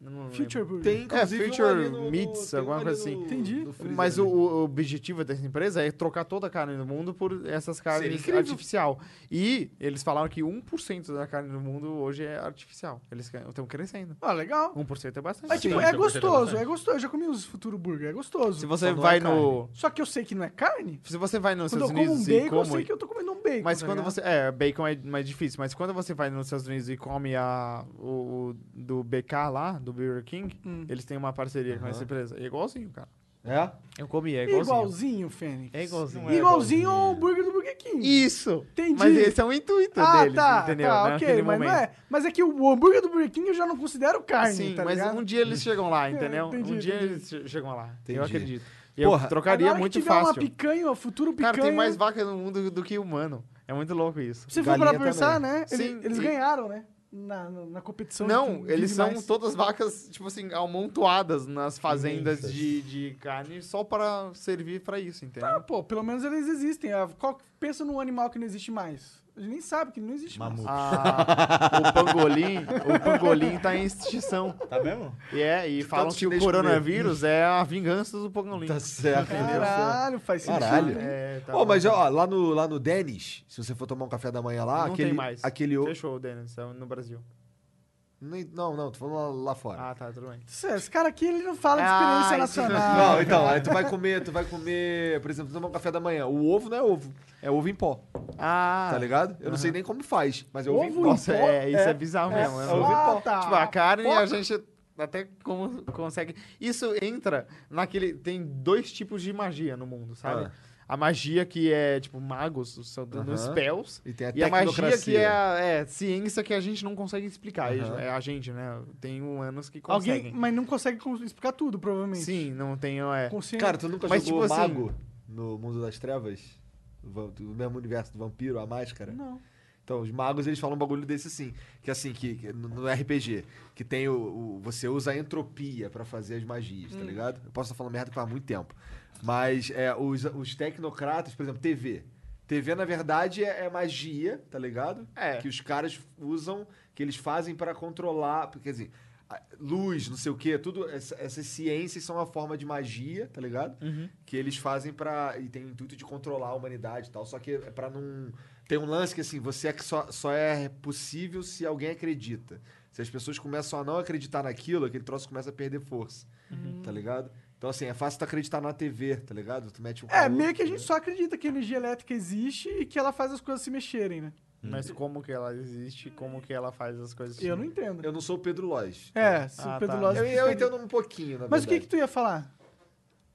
Speaker 3: Eu não lembro.
Speaker 1: Future Brewery.
Speaker 2: Tem, inclusive, um
Speaker 3: Future
Speaker 2: ali no- no-
Speaker 3: Meats,
Speaker 2: tem um
Speaker 3: alguma
Speaker 2: ali
Speaker 3: coisa
Speaker 2: no-
Speaker 3: assim.
Speaker 1: Entendi.
Speaker 2: no freezer
Speaker 3: Mas o,
Speaker 2: ali.
Speaker 3: o objetivo dessa empresa é trocar toda a carne do mundo por essas carnes
Speaker 2: incrível.
Speaker 3: artificial. E eles falaram que 1% da carne do mundo hoje é artificial. Eles estão crescendo.
Speaker 1: Ah, legal.
Speaker 3: 1% é bastante.
Speaker 1: Mas, tipo,
Speaker 5: Sim,
Speaker 1: é
Speaker 5: eu gostei
Speaker 1: gostoso,
Speaker 5: bastante.
Speaker 1: é gostoso. Eu já comi os Futuro Burger, é
Speaker 3: Se
Speaker 1: gostoso.
Speaker 3: você
Speaker 2: Só não é
Speaker 3: vai no...
Speaker 1: Só que eu sei que não é carne.
Speaker 3: Se você vai nos
Speaker 1: Quando eu
Speaker 3: Estados
Speaker 1: como
Speaker 3: Unidos
Speaker 1: um
Speaker 3: e
Speaker 1: bacon, eu
Speaker 3: come...
Speaker 1: sei que eu tô comendo um bacon.
Speaker 3: Mas
Speaker 1: tá
Speaker 3: quando
Speaker 1: ligado?
Speaker 3: você. É, bacon é mais difícil, mas quando você vai nos Estados Unidos e come a, o, o do BK lá, do Burger King,
Speaker 1: Hum.
Speaker 3: eles têm uma parceria com essa empresa. É igualzinho, cara.
Speaker 2: É?
Speaker 3: Eu comi, é igualzinho.
Speaker 1: Igualzinho, Fênix.
Speaker 3: É igualzinho.
Speaker 5: Não é
Speaker 1: igualzinho ao hambúrguer do Burger King.
Speaker 3: Isso!
Speaker 1: Entendi.
Speaker 3: Mas esse é o intuito
Speaker 1: ah,
Speaker 3: deles,
Speaker 1: tá,
Speaker 3: entendeu?
Speaker 1: tá,
Speaker 3: né,
Speaker 1: ok,
Speaker 3: naquele
Speaker 1: mas não
Speaker 3: momento.
Speaker 1: é. Mas é que o hambúrguer do Burger King eu já não considero carne,
Speaker 3: Sim,
Speaker 1: tá
Speaker 3: mas
Speaker 1: ligado? É,
Speaker 3: um dia eles
Speaker 1: [laughs]
Speaker 3: chegam lá, entendeu?
Speaker 1: entendi,
Speaker 3: um dia
Speaker 1: entendi.
Speaker 3: eles che- chegam lá.
Speaker 2: Entendi.
Speaker 3: Eu acredito. Eu
Speaker 2: Porra,
Speaker 3: trocaria
Speaker 1: Agora que
Speaker 3: muito
Speaker 1: tiver uma
Speaker 3: fácil.
Speaker 1: picanha, uma futuro picanha.
Speaker 3: Cara, tem mais vaca no mundo do que humano. É muito louco isso.
Speaker 1: Se for pra
Speaker 2: galinha
Speaker 1: pensar,
Speaker 2: também.
Speaker 1: né? Eles,
Speaker 3: Sim,
Speaker 1: eles
Speaker 3: e-
Speaker 1: ganharam, né? Na, na, na competição.
Speaker 3: Não,
Speaker 1: de-
Speaker 3: eles
Speaker 1: de
Speaker 3: são
Speaker 1: animais.
Speaker 3: todas vacas, tipo assim, amontoadas nas fazendas de, de carne só para servir para isso,
Speaker 2: [laughs]
Speaker 3: entendeu?
Speaker 1: Ah, [laughs] pô, pelo menos eles existem. Ah, Qual, pensa num animal que não existe mais. A gente nem sabe que não existe mais.
Speaker 5: Mamuco.
Speaker 3: Ah, o pangolim, o pangolim tá em extinção.
Speaker 5: Tá mesmo?
Speaker 3: E é, e falam
Speaker 2: tanto
Speaker 3: que o
Speaker 2: chinês comer.
Speaker 3: coronavírus é a vingança do pangolim.
Speaker 2: Tá certo.
Speaker 1: Caralho, faz sentido.
Speaker 2: Caralho.
Speaker 1: né?
Speaker 3: É, tá
Speaker 2: Ó, mas
Speaker 3: bom.
Speaker 2: ó, lá no, lá no Denis, se você for tomar um café da manhã lá,
Speaker 3: não
Speaker 2: aquele.
Speaker 3: tem mais.
Speaker 2: aquele o-
Speaker 3: Fechou o Dennis é no Brasil.
Speaker 2: Nem- Não, não, tô falando lá, lá fora.
Speaker 3: Ah, tá, tudo bem.
Speaker 1: Isso é, Esse cara aqui, ele não fala de experiência
Speaker 3: Ah, isso
Speaker 1: nacional.
Speaker 2: não, então, aí tu vai comer, tu vai comer, por exemplo, tomar um café da manhã. O ovo não é ovo, é ovo em pó,
Speaker 3: Ah,
Speaker 2: tá ligado? Eu não sei nem como faz, mas é ovo, em
Speaker 1: Ovo
Speaker 2: pó.
Speaker 3: Nossa,
Speaker 1: Pô,
Speaker 3: é, isso é,
Speaker 2: é.
Speaker 3: bizarro
Speaker 2: É,
Speaker 3: mesmo.
Speaker 2: é
Speaker 3: né?
Speaker 2: ouvi
Speaker 1: Ah,
Speaker 2: pó.
Speaker 1: tá.
Speaker 3: Tipo, a carne
Speaker 1: Porra.
Speaker 3: a gente até como consegue. Isso entra naquele. Tem dois tipos de magia no mundo, sabe?
Speaker 2: Ah.
Speaker 3: A magia que é, tipo, magos, são dando
Speaker 2: Aham.
Speaker 3: spells.
Speaker 2: E tem a
Speaker 3: E a magia que é,
Speaker 2: tecnocracia.
Speaker 3: a, é, ciência que a gente não consegue explicar. E
Speaker 2: Aham.
Speaker 3: É a gente, né? Tem humanos que conseguem.
Speaker 1: Alguém, mas não consegue cons- explicar tudo, provavelmente.
Speaker 3: Sim, não tem. É.
Speaker 1: Consciente.
Speaker 2: Cara, tu nunca
Speaker 3: Mas,
Speaker 2: jogou
Speaker 3: tipo assim-
Speaker 2: mago no mundo das trevas? Va- Do mesmo universo do vampiro, a máscara?
Speaker 1: Não.
Speaker 2: Então, os magos, eles falam um bagulho desse assim, que assim, que, que no no RPG, que tem o, o- Você usa a entropia pra fazer as magias, tá ligado? Eu posso estar falando merda que faz muito tempo. Mas é, os, os tecnocratas, por exemplo, TV. TV, na verdade, é, é magia, tá ligado?
Speaker 3: É.
Speaker 2: Que os caras usam, que eles fazem pra controlar, porque, quer dizer, a- luz, não sei o quê, tudo, essa- essas ciências são uma forma de magia, tá ligado?
Speaker 1: Uhum.
Speaker 2: Que eles fazem pra. e tem o intuito de controlar a humanidade e tal, só que é pra não tem um lance que assim, você é que só, só é possível se alguém acredita. Se as pessoas começam a não acreditar naquilo, aquele troço começa a perder força.
Speaker 1: Uhum.
Speaker 2: Tá ligado? Então, assim, é fácil tu acreditar na TV, tá ligado? Tu mete um
Speaker 1: É,
Speaker 2: calor,
Speaker 1: meio que a gente
Speaker 2: né?
Speaker 1: só acredita que a energia elétrica existe e que ela faz as coisas se mexerem, né?
Speaker 3: Mas como que ela existe, como que ela faz as coisas.
Speaker 1: Eu não entendo.
Speaker 2: Eu não sou o Pedro Lois.
Speaker 1: É, se
Speaker 3: Ah,
Speaker 1: o Pedro
Speaker 3: tá.
Speaker 1: Loz-
Speaker 2: Eu, eu entendo um pouquinho, na
Speaker 1: Mas o que que
Speaker 2: verdade.
Speaker 1: tu ia falar?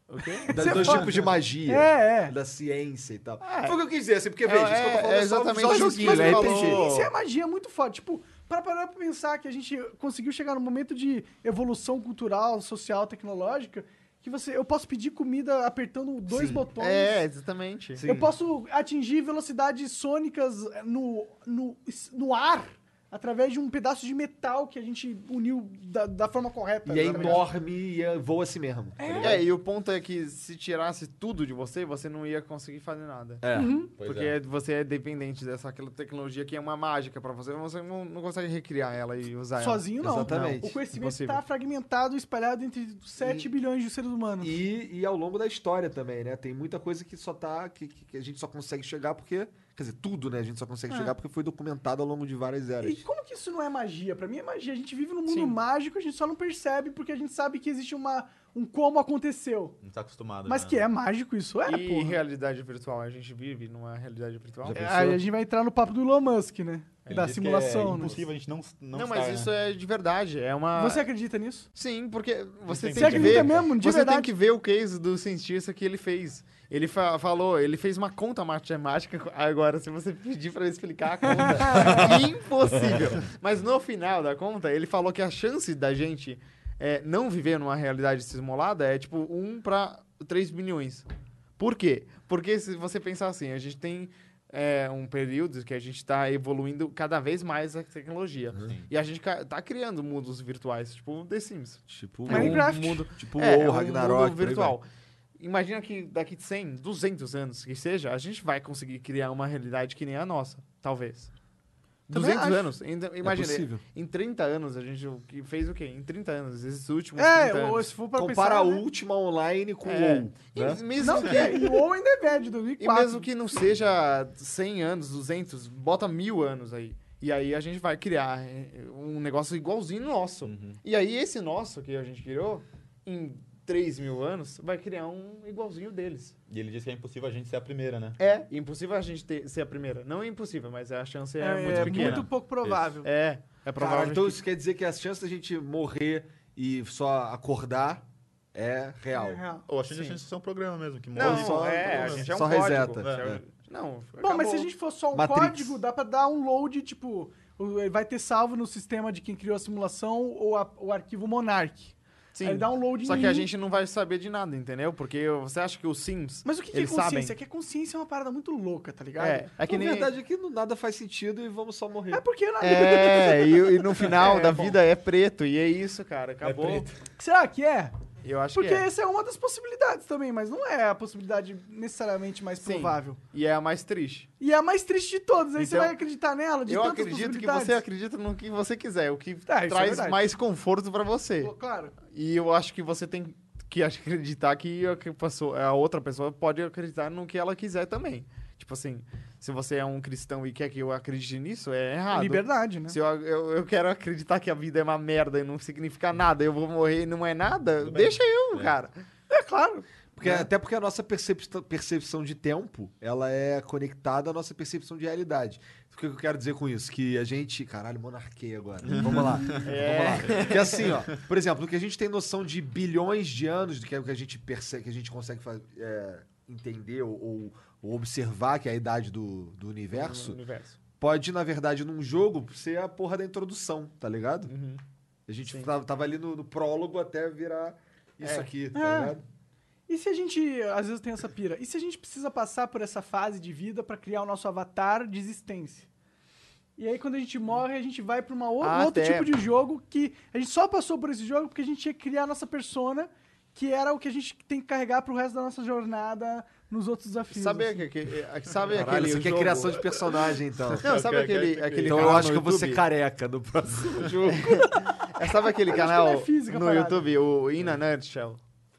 Speaker 3: O
Speaker 1: [laughs]
Speaker 3: quê?
Speaker 2: Dos
Speaker 1: você
Speaker 2: dois
Speaker 1: fala?
Speaker 2: tipos de magia.
Speaker 1: É, é.
Speaker 2: Da ciência e tal.
Speaker 3: É.
Speaker 2: Foi o que eu quis dizer, assim, porque,
Speaker 3: É,
Speaker 2: veja, isso que eu tô
Speaker 3: é,
Speaker 2: falando
Speaker 3: é
Speaker 2: é só
Speaker 3: exatamente
Speaker 2: só
Speaker 3: isso.
Speaker 2: joguinho,
Speaker 3: Mas
Speaker 2: né?
Speaker 3: ele
Speaker 2: RPG.
Speaker 3: falou-
Speaker 1: Isso é magia muito forte. Tipo, para parar pra pensar que a gente conseguiu chegar num momento de evolução cultural, social, tecnológica, que você, eu posso pedir comida apertando dois
Speaker 2: Sim.
Speaker 1: botões.
Speaker 3: É, exatamente.
Speaker 2: Sim.
Speaker 1: Eu posso atingir velocidades sônicas no, no, no ar através de um pedaço de metal que a gente uniu da, da forma correta.
Speaker 2: E é
Speaker 1: tá ligado?
Speaker 2: enorme e é- voa assim mesmo. tá ligado?
Speaker 3: É, e o ponto é que se tirasse tudo de você, você não ia conseguir fazer nada.
Speaker 2: É.
Speaker 5: Pois
Speaker 3: Porque
Speaker 5: é.
Speaker 3: você é dependente dessa aquela tecnologia que é uma mágica pra você, você não, não consegue recriar ela e usar
Speaker 1: Sozinho não.
Speaker 2: Exatamente.
Speaker 1: O conhecimento
Speaker 3: Impossível.
Speaker 1: está fragmentado, espalhado entre 7 bilhões de seres humanos.
Speaker 2: E, e ao longo da história também, né? Tem muita coisa que só tá. que, que- que a gente só consegue chegar porque. Quer dizer, tudo, né? A gente só consegue
Speaker 1: É.
Speaker 2: chegar porque foi documentado ao longo de várias eras.
Speaker 1: E como que isso não é magia? Pra mim é magia. A gente vive num mundo
Speaker 3: Sim.
Speaker 1: mágico, a gente só não percebe porque a gente sabe que existe uma, um como aconteceu.
Speaker 5: Não tá acostumado.
Speaker 1: Mas
Speaker 5: né?
Speaker 1: que é mágico isso, é,
Speaker 3: ela. E
Speaker 1: porra.
Speaker 3: realidade virtual, a gente vive numa realidade virtual?
Speaker 2: Já
Speaker 1: É,
Speaker 2: pensou?
Speaker 1: Aí a gente vai entrar no papo do Elon Musk, né?
Speaker 5: Ele
Speaker 1: da
Speaker 5: diz que
Speaker 1: simulação, né?
Speaker 5: É impossível a gente não
Speaker 3: Não,
Speaker 5: Não,
Speaker 3: mas isso é de verdade, é uma...
Speaker 1: Você acredita nisso?
Speaker 3: Sim, porque você
Speaker 5: Você
Speaker 3: tem que
Speaker 1: acredita
Speaker 3: ver...
Speaker 1: mesmo, de
Speaker 3: você
Speaker 1: verdade?
Speaker 3: tem que ver o case do cientista que ele fez. Ele fa- falou, ele fez uma conta matemática, [laughs] agora se você pedir pra eu explicar a conta,
Speaker 1: [laughs]
Speaker 3: impossível. Mas no final da conta, ele falou que a chance da gente é, não viver numa realidade simulada é tipo 1 pra 3 bilhões. Por quê? Porque se você pensar assim, a gente tem é, um período que a gente está evoluindo cada vez mais a tecnologia. E a gente ca- tá criando mundos virtuais, tipo The Sims.
Speaker 2: Tipo,
Speaker 1: Minecraft.
Speaker 3: Um mundo,
Speaker 2: tipo
Speaker 3: é,
Speaker 2: WoW,
Speaker 3: um
Speaker 2: Ragnarok. tá
Speaker 3: mundo
Speaker 2: por aí
Speaker 3: virtual. Imagina que daqui de 100, 200 anos que seja, a gente vai conseguir criar uma realidade que nem a nossa, talvez.
Speaker 1: Também
Speaker 3: 200
Speaker 1: acho. É
Speaker 3: anos. Então, imagina,
Speaker 2: É possível.
Speaker 3: em 30 anos a gente o que fez o quê? Em 30 anos, esses últimos
Speaker 1: É,
Speaker 3: 30 anos.
Speaker 1: ou se for pra
Speaker 2: Compara a
Speaker 1: pensar, né?
Speaker 2: última online com
Speaker 3: É.
Speaker 2: o
Speaker 3: E
Speaker 2: WoW, né?
Speaker 3: mesmo
Speaker 1: Não,
Speaker 3: que-
Speaker 1: e o WoW ainda é velho, de
Speaker 3: E
Speaker 1: 2004.
Speaker 3: mesmo que não seja 100 anos, 200, bota mil anos aí. E aí a gente vai criar eh, um negócio igualzinho nosso.
Speaker 1: Uhum.
Speaker 3: E aí esse nosso que a gente criou, em 3 mil anos, vai criar um igualzinho deles.
Speaker 5: E ele disse que é impossível a gente ser a primeira, né?
Speaker 3: É impossível a gente ter- ser a primeira. Não é impossível, mas a chance é, muito pequena.
Speaker 1: muito pouco provável.
Speaker 3: É, é provável.
Speaker 2: Caralho, então
Speaker 3: que-
Speaker 2: isso quer dizer que a chance da gente morrer e só acordar é real.
Speaker 1: É real.
Speaker 5: Ou a gente
Speaker 3: Sim.
Speaker 5: achou isso é um programa mesmo, que
Speaker 3: Não,
Speaker 5: move.
Speaker 2: só-
Speaker 3: é, a gente é um
Speaker 2: só
Speaker 3: código.
Speaker 2: reseta.
Speaker 3: É. Não,
Speaker 1: Bom, mas se a
Speaker 3: acabou.
Speaker 1: gente for só um
Speaker 2: Matrix.
Speaker 1: código, dá pra dar um load, tipo, o- ele vai ter salvo no sistema de quem criou a simulação ou a- o arquivo Monarch.
Speaker 3: Sim.
Speaker 1: Aí ele dá um load
Speaker 3: Só
Speaker 1: em
Speaker 3: que a
Speaker 1: mim.
Speaker 3: gente não vai saber de nada, entendeu? Porque você acha que os Sims.
Speaker 1: Mas o que, que é
Speaker 3: eles
Speaker 1: consciência?
Speaker 3: Sabem.
Speaker 1: É que a consciência é uma parada muito louca, tá ligado?
Speaker 3: É, é que
Speaker 2: a
Speaker 3: nem.
Speaker 2: verdade é que não- nada faz sentido e vamos só morrer.
Speaker 1: É porque na
Speaker 3: É, e, e no final
Speaker 1: É,
Speaker 3: da
Speaker 1: bom.
Speaker 3: vida é preto, e é isso, cara. Acabou.
Speaker 1: Será que é?
Speaker 3: Eu acho
Speaker 1: Porque
Speaker 3: que é.
Speaker 1: essa é uma das possibilidades também, mas não é a possibilidade necessariamente mais
Speaker 3: Sim.
Speaker 1: provável.
Speaker 3: E é a mais triste.
Speaker 1: E é a mais triste de todas, aí você
Speaker 3: Então,
Speaker 1: vai acreditar nela, de
Speaker 3: Eu
Speaker 1: tantas
Speaker 3: acredito que
Speaker 1: possibilidades.
Speaker 3: você acredita no que você quiser, o que
Speaker 1: Tá, isso é
Speaker 3: traz
Speaker 1: verdade.
Speaker 3: mais conforto pra você.
Speaker 1: Pô, Claro.
Speaker 3: E eu acho que você tem que acreditar que a que passou- a outra pessoa pode acreditar no que ela quiser também. Tipo assim, se você é um cristão e quer que eu acredite nisso, é errado.
Speaker 1: Liberdade, né?
Speaker 3: Se eu, eu, eu quero acreditar que a vida é uma merda e não significa nada, eu vou morrer e não é nada,
Speaker 5: bem.
Speaker 3: deixa eu, cara. É claro.
Speaker 2: Porque, Até porque a nossa percep- percepção de tempo, ela é conectada à nossa percepção de realidade. O que eu quero dizer com isso? Que a gente... Caralho, monarquei agora. [laughs] Vamos lá. Vamos lá. Que assim, ó. Por exemplo, o que a gente tem noção de bilhões de anos, do que é o que a gente percebe, que a gente consegue fa- é, entender ou, ou- ou observar, que é a idade do, do universo,
Speaker 3: Universo.
Speaker 2: pode, na verdade, num jogo, ser a porra da introdução, tá ligado? A gente tava, tava ali no, no prólogo até virar isso aqui, tá
Speaker 1: É.
Speaker 2: ligado?
Speaker 1: E se a gente, às vezes tem essa pira, e se a gente precisa passar por essa fase de vida pra criar o nosso avatar de existência? E aí quando a gente morre, a gente vai pra uma ou-
Speaker 3: Ah,
Speaker 1: outro
Speaker 3: até.
Speaker 1: tipo de jogo que a gente só passou por esse jogo porque a gente tinha que criar a nossa persona, que era o que a gente tem que carregar pro resto da nossa jornada nos outros desafios.
Speaker 3: Sabe,
Speaker 1: assim.
Speaker 3: aque- aque- sabe
Speaker 2: Caralho,
Speaker 3: aquele
Speaker 2: isso aqui é
Speaker 3: jogo-
Speaker 2: criação de personagem, então. [laughs]
Speaker 3: Não, sabe
Speaker 5: Eu quero-
Speaker 3: aquele,
Speaker 5: quero-
Speaker 3: aquele
Speaker 2: então
Speaker 3: canal
Speaker 2: eu acho
Speaker 3: no
Speaker 2: que eu vou ser
Speaker 3: YouTube?
Speaker 2: careca no [laughs] próximo jogo.
Speaker 3: [laughs] É, Sabe aquele
Speaker 1: Acho que
Speaker 3: canal
Speaker 1: não é física a
Speaker 3: no
Speaker 1: parada.
Speaker 3: YouTube, o In a Nutshell?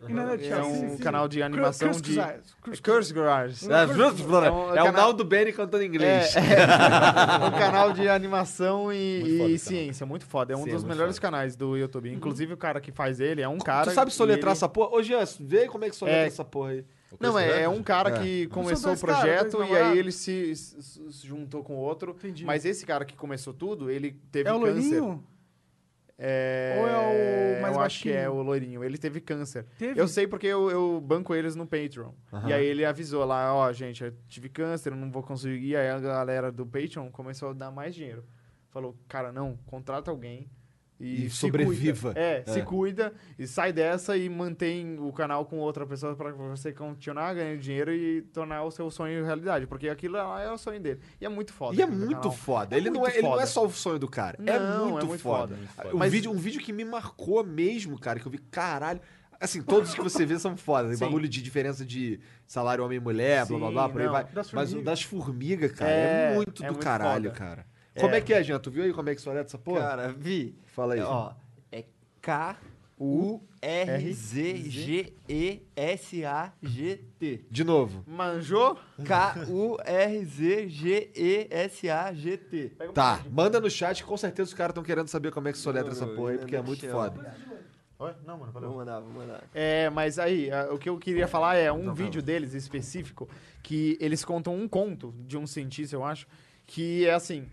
Speaker 1: E na
Speaker 3: É
Speaker 1: Nutshell, sim,
Speaker 3: um
Speaker 1: sim.
Speaker 3: canal de animação
Speaker 1: Curse
Speaker 3: de...
Speaker 1: Eyes, Curse-
Speaker 3: Curse Garage.
Speaker 2: É, o
Speaker 3: É um canal-
Speaker 2: Naldo Benny cantando inglês.
Speaker 3: É, é um canal de animação
Speaker 5: Muito
Speaker 3: e,
Speaker 5: foda
Speaker 3: e
Speaker 5: esse canal.
Speaker 3: ciência, muito foda. É
Speaker 2: Sim,
Speaker 3: um
Speaker 2: é
Speaker 3: dos
Speaker 2: muito
Speaker 3: melhores
Speaker 2: foda.
Speaker 3: canais do YouTube. Inclusive, o cara que faz ele é um cara.
Speaker 2: tu sabe
Speaker 3: e
Speaker 2: soletrar
Speaker 3: ele-
Speaker 2: essa porra? Ô, Jean, vê como é que soletra
Speaker 3: É.
Speaker 2: essa porra aí.
Speaker 3: Não, é, é um cara
Speaker 2: É.
Speaker 3: que começou o
Speaker 1: dois caras, dois
Speaker 3: projeto e aí
Speaker 1: namorados.
Speaker 3: ele se, se- se juntou com outro.
Speaker 1: Entendi.
Speaker 3: Mas esse cara que começou tudo, ele teve
Speaker 1: É o
Speaker 3: câncer.
Speaker 1: loirinho?
Speaker 3: É...
Speaker 1: Ou é o mais
Speaker 3: Eu acho que é
Speaker 1: baixinho?
Speaker 3: o loirinho. Ele teve câncer.
Speaker 1: Teve?
Speaker 3: Eu sei porque eu, eu banco eles no Patreon.
Speaker 2: Aham.
Speaker 3: E aí ele avisou lá, ó, gente, eu tive câncer, eu não vou conseguir. E aí a galera do Patreon começou a dar mais dinheiro. Falou, cara, não, contrata alguém. E,
Speaker 2: E
Speaker 3: se
Speaker 2: sobreviva.
Speaker 3: cuida. É,
Speaker 2: É.
Speaker 3: se cuida e sai dessa e mantém o canal com outra pessoa pra você continuar ganhando dinheiro e tornar o seu sonho realidade. Porque aquilo lá é o sonho dele. E é muito foda.
Speaker 2: E é
Speaker 3: aquele
Speaker 2: muito
Speaker 3: canal.
Speaker 2: foda.
Speaker 3: É
Speaker 2: Ele, não
Speaker 3: muito
Speaker 2: é, ele não é
Speaker 3: foda.
Speaker 2: só o sonho do cara. é
Speaker 3: Não,
Speaker 2: muito,
Speaker 3: é muito
Speaker 2: foda.
Speaker 5: foda.
Speaker 2: Um,
Speaker 3: Mas-
Speaker 2: vídeo, um vídeo que me marcou mesmo, cara, que eu vi, caralho. Assim, todos que você vê são foda. Tem
Speaker 3: Sim.
Speaker 2: bagulho de diferença de salário homem e mulher, blá blá
Speaker 3: Sim,
Speaker 2: blá, por aí
Speaker 3: não.
Speaker 2: vai.
Speaker 1: Das
Speaker 2: Mas o
Speaker 1: formigas.
Speaker 2: das formigas, cara, é,
Speaker 3: É,
Speaker 2: muito
Speaker 3: é
Speaker 2: do
Speaker 3: muito
Speaker 2: caralho,
Speaker 3: foda.
Speaker 2: cara. Como é que é, Jean? Tu viu aí como é que soleta essa porra?
Speaker 4: Cara, vi.
Speaker 2: Fala aí.
Speaker 4: Ó, é K-U-R-Z-G-E-S-A-G-T.
Speaker 2: De novo.
Speaker 3: Manjou?
Speaker 4: K-U-R-Z-G-E-S-A-G-T.
Speaker 2: Tá, manda no chat, que com certeza os caras estão querendo saber como é que soletra essa porra aí, porque é muito foda.
Speaker 5: Oi? Não, mano, [laughs] valeu.
Speaker 4: Vou mandar, vou mandar.
Speaker 3: É, mas aí, a- o que eu queria falar é um
Speaker 2: Não,
Speaker 3: vídeo deles específico que eles contam um conto de um cientista, eu acho, que é assim,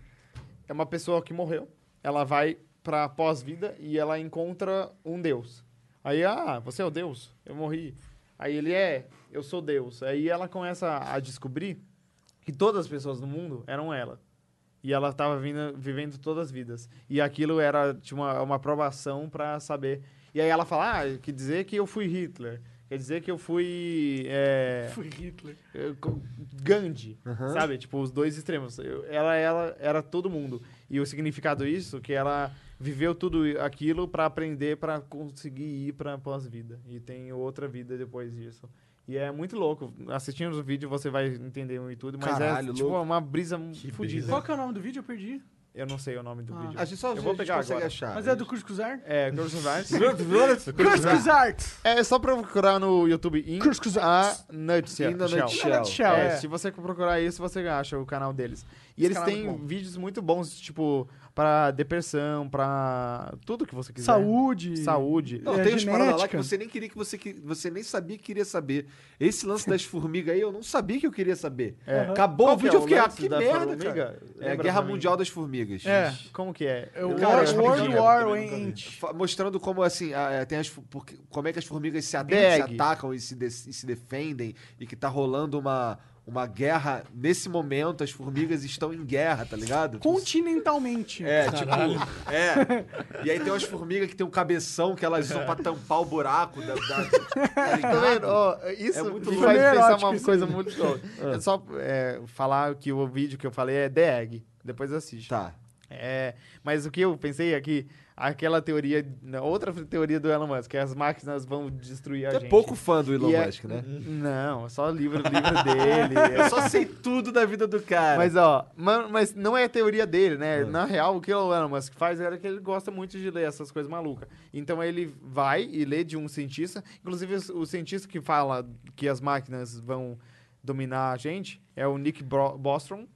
Speaker 3: é uma pessoa que morreu, ela vai pra pós-vida e ela encontra um deus. Aí, ah, você é o deus? Eu morri. Aí ele é, eu sou deus. Aí ela começa a descobrir que todas as pessoas do mundo eram ela. E ela tava vindo- vivendo todas as vidas. E aquilo era tinha uma, uma aprovação pra saber. E aí ela fala, ah, quer dizer que eu fui Hitler. Quer dizer que eu fui... é,
Speaker 1: Foi Hitler.
Speaker 3: eh, co- Gandhi, sabe? Tipo, os dois extremos. Eu- Ela, ela era todo mundo. E o significado disso, que ela viveu tudo i- aquilo pra aprender, pra conseguir ir pra pós-vida. E tem outra vida depois disso. E é muito louco. Assistindo o vídeo, você vai entender e tudo, mas
Speaker 2: Caralho,
Speaker 3: é tipo
Speaker 2: louco.
Speaker 3: uma brisa fodida.
Speaker 1: Qual que é o nome do vídeo? Eu perdi.
Speaker 3: Eu não sei o nome do vídeo.
Speaker 2: A gente só
Speaker 3: Eu vou
Speaker 2: a gente
Speaker 3: pegar
Speaker 2: consegue
Speaker 3: agora.
Speaker 2: achar.
Speaker 1: Mas é do Curso Cruzar?
Speaker 3: É, [laughs] Girls and Vines.
Speaker 1: Curso Cruzar!
Speaker 3: É só procurar no YouTube In
Speaker 1: Cruscus-
Speaker 3: a Nutshell.
Speaker 2: In the Nutshell.
Speaker 1: Na nutshell,
Speaker 3: É,
Speaker 1: é.
Speaker 3: se você procurar isso, você acha o canal deles. E eles
Speaker 1: canal é
Speaker 3: têm
Speaker 1: muito bom.
Speaker 3: vídeos muito bons, tipo, pra depressão, pra tudo que você quiser.
Speaker 1: Saúde.
Speaker 3: Saúde.
Speaker 2: Não,
Speaker 1: É,
Speaker 2: tem uns paradas lá que
Speaker 1: genética.
Speaker 2: você nem queria que você que você nem sabia que queria saber. Esse lance das formigas aí, eu não sabia que eu queria saber. Acabou
Speaker 3: Qual
Speaker 2: o
Speaker 3: que é
Speaker 2: vídeo, eu
Speaker 3: o
Speaker 2: fiquei, ah,
Speaker 3: lance
Speaker 2: que
Speaker 3: da um,
Speaker 2: merda,
Speaker 3: formiga?
Speaker 2: cara. É,
Speaker 3: Lembra
Speaker 2: Guerra
Speaker 3: pra mim?
Speaker 2: Mundial das Formigas.
Speaker 1: É.
Speaker 3: Como que é?
Speaker 1: É o
Speaker 3: Cara,
Speaker 1: War,
Speaker 3: acho que
Speaker 1: World
Speaker 3: eu-
Speaker 1: War
Speaker 5: também nunca vi.
Speaker 1: Ant.
Speaker 2: Fa- Mostrando como assim, a- é, tem as, fu- porque, como é que as formigas se, at- se
Speaker 3: Bag.
Speaker 2: atacam e se, de- e se defendem e que tá rolando uma, uma guerra nesse momento, as formigas estão em guerra, tá ligado?
Speaker 1: Continentalmente.
Speaker 2: É, tipo, é. E aí tem umas formigas que tem um cabeção que elas usam pra tampar o buraco da. da- tá
Speaker 3: Tá vendo?
Speaker 2: ligado?
Speaker 3: Ó, isso
Speaker 2: É
Speaker 3: é
Speaker 2: muito
Speaker 3: me
Speaker 2: louco.
Speaker 3: faz
Speaker 1: Foi
Speaker 3: pensar
Speaker 1: erótico
Speaker 3: uma
Speaker 1: isso
Speaker 3: coisa muito louca. É só é, falar que o vídeo que eu falei é The Egg. Depois assiste.
Speaker 2: Tá.
Speaker 3: É, mas o que eu pensei é que aquela teoria, outra teoria do Elon Musk, que as máquinas vão destruir a
Speaker 2: Tu é
Speaker 3: gente.
Speaker 2: pouco fã do Elon
Speaker 3: E é-
Speaker 2: Musk, né?
Speaker 3: Não, é só livro, livro dele. é
Speaker 2: Eu só sei tudo da vida do cara.
Speaker 3: Mas ó, ma- mas não é teoria dele, né? Na real, o que o Elon Musk faz era que ele gosta muito de ler essas coisas malucas. Então ele vai e lê de um cientista. Inclusive, o o cientista que fala que as máquinas vão dominar a gente é o Nick Bro- Bostrom.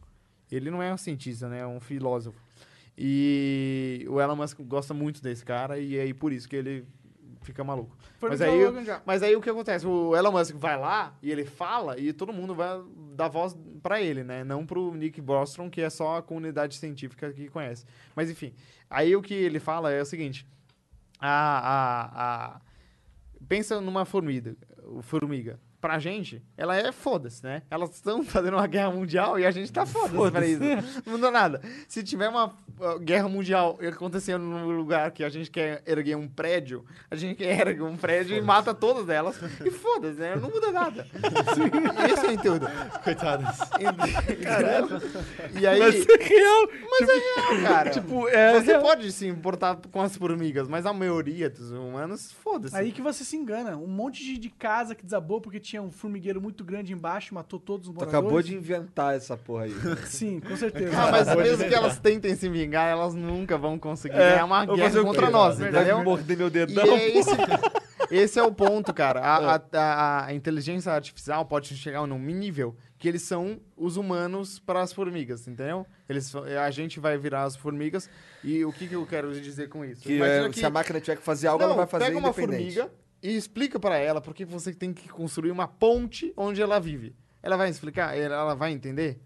Speaker 3: Ele não é um cientista, né? É um filósofo. E o Elon Musk gosta muito desse cara e é aí por isso que ele fica maluco.
Speaker 1: Foi
Speaker 3: mas
Speaker 1: no
Speaker 3: aí,
Speaker 1: Dialogue já.
Speaker 3: mas aí o que acontece? O Elon Musk vai lá e ele fala e todo mundo vai dar voz pra ele, né? Não pro Nick Bostrom, que é só a comunidade científica que conhece. Mas enfim, aí o que ele fala é o seguinte: a, a, a- pensa numa formiga, o formiga. Pra gente, ela é foda-se, né? Elas estão [laughs] fazendo uma guerra mundial e a gente tá foda-se pra isso. Não mudou nada. Se tiver uma uh, guerra mundial acontecendo num lugar que a gente quer erguer um prédio, a gente [laughs] ergue um prédio e mata todas elas. E foda-se, né? Não muda nada. Esse é o intuito.
Speaker 5: Coitadas.
Speaker 3: Caramba. E aí... [laughs]
Speaker 1: Mas é real.
Speaker 3: Mas é real, cara.
Speaker 1: Tipo, é
Speaker 3: Você
Speaker 1: real.
Speaker 3: pode se importar com as formigas, mas a maioria dos humanos, foda-se.
Speaker 1: Aí que você se engana. Um monte de, de casa que desabou porque tinha um formigueiro muito grande embaixo, matou todos os
Speaker 2: Tu
Speaker 1: moradores.
Speaker 2: acabou de inventar essa porra aí.
Speaker 1: Sim, com certeza.
Speaker 3: Ah, mas mesmo que elas tentem se vingar, elas nunca vão conseguir ganhar uma
Speaker 2: eu É, vou
Speaker 3: guerra
Speaker 2: fazer o
Speaker 3: é contra
Speaker 2: quê?
Speaker 3: nós,
Speaker 2: Deve
Speaker 3: entendeu?
Speaker 2: morder meu
Speaker 3: E
Speaker 2: dedão.
Speaker 3: é esse, esse é o ponto, cara. A, a-
Speaker 2: É.
Speaker 3: a- a inteligência artificial pode chegar num nível que eles são os humanos para as formigas, entendeu? Eles, fa- a gente vai virar as formigas. E o que, que eu quero dizer com isso?
Speaker 2: Que,
Speaker 3: Imagina
Speaker 2: é, se a máquina tiver que fazer algo,
Speaker 3: Não,
Speaker 2: ela vai fazer
Speaker 3: pega uma
Speaker 2: independente.
Speaker 3: formiga e explica pra ela por que você tem que construir uma ponte onde ela vive. Ela vai explicar? Ela ela vai entender?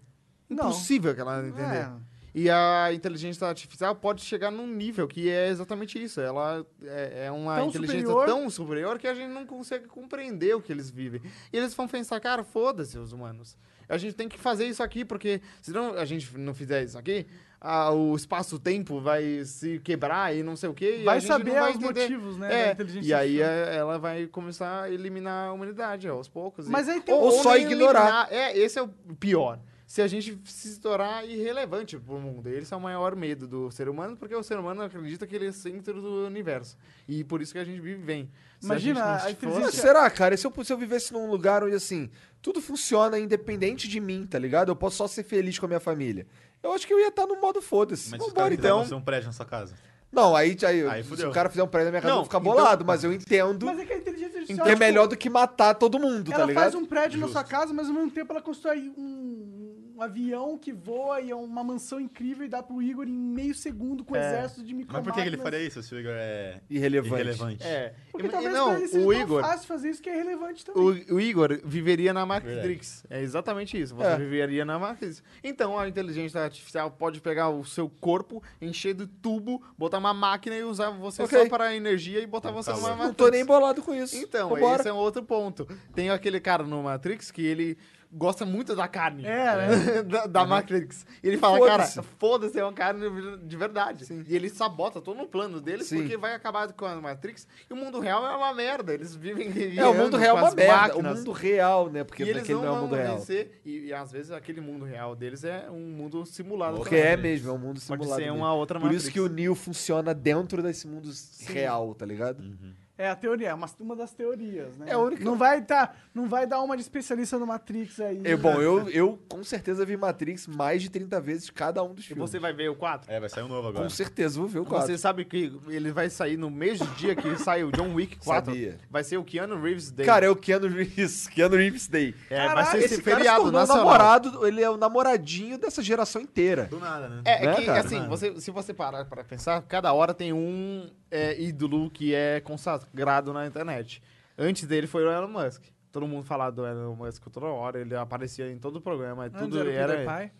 Speaker 1: Não. É.
Speaker 3: Impossível que ela vai entender.
Speaker 2: É.
Speaker 3: E a inteligência artificial pode chegar num nível que é exatamente isso. Ela é, é uma
Speaker 1: Tão
Speaker 3: inteligência
Speaker 1: superior.
Speaker 3: tão superior que a gente não consegue compreender o que eles vivem. E eles vão pensar, cara, foda-se os humanos. A gente tem que fazer isso aqui, porque se não a gente não fizer isso aqui, ah, o espaço-tempo vai se quebrar e não sei o quê. e a
Speaker 1: Vai
Speaker 3: gente não
Speaker 1: saber
Speaker 3: vai
Speaker 1: os
Speaker 3: entender.
Speaker 1: motivos, né? da
Speaker 3: É,
Speaker 1: inteligência
Speaker 3: e aí
Speaker 1: artificial.
Speaker 3: é, ela vai começar a eliminar a humanidade aos poucos.
Speaker 1: Mas
Speaker 3: e,
Speaker 1: aí tem- um
Speaker 2: Ou só
Speaker 3: nem
Speaker 2: ignorar.
Speaker 3: eliminar. É, esse é o pior. Se a gente se tornar irrelevante pro mundo. Esse é o maior medo do ser humano, porque o ser humano acredita que ele é centro do universo. E por isso que a gente vive bem. Se
Speaker 1: Imagina,
Speaker 3: a gente não
Speaker 1: a
Speaker 3: se
Speaker 1: inteligência-
Speaker 2: Mas
Speaker 3: fosse-
Speaker 2: será, cara? E Se eu, se eu vivesse num lugar onde, assim, tudo funciona independente de mim, tá ligado? Eu posso só ser feliz com a minha família. Eu acho que eu ia estar no modo foda-se.
Speaker 5: Mas os
Speaker 2: Vambora,
Speaker 5: caras
Speaker 2: então.
Speaker 5: então... um prédio na sua casa.
Speaker 2: Não, aí, aí,
Speaker 5: Aí
Speaker 2: se
Speaker 5: fudeu.
Speaker 2: o cara fizer um prédio na minha casa, eu
Speaker 5: Não,
Speaker 2: vou ficar
Speaker 5: então-
Speaker 2: bolado. Mas eu entendo
Speaker 1: Mas é que a inteligência artificial.
Speaker 2: que é
Speaker 1: tipo,
Speaker 2: melhor do que matar todo mundo, tá
Speaker 1: Ela
Speaker 2: ligado?
Speaker 1: faz um prédio na
Speaker 5: Justo.
Speaker 1: sua casa, mas ao mesmo tempo ela constrói um, um avião que voa e é uma mansão incrível e dá pro Igor em meio segundo com um exército de micro
Speaker 5: Mas por que, que ele faria isso se o Igor é
Speaker 2: Irrelevante.
Speaker 5: irrelevante?
Speaker 3: É.
Speaker 1: Porque
Speaker 3: E- e
Speaker 1: talvez pra
Speaker 3: não,
Speaker 1: ele seja
Speaker 3: o
Speaker 1: tão
Speaker 3: Igor,
Speaker 1: fácil fazer isso que é relevante também.
Speaker 3: o, o Igor viveria na Matrix. É exatamente isso. Você
Speaker 2: É.
Speaker 3: viveria na Matrix. Então, a inteligência artificial pode pegar o seu corpo, encher de tubo, botar uma máquina e usar você
Speaker 2: Ok.
Speaker 3: só para energia e botar você numa
Speaker 5: calor.
Speaker 3: Matrix.
Speaker 2: Não tô nem bolado com isso.
Speaker 3: Então,
Speaker 2: Vambora.
Speaker 3: esse é um outro ponto. Tem aquele cara no Matrix que ele gosta muito da carne. [laughs]
Speaker 1: É,
Speaker 3: da, da Matrix. E ele fala,
Speaker 2: né? Foda-se.
Speaker 3: cara, Uhum. foda-se, é uma carne de verdade. E ele sabota todo o plano deles
Speaker 2: Sim.
Speaker 3: porque vai acabar com a Matrix. E o mundo real é uma merda. Eles vivem
Speaker 2: É, o mundo real é uma merda. O mundo real, né?
Speaker 3: que
Speaker 2: Porque
Speaker 3: e eles
Speaker 2: daquele
Speaker 3: não
Speaker 2: não é o
Speaker 3: vão
Speaker 2: mundo real.
Speaker 3: vencer. E, e às vezes aquele mundo real deles é um mundo simulado.
Speaker 2: Porque é mesmo, é um mundo simulado.
Speaker 3: Pode ser
Speaker 2: mesmo.
Speaker 3: uma outra
Speaker 2: Por
Speaker 3: Matrix. Uhum.
Speaker 2: isso que o Neo funciona dentro desse mundo real, tá ligado?
Speaker 1: É É a teoria, é uma, uma das teorias, né?
Speaker 2: É a única-
Speaker 1: Não vai, tá, não vai dar uma de especialista no Matrix aí. né?
Speaker 2: É, bom,
Speaker 3: [laughs]
Speaker 2: eu, eu com certeza vi Matrix mais de 30 vezes cada um dos
Speaker 3: E
Speaker 2: filmes.
Speaker 3: você vai ver o 4?
Speaker 5: É, vai sair um novo agora.
Speaker 2: Com certeza, vou ver o 4.
Speaker 3: Você sabe que ele vai sair no mesmo dia que sai o John Wick 4?
Speaker 2: Sabia.
Speaker 3: Vai ser o Keanu Reeves Day.
Speaker 2: Cara, é o Keanu Reeves, [laughs] Keanu Reeves Day.
Speaker 3: É, vai ser esse
Speaker 2: esse cara
Speaker 3: feriado
Speaker 2: se tornou um
Speaker 3: nacional.
Speaker 2: namorado, ele é o namoradinho dessa geração inteira.
Speaker 5: Do nada, né?
Speaker 3: É, é
Speaker 2: Né,
Speaker 3: que,
Speaker 2: cara?
Speaker 3: assim, você, se você parar pra pensar, cada hora tem um é, ídolo que é consagrado na internet. Antes dele foi o Elon Musk. Todo mundo falava do Elon Musk toda hora, ele aparecia em todo o programa,
Speaker 1: Antes
Speaker 3: tudo
Speaker 1: era o
Speaker 3: era...
Speaker 1: PewDiePie.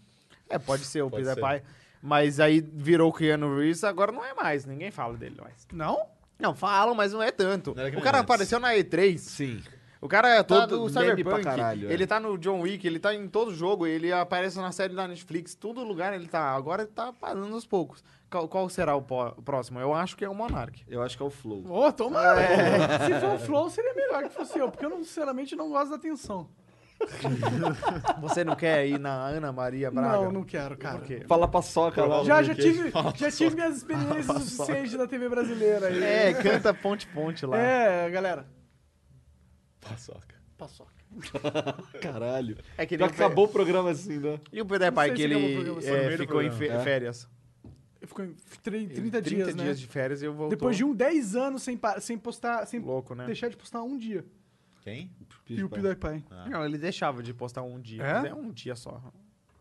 Speaker 3: É, pode ser o
Speaker 5: Pode ser.
Speaker 3: PewDiePie. Mas aí virou o Keanu Reeves, agora não é mais, ninguém fala dele mais.
Speaker 1: Não?
Speaker 3: Não, falam, mas não é tanto.
Speaker 5: Não era que
Speaker 3: o
Speaker 5: nem
Speaker 3: cara
Speaker 5: antes.
Speaker 3: apareceu na E3.
Speaker 2: Sim.
Speaker 3: O cara tá
Speaker 2: Todo
Speaker 3: no
Speaker 2: meme pra
Speaker 3: Cyberpunk,
Speaker 2: caralho, é.
Speaker 3: ele tá no John Wick, ele tá em todo jogo, ele aparece na série da Netflix, todo lugar ele tá. Agora ele tá parando aos poucos. Qual, qual será o, pó- o próximo? Eu acho que é o Monark.
Speaker 2: Eu acho que é o Flow.
Speaker 1: Ô, toma!
Speaker 3: É.
Speaker 1: Se for o Flow, seria melhor que fosse eu, porque eu, não, sinceramente, não gosto da atenção.
Speaker 3: Você não quer ir na Ana Maria Braga?
Speaker 1: Não, não quero, cara.
Speaker 3: Por quê?
Speaker 2: Fala paçoca lá.
Speaker 1: Já, já tive, já tive minhas experiências suficientes da TV brasileira aí.
Speaker 3: É, canta Ponte Ponte lá. É,
Speaker 1: É, galera.
Speaker 5: Paçoca.
Speaker 1: Paçoca.
Speaker 2: Caralho.
Speaker 3: É que
Speaker 2: Já
Speaker 3: nem o Pe-
Speaker 2: acabou o programa assim, né?
Speaker 3: E o Peter Pai,
Speaker 1: sei
Speaker 3: que
Speaker 1: se acabou o
Speaker 3: ele
Speaker 1: programa,
Speaker 3: é,
Speaker 1: foi no meio do
Speaker 3: ficou em fe-
Speaker 2: programa. É.
Speaker 3: férias.
Speaker 1: Ficou em tre- 30, dias, né?
Speaker 3: de férias e eu voltou.
Speaker 1: Depois de um 10 anos sem, pa- sem postar, sem
Speaker 3: Louco, né?
Speaker 1: deixar de postar um dia.
Speaker 5: Quem?
Speaker 1: E o PewDiePie.
Speaker 3: Não, ele deixava de postar um dia.
Speaker 1: É?
Speaker 3: mas É um dia só.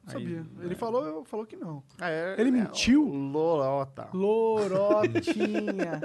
Speaker 3: Aí-
Speaker 1: Sabia. Ele falou, eu- falou que não.
Speaker 3: É,
Speaker 1: Ele
Speaker 3: é,
Speaker 1: mentiu?
Speaker 3: Lorota.
Speaker 1: Lorotinha.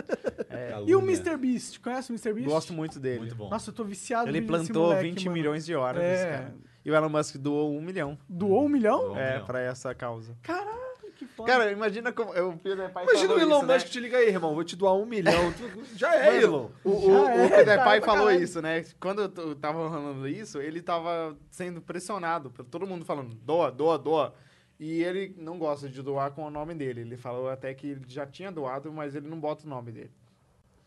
Speaker 1: [laughs] e o Mr. Beast? Conhece o Mr. Beast?
Speaker 3: Gosto muito dele.
Speaker 5: Tá né? Muito bom.
Speaker 1: Nossa, eu tô viciado
Speaker 3: Ele
Speaker 1: nesse
Speaker 3: plantou
Speaker 1: moleque,
Speaker 3: 20
Speaker 1: mano.
Speaker 3: milhões de horas,
Speaker 1: É.
Speaker 3: cara. E o Elon Musk doou um milhão
Speaker 1: Doou um milhão?
Speaker 5: Doou. Um
Speaker 3: é,
Speaker 5: milhão.
Speaker 3: pra essa causa.
Speaker 1: Caralho, que foda.
Speaker 3: Cara, imagina como. Eu, PewDiePie
Speaker 2: Imagina
Speaker 3: falou
Speaker 2: o Elon
Speaker 3: isso, né?
Speaker 2: Musk te liga aí, irmão. Vou te doar um
Speaker 3: [laughs]
Speaker 2: milhão. Tu- Já é, Elon.
Speaker 3: O, o,
Speaker 1: Já é,
Speaker 3: o PewDiePie
Speaker 1: cara, pra
Speaker 3: falou
Speaker 1: caralho.
Speaker 3: isso, né? Quando eu t- eu tava rolando isso, ele tava sendo pressionado por todo mundo falando: doa, doa, doa. E ele não gosta de doar com o nome dele. Ele falou até que ele já tinha doado, mas ele não bota o nome dele.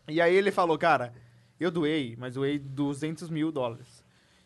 Speaker 3: E aí ele falou: cara, eu doei, mas doei 200 mil dólares.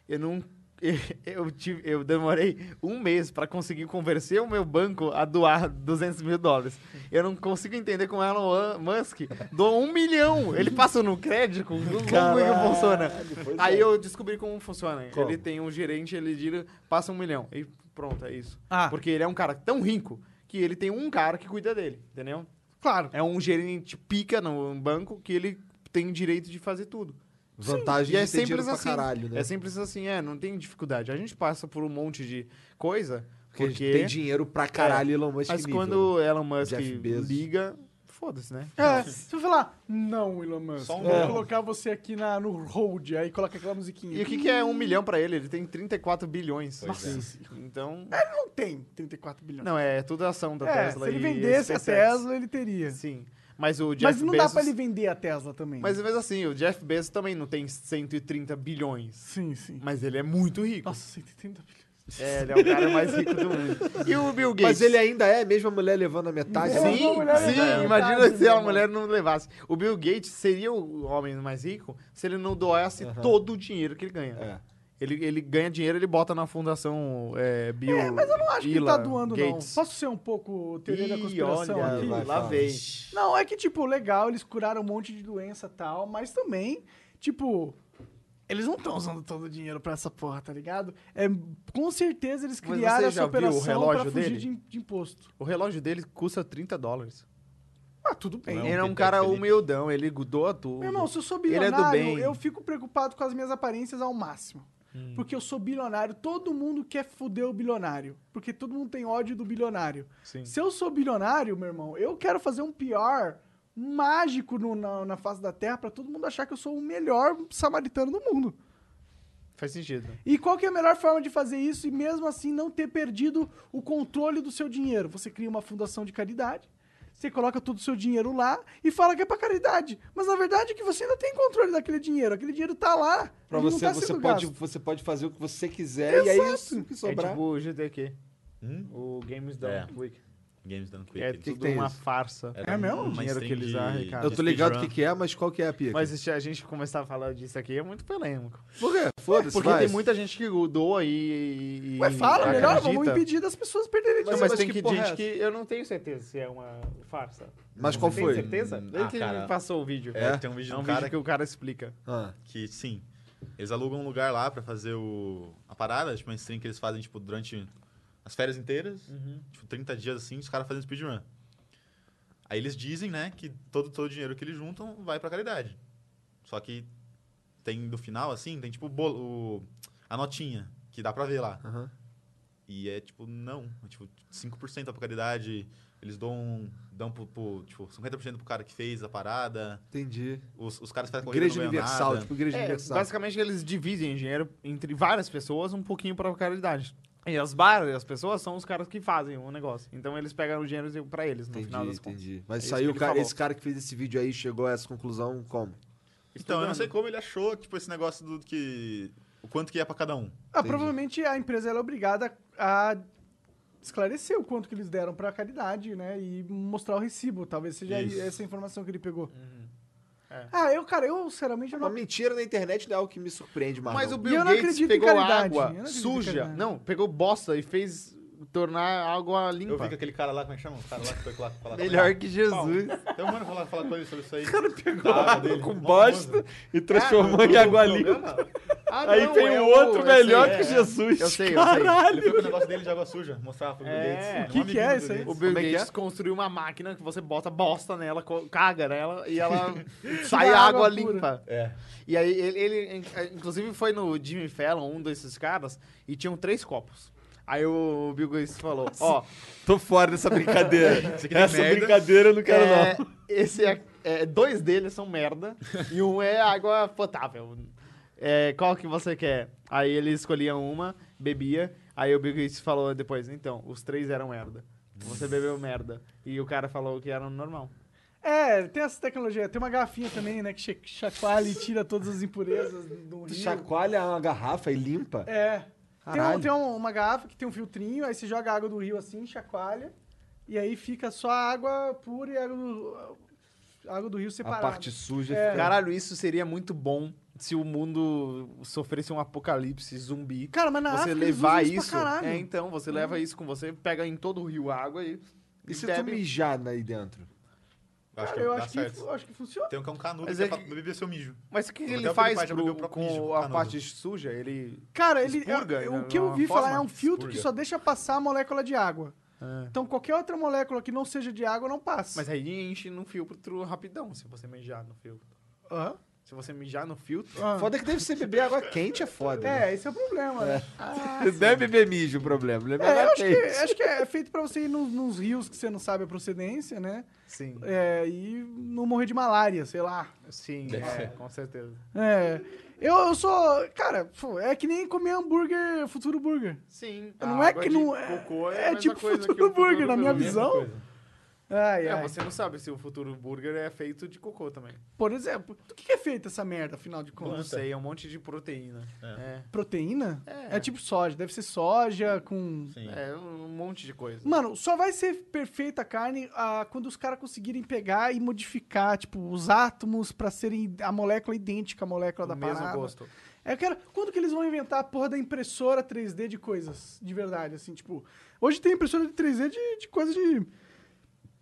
Speaker 3: Eu não. [laughs] Eu, tive, eu demorei um mês pra conseguir convencer o meu banco a doar 200 mil dólares. Eu não consigo entender como Elon Musk doou um milhão. Ele passa no crédito? Como é que funciona? Aí eu descobri como funciona. Ele tem um gerente, ele gira, passa um milhão. E pronto, é isso.
Speaker 1: Ah.
Speaker 3: [laughs] Porque ele é um cara tão rico que ele tem um cara que cuida dele, entendeu?
Speaker 1: claro.
Speaker 3: É um gerente pica no banco que ele tem direito de fazer tudo.
Speaker 2: Vantagem
Speaker 3: E é
Speaker 2: de ter dinheiro
Speaker 3: simples
Speaker 2: pra
Speaker 3: assim.
Speaker 2: caralho, né?
Speaker 3: É simples assim, é, não tem dificuldade. A gente passa por um monte de coisa
Speaker 2: Porque,
Speaker 3: porque, é,
Speaker 2: tem dinheiro pra caralho, Elon Musk.
Speaker 3: mas
Speaker 2: que nível. né?
Speaker 3: quando Elon Musk
Speaker 2: Jeff Bezos.
Speaker 3: liga, foda-se, né?
Speaker 1: É, se eu falar, não, Elon Musk,
Speaker 5: Só
Speaker 1: eu
Speaker 5: um
Speaker 1: vou
Speaker 5: milhão.
Speaker 1: colocar você aqui na, no hold, aí coloca aquela musiquinha.
Speaker 3: E o que, que é um milhão pra ele? Ele tem 34 bilhões.
Speaker 5: Pois
Speaker 2: é.
Speaker 3: Então,
Speaker 1: Não tem 34 bilhões.
Speaker 3: não é tudo ação da
Speaker 1: é,
Speaker 3: Tesla.
Speaker 1: se ele
Speaker 3: e
Speaker 1: vendesse a
Speaker 3: SpaceX.
Speaker 1: Tesla, ele teria.
Speaker 3: Sim. Mas o Jeff
Speaker 1: Mas não
Speaker 3: Bezos...
Speaker 1: dá pra ele vender a Tesla também.
Speaker 3: Mas, mas assim, o Jeff Bezos também não tem 130 bilhões.
Speaker 1: Sim, sim.
Speaker 3: Mas ele é muito rico.
Speaker 1: Nossa, 130 bilhões.
Speaker 3: É, ele é o cara mais rico do mundo. E o Bill Gates?
Speaker 2: Mas ele ainda é a mesma mulher levando a metade.
Speaker 1: Sim.
Speaker 2: né?
Speaker 3: Sim,
Speaker 1: mulher
Speaker 3: assim? sim,
Speaker 1: é verdade,
Speaker 3: imagina se
Speaker 1: né,
Speaker 3: a
Speaker 1: mano?
Speaker 3: mulher não levasse. O Bill Gates seria o homem mais rico se ele não doasse todo o dinheiro que ele ganha.
Speaker 2: É.
Speaker 3: Ele, ele ganha dinheiro, ele bota na fundação é, Bill É, mas eu
Speaker 1: Não acho que ele tá doando, não. Posso ser um pouco teoria da conspiração
Speaker 3: olha,
Speaker 1: aqui?
Speaker 2: vai.
Speaker 3: lá
Speaker 2: fala.
Speaker 3: vem.
Speaker 1: Não, é que, tipo, legal, eles curaram um monte de doença e tal, mas também, tipo. Eles não estão usando todo o dinheiro pra essa porra, tá ligado? É, com certeza eles
Speaker 3: Mas você
Speaker 1: criaram
Speaker 3: já
Speaker 1: essa
Speaker 3: viu o
Speaker 1: operação pra
Speaker 3: relógio
Speaker 1: fugir
Speaker 3: dele?
Speaker 1: de, im- de imposto.
Speaker 3: O relógio dele custa 30 dólares.
Speaker 1: Ah, tudo bem.
Speaker 5: Não,
Speaker 3: ele é um
Speaker 5: Peter
Speaker 3: cara
Speaker 5: Felipe.
Speaker 3: humildão, ele doa tudo.
Speaker 1: Meu irmão, se eu sou
Speaker 3: Ele é do
Speaker 1: bilionário,
Speaker 3: bem.
Speaker 1: eu fico preocupado com as minhas aparências ao máximo.
Speaker 3: Hum.
Speaker 1: Porque eu sou bilionário, todo mundo quer foder o bilionário. Porque todo mundo tem ódio do bilionário.
Speaker 3: Sim.
Speaker 1: Se eu sou bilionário, meu irmão, eu quero fazer um pior mágico no- na, na face da terra pra todo mundo achar que eu sou o melhor samaritano do mundo.
Speaker 3: Faz sentido.
Speaker 1: E qual que é a melhor forma de fazer isso e mesmo assim não ter perdido o controle do seu dinheiro? Você cria uma fundação de caridade, você coloca todo o seu dinheiro lá e fala que é pra caridade. Mas na verdade é que você ainda tem controle daquele dinheiro. Aquele dinheiro tá lá.
Speaker 2: Pra
Speaker 1: ele não
Speaker 2: você,
Speaker 1: tá
Speaker 2: você,
Speaker 1: sendo
Speaker 2: pode,
Speaker 1: gasto.
Speaker 2: você pode fazer o que você quiser e aí o que
Speaker 3: É
Speaker 2: sobrar.
Speaker 3: tipo o GTQ,
Speaker 5: Hum?
Speaker 3: o Games
Speaker 5: É.
Speaker 3: da Week.
Speaker 5: Games Done Quick.
Speaker 3: É
Speaker 5: Eles-
Speaker 3: tudo
Speaker 2: que tem
Speaker 3: uma
Speaker 2: isso?
Speaker 3: farsa.
Speaker 5: Era
Speaker 1: É mesmo?
Speaker 5: uma
Speaker 3: O dinheiro
Speaker 5: stream
Speaker 3: que eles
Speaker 5: de-
Speaker 3: arrecadam.
Speaker 2: Eu
Speaker 5: de
Speaker 2: tô ligado o
Speaker 5: speedrun.
Speaker 2: que, que é, mas qual que é a pica?
Speaker 3: Mas se a gente começar a falar disso aqui é muito polêmico.
Speaker 2: Por quê? Foda-se,
Speaker 3: Porque
Speaker 2: vai.
Speaker 3: tem muita gente que doa e. e
Speaker 1: Ué, fala,
Speaker 3: e
Speaker 1: melhor,
Speaker 3: acredita.
Speaker 1: vamos impedir das pessoas perderem
Speaker 3: Não,
Speaker 1: dinheiro.
Speaker 3: mas,
Speaker 2: mas
Speaker 3: tem
Speaker 2: que
Speaker 3: que
Speaker 2: porra
Speaker 3: gente
Speaker 2: é
Speaker 3: que. Eu não tenho certeza se é uma farsa.
Speaker 2: Mas qual
Speaker 3: Você Tem
Speaker 2: foi?
Speaker 3: certeza?
Speaker 5: Hum,
Speaker 3: Ele
Speaker 5: ah,
Speaker 3: que
Speaker 5: cara.
Speaker 3: me passou o vídeo.
Speaker 5: É, tem um
Speaker 3: É
Speaker 5: vídeo de
Speaker 3: um
Speaker 5: um
Speaker 3: vídeo
Speaker 5: cara
Speaker 3: que o cara explica.
Speaker 2: Ah,
Speaker 5: que, sim, eles alugam um lugar lá pra fazer o, a parada, tipo uma stream que eles fazem, tipo, durante as férias inteiras,
Speaker 2: Uhum.
Speaker 5: tipo, 30 dias assim, os caras fazendo speedrun. Aí eles dizem, né, que todo, todo o dinheiro que eles juntam vai pra caridade. Só que tem, no final, assim, tem, tipo, o bolo- o, a notinha, que dá pra ver lá.
Speaker 2: aham.
Speaker 5: E é tipo, não. É, tipo, 5% pra caridade. Eles dão, um, dão pro, pro, tipo, 50% pro cara que fez a parada.
Speaker 2: entendi.
Speaker 5: Os, os caras que fazem a corrida
Speaker 2: Igreja
Speaker 5: não ganham
Speaker 2: Universal,
Speaker 5: nada.
Speaker 2: tipo, Igreja
Speaker 3: É,
Speaker 2: Universal.
Speaker 3: basicamente eles dividem dinheiro entre várias pessoas, um pouquinho pra caridade. E as barras, as pessoas são os caras que fazem o negócio. Então eles pegam o dinheiro e dão pra eles no
Speaker 2: Entendi,
Speaker 3: final das contas.
Speaker 2: entendi. Mas
Speaker 3: É isso que
Speaker 2: saiu o
Speaker 3: ele
Speaker 2: cara,
Speaker 3: falou.
Speaker 2: esse cara que fez esse vídeo aí chegou a essa conclusão como?
Speaker 5: Então, eu não sei como ele achou, tipo, esse negócio do que... O quanto que é pra cada um.
Speaker 1: Ah, provavelmente a empresa ela é obrigada a esclarecer o quanto que eles deram pra caridade, né? E mostrar o recibo. Talvez seja aí
Speaker 5: Isso.
Speaker 1: essa informação que ele pegou.
Speaker 5: Uhum.
Speaker 3: É.
Speaker 1: Ah, eu, cara, eu sinceramente eu
Speaker 2: Uma
Speaker 1: não...
Speaker 2: mentira na internet não é algo que me surpreende mais.
Speaker 3: Mas
Speaker 2: não.
Speaker 3: o
Speaker 1: E eu
Speaker 3: Bill
Speaker 1: não
Speaker 3: Gates
Speaker 1: acredito em
Speaker 3: pegou
Speaker 1: caridade, eu não
Speaker 3: água
Speaker 1: acredito em
Speaker 3: suja.
Speaker 1: caridade.
Speaker 3: Não, pegou bosta e fez tornar água
Speaker 5: Eu vi
Speaker 3: limpa.
Speaker 5: que aquele cara lá, como é que chama? O cara lá que foi lá falar
Speaker 4: Melhor que Jesus.
Speaker 2: [laughs]
Speaker 5: Então, mano, falar, falar com ele
Speaker 1: [laughs]
Speaker 5: sobre isso aí. O cara pegou água dele.
Speaker 4: com
Speaker 5: Mó
Speaker 4: bosta
Speaker 5: famoso.
Speaker 4: e transformou
Speaker 3: É,
Speaker 4: em água limpa.
Speaker 3: Ah,
Speaker 4: Aí
Speaker 3: não,
Speaker 4: tem
Speaker 3: é
Speaker 4: um outro
Speaker 3: eu
Speaker 4: melhor
Speaker 3: sei,
Speaker 4: que
Speaker 3: é.
Speaker 4: Jesus.
Speaker 3: Eu sei, eu sei.
Speaker 4: Caralho.
Speaker 5: Ele foi com o negócio dele de água suja. Mostrava pro Bill
Speaker 3: É.
Speaker 5: Gates.
Speaker 1: Que
Speaker 5: Um
Speaker 1: que é
Speaker 5: amiguinho
Speaker 1: isso
Speaker 5: do
Speaker 1: aí?
Speaker 3: O
Speaker 5: Gates.
Speaker 3: Bill
Speaker 4: Como é que
Speaker 3: Gates
Speaker 4: é?
Speaker 3: construiu uma máquina que você bota bosta nela, co- caga nela e
Speaker 4: [laughs]
Speaker 3: ela sai
Speaker 1: Tira
Speaker 3: água,
Speaker 1: água pura.
Speaker 3: limpa.
Speaker 5: É.
Speaker 3: E aí ele, ele, in- inclusive foi no Jimmy Fallon, um desses caras, e tinham três copos. Aí o Bill Gates falou, ó,
Speaker 4: Tô fora
Speaker 3: [laughs]
Speaker 4: dessa brincadeira.
Speaker 5: Isso aqui tem
Speaker 4: Essa
Speaker 5: merda.
Speaker 4: brincadeira eu não quero,
Speaker 3: é,
Speaker 4: não.
Speaker 3: esse é, é, dois deles são merda e um é água potável. É, qual que você quer? Aí ele escolhia uma, bebia, aí o Bill Gates falou depois, então, os três eram merda. Você bebeu merda. E o cara falou que era normal.
Speaker 1: É, tem essa tecnologia. Tem uma garrafinha também, né? Que cha- chacoalha e tira todas as impurezas do
Speaker 2: Tu
Speaker 1: rio.
Speaker 2: chacoalha uma garrafa e limpa?
Speaker 1: É. Tem, um-
Speaker 2: Caralho.
Speaker 1: tem um- uma garrafa que tem um filtrinho, aí você joga a água do rio assim, chacoalha, e aí fica só a água pura e a água do, a água do rio
Speaker 2: a
Speaker 1: separada.
Speaker 2: parte suja.
Speaker 1: É.
Speaker 2: fica-
Speaker 3: Caralho, isso seria muito bom se o mundo sofresse um apocalipse zumbi.
Speaker 1: Cara, mas na
Speaker 3: você
Speaker 1: África eles
Speaker 3: levar
Speaker 1: usam
Speaker 3: isso.
Speaker 1: pra caralho. Uhum.
Speaker 3: é, então, você leva isso com você, pega em todo o rio água e.
Speaker 2: E
Speaker 1: é
Speaker 2: se tu
Speaker 3: bebe.
Speaker 2: mijar aí dentro?
Speaker 5: Eu Acho
Speaker 1: Cara,
Speaker 5: que
Speaker 1: eu
Speaker 5: dá
Speaker 1: acho que,
Speaker 5: certo.
Speaker 1: fu- acho que funciona.
Speaker 5: Tem um que é um canudo
Speaker 3: Mas
Speaker 5: que
Speaker 3: é
Speaker 5: é pra
Speaker 3: que-
Speaker 5: beber seu mijo.
Speaker 3: Mas o que, que
Speaker 5: Até o
Speaker 3: ele
Speaker 5: Pedro
Speaker 3: faz
Speaker 5: Pai já
Speaker 3: pro-
Speaker 5: bebeu o próprio Ah, mijo,
Speaker 3: com a
Speaker 5: canudo.
Speaker 3: parte suja? Ele.
Speaker 1: Cara, ele,
Speaker 3: Expurga,
Speaker 1: é-
Speaker 3: né,
Speaker 1: o que eu
Speaker 3: uma
Speaker 1: vi falar é
Speaker 3: forma. É.
Speaker 1: um filtro que
Speaker 5: Expurga.
Speaker 1: só deixa passar a molécula de água. Então qualquer outra molécula que não seja de água não passa.
Speaker 3: Mas é- aí enche num filtro rapidão, se você mijar no filtro.
Speaker 1: Hã?
Speaker 3: Se você mijar no filtro.
Speaker 1: Hã?
Speaker 2: Foda é que deve ser beber água quente, é foda. [laughs] né?
Speaker 1: É, esse é o problema, né?
Speaker 4: Não é beber mijo o problema. Não é
Speaker 1: É, eu
Speaker 4: beber
Speaker 1: acho que, acho que é feito pra você ir nos, nos rios que você não sabe a procedência, né?
Speaker 3: Sim.
Speaker 1: É, e não morrer de malária, sei lá.
Speaker 3: Sim,
Speaker 5: [laughs] Deve
Speaker 3: é,
Speaker 5: ser.
Speaker 3: com certeza.
Speaker 1: É. Eu, eu sou. Cara, pô, é que nem comer hambúrguer, futuro burger.
Speaker 3: Sim.
Speaker 1: Não
Speaker 3: a
Speaker 1: é
Speaker 3: água
Speaker 1: que
Speaker 3: de
Speaker 1: não é-
Speaker 3: Cocô é a
Speaker 1: é
Speaker 3: mesma
Speaker 1: tipo
Speaker 3: coisa que
Speaker 1: futuro
Speaker 3: o
Speaker 1: burger, na minha
Speaker 3: pelo menos.
Speaker 1: visão. Ai,
Speaker 3: É,
Speaker 1: ai.
Speaker 3: você não sabe se o futuro burger é feito de cocô também.
Speaker 1: Por exemplo, do que que é feita essa merda, afinal de
Speaker 3: Não
Speaker 1: contas?
Speaker 3: sei, é um monte de proteína. É.
Speaker 1: Proteína?
Speaker 3: É.
Speaker 1: É. tipo soja, deve ser soja com.
Speaker 5: Sim.
Speaker 3: É, um monte de coisa.
Speaker 1: Mano, só vai ser perfeita a carne ah, quando os caras conseguirem pegar e modificar, tipo, os átomos pra serem a molécula idêntica à molécula
Speaker 3: o
Speaker 1: da
Speaker 3: mesmo
Speaker 1: parada. É,
Speaker 3: gosto.
Speaker 1: Eu quero. Quando que eles vão inventar a porra da impressora 3D de coisas? De verdade, assim, tipo. Hoje tem impressora de 3D de, de coisa de.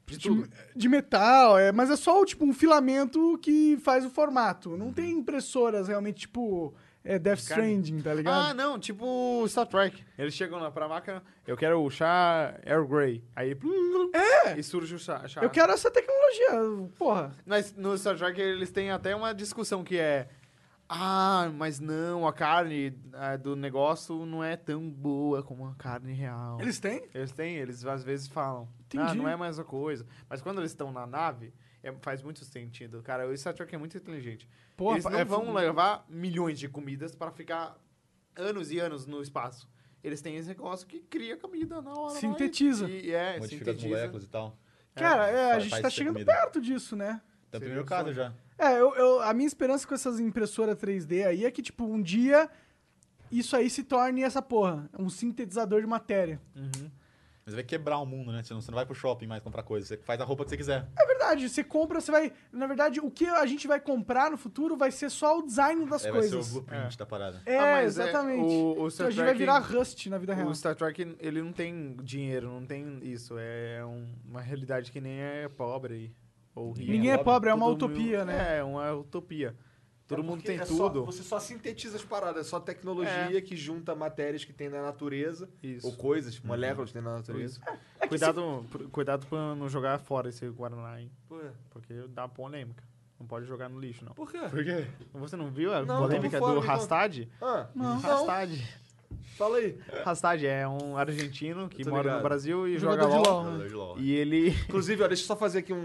Speaker 3: De
Speaker 1: De,
Speaker 3: tudo.
Speaker 1: de metal, é, mas é só tipo um filamento que faz o formato. Não tem impressoras realmente, tipo, é Death
Speaker 3: Uhum. carne.
Speaker 1: Stranding, tá
Speaker 3: Ah,
Speaker 1: ligado?
Speaker 3: não, tipo Star Trek. Eles chegam lá pra máquina, eu quero o chá Earl Grey. Aí é. e surge o chá. chá.
Speaker 1: Eu quero essa tecnologia, porra.
Speaker 3: Mas no Star Trek eles têm até uma discussão que é... Ah, mas não, a carne ah, do negócio não é tão boa como a carne real.
Speaker 1: Eles têm?
Speaker 3: Eles têm, eles às vezes falam. Ah,
Speaker 1: Entendi.
Speaker 3: não é mais a coisa. Mas quando eles estão na nave, é- faz muito sentido. Cara, o Star Trek é muito inteligente.
Speaker 1: Porra,
Speaker 3: eles não
Speaker 1: é-
Speaker 3: vão levar milhões de comidas para ficar anos e anos no espaço. Eles têm esse negócio que cria comida na hora. lá e-
Speaker 1: Sintetiza.
Speaker 3: E, é,
Speaker 5: Modifica as
Speaker 3: sintetiza.
Speaker 5: moléculas e tal.
Speaker 1: Cara, é, a
Speaker 5: Faz-
Speaker 1: gente
Speaker 5: faz
Speaker 1: tá
Speaker 5: ser
Speaker 1: chegando
Speaker 5: comida.
Speaker 1: perto disso, né?
Speaker 3: Seria
Speaker 5: Então, primeiro
Speaker 3: um
Speaker 5: caso
Speaker 3: sonho.
Speaker 5: já.
Speaker 1: É, eu, eu- a minha esperança com essas impressoras 3D aí é que, tipo, um dia isso aí se torne essa porra, um sintetizador de matéria.
Speaker 5: Mas vai quebrar o mundo, né? Você não, você não vai pro shopping mais comprar coisa. Você faz a roupa que você quiser.
Speaker 1: É verdade, você compra, você vai. Na verdade, o que a gente vai comprar no futuro vai ser só o design das
Speaker 5: É, vai ser o
Speaker 1: coisas.
Speaker 5: blueprint da parada.
Speaker 1: É,
Speaker 3: Ah, mas é,
Speaker 1: exatamente.
Speaker 3: o- o
Speaker 1: então
Speaker 3: Star
Speaker 1: a gente
Speaker 3: Trek-
Speaker 1: vai virar Rust na vida real.
Speaker 3: O Star Trek, ele não tem dinheiro, não tem isso. É um- uma realidade que nem é pobre aí. Ou rica.
Speaker 1: Ninguém é pobre, é uma
Speaker 3: Todo
Speaker 1: utopia,
Speaker 3: mundo-
Speaker 1: né?
Speaker 3: É, uma utopia. Todo
Speaker 2: É
Speaker 3: mundo
Speaker 2: porque
Speaker 3: tem
Speaker 2: é só-
Speaker 3: tudo.
Speaker 2: você só sintetiza as paradas, é só tecnologia que junta matérias que tem na natureza, Uhum.
Speaker 3: Isso.
Speaker 2: ou coisas, moléculas que tem na natureza.
Speaker 1: é,
Speaker 3: Cuidado, pr- cuidado pra não jogar fora esse Guaraná, hein?
Speaker 2: Pô, é.
Speaker 3: Porque dá polêmica. Não pode jogar no lixo, não.
Speaker 2: Por quê?
Speaker 5: Por quê?
Speaker 3: Você não viu a
Speaker 2: Não,
Speaker 3: polêmica
Speaker 2: tô por
Speaker 3: do
Speaker 2: fora, me
Speaker 3: Rastad?
Speaker 2: Ah, não.
Speaker 3: Rastad.
Speaker 2: Fala aí.
Speaker 3: Rastad é um argentino que
Speaker 2: Tô
Speaker 3: mora
Speaker 2: ligado.
Speaker 3: no Brasil e
Speaker 1: Jogador
Speaker 3: joga
Speaker 1: de
Speaker 3: LOL.
Speaker 1: LOL. né?
Speaker 5: Jogador de LOL.
Speaker 3: E ele...
Speaker 2: Inclusive, ó, deixa eu só fazer aqui um.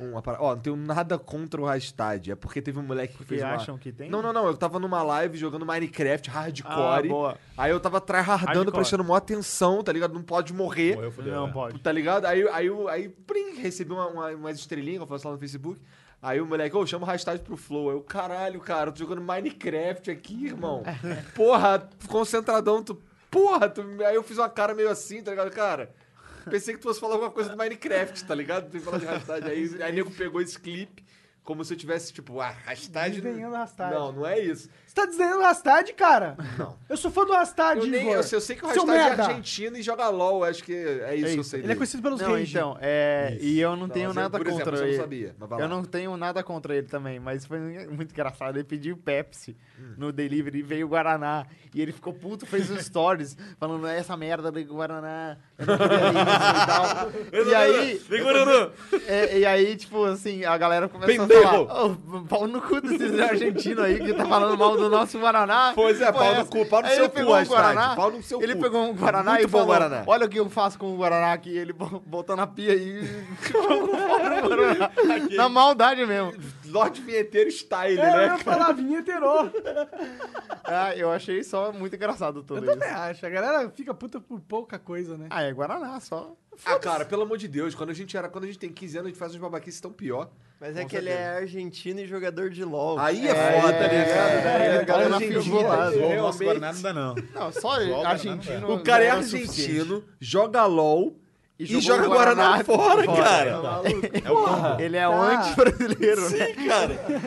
Speaker 2: um uma parada. Ó, não tenho nada contra o Rastad. É porque teve um moleque que
Speaker 3: Porque
Speaker 2: fez uma...
Speaker 3: acham que tem?
Speaker 2: Não, não, não. Eu tava numa live jogando Minecraft
Speaker 3: Ah,
Speaker 2: hardcore.
Speaker 3: boa.
Speaker 2: aí eu tava tryhardando,
Speaker 3: Hardcore.
Speaker 2: prestando maior atenção, tá ligado? Não pode morrer.
Speaker 5: Morreu, fudeu.
Speaker 3: Não
Speaker 5: é.
Speaker 3: pode.
Speaker 2: Tá ligado? Aí, aí, aí, plim, recebi uma, uma, umas estrelinhas que eu faço lá no Facebook. Aí o moleque, ô, chama o hashtag pro Flow. Aí eu, caralho, cara, eu tô jogando Minecraft aqui,
Speaker 3: [laughs]
Speaker 2: irmão. Porra, concentradão, tu. Porra, tu... aí eu fiz uma cara meio assim, tá ligado? Cara, pensei que tu fosse falar alguma coisa do Minecraft, tá ligado? Tu ia falar de hashtag. Aí, aí o nego pegou esse clipe como se eu tivesse, tipo, ah, hashtag.
Speaker 1: Desenhando hashtag.
Speaker 2: Não, não é isso.
Speaker 1: Você tá desenhando Rastad, cara? Não. Eu sou fã do Rastad,
Speaker 3: Tá
Speaker 2: Eu, nem,
Speaker 1: Igor.
Speaker 2: eu, sei, eu sei que o
Speaker 1: Seu
Speaker 2: hashtag é
Speaker 1: merda.
Speaker 2: argentino e joga LOL, acho que é isso, que eu
Speaker 3: isso.
Speaker 2: sei.
Speaker 1: Ele é
Speaker 2: dele.
Speaker 1: conhecido pelos
Speaker 3: Não,
Speaker 1: rage.
Speaker 3: então, é, e eu não,
Speaker 2: Não,
Speaker 3: tenho
Speaker 2: mas eu-
Speaker 3: nada
Speaker 2: por exemplo,
Speaker 3: contra
Speaker 2: você não
Speaker 3: ele.
Speaker 2: sabia, mas vai
Speaker 3: eu
Speaker 2: lá.
Speaker 3: não tenho nada contra ele também, mas foi muito engraçado. Ele pediu Pepsi
Speaker 2: Hum.
Speaker 3: no delivery e veio o Guaraná. E ele ficou puto, fez uns stories [laughs] falando "É essa merda do Guaraná. Eu não queria
Speaker 2: [laughs]
Speaker 3: isso e tal. e aí. é, e aí, tipo assim, a galera começa a falar: "Ô, pau no cu desses argentinos aí que tá falando mal do nosso Guaraná.
Speaker 2: Pois é,
Speaker 3: Que porra
Speaker 2: pau no
Speaker 3: essa?"
Speaker 2: cu, pau no
Speaker 3: Aí
Speaker 2: seu
Speaker 3: ele
Speaker 2: cu,
Speaker 3: pegou um
Speaker 2: hashtag,
Speaker 3: Guaraná,
Speaker 2: pau no seu
Speaker 3: Ele
Speaker 2: cu.
Speaker 3: pegou um Guaraná
Speaker 2: Muito
Speaker 3: e
Speaker 2: bom
Speaker 3: falou:
Speaker 2: Guaraná.
Speaker 3: Olha o que eu faço com o Guaraná aqui. Ele bo- botou na pia e [laughs] jogou fora o Guaraná. Na maldade mesmo.
Speaker 2: Lorde Vinheteiro style,
Speaker 1: É, eu
Speaker 2: né?
Speaker 1: ia falar, é vinheteiro.
Speaker 3: Ah, eu achei só muito engraçado tudo
Speaker 1: Eu também
Speaker 3: isso.
Speaker 1: acho. A galera fica puta por pouca coisa, né?
Speaker 3: Ah, é Guaraná só.
Speaker 2: Ah, cara, pelo amor de Deus, quando a gente era, quando a gente tem 15 anos, a gente faz uns babaquices tão pior.
Speaker 7: Mas é que ele é argentino e jogador de LOL.
Speaker 2: Aí é, foda, tá ligado?
Speaker 3: é,
Speaker 2: Ele
Speaker 3: a galera
Speaker 2: hoje em
Speaker 3: fica
Speaker 2: dia,
Speaker 3: bolada.
Speaker 5: Bom, o nosso
Speaker 2: realmente,
Speaker 5: Guaraná não dá, não.
Speaker 3: Não, só
Speaker 5: Guaraná não
Speaker 3: argentino.
Speaker 5: dá.
Speaker 2: O cara é
Speaker 3: não suficiente.
Speaker 2: argentino, joga LOL e,
Speaker 3: jogou
Speaker 2: joga
Speaker 3: o
Speaker 2: Guaraná, fora, cara.
Speaker 5: É o combo.
Speaker 3: Ele é anti-brasileiro, né?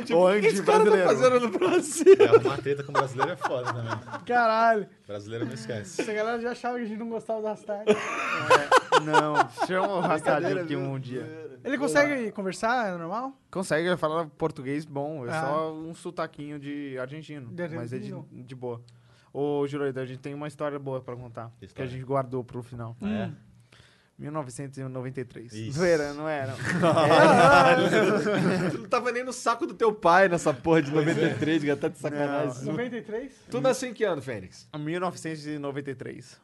Speaker 3: o
Speaker 2: O que tipo, esse cara tá
Speaker 3: anti-brasileiro.
Speaker 2: fazendo no Brasil?
Speaker 5: É, arrumar treta com brasileiro é foda também.
Speaker 1: Caralho.
Speaker 5: Brasileiro não esquece.
Speaker 1: Essa galera já achava que a gente não gostava do Rastad.
Speaker 3: Não, chama o
Speaker 5: [laughs]
Speaker 3: Rastadinho aqui um
Speaker 5: É.
Speaker 3: dia.
Speaker 1: Ele consegue conversar, é normal?
Speaker 3: Consegue falar português bom, é
Speaker 1: Ah.
Speaker 3: só um sotaquinho de argentino.
Speaker 1: De
Speaker 3: mas é de,
Speaker 1: argentino.
Speaker 3: de boa. Ô, Juroida, a gente tem uma história boa pra contar. Que a
Speaker 5: História.
Speaker 3: gente guardou pro final.
Speaker 5: É.
Speaker 3: 1993.
Speaker 5: Isso.
Speaker 3: Não era, não
Speaker 5: [laughs]
Speaker 3: era. [laughs]
Speaker 2: Tu Ah, [laughs] não tava nem no saco do teu pai nessa porra de 93, cara, tá de sacanagem.
Speaker 1: 93?
Speaker 2: Tu nasceu em que ano, Fênix?
Speaker 3: 1993.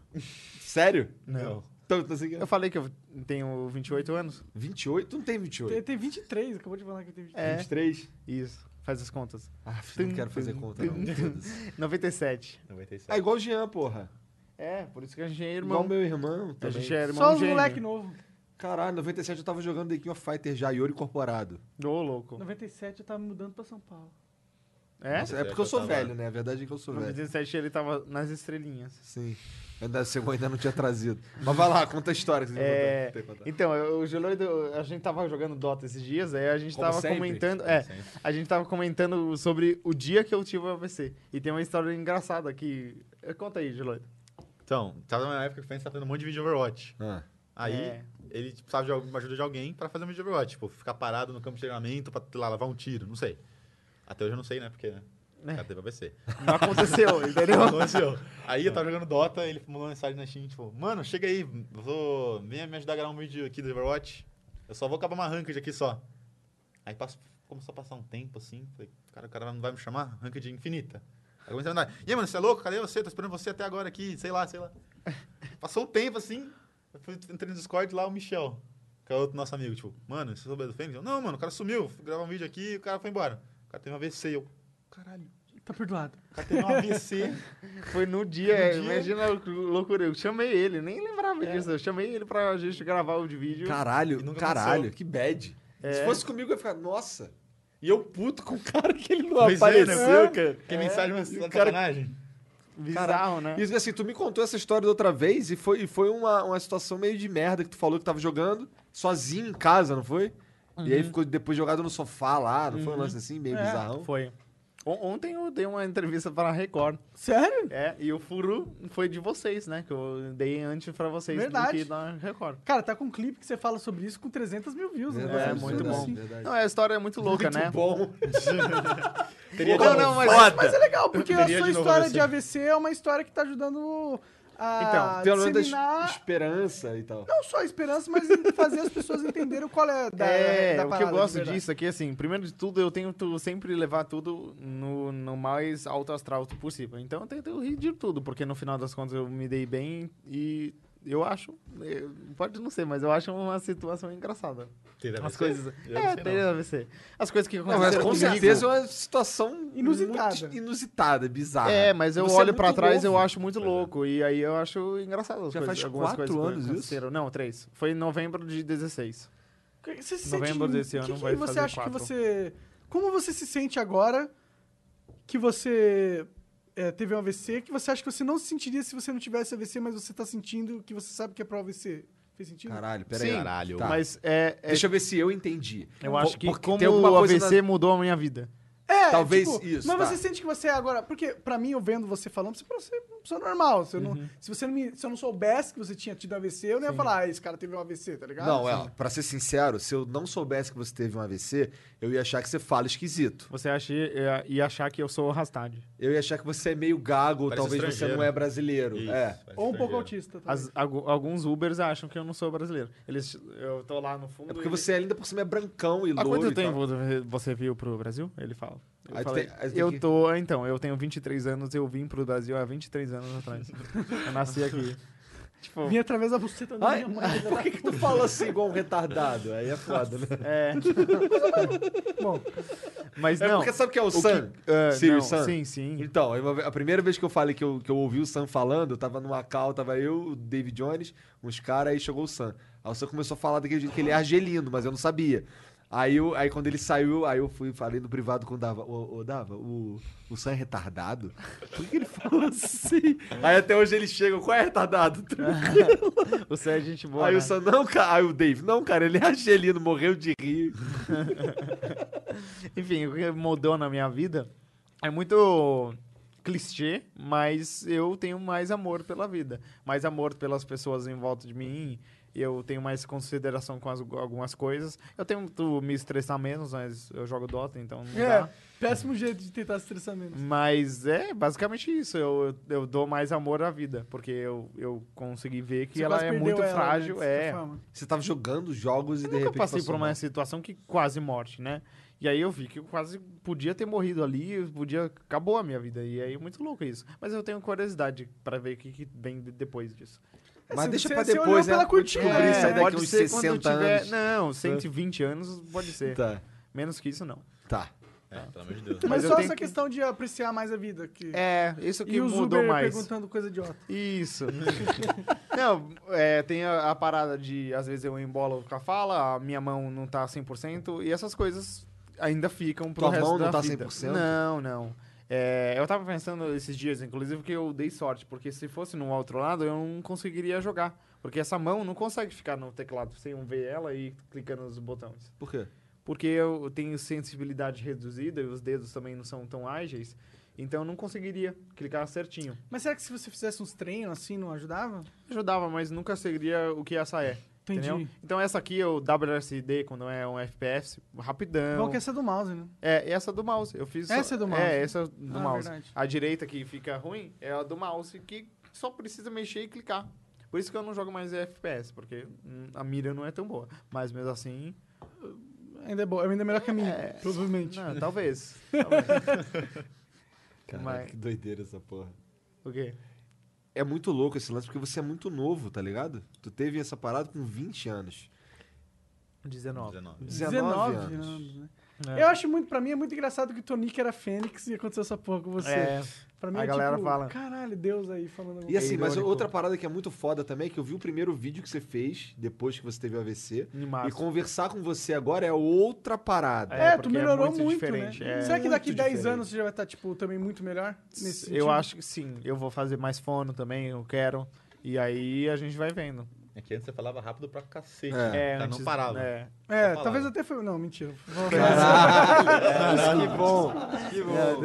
Speaker 2: Sério?
Speaker 5: Não.
Speaker 2: Então, tu nasceu em que ano?
Speaker 3: Eu falei que eu tenho 28 anos?
Speaker 2: 28? Tu não tem 28.
Speaker 1: Ele tem 23, acabou de falar que ele tem 23.
Speaker 3: É.
Speaker 2: 23?
Speaker 3: Isso. Faz as contas.
Speaker 2: Ah, não quero fazer conta, não. Foda-se.
Speaker 3: 97.
Speaker 5: 97.
Speaker 2: É igual o Jean, porra.
Speaker 3: É, por isso que a gente é irmão.
Speaker 2: Igual meu irmão
Speaker 3: a
Speaker 2: também.
Speaker 3: gente é irmão
Speaker 1: Só os
Speaker 3: gêmeo.
Speaker 1: moleque novo.
Speaker 2: Caralho, 97 eu tava jogando The King of Fighter já, Yori Incorporado.
Speaker 3: Ô, louco.
Speaker 1: 97 eu tava mudando pra São Paulo.
Speaker 3: É?
Speaker 2: É porque eu sou velho, né? A verdade é que eu sou
Speaker 3: No
Speaker 2: velho.
Speaker 3: 97 ele tava nas estrelinhas.
Speaker 2: Sim. Ainda, você ainda não tinha trazido. Mas vai lá, conta a história que você
Speaker 3: É,
Speaker 2: tem que contar.
Speaker 3: então, eu- o Geloido, a gente tava jogando Dota esses dias, aí a gente
Speaker 2: Como
Speaker 3: tava
Speaker 2: sempre.
Speaker 3: comentando. É, a gente tava comentando sobre o dia que eu tive o AVC. E tem uma história engraçada que. Conta aí, Geloido.
Speaker 5: Então, tava na época que o Fênix tava fazendo um monte de vídeo de Overwatch.
Speaker 2: Ah,
Speaker 5: Aí,
Speaker 3: É.
Speaker 5: ele tipo, precisava de alguma ajuda de alguém pra fazer um vídeo de Overwatch. Tipo, ficar parado no campo de treinamento pra, sei lá, lavar um tiro, não sei. Até hoje eu não sei, né? Porque, né? O cara teve AVC.
Speaker 3: Não aconteceu, entendeu? [laughs]
Speaker 5: aconteceu. assim, Aí eu tava jogando Dota, ele mandou uma mensagem na Steam, tipo, mano, chega aí, vou... venha me ajudar a gravar um vídeo aqui do Overwatch. Eu só vou acabar uma ranked aqui só. Aí passa- começou a passar um tempo assim, falei, cara, o cara não vai me chamar? Ranked infinita. Aí comecei a mandar, e aí, mano, você é louco? Cadê você? Tô esperando você até agora aqui, sei lá, sei lá. Passou um tempo assim, eu fui, entrei no Discord lá, o Michel, que é outro nosso amigo, tipo, mano, você soube do Fênix? Eu, não, mano, o cara sumiu, fui gravar um vídeo aqui e o cara foi embora. O cara teve um uma AVC, eu, caralho,
Speaker 1: Tá perdoado.
Speaker 5: o cara teve um uma AVC.
Speaker 3: Foi no dia,
Speaker 5: No dia.
Speaker 3: imagina a lou- loucura. Eu chamei ele, nem lembrava disso. Eu chamei ele pra gente gravar o de vídeo.
Speaker 5: E
Speaker 2: Caralho,
Speaker 5: nunca
Speaker 2: caralho,
Speaker 5: aconteceu.
Speaker 2: que bad.
Speaker 3: É.
Speaker 2: Se fosse comigo, eu ia ficar, nossa. E eu puto com o cara que ele não
Speaker 5: Pois é, né?
Speaker 2: apareceu, cara.
Speaker 5: Que mensagem, mas
Speaker 2: E o
Speaker 5: uma
Speaker 2: cara-
Speaker 5: sacanagem.
Speaker 3: Bizarro, né?
Speaker 2: E assim, tu me contou essa história da outra vez e foi, e foi uma, uma situação meio de merda que tu falou que tava jogando sozinho em casa, não foi? E
Speaker 3: Uhum.
Speaker 2: aí ficou depois jogado no sofá lá, não foi um lance assim, meio bizarrão?
Speaker 3: É, Foi. On- Ontem eu dei uma entrevista para a Record.
Speaker 1: Sério?
Speaker 3: É, e o furo foi de vocês, né? Que eu dei antes pra vocês
Speaker 1: Verdade.
Speaker 3: do que na Record.
Speaker 1: Cara, tá com um clipe que você fala sobre isso com 300 mil views, né?
Speaker 3: É,
Speaker 2: Verdade,
Speaker 3: muito
Speaker 2: verdade,
Speaker 3: bom.
Speaker 2: verdade.
Speaker 3: Não, a história é
Speaker 2: [laughs]
Speaker 3: muito louca, né?
Speaker 2: Bom,
Speaker 3: Teria não, não, mas
Speaker 1: Mas é legal, porque a
Speaker 5: Teria
Speaker 1: sua
Speaker 5: de novo
Speaker 1: história
Speaker 5: você.
Speaker 1: de AVC é uma história que tá ajudando
Speaker 3: Então,
Speaker 1: a
Speaker 2: Então, pelo menos da es-
Speaker 1: Ah, disseminar
Speaker 2: esperança e tal.
Speaker 1: não só a esperança, mas em fazer as pessoas entenderem qual é da,
Speaker 3: é,
Speaker 1: da
Speaker 3: o que
Speaker 1: parada
Speaker 3: eu
Speaker 1: de
Speaker 3: gosto
Speaker 1: verdade.
Speaker 3: disso aqui, assim, primeiro de tudo, eu tento sempre levar tudo no, no mais alto astral possível. Então eu tento rir de tudo, porque no final das contas eu me dei bem e eu acho, eh, pode não ser, mas eu acho uma situação engraçada.
Speaker 5: Teve
Speaker 3: As
Speaker 5: AVC?
Speaker 3: coisas.
Speaker 5: Eu não
Speaker 3: É,
Speaker 5: sei,
Speaker 3: teria AVC. As coisas que
Speaker 2: Não, mas
Speaker 3: aconteceram
Speaker 2: com
Speaker 3: comigo.
Speaker 2: certeza é uma situação
Speaker 1: Inusitada.
Speaker 2: muito inusitada, bizarra.
Speaker 3: É, mas eu
Speaker 2: Você é
Speaker 3: olho
Speaker 2: muito é.
Speaker 3: pra trás e eu
Speaker 2: novo.
Speaker 3: acho muito louco. E aí eu acho engraçado as
Speaker 2: Já
Speaker 3: coisas.
Speaker 2: faz
Speaker 3: algumas
Speaker 2: quatro
Speaker 3: coisas que
Speaker 2: anos isso?
Speaker 3: aconteceram. Não, três. Foi em novembro de 16.
Speaker 1: Você se
Speaker 3: Novembro
Speaker 1: sente,
Speaker 3: desse
Speaker 1: que
Speaker 3: ano
Speaker 1: que
Speaker 3: vai
Speaker 1: você
Speaker 3: fazer
Speaker 1: acha
Speaker 3: quatro.
Speaker 1: que você... Como você se sente agora que você é, teve um AVC, que você acha que você não se sentiria se você não tivesse AVC, mas você tá sentindo que você sabe que é pro AVC? Fez sentido?
Speaker 2: Caralho,
Speaker 5: Sim.
Speaker 2: peraí.
Speaker 5: Caralho.
Speaker 2: Tá.
Speaker 3: Mas é. é-
Speaker 2: Deixa eu ver se eu entendi.
Speaker 3: eu acho que
Speaker 2: Porque
Speaker 3: como
Speaker 2: tem alguma
Speaker 3: o
Speaker 2: coisa
Speaker 3: AVC mudou a minha vida.
Speaker 1: É,
Speaker 2: Talvez isso,
Speaker 1: Mas
Speaker 2: tá.
Speaker 1: você sente que você é agora. Porque, pra mim, eu vendo você falando, você parece uma pessoa normal. Se eu,
Speaker 3: Uhum.
Speaker 1: não, se, você não me- se eu não soubesse que você tinha tido AVC, eu não ia falar, ah, esse cara teve um AVC, tá ligado?
Speaker 2: Não,
Speaker 3: assim.
Speaker 2: é, pra ser sincero, se eu não soubesse que você teve um AVC, eu ia achar que você fala esquisito.
Speaker 3: Você acha, ia, ia achar que eu sou rastade.
Speaker 2: Eu ia achar que você é meio gago, ou
Speaker 5: Parece
Speaker 2: talvez você
Speaker 5: estrangeiro.
Speaker 2: não é brasileiro.
Speaker 5: Isso,
Speaker 2: É.
Speaker 5: parece
Speaker 1: Ou um pouco
Speaker 5: estrangeiro.
Speaker 1: autista. Tá
Speaker 3: As- algu- alguns Ubers acham que eu não sou brasileiro. Eles, eu tô lá no fundo.
Speaker 2: É porque
Speaker 3: e-
Speaker 2: você ainda por cima é brancão e
Speaker 3: Há
Speaker 2: louro.
Speaker 3: Ah, quanto
Speaker 2: e tal.
Speaker 3: tempo vo- você veio pro Brasil? Ele fala. Eu,
Speaker 2: Aí tu
Speaker 3: falei,
Speaker 2: tem- aí tu tem
Speaker 3: eu
Speaker 2: que-
Speaker 3: tô. Então, eu tenho 23 anos, eu vim pro Brasil há 23 anos
Speaker 2: [laughs]
Speaker 3: atrás. eu nasci aqui. Tipo,
Speaker 1: Vim através da buceta da
Speaker 2: Ai,
Speaker 1: minha
Speaker 3: [laughs]
Speaker 1: mãe.
Speaker 2: por que, que tu fala assim igual um retardado? Aí é foda, né?
Speaker 3: é. Bom. Mas
Speaker 2: É
Speaker 3: não.
Speaker 2: porque sabe o que é o,
Speaker 3: que-
Speaker 2: Sam?
Speaker 3: ah,
Speaker 2: Sirius
Speaker 3: não,
Speaker 2: Sam?
Speaker 3: Sim, sim.
Speaker 2: Então, aí uma ve- a primeira vez que eu falei que eu, que eu ouvi o Sam falando, eu tava numa cal, tava eu, o David Jones, uns caras, aí chegou o Sam. Aí o Sam começou a falar daquele jeito que ele é argelino, mas eu não sabia. Aí, eu- aí quando ele saiu, aí eu fui falei no privado com o Dava, ô, ô, Dava, o, o Sam é retardado? Por que ele fala [laughs] assim? Aí até hoje ele chega, qual é
Speaker 3: [laughs]
Speaker 2: retardado?
Speaker 3: Você é gente boa.
Speaker 2: aí
Speaker 3: Ah, né?
Speaker 2: o Sam, não, cara, aí o Dave, não, cara, ele é argelino, morreu de rir.
Speaker 3: Enfim, o que mudou na minha vida é muito clichê, mas eu tenho mais amor pela vida, mais amor pelas pessoas em volta de mim. Eu tenho mais consideração com as- algumas coisas. Eu tento me estressar menos, mas eu jogo Dota, então não
Speaker 1: É,
Speaker 3: dá.
Speaker 1: péssimo jeito de tentar se estressar menos.
Speaker 3: Mas é basicamente isso. Eu, eu, eu dou mais amor à vida, porque eu, eu consegui ver que
Speaker 1: Você
Speaker 3: ela
Speaker 1: quase
Speaker 3: é
Speaker 1: perdeu
Speaker 3: muito
Speaker 1: ela, né,
Speaker 3: frágil.
Speaker 1: de certa
Speaker 3: é.
Speaker 1: forma.
Speaker 2: Você tava jogando jogos e
Speaker 3: Eu
Speaker 2: de
Speaker 3: nunca
Speaker 2: repente
Speaker 3: passei
Speaker 2: passou
Speaker 3: por uma
Speaker 2: mal.
Speaker 3: situação que quase morte, né? E aí eu vi que eu quase podia ter morrido ali, eu podia acabou a minha vida. E aí é muito louco isso. Mas eu tenho curiosidade pra ver o que, que vem de- depois disso. É,
Speaker 2: Mas
Speaker 1: Você-
Speaker 2: deixa
Speaker 1: você-
Speaker 2: pra
Speaker 1: você
Speaker 2: depois,
Speaker 1: olhou
Speaker 2: né?
Speaker 1: pela
Speaker 2: Quando
Speaker 1: cortina,
Speaker 2: descobrir
Speaker 1: né?
Speaker 2: isso aí daqui uns
Speaker 3: quando
Speaker 2: 60
Speaker 3: tiver,
Speaker 2: anos. É.
Speaker 3: não, 120 anos pode ser.
Speaker 2: Tá,
Speaker 3: Menos que isso não.
Speaker 2: tá.
Speaker 5: É, pelo amor de Deus.
Speaker 1: Mas,
Speaker 3: Mas eu
Speaker 1: só
Speaker 3: tenho
Speaker 1: essa
Speaker 3: que-
Speaker 1: questão de apreciar mais a vida. Que...
Speaker 3: É, isso que
Speaker 1: e os
Speaker 3: mudou
Speaker 1: Uber
Speaker 3: mais.
Speaker 1: perguntando coisa idiota.
Speaker 3: Isso. [laughs] não, é, tem a, a parada de, às vezes, eu embolo com a fala, a minha mão não tá 100%, e essas coisas ainda ficam pro
Speaker 2: Tua
Speaker 3: resto
Speaker 2: mão
Speaker 3: da
Speaker 2: não tá
Speaker 3: vida.
Speaker 2: 100%?
Speaker 3: Não, não. É, eu tava pensando esses dias, inclusive, que eu dei sorte, porque se fosse no outro lado, eu não conseguiria jogar. Porque essa mão não consegue ficar no teclado sem ver ela e clicando nos botões.
Speaker 2: Por quê?
Speaker 3: Porque eu tenho sensibilidade reduzida e os dedos também não são tão ágeis, então eu não conseguiria clicar certinho.
Speaker 1: Mas será que se você fizesse uns treinos assim, não ajudava?
Speaker 3: Ajudava, mas nunca seria o que essa é.
Speaker 1: Entendi.
Speaker 3: Entendeu? Então essa aqui é o WSD, quando é um FPS, rapidão.
Speaker 1: Bom, que essa é do mouse, né?
Speaker 3: É, essa do mouse. Eu fiz. só-
Speaker 1: Essa é do mouse.
Speaker 3: É, essa do
Speaker 1: Ah,
Speaker 3: mouse.
Speaker 1: verdade.
Speaker 3: A direita que fica ruim é a do mouse, que só precisa mexer e clicar. Por isso que eu não jogo mais FPS, porque hum, a mira não é tão boa. Mas mesmo assim.
Speaker 1: Ainda é boa, ainda é melhor que a minha,
Speaker 3: É.
Speaker 1: provavelmente.
Speaker 3: Não,
Speaker 1: [laughs]
Speaker 3: talvez. talvez.
Speaker 2: Caraca,
Speaker 3: Mas-
Speaker 2: que doideira essa porra.
Speaker 3: O quê?
Speaker 2: É muito louco esse lance, porque você é muito novo, tá ligado? Tu teve essa parada com 20 anos.
Speaker 3: 19.
Speaker 5: 19.
Speaker 2: 19, anos.
Speaker 1: anos, né? Eu acho muito, pra mim, é muito engraçado que o Tonic era Fênix e aconteceu essa porra com você.
Speaker 3: É.
Speaker 1: Pra mim,
Speaker 3: A
Speaker 1: é
Speaker 3: galera
Speaker 1: tipo,
Speaker 3: fala.
Speaker 1: Caralho, Deus aí falando alguma
Speaker 2: E assim, mas
Speaker 3: É irônico.
Speaker 2: outra parada que é muito foda também é que eu vi o primeiro vídeo que você fez depois que você teve o AVC.
Speaker 3: Animado.
Speaker 2: E conversar com você agora é outra parada.
Speaker 1: É, tu
Speaker 3: porque é
Speaker 1: melhorou
Speaker 3: muito
Speaker 1: muito,
Speaker 3: diferente,
Speaker 1: né?
Speaker 3: é.
Speaker 1: Será que daqui
Speaker 2: Muito
Speaker 1: 10
Speaker 2: diferente.
Speaker 1: anos você já vai estar, tipo, também muito melhor? Nesse
Speaker 3: Eu
Speaker 1: sentido?
Speaker 3: acho que sim. Eu vou fazer mais fono também, eu quero. E aí a gente vai vendo.
Speaker 5: É que antes você falava rápido pra cacete.
Speaker 2: É.
Speaker 5: né?
Speaker 3: É,
Speaker 5: Cara,
Speaker 3: antes-
Speaker 5: não parava.
Speaker 3: É. [laughs]
Speaker 1: É,
Speaker 5: Só
Speaker 1: talvez
Speaker 5: falava.
Speaker 1: até foi... Não, mentira.
Speaker 7: Que
Speaker 3: É
Speaker 7: bom. Que bom.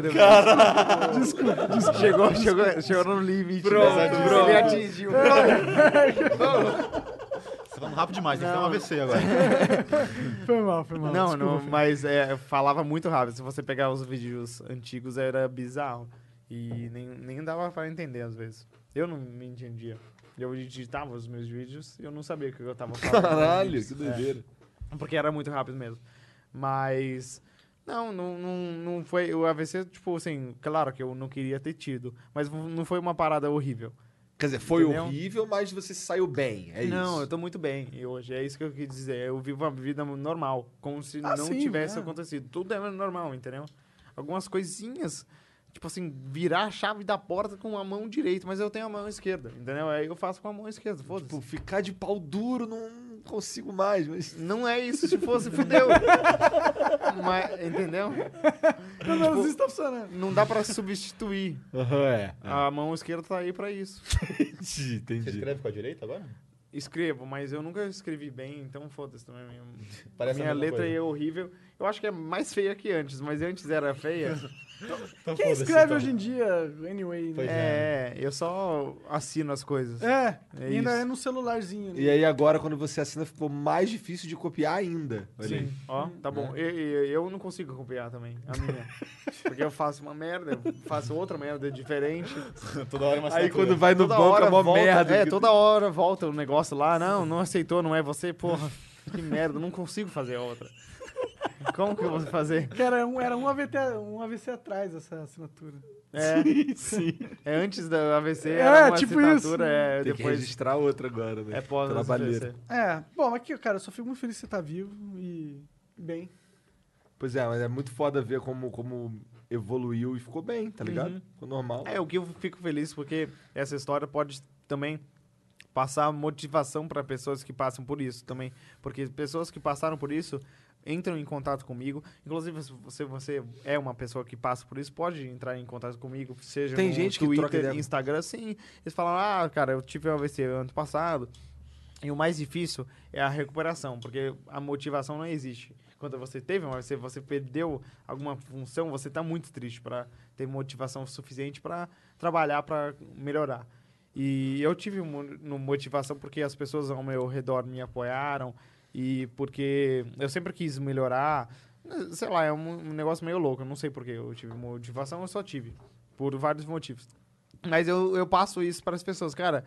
Speaker 3: Chegou, chegou, chegou no limite. né?
Speaker 7: pronto.
Speaker 3: Ele atingiu.
Speaker 5: Você tá falando rápido demais, tem que ter um AVC agora.
Speaker 1: Foi mal, foi mal.
Speaker 3: Não,
Speaker 1: desculpa,
Speaker 3: não,
Speaker 1: Felipe.
Speaker 3: mas é, eu falava muito rápido. Se você pegar os vídeos antigos, era bizarro. E nem, nem dava pra entender às vezes. Eu não me entendia. Eu digitava os meus vídeos e eu não sabia o que eu tava falando. É.
Speaker 2: Caralho, que doideira.
Speaker 3: Porque era muito rápido mesmo. Mas. Não, não, não, não foi. O AVC, tipo assim, claro que eu não queria ter tido. Mas não foi uma parada horrível.
Speaker 2: Quer dizer, foi
Speaker 3: Entendeu?
Speaker 2: horrível, mas você saiu bem. É
Speaker 3: não, eu
Speaker 2: isso.
Speaker 3: tô muito bem. E hoje é isso que eu quis dizer. Eu vivo uma vida normal, como se
Speaker 1: Ah,
Speaker 3: não
Speaker 1: sim,
Speaker 3: tivesse
Speaker 1: é.
Speaker 3: acontecido. Tudo é normal, entendeu? Algumas coisinhas, tipo assim, virar a chave da porta com a mão direita, mas eu tenho a mão esquerda, entendeu? É Aí eu faço com a mão esquerda, foda-se.
Speaker 2: Tipo, ficar de pau duro, não consigo mais, mas.
Speaker 3: não é isso, se fosse, fudeu. mas, entendeu?
Speaker 1: Não, não, isso tá funcionando.
Speaker 3: Não dá pra substituir.
Speaker 2: Aham, é.
Speaker 3: A mão esquerda tá aí pra isso.
Speaker 2: Entendi,
Speaker 5: Você
Speaker 2: entendi.
Speaker 5: escreve com a direita agora?
Speaker 3: Escrevo, mas eu nunca escrevi bem, então foda-se também. Minha,
Speaker 5: Parece a
Speaker 3: minha
Speaker 5: mesma
Speaker 3: letra
Speaker 5: coisa.
Speaker 3: aí é horrível. Eu acho que é mais feia que antes, mas antes
Speaker 2: [laughs]
Speaker 3: era feia.
Speaker 5: Então,
Speaker 1: Quem
Speaker 5: foda-se,
Speaker 1: escreve
Speaker 5: então. [laughs]
Speaker 1: hoje em dia, anyway, né?
Speaker 5: Pois
Speaker 3: É, eu só assino as coisas.
Speaker 1: É,
Speaker 3: É
Speaker 1: e ainda
Speaker 3: isso.
Speaker 1: é no celularzinho. né?
Speaker 2: E aí agora, quando você assina, ficou mais difícil de copiar ainda. Olha aí.
Speaker 3: Sim, ó, tá
Speaker 2: É.
Speaker 3: bom. Eu, eu, eu não consigo copiar também,
Speaker 2: [laughs]
Speaker 3: a minha. Porque eu faço uma merda, eu faço outra merda diferente.
Speaker 5: Toda hora é uma
Speaker 2: Aí
Speaker 5: assinatura.
Speaker 2: quando vai no
Speaker 3: toda
Speaker 2: banco
Speaker 3: hora
Speaker 2: é mó
Speaker 3: volta,
Speaker 2: merda.
Speaker 3: É,
Speaker 2: que-
Speaker 3: toda hora volta o negócio lá. Não, não aceitou, não é você, porra. Que merda, não consigo fazer outra. Como que eu vou fazer?
Speaker 1: Que era um, era um, AVT, um AVC atrás essa assinatura. [laughs]
Speaker 3: É, [laughs] sim, é antes da AVC, era
Speaker 1: É,
Speaker 3: uma
Speaker 1: tipo
Speaker 3: assinatura,
Speaker 1: isso.
Speaker 3: é,
Speaker 2: Tem que
Speaker 3: depois
Speaker 2: registrar outra agora, né?
Speaker 3: é pós
Speaker 2: Trabalheira.
Speaker 3: AVC.
Speaker 1: É, bom, aqui, cara, eu só fico muito feliz que você tá vivo e bem.
Speaker 2: Pois é, mas é muito foda ver como, como evoluiu e ficou bem, tá ligado?
Speaker 1: Uhum.
Speaker 2: Ficou normal.
Speaker 3: É, o que eu fico feliz porque essa história pode também passar motivação para pessoas que passam por isso também, porque pessoas que passaram por isso entram em contato comigo. Inclusive, se você, você é uma pessoa que passa por isso, pode entrar em contato comigo, seja
Speaker 2: Tem
Speaker 3: no
Speaker 2: gente que troca
Speaker 3: Twitter,
Speaker 2: ideia.
Speaker 3: Instagram, sim. Eles falam: "Ah, cara, eu tive um AVC ano passado, e o mais difícil é a recuperação, porque a motivação não existe. Quando você teve um AVC, você perdeu alguma função, você está muito triste para ter motivação suficiente para trabalhar, para melhorar. E eu tive mo- no- motivação porque as pessoas ao meu redor me apoiaram e porque eu sempre quis melhorar. Sei lá, é um um negócio meio louco, eu não sei porquê. Eu tive motivação, eu só tive, por vários motivos. Mas eu, eu passo isso para as pessoas, cara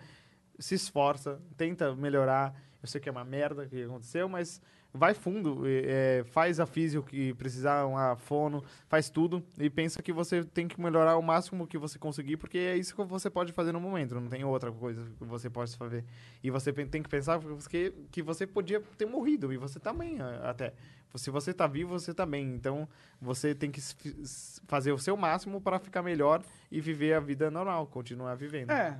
Speaker 3: se esforça, tenta melhorar. Eu sei que é uma merda que aconteceu, mas vai fundo, eh, eh, faz a físio que precisar, uma fono, faz tudo e pensa que você tem que melhorar o máximo que você conseguir, porque é isso que você pode fazer no momento, não tem outra coisa que você pode fazer. E você pe- tem que pensar que, que você podia ter morrido, e você também a- até. Se você tá vivo, você tá bem. Então, você tem que s- s- fazer o seu máximo para ficar melhor e viver a vida normal, continuar vivendo.
Speaker 1: É.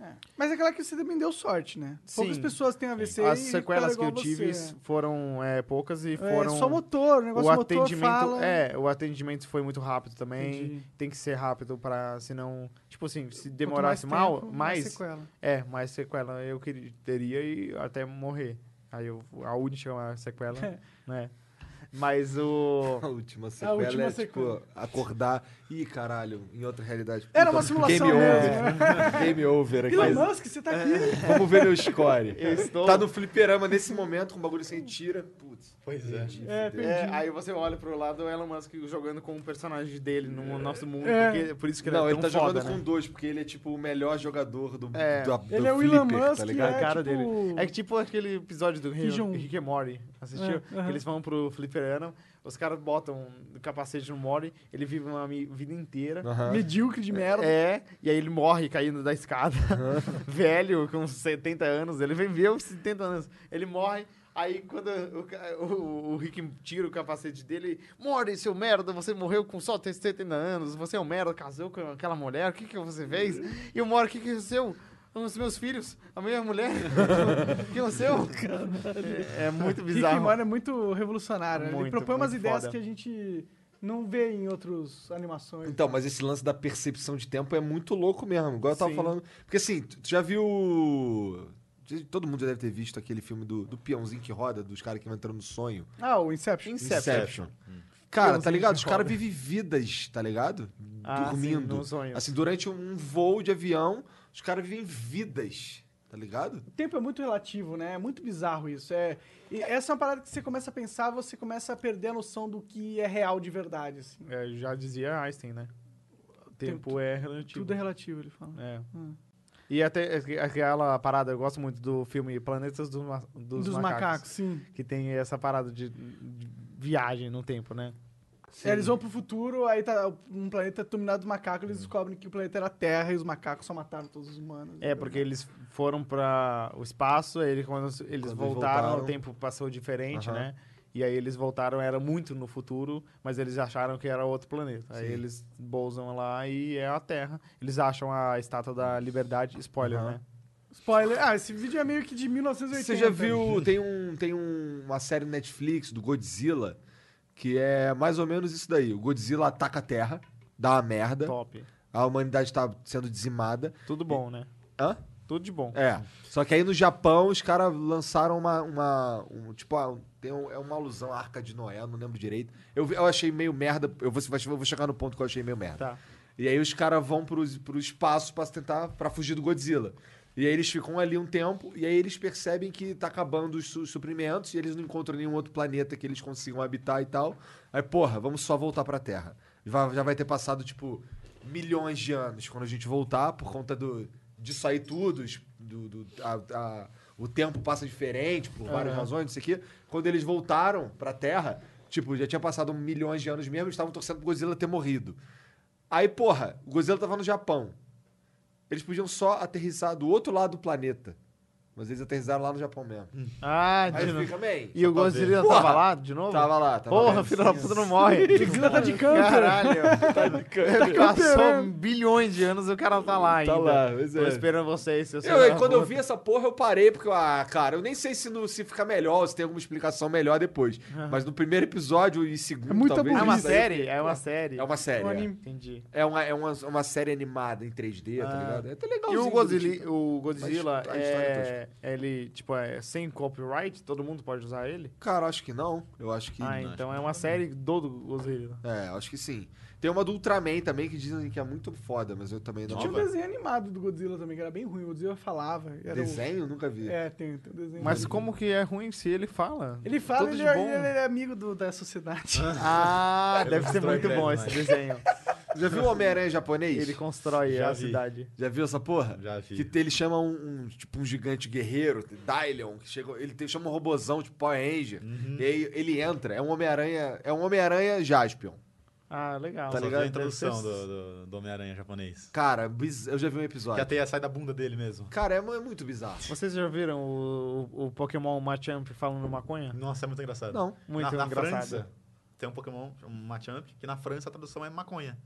Speaker 1: é. Mas é aquela que você também deu sorte, né? Poucas
Speaker 3: Sim.
Speaker 1: pessoas têm AVC
Speaker 3: As
Speaker 1: e
Speaker 3: sequelas que
Speaker 1: ficaram
Speaker 3: eu
Speaker 1: igual
Speaker 3: tive
Speaker 1: você.
Speaker 3: foram é, poucas e
Speaker 1: É,
Speaker 3: foram.
Speaker 1: só motor, o
Speaker 3: o
Speaker 1: negócio motor
Speaker 3: atendimento
Speaker 1: fala.
Speaker 3: é o atendimento foi muito rápido também
Speaker 1: Entendi.
Speaker 3: tem que ser rápido para senão tipo assim se
Speaker 1: Quanto
Speaker 3: demorasse
Speaker 1: mais
Speaker 3: mal
Speaker 1: tempo,
Speaker 3: mais
Speaker 1: sequela.
Speaker 3: é mais sequela eu queria teria e até morrer aí eu, a última
Speaker 1: [laughs]
Speaker 3: sequela né mas o
Speaker 2: [laughs] A última sequela
Speaker 1: última
Speaker 2: é,
Speaker 1: sequela.
Speaker 2: tipo, acordar. Ih, caralho, em outra realidade.
Speaker 1: Era
Speaker 2: Puta,
Speaker 1: uma simulação né?
Speaker 2: Game
Speaker 1: mesmo. [laughs]
Speaker 2: over. Game over aqui.
Speaker 1: Elon Musk, você tá
Speaker 5: É.
Speaker 1: aqui?
Speaker 2: Vamos ver meu score.
Speaker 3: eu estou
Speaker 2: Tá no fliperama nesse momento, com o bagulho sem tira. Putz.
Speaker 5: Pois é.
Speaker 2: perdi,
Speaker 1: É,
Speaker 2: fudeu.
Speaker 3: É, aí você olha pro lado o Elon Musk jogando com o personagem dele no nosso mundo
Speaker 1: É.
Speaker 3: porque- por isso que ele
Speaker 2: Não,
Speaker 3: é
Speaker 2: ele
Speaker 3: tão
Speaker 2: tá
Speaker 3: foda,
Speaker 2: jogando
Speaker 3: né?
Speaker 2: com dois, porque ele é tipo o melhor jogador do,
Speaker 3: É.
Speaker 2: do, do
Speaker 1: Ele é o
Speaker 2: flipper,
Speaker 1: Elon Musk,
Speaker 2: tá ligado?
Speaker 1: é,
Speaker 3: a cara
Speaker 1: tipo-
Speaker 3: dele. É que tipo aquele episódio do Rick,
Speaker 1: Jong.
Speaker 3: Rick and Morty. Assistiu?
Speaker 1: É, aham.
Speaker 3: Que Eles vão pro fliperama, os caras botam o capacete no Morty, ele vive uma mi- vida inteira.
Speaker 1: Medíocre de merda.
Speaker 3: É, e aí ele morre caindo [laughs] da escada. Velho, com 70 anos. Ele viveu 70 anos. Ele morre, Aí quando o, ca- o- o Rick tira o capacete dele, more, seu merda, você morreu com só 70 anos, você é um merda, casou com aquela mulher, o que, que você fez? E o Mori, o que, que aconteceu? Os meus filhos, a minha mulher, o que aconteceu? um É, é muito
Speaker 1: Rick
Speaker 3: bizarro.
Speaker 1: Mano é muito revolucionário. né? ele
Speaker 3: Muito,
Speaker 1: propõe umas
Speaker 3: muito
Speaker 1: ideias
Speaker 3: foda.
Speaker 1: que a gente não vê em outras animações.
Speaker 2: Então, mas esse lance da percepção de tempo é muito louco mesmo. Igual eu tava
Speaker 3: Sim.
Speaker 2: falando. Porque assim, tu tu já viu. Todo mundo já deve ter visto aquele filme do, do peãozinho que roda, dos caras que vão entrando no sonho.
Speaker 1: Ah, o Inception.
Speaker 3: Inception. Hum.
Speaker 2: Cara, tá
Speaker 1: Peãozinho
Speaker 2: ligado?
Speaker 1: que
Speaker 2: Os caras
Speaker 1: roda.
Speaker 2: vivem vidas, tá ligado?
Speaker 3: Ah, sim,
Speaker 2: Dormindo.
Speaker 3: num sonho.
Speaker 2: Assim, durante um voo de avião, os caras vivem vidas, tá ligado?
Speaker 1: O tempo é muito relativo, né? É muito bizarro isso. É, e essa é uma parada que você começa a pensar, você começa a perder a noção do que é real de verdade. assim.
Speaker 3: É, já dizia Einstein, né? O tempo é relativo.
Speaker 1: Tudo é Hum. relativo, ele fala.
Speaker 3: É. E até aqu- aquela parada, eu gosto muito do filme Planetas dos, Ma- dos,
Speaker 1: Dos, macacos, sim.
Speaker 3: Que tem essa parada de, de viagem no tempo, né?
Speaker 1: É, Eles vão pro futuro, aí tá um planeta dominado dos macacos, eles descobrem que o planeta era a Terra e os macacos só mataram todos os humanos.
Speaker 3: É, porque eles foram para o espaço, aí ele- quando eles
Speaker 2: eles
Speaker 3: voltaram,
Speaker 2: voltaram-
Speaker 3: o tempo passou diferente,
Speaker 2: Aham.
Speaker 3: né? E aí eles voltaram, era muito no futuro, mas eles acharam que era outro planeta. Aí eles pousam lá e é a Terra. Eles acham a Estátua da Liberdade, spoiler, né?
Speaker 1: Spoiler. Ah, esse vídeo é meio que de 1980.
Speaker 2: Você já viu? Tem, um, tem um- uma série Netflix do Godzilla que é mais ou menos isso daí. O Godzilla ataca a Terra, dá uma merda,
Speaker 3: Top.
Speaker 2: a humanidade tá sendo dizimada.
Speaker 3: Tudo bom, né?
Speaker 2: Hã?
Speaker 3: Tudo de bom.
Speaker 2: É. Só que aí no Japão os caras lançaram uma. uma um, tipo, ah, um- tem um- é uma alusão à Arca de Noé, não lembro direito. Eu, vi- eu achei meio merda. Eu vou, eu vou chegar no ponto que eu achei meio merda.
Speaker 3: Tá.
Speaker 2: E aí os caras vão pro, pro espaço pra tentar pra fugir do Godzilla. E aí eles ficam ali um tempo, e aí eles percebem que tá acabando os, su- os suprimentos, e eles não encontram nenhum outro planeta que eles consigam habitar e tal. Aí, porra, vamos só voltar pra Terra. Já, já vai ter passado, tipo, milhões de anos quando a gente voltar, por conta do, disso aí tudo, os- do, do- a- a- o tempo passa diferente, por várias razões, não sei o quê. Quando eles voltaram pra Terra, tipo, já tinha passado milhões de anos mesmo, eles estavam torcendo pro Godzilla ter morrido. Aí, porra, o Godzilla tava no Japão. Eles podiam só aterrissar do outro lado do planeta. Mas eles aterrissaram lá no Japão mesmo.
Speaker 3: Ah,
Speaker 2: Aí
Speaker 3: de novo.
Speaker 2: fica, man,
Speaker 3: E o Godzilla
Speaker 2: Porra!
Speaker 3: tava lá de novo?
Speaker 2: Tava lá, tava assim,
Speaker 3: Porra,
Speaker 2: lá. [laughs]
Speaker 3: filho da puta não morre.
Speaker 1: Godzilla tá de camper.
Speaker 3: Caralho. tá de Passou bilhões de anos e o cara tá lá ainda.
Speaker 2: Tá lá, pois
Speaker 3: Tô
Speaker 2: é.
Speaker 3: esperando vocês. Seu
Speaker 2: Eu,
Speaker 3: celular
Speaker 2: aí, quando eu vi
Speaker 3: volta.
Speaker 2: essa porra, eu parei, porque, eu, ah, cara, eu nem sei se, no, se fica melhor, ou se tem alguma explicação melhor depois.
Speaker 3: Uhum.
Speaker 2: Mas no primeiro episódio e segundo,
Speaker 1: É muita
Speaker 2: talvez.
Speaker 3: É uma
Speaker 1: Isso aí,
Speaker 3: série? É uma série.
Speaker 2: É uma série.
Speaker 1: Um
Speaker 2: é.
Speaker 1: anime.
Speaker 3: Entendi.
Speaker 2: É, uma, é uma, uma série animada em 3D, tá
Speaker 3: Ah.
Speaker 2: ligado? É até
Speaker 3: E
Speaker 2: legalzinho.
Speaker 3: o Godzilla, o Godzilla
Speaker 2: Mas a história
Speaker 3: é, ele, tipo, é sem copyright? Todo mundo pode usar ele?
Speaker 2: Cara, acho que não. Eu acho que.
Speaker 3: ah, então é uma série do Godzilla.
Speaker 2: É, acho que sim. Tem uma do Ultraman também que dizem que é muito foda, mas eu também não.
Speaker 1: Tinha um desenho animado do Godzilla também, que era bem ruim. O Godzilla falava. Era
Speaker 3: um
Speaker 1: o-
Speaker 2: Desenho? Nunca vi.
Speaker 1: É, tem, tem um desenho.
Speaker 3: Mas como que é ruim se ele fala?
Speaker 1: Ele fala,
Speaker 3: Tudo
Speaker 1: ele,
Speaker 3: de
Speaker 1: é-
Speaker 3: bom.
Speaker 1: ele é amigo do- da sociedade. [laughs]
Speaker 3: Ah, deve ser
Speaker 5: constrói
Speaker 3: muito
Speaker 5: prédio,
Speaker 3: bom esse
Speaker 5: mas-
Speaker 3: desenho.
Speaker 2: Já viu o Homem-Aranha japonês?
Speaker 3: Ele constrói
Speaker 5: Já
Speaker 3: a
Speaker 5: vi.
Speaker 3: cidade.
Speaker 2: Já viu essa porra?
Speaker 5: Já vi.
Speaker 2: Que te- ele chama um, um, tipo um gigante guerreiro, Dylion, que chega, ele te- chama um robozão tipo Power Ranger.
Speaker 5: Uhum.
Speaker 2: E aí ele entra, é um Homem-Aranha, é um Homem-Aranha Jaspion.
Speaker 3: Ah, legal.
Speaker 2: Tá ligado?
Speaker 5: Só ligado? Então, a
Speaker 3: Deve
Speaker 5: introdução
Speaker 3: ser-
Speaker 5: do, do, do Homem-Aranha japonês.
Speaker 2: Cara, biz- eu já vi um
Speaker 5: Que
Speaker 2: episódio.
Speaker 5: a teia sai da bunda dele mesmo.
Speaker 2: Cara, é, mu- é muito bizarro.
Speaker 3: Vocês já viram o, o, o Pokémon Machamp falando maconha?
Speaker 5: Nossa, é muito engraçado.
Speaker 2: Não.
Speaker 3: Muito
Speaker 5: na,
Speaker 3: engraçado.
Speaker 5: Na França, tem um Pokémon, um Machamp, que na França a tradução é maconha.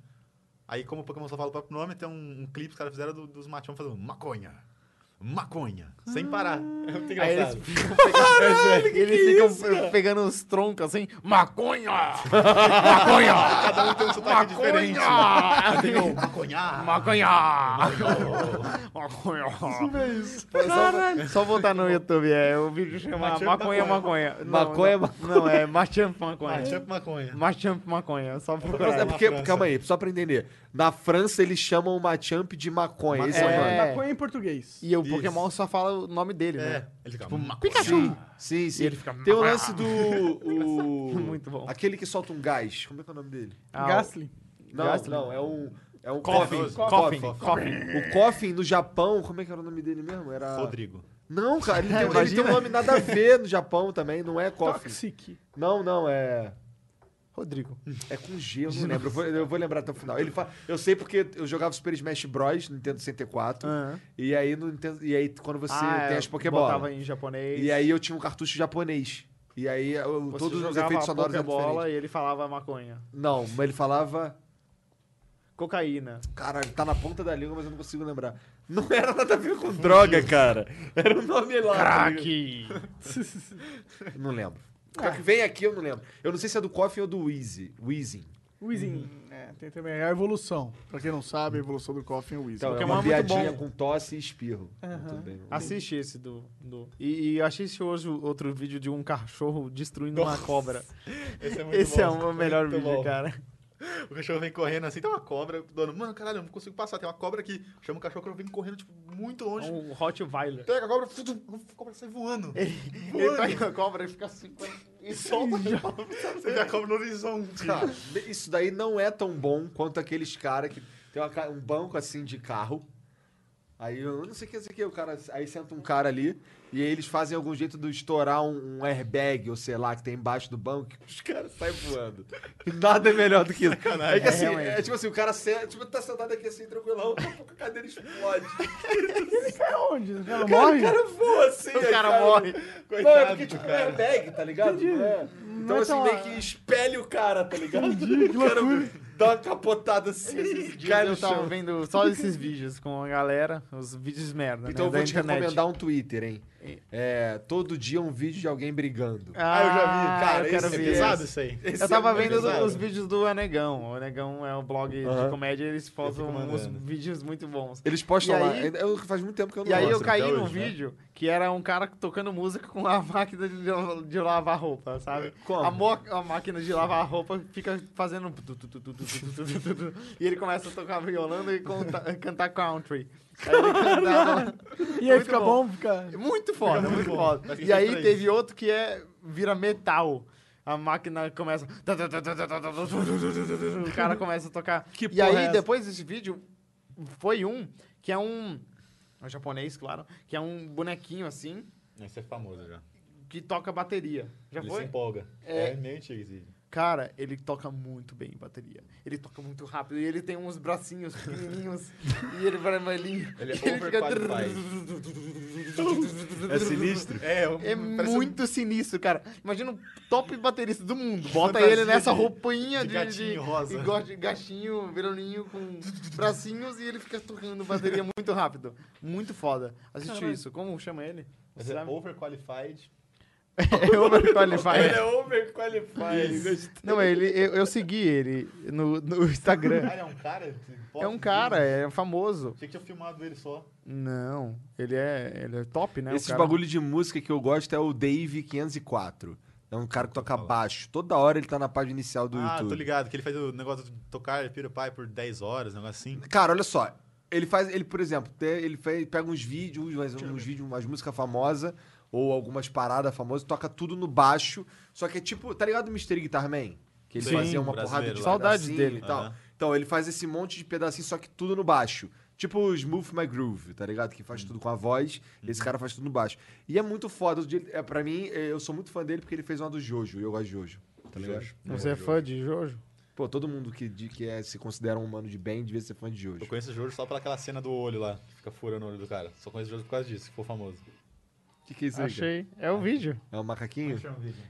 Speaker 5: Aí, como o Pokémon só fala o próprio nome, tem um, um clipe que os caras fizeram do- dos Machamp fazendo maconha, maconha, sem parar. É muito
Speaker 3: Aí eles
Speaker 5: engraçado.
Speaker 3: ficam pegando, eles ficam pe- pegando os troncos assim, maconha! Maconha!
Speaker 5: Cada um tem um sotaque diferente. né? Ah,
Speaker 3: Maconha!
Speaker 5: Tem o maconha,
Speaker 3: Maconha!
Speaker 5: maconha.
Speaker 3: Maconha!
Speaker 2: é
Speaker 3: Caralho! Só botar no YouTube, é. O vídeo chama
Speaker 5: Machamp
Speaker 3: Maconha Maconha. Não,
Speaker 2: Maconha,
Speaker 3: não, Não, é Machamp Maconha.
Speaker 5: Machamp maconha.
Speaker 3: Machamp Maconha, só
Speaker 2: É
Speaker 3: procurar.
Speaker 2: porque,
Speaker 5: na França.
Speaker 2: calma aí, só pra entender. Na França eles chamam o Machamp de maconha. Esse é o nome.
Speaker 3: É.
Speaker 1: Maconha em português.
Speaker 3: E o Pokémon só fala o nome dele,
Speaker 5: É,
Speaker 3: né?
Speaker 5: ele fica
Speaker 3: Tipo,
Speaker 5: maconha.
Speaker 3: Pikachu!
Speaker 2: Sim, sim.
Speaker 3: E ele fica- "Ah".
Speaker 2: Tem o lance do. o-
Speaker 3: [laughs] Muito bom.
Speaker 2: Aquele que solta um gás. Como é que é o nome dele?
Speaker 3: Ah, o-
Speaker 1: Gasly.
Speaker 2: Não,
Speaker 3: Gás?
Speaker 2: não, é um. É um
Speaker 5: Coffin.
Speaker 2: Coffin.
Speaker 3: Coffin,
Speaker 2: Coffin.
Speaker 3: Coffin.
Speaker 2: O Coffin no Japão, como é que era o nome dele mesmo? Era.
Speaker 5: Rodrigo.
Speaker 2: Não, cara,
Speaker 3: [laughs]
Speaker 2: ele tem, um ele
Speaker 3: Imagina.
Speaker 2: tem um nome nada a ver no Japão também, não é Coffin.
Speaker 1: Toxic.
Speaker 2: Não, não, é.
Speaker 3: Rodrigo.
Speaker 2: É com G, eu não lembro. Eu vou, eu vou lembrar até o final. Ele fala, eu sei porque eu jogava Super Smash Bros. no Nintendo 64.
Speaker 3: Aham.
Speaker 2: E, aí no Nintendo- e aí quando Uhum. você
Speaker 3: Ah,
Speaker 2: tem
Speaker 3: é,
Speaker 2: as Pokébola.
Speaker 3: Botava em japonês.
Speaker 2: E aí eu tinha um cartucho japonês. E aí eu-
Speaker 3: você
Speaker 2: todos os
Speaker 3: jogava
Speaker 2: efeitos
Speaker 3: a
Speaker 2: sonoros é eram
Speaker 3: Pokébola
Speaker 2: diferentes.
Speaker 3: e ele falava maconha.
Speaker 2: Não, mas ele falava...
Speaker 3: Cocaína.
Speaker 2: Caralho, tá na ponta da língua, mas eu não consigo lembrar. Não era nada a ver com droga, cara. Era o nome lá. tá ligado?
Speaker 3: Crack!
Speaker 2: Não lembro. Pior que vem aqui, eu não lembro. Eu não sei se é do Coffin ou do Wheezy. Wheezing.
Speaker 1: Weezing.
Speaker 3: Uhum.
Speaker 1: É, tem também a evolução. Pra quem não sabe, a evolução do Coffin é o Weezing.
Speaker 2: Então, é
Speaker 3: Pokémon é
Speaker 2: uma
Speaker 3: muito
Speaker 2: piadinha
Speaker 3: bom.
Speaker 2: com tosse e espirro. Tudo bem.
Speaker 3: [laughs] Assiste esse do. do... E, e assiste hoje o- outro vídeo de um cachorro destruindo uma cobra.
Speaker 5: Esse é muito
Speaker 3: Esse
Speaker 5: bom.
Speaker 3: é o melhor
Speaker 5: Muito
Speaker 3: vídeo,
Speaker 5: bom.
Speaker 3: cara.
Speaker 5: O cachorro vem correndo assim, tem uma cobra. o Dono, mano, caralho, eu não consigo passar, tem uma cobra aqui. Chama o cachorro, o cachorro vem correndo, tipo, muito longe.
Speaker 3: Um Rottweiler.
Speaker 5: Pega a cobra, fudum, a cobra sai voando.
Speaker 3: Ele
Speaker 5: tá
Speaker 3: pega a [laughs] cobra e fica assim.
Speaker 5: E solta a cobra. Você vê a cobra no horizonte.
Speaker 2: Cara, isso daí não é tão bom quanto aqueles caras que tem uma ca- um banco assim de carro. Aí eu não sei o que, não sei o que, o cara. Aí senta um cara ali e aí eles fazem algum jeito de estourar um, um airbag, ou sei lá, que tem embaixo do banco, que os caras saem voando. E nada é melhor do que isso. É que assim, é, tipo assim, o cara senta, tipo, tá sentado aqui assim, tranquilão, [laughs] daqui a pouco a cadeira explode.
Speaker 1: É onde? O cara
Speaker 2: Cara,
Speaker 1: morre?
Speaker 2: o cara voa assim,
Speaker 3: O
Speaker 2: aí,
Speaker 3: cara morre.
Speaker 2: Não, é porque tipo, é airbag, tá ligado? É. Então
Speaker 1: Mas
Speaker 2: assim,
Speaker 1: tá-
Speaker 2: meio que espelha o cara, tá ligado? [laughs] o cara dá uma capotada assim,
Speaker 3: Dias
Speaker 2: cai no
Speaker 3: eu tava
Speaker 2: chão.
Speaker 3: vendo só esses vídeos com a galera, os vídeos merda.
Speaker 2: Então eu
Speaker 3: né,
Speaker 2: vou
Speaker 3: da
Speaker 2: te
Speaker 3: internet.
Speaker 2: recomendar um Twitter, hein? É, todo dia um vídeo de alguém brigando.
Speaker 3: Ah, eu já vi.
Speaker 2: Cara,
Speaker 3: eu quero
Speaker 2: esse
Speaker 5: É
Speaker 3: ver.
Speaker 5: pesado isso aí.
Speaker 3: Eu tava
Speaker 5: é
Speaker 3: vendo
Speaker 5: pesado.
Speaker 3: os vídeos do Anegão. O Anegão é um blog de comédia e eles postam uns
Speaker 5: mandando.
Speaker 3: vídeos muito bons.
Speaker 2: Eles postam
Speaker 3: E
Speaker 2: lá.
Speaker 3: aí-
Speaker 2: Eu- faz muito tempo que eu não
Speaker 3: E aí eu
Speaker 2: mostro.
Speaker 3: caí
Speaker 5: até
Speaker 3: num
Speaker 5: hoje, né?
Speaker 3: vídeo que era um cara tocando música com a [laughs] máquina de, la- de lavar roupa, sabe? A, mo- a máquina de lavar roupa fica fazendo... um tu, tu, tu, tu, tu, tu, tu, tu, tu, tu, e ele começa a tocar violão e conta- cantar country. Aí ele cantava...
Speaker 1: E aí
Speaker 3: Muito
Speaker 1: fica
Speaker 3: bom.
Speaker 1: bom, fica...
Speaker 3: Muito foda, muito,
Speaker 5: bom.
Speaker 3: foda.
Speaker 5: Mas
Speaker 3: E
Speaker 5: tem
Speaker 3: aí
Speaker 5: três.
Speaker 3: teve outro que é... Vira metal. A máquina começa... O cara começa a tocar.
Speaker 1: Que
Speaker 3: e
Speaker 1: porra é
Speaker 3: aí,
Speaker 1: essa?
Speaker 3: depois desse vídeo, foi um que é um... É um japonês, claro. Que é um bonequinho, assim,
Speaker 5: Esse é famoso já.
Speaker 3: que toca bateria. Já
Speaker 5: Ele se
Speaker 3: foi?
Speaker 5: empolga.
Speaker 3: É.
Speaker 5: É, meio antigo esse vídeo.
Speaker 3: Cara, ele toca muito bem bateria. Ele toca muito rápido. E ele tem uns bracinhos
Speaker 5: [laughs]
Speaker 3: pequenininhos. e ele vai velhinho.
Speaker 5: Ele é
Speaker 3: E [laughs]
Speaker 5: overqualified. É sinistro? É,
Speaker 3: É
Speaker 5: parece um-
Speaker 3: muito sinistro, cara. Imagina o top baterista do mundo. Bota
Speaker 5: Fantasia
Speaker 3: ele nessa
Speaker 5: de-
Speaker 3: roupinha
Speaker 5: de
Speaker 3: de,
Speaker 5: gatinho
Speaker 3: de-
Speaker 5: rosa.
Speaker 3: E gosta de gatinho, vironinho com bracinhos e ele fica tocando bateria muito rápido. Muito foda. Assiste isso. Como chama ele?
Speaker 5: Mas é overqualified.
Speaker 3: [laughs] É overqualified.
Speaker 5: Overqualified.
Speaker 3: Não, ele, eu, eu segui ele no, no Instagram.
Speaker 5: Cara, é um cara? Você
Speaker 3: É um cara, é famoso.
Speaker 5: Achei que tinha filmado ele só.
Speaker 3: Não, ele é, ele é top, né? o
Speaker 2: Esses
Speaker 3: cara?
Speaker 2: bagulho de música que eu gosto é o Dave 504. É um cara que
Speaker 3: Tá
Speaker 2: toca baixo. Toda hora ele tá na página inicial do
Speaker 5: ah,
Speaker 2: YouTube.
Speaker 5: tô ligado, que ele faz o negócio de tocar Peter Pie por 10 horas, um negócio assim.
Speaker 2: Cara, olha só. Ele faz, ele, por exemplo, te- ele fe- pega uns vídeos, mas uns vídeos, umas músicas famosas, ou algumas paradas famosas, toca tudo no baixo. Só que é tipo, tá ligado o Mr. Guitar Man? Que ele
Speaker 5: Sim,
Speaker 2: fazia uma porrada
Speaker 5: brasileiro
Speaker 2: de
Speaker 5: lá.
Speaker 3: Saudades
Speaker 2: pedacinho
Speaker 3: dele.
Speaker 2: e tal.
Speaker 5: Aham.
Speaker 2: Então, ele faz esse monte de pedacinho, só que tudo no baixo. Tipo o Smooth My Groove, tá ligado? Que
Speaker 5: Hum.
Speaker 2: faz tudo com a voz,
Speaker 5: Uhum.
Speaker 2: esse cara faz tudo no baixo. E é muito foda. Outro dia ele- É, pra mim, é, eu sou muito fã dele porque ele fez uma do Jojo, e eu gosto de Jojo. Tá ligado?
Speaker 3: Você é fã de Jojo?
Speaker 2: Pô, todo mundo que, de- que é- se considera um humano de bem devia ser fã de Jojo.
Speaker 5: Eu conheço o Jojo só pelaquela cena do olho lá, que fica furando o olho do cara. Só conheço o Jojo por causa disso, que ficou famoso.
Speaker 2: O que, que é isso aí? cara?
Speaker 3: Achei. É o vídeo.
Speaker 2: É um macaquinho?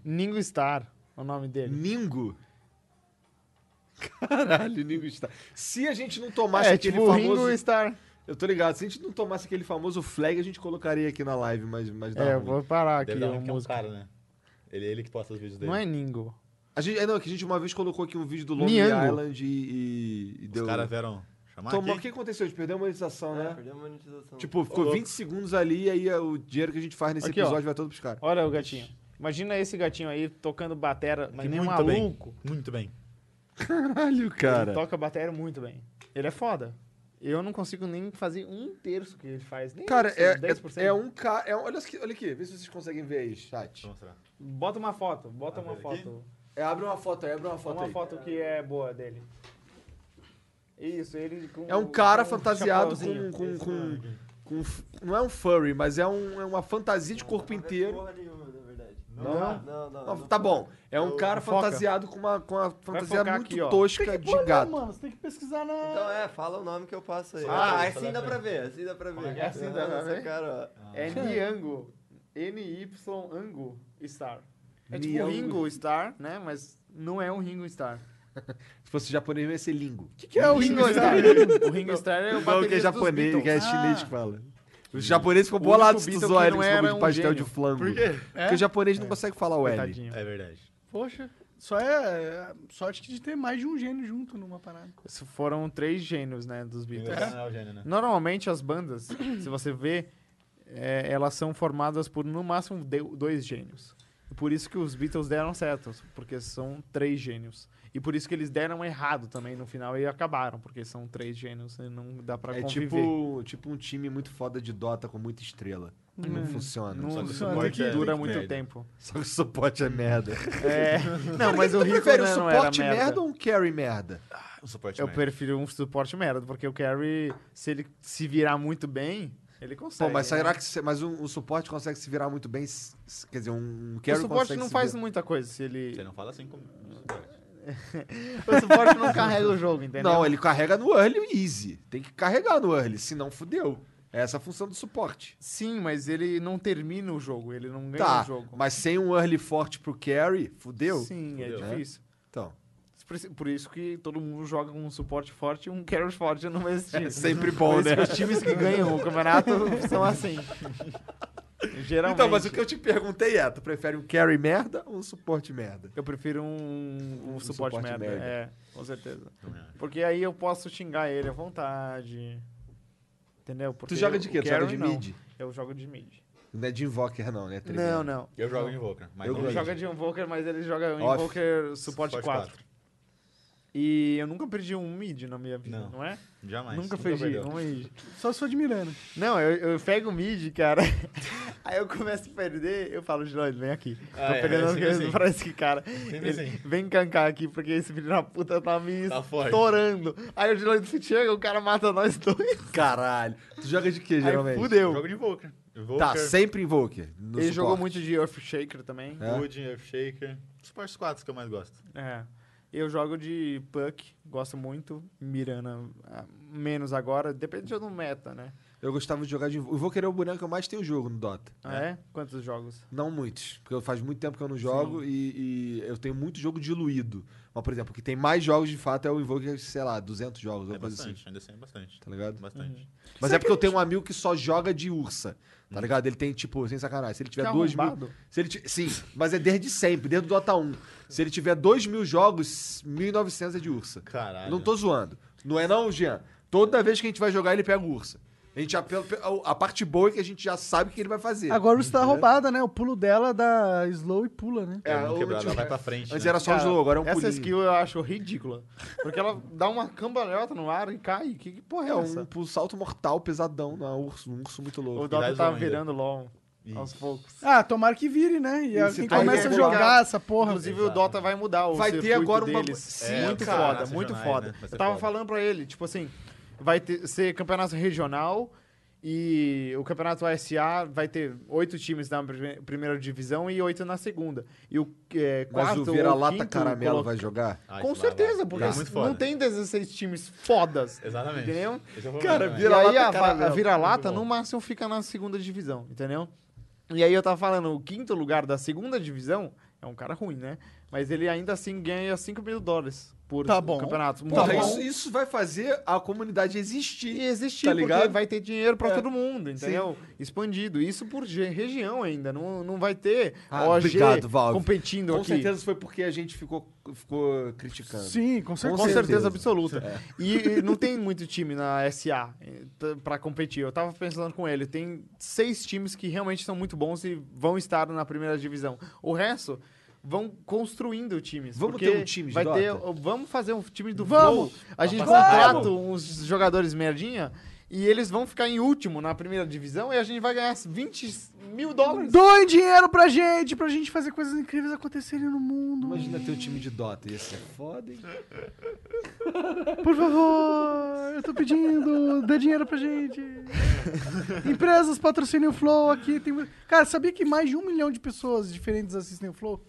Speaker 3: Ningo Star, o nome dele.
Speaker 2: Ningo? Caralho, Ningo está. Se a gente não tomasse
Speaker 3: é,
Speaker 2: aquele
Speaker 3: tipo o
Speaker 2: famoso.
Speaker 3: Ringo Star.
Speaker 2: Eu tô ligado, se a gente não tomasse aquele famoso flag, a gente colocaria aqui na live, mas, mas dá
Speaker 3: é, eu
Speaker 2: ruim.
Speaker 3: vou parar aqui
Speaker 5: Deve dar
Speaker 3: a
Speaker 5: um, que é um
Speaker 3: música.
Speaker 5: cara, né? Ele é ele que posta os vídeos dele.
Speaker 3: Não é Ningo.
Speaker 2: A gente, é, não, que a gente uma vez colocou aqui um vídeo do Lonely
Speaker 3: Niango.
Speaker 2: Island e, e, e
Speaker 5: Os
Speaker 2: deu.
Speaker 5: caras vieram chamar
Speaker 2: Tomou- O
Speaker 5: aqui.
Speaker 2: que aconteceu? A gente perdeu a monetização,
Speaker 7: É,
Speaker 2: né?
Speaker 7: perdeu a monetização.
Speaker 2: Tipo, ficou 20 segundos ali e aí é, o dinheiro que a gente faz nesse
Speaker 3: Aqui, ó.
Speaker 2: episódio vai todo pros caras.
Speaker 3: Olha o gatinho. Imagina esse gatinho aí tocando batera,
Speaker 5: Mas
Speaker 3: que nem um
Speaker 5: muito bem.
Speaker 3: maluco.
Speaker 5: Muito bem.
Speaker 2: Caralho,
Speaker 3: Ele toca batera muito bem. Ele é foda. Eu não consigo nem fazer um terço que ele faz. Nem
Speaker 2: Cara,
Speaker 3: isso,
Speaker 2: é,
Speaker 3: 10%.
Speaker 2: é, é um cara. É um- olha, aqui- olha aqui, vê se vocês conseguem ver aí,
Speaker 5: Deixa eu
Speaker 2: chat.
Speaker 5: mostrar.
Speaker 3: Bota uma foto, bota uma
Speaker 5: Ah, tá aqui?
Speaker 3: foto.
Speaker 2: É, abre uma foto aí, abre uma foto
Speaker 3: Uma
Speaker 2: aí.
Speaker 3: foto que é boa dele. Isso, ele com
Speaker 2: É um cara
Speaker 3: com
Speaker 2: fantasiado com,
Speaker 3: chapéuzinho.
Speaker 2: com, com, com f- Não é um furry, mas é, um- é uma fantasia de corpo inteiro.
Speaker 7: Porra nenhuma, na verdade.
Speaker 2: Não, não, não. Tá bom. É um cara
Speaker 3: Foca.
Speaker 2: fantasiado com uma, com uma fantasia
Speaker 3: focar
Speaker 2: muito
Speaker 3: aqui, ó.
Speaker 2: tosca
Speaker 1: Tem que
Speaker 2: de
Speaker 1: pôr,
Speaker 2: gato.
Speaker 1: mano. Você tem que pesquisar na...
Speaker 7: Então é, fala o nome que eu passo aí.
Speaker 3: Ah,
Speaker 7: Ah, assim dá pra ver, assim dá pra ver.
Speaker 3: é? Assim dá pra
Speaker 7: Essa
Speaker 3: ver?
Speaker 7: Cara, ó.
Speaker 3: É Niango. N-Y-Ango Star. É tipo
Speaker 1: Niango.
Speaker 3: Ringo Star, né? Mas não é um Ringo Star.
Speaker 2: Se fosse japonês, ia ser lingo.
Speaker 1: O que, que é o
Speaker 3: Ringo
Speaker 1: Star?
Speaker 3: Star. [laughs] o Ringo Star é o
Speaker 2: Não, que é
Speaker 3: baterista dos
Speaker 2: japonês,
Speaker 3: Beatles.
Speaker 1: Ah.
Speaker 2: que é chinês que fala. Os japoneses ficam
Speaker 3: único
Speaker 2: bolados se tu
Speaker 3: Beatle
Speaker 2: zoar
Speaker 3: que
Speaker 2: eles
Speaker 3: não
Speaker 2: com
Speaker 3: era
Speaker 2: nome de
Speaker 3: um
Speaker 2: pastel
Speaker 3: gênio.
Speaker 2: de flango.
Speaker 3: Por quê? É?
Speaker 2: Porque o japonês não consegue falar o L.
Speaker 3: Tadinho.
Speaker 5: É verdade.
Speaker 1: Poxa, só é sorte de ter mais de um gênio junto numa parada.
Speaker 3: Isso Foram três gênios, né, dos Beatles.
Speaker 5: Não é o gênio, né?
Speaker 3: Normalmente
Speaker 1: [coughs]
Speaker 3: as bandas, se você vê, é, elas são formadas por no máximo de- dois gênios. E Por isso que os Beatles deram certo, porque são três gênios. E por isso que eles deram errado também no final e acabaram, porque são três gênios e não dá pra
Speaker 2: É
Speaker 3: conviver.
Speaker 2: tipo, tipo um time muito foda de Dota com muita estrela. Não funciona.
Speaker 3: Hum. Não,
Speaker 2: Só,
Speaker 5: que
Speaker 2: que,
Speaker 3: não
Speaker 5: suporte é-
Speaker 3: dura
Speaker 5: tem que
Speaker 3: muito
Speaker 5: ter.
Speaker 3: tempo.
Speaker 2: só que o suporte é merda.
Speaker 3: É, não, mas o
Speaker 2: tu
Speaker 3: Rico
Speaker 2: prefere
Speaker 3: né,
Speaker 2: um
Speaker 3: não era
Speaker 2: suporte merda.
Speaker 3: merda.
Speaker 2: ou um carry merda?
Speaker 5: O suporte
Speaker 3: Eu
Speaker 2: né?
Speaker 5: médio.
Speaker 3: prefiro um suporte merda, porque o Carry, se ele se virar muito bem, ele consegue.
Speaker 2: Pô, mas
Speaker 3: né?
Speaker 2: será que cê- mas um, um suporte consegue se virar muito bem? s- s- Quer dizer, um carry
Speaker 3: o suporte
Speaker 2: consegue
Speaker 3: não
Speaker 2: se
Speaker 3: faz
Speaker 2: vir-
Speaker 3: muita coisa se ele.
Speaker 5: Você não fala assim como.
Speaker 3: O suporte não carrega o jogo, entendeu?
Speaker 2: Não, ele carrega no early easy. Tem que carregar no early, senão fudeu. É essa a função do suporte.
Speaker 3: Sim, mas ele não termina o jogo, ele não ganha
Speaker 2: tá,
Speaker 3: o jogo.
Speaker 2: mas sem um early forte pro carry, fudeu?
Speaker 3: Sim, é
Speaker 5: Fudeu, né?
Speaker 3: difícil.
Speaker 2: Então,
Speaker 3: Por- Por isso que todo mundo joga um suporte forte e um carry forte no mesmo time.
Speaker 2: é sempre bom,
Speaker 3: Por isso
Speaker 2: né?
Speaker 3: que os times que ganham
Speaker 2: [laughs]
Speaker 3: o campeonato são assim. Geralmente.
Speaker 2: Então, mas o que eu te perguntei é, tu prefere um carry merda ou um suporte merda?
Speaker 3: Eu prefiro um, um suporte,
Speaker 2: suporte
Speaker 3: merda.
Speaker 2: merda.
Speaker 3: É, com certeza. Porque aí eu posso xingar ele à vontade. Entendeu? Porque
Speaker 2: tu joga de
Speaker 3: o
Speaker 2: quê? Tu joga
Speaker 3: carry,
Speaker 2: de
Speaker 3: não.
Speaker 2: mid?
Speaker 3: Eu jogo de mid.
Speaker 2: Não é de invoker, não, né? Tremendo.
Speaker 3: Não, não.
Speaker 5: Eu jogo
Speaker 3: Não.
Speaker 5: Invoker. Mas
Speaker 2: Eu
Speaker 5: não
Speaker 2: gosto.
Speaker 3: Ele
Speaker 5: mid.
Speaker 3: joga de Invoker, mas ele joga
Speaker 2: Off.
Speaker 3: Invoker suporte,
Speaker 5: Suporte
Speaker 3: 4.
Speaker 5: quatro.
Speaker 3: E eu nunca perdi um mid na minha vida, não,
Speaker 5: Não.
Speaker 3: é?
Speaker 5: Jamais.
Speaker 3: nunca perdi
Speaker 5: perdeu.
Speaker 3: um mid.
Speaker 1: Só se for de Miranda.
Speaker 3: Não, eu, eu pego o mid, cara. [laughs] aí eu começo a perder, eu falo, Giloide, vem aqui.
Speaker 5: Ah,
Speaker 3: Tô
Speaker 5: é,
Speaker 3: perdendo
Speaker 5: é
Speaker 3: as
Speaker 5: sempre
Speaker 3: coisas
Speaker 5: assim.
Speaker 3: pra esse cara.
Speaker 5: Sempre
Speaker 3: Ele,
Speaker 5: assim.
Speaker 3: Vem cancar aqui, porque esse filho da puta tá me
Speaker 5: Tá forte.
Speaker 3: estourando. Aí o Giloide se chega, o cara mata nós dois.
Speaker 2: Caralho. Tu joga de quê,
Speaker 3: Aí
Speaker 2: geralmente?
Speaker 5: Eu
Speaker 3: fudeu.
Speaker 5: jogo de Invoker. Invoker.
Speaker 2: Tá, sempre invoker. no
Speaker 3: Ele jogou
Speaker 2: suporte.
Speaker 3: muito de Earthshaker também.
Speaker 2: É?
Speaker 5: Wood, Earthshaker. Suportes 4 que eu mais gosto.
Speaker 3: É. Eu jogo de Puck, gosto muito. Mirana, ah, menos agora. Depende do meta, né?
Speaker 2: Eu gostava de jogar de invoker. Invoker é o boneco que eu mais tenho jogo no Dota.
Speaker 3: Ah, é? Quantos jogos?
Speaker 2: Não muitos, porque faz muito tempo que eu não jogo e, e eu tenho muito jogo diluído. Mas, por exemplo, o que tem mais jogos de fato é o Invoker, sei lá, 200 jogos,
Speaker 5: É
Speaker 2: alguma coisa assim.
Speaker 5: bastante, ainda assim é bastante.
Speaker 2: Tá ligado?
Speaker 5: Bastante.
Speaker 2: Mas é porque eu tenho um amigo que só joga de ursa.
Speaker 5: Uhum.
Speaker 2: Tá ligado? Ele tem, tipo, sem sacanagem. Se ele tiver
Speaker 3: Que
Speaker 2: dois mil.
Speaker 3: arrombado.
Speaker 2: Se ele ti- Sim, mas é desde sempre, desde o Dota 1. Se ele tiver dois mil jogos, 1.900 é de ursa.
Speaker 5: Caralho.
Speaker 2: Eu não tô zoando. Não é não, Jean? Toda vez que a gente vai jogar, ele pega o ursa. A, gente, já- a parte boa é que a gente já sabe o que ele vai fazer.
Speaker 1: Agora o Star roubada, né? O pulo dela dá slow e pula, né?
Speaker 5: É, não
Speaker 2: eu-
Speaker 5: quebrado, ela vai pra frente.
Speaker 2: Antes
Speaker 5: né?
Speaker 2: era só um
Speaker 3: Cara,
Speaker 2: slow, agora é um
Speaker 3: Essa
Speaker 2: pulinho.
Speaker 3: skill eu acho ridícula. Porque ela dá uma cambalhota no ar e cai. Que, que porra é,
Speaker 2: É um
Speaker 3: essa?
Speaker 2: pulo- salto mortal pesadão, não, um urso, um urso muito
Speaker 3: O
Speaker 2: louco.
Speaker 3: Dota
Speaker 5: Horizon
Speaker 3: tá
Speaker 5: ainda.
Speaker 3: virando LOL
Speaker 5: Ih.
Speaker 3: aos poucos.
Speaker 1: Ah, tomara que vire, né? E aí
Speaker 2: Isso,
Speaker 1: quem
Speaker 2: tá aí,
Speaker 1: começa a
Speaker 2: né?
Speaker 1: jogar essa porra.
Speaker 3: Inclusive o Dota vai mudar o
Speaker 2: Vai ter
Speaker 3: circuito
Speaker 2: agora um bagulho-
Speaker 3: deles. É.
Speaker 2: Sim,
Speaker 3: muito
Speaker 5: cara,
Speaker 3: foda,
Speaker 5: nas
Speaker 3: muito
Speaker 5: regionais,
Speaker 3: foda.
Speaker 5: né? Vai ser
Speaker 3: Eu tava
Speaker 5: foda.
Speaker 3: falando pra ele, tipo assim, vai ter, ser campeonato regional e o campeonato ASA vai ter oito times na prime- primeira divisão e oito na segunda. E o é,
Speaker 2: Mas
Speaker 3: quarto
Speaker 2: o
Speaker 3: ou
Speaker 2: vira-lata
Speaker 3: quinto
Speaker 2: caramelo
Speaker 3: colo-
Speaker 2: vai jogar?
Speaker 5: Ah,
Speaker 3: Com
Speaker 5: isso lá
Speaker 3: certeza,
Speaker 5: vai.
Speaker 3: porque
Speaker 5: É muito foda.
Speaker 3: não tem 16 times fodas. [laughs]
Speaker 5: Exatamente.
Speaker 3: Entendeu?
Speaker 5: Esse é o
Speaker 2: Cara,
Speaker 5: problema, né?
Speaker 3: E
Speaker 2: Vira-lata
Speaker 3: aí a, va- a
Speaker 2: caramelo.
Speaker 3: vira-lata,
Speaker 5: Muito
Speaker 3: no
Speaker 5: bom.
Speaker 3: máximo, fica na segunda divisão, entendeu? E aí eu tava falando, o quinto lugar da segunda divisão é um cara ruim, né? Mas ele ainda assim ganha 5 mil dólares por
Speaker 1: Tá bom.
Speaker 3: campeonato. Muito
Speaker 2: Porra,
Speaker 3: bom.
Speaker 2: isso, isso vai fazer a comunidade existir.
Speaker 3: E existir,
Speaker 2: Tá
Speaker 3: porque
Speaker 2: ligado?
Speaker 3: vai ter dinheiro pra
Speaker 2: É.
Speaker 3: todo mundo, entendeu? Expandido. Isso por ge- região ainda. Não, não vai ter
Speaker 2: Ah,
Speaker 3: OG
Speaker 2: obrigado, Valve.
Speaker 3: competindo
Speaker 2: Com
Speaker 3: aqui.
Speaker 2: certeza foi porque a gente ficou, ficou criticando.
Speaker 1: Sim, com certeza.
Speaker 3: Com certeza
Speaker 2: certeza.
Speaker 3: absoluta. E, e não tem muito time na SA eh, t- pra competir. Eu tava pensando com ele, tem seis times que realmente são muito bons e vão estar na primeira divisão. O resto vão construindo times.
Speaker 2: Vamos
Speaker 3: porque
Speaker 2: ter um time de
Speaker 3: vai ter-
Speaker 2: Dota?
Speaker 3: Vamos fazer um time do
Speaker 1: Vamos!
Speaker 3: Flow. A gente
Speaker 1: Vamos!
Speaker 3: contrata uns jogadores merdinha e eles vão ficar em último na primeira divisão e a gente vai ganhar 20 mil dólares.
Speaker 1: Doem dinheiro pra gente, pra gente fazer coisas incríveis acontecerem no mundo.
Speaker 2: Imagina ter um time de Dota, ia ser foda, hein?
Speaker 1: Por favor, eu tô pedindo, dê dinheiro pra gente. Empresas patrocinem o Flow aqui. Tem... Cara, sabia que mais de um milhão de pessoas diferentes assistem o Flow?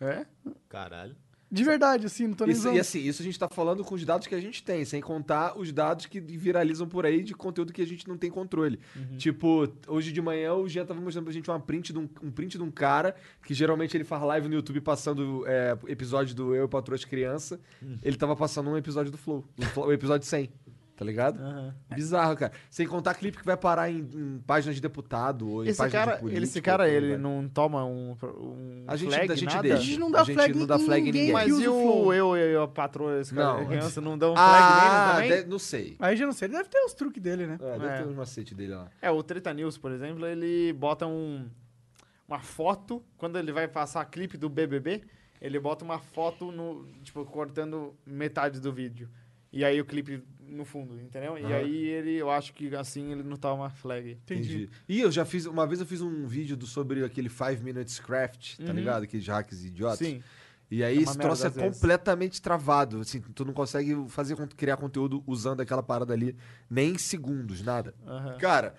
Speaker 3: É?
Speaker 5: Caralho.
Speaker 1: De verdade, assim, não tô nem
Speaker 2: Isso,
Speaker 1: zoando.
Speaker 2: e assim, isso a gente tá falando com os dados que a gente tem, sem contar os dados que viralizam por aí de conteúdo que a gente não tem controle.
Speaker 3: Uhum.
Speaker 2: Tipo, hoje de manhã o Jean tava mostrando pra gente uma print de um, um print de um cara, que geralmente ele faz live no YouTube passando é, episódio do Eu e Patroas Criança.
Speaker 3: Hum.
Speaker 2: Ele tava passando um episódio do Flow, o Flow- o episódio 100. Tá ligado?
Speaker 3: É.
Speaker 2: Bizarro, cara. Sem contar clipe que vai parar em, em páginas de deputado ou em
Speaker 3: Esse
Speaker 2: páginas
Speaker 3: cara,
Speaker 2: de político.
Speaker 3: esse cara,
Speaker 2: tá
Speaker 3: ele
Speaker 2: ligado?
Speaker 3: não toma um, um
Speaker 2: A gente,
Speaker 3: flag,
Speaker 2: a gente
Speaker 3: nada?
Speaker 2: deixa.
Speaker 1: A gente não dá flag
Speaker 2: não dá
Speaker 1: em
Speaker 2: flag em
Speaker 1: ninguém,
Speaker 2: ninguém.
Speaker 1: mas-
Speaker 3: Mas
Speaker 1: usa
Speaker 3: e
Speaker 1: o
Speaker 3: o
Speaker 1: Flow.
Speaker 3: eu e a patroa, esse cara
Speaker 2: Não.
Speaker 3: criança, não dão um flag
Speaker 2: Ah,
Speaker 3: nele também?
Speaker 2: de- não sei.
Speaker 1: Aí já não sei, ele deve ter os truques dele, né?
Speaker 2: É, deve
Speaker 3: É.
Speaker 2: ter uns macete dele lá.
Speaker 3: É, o Treta News, por exemplo, ele bota um, uma foto, quando ele vai passar clipe do BBB, ele bota uma foto, no tipo, cortando metade do vídeo. E aí o clipe no fundo, entendeu? E aí ele, eu acho que assim ele não toma flag.
Speaker 2: Entendi. E eu já fiz, uma vez eu fiz um vídeo do- sobre aquele 5 Minutes Craft, tá ligado? Aqueles hacks idiotas.
Speaker 3: Uhum. Sim.
Speaker 2: E aí
Speaker 3: É uma
Speaker 2: esse troço é
Speaker 3: merda às vezes.
Speaker 2: completamente travado. Assim, tu não consegue fazer, con- criar conteúdo usando aquela parada ali nem em segundos, nada.
Speaker 3: Aham.
Speaker 2: Cara,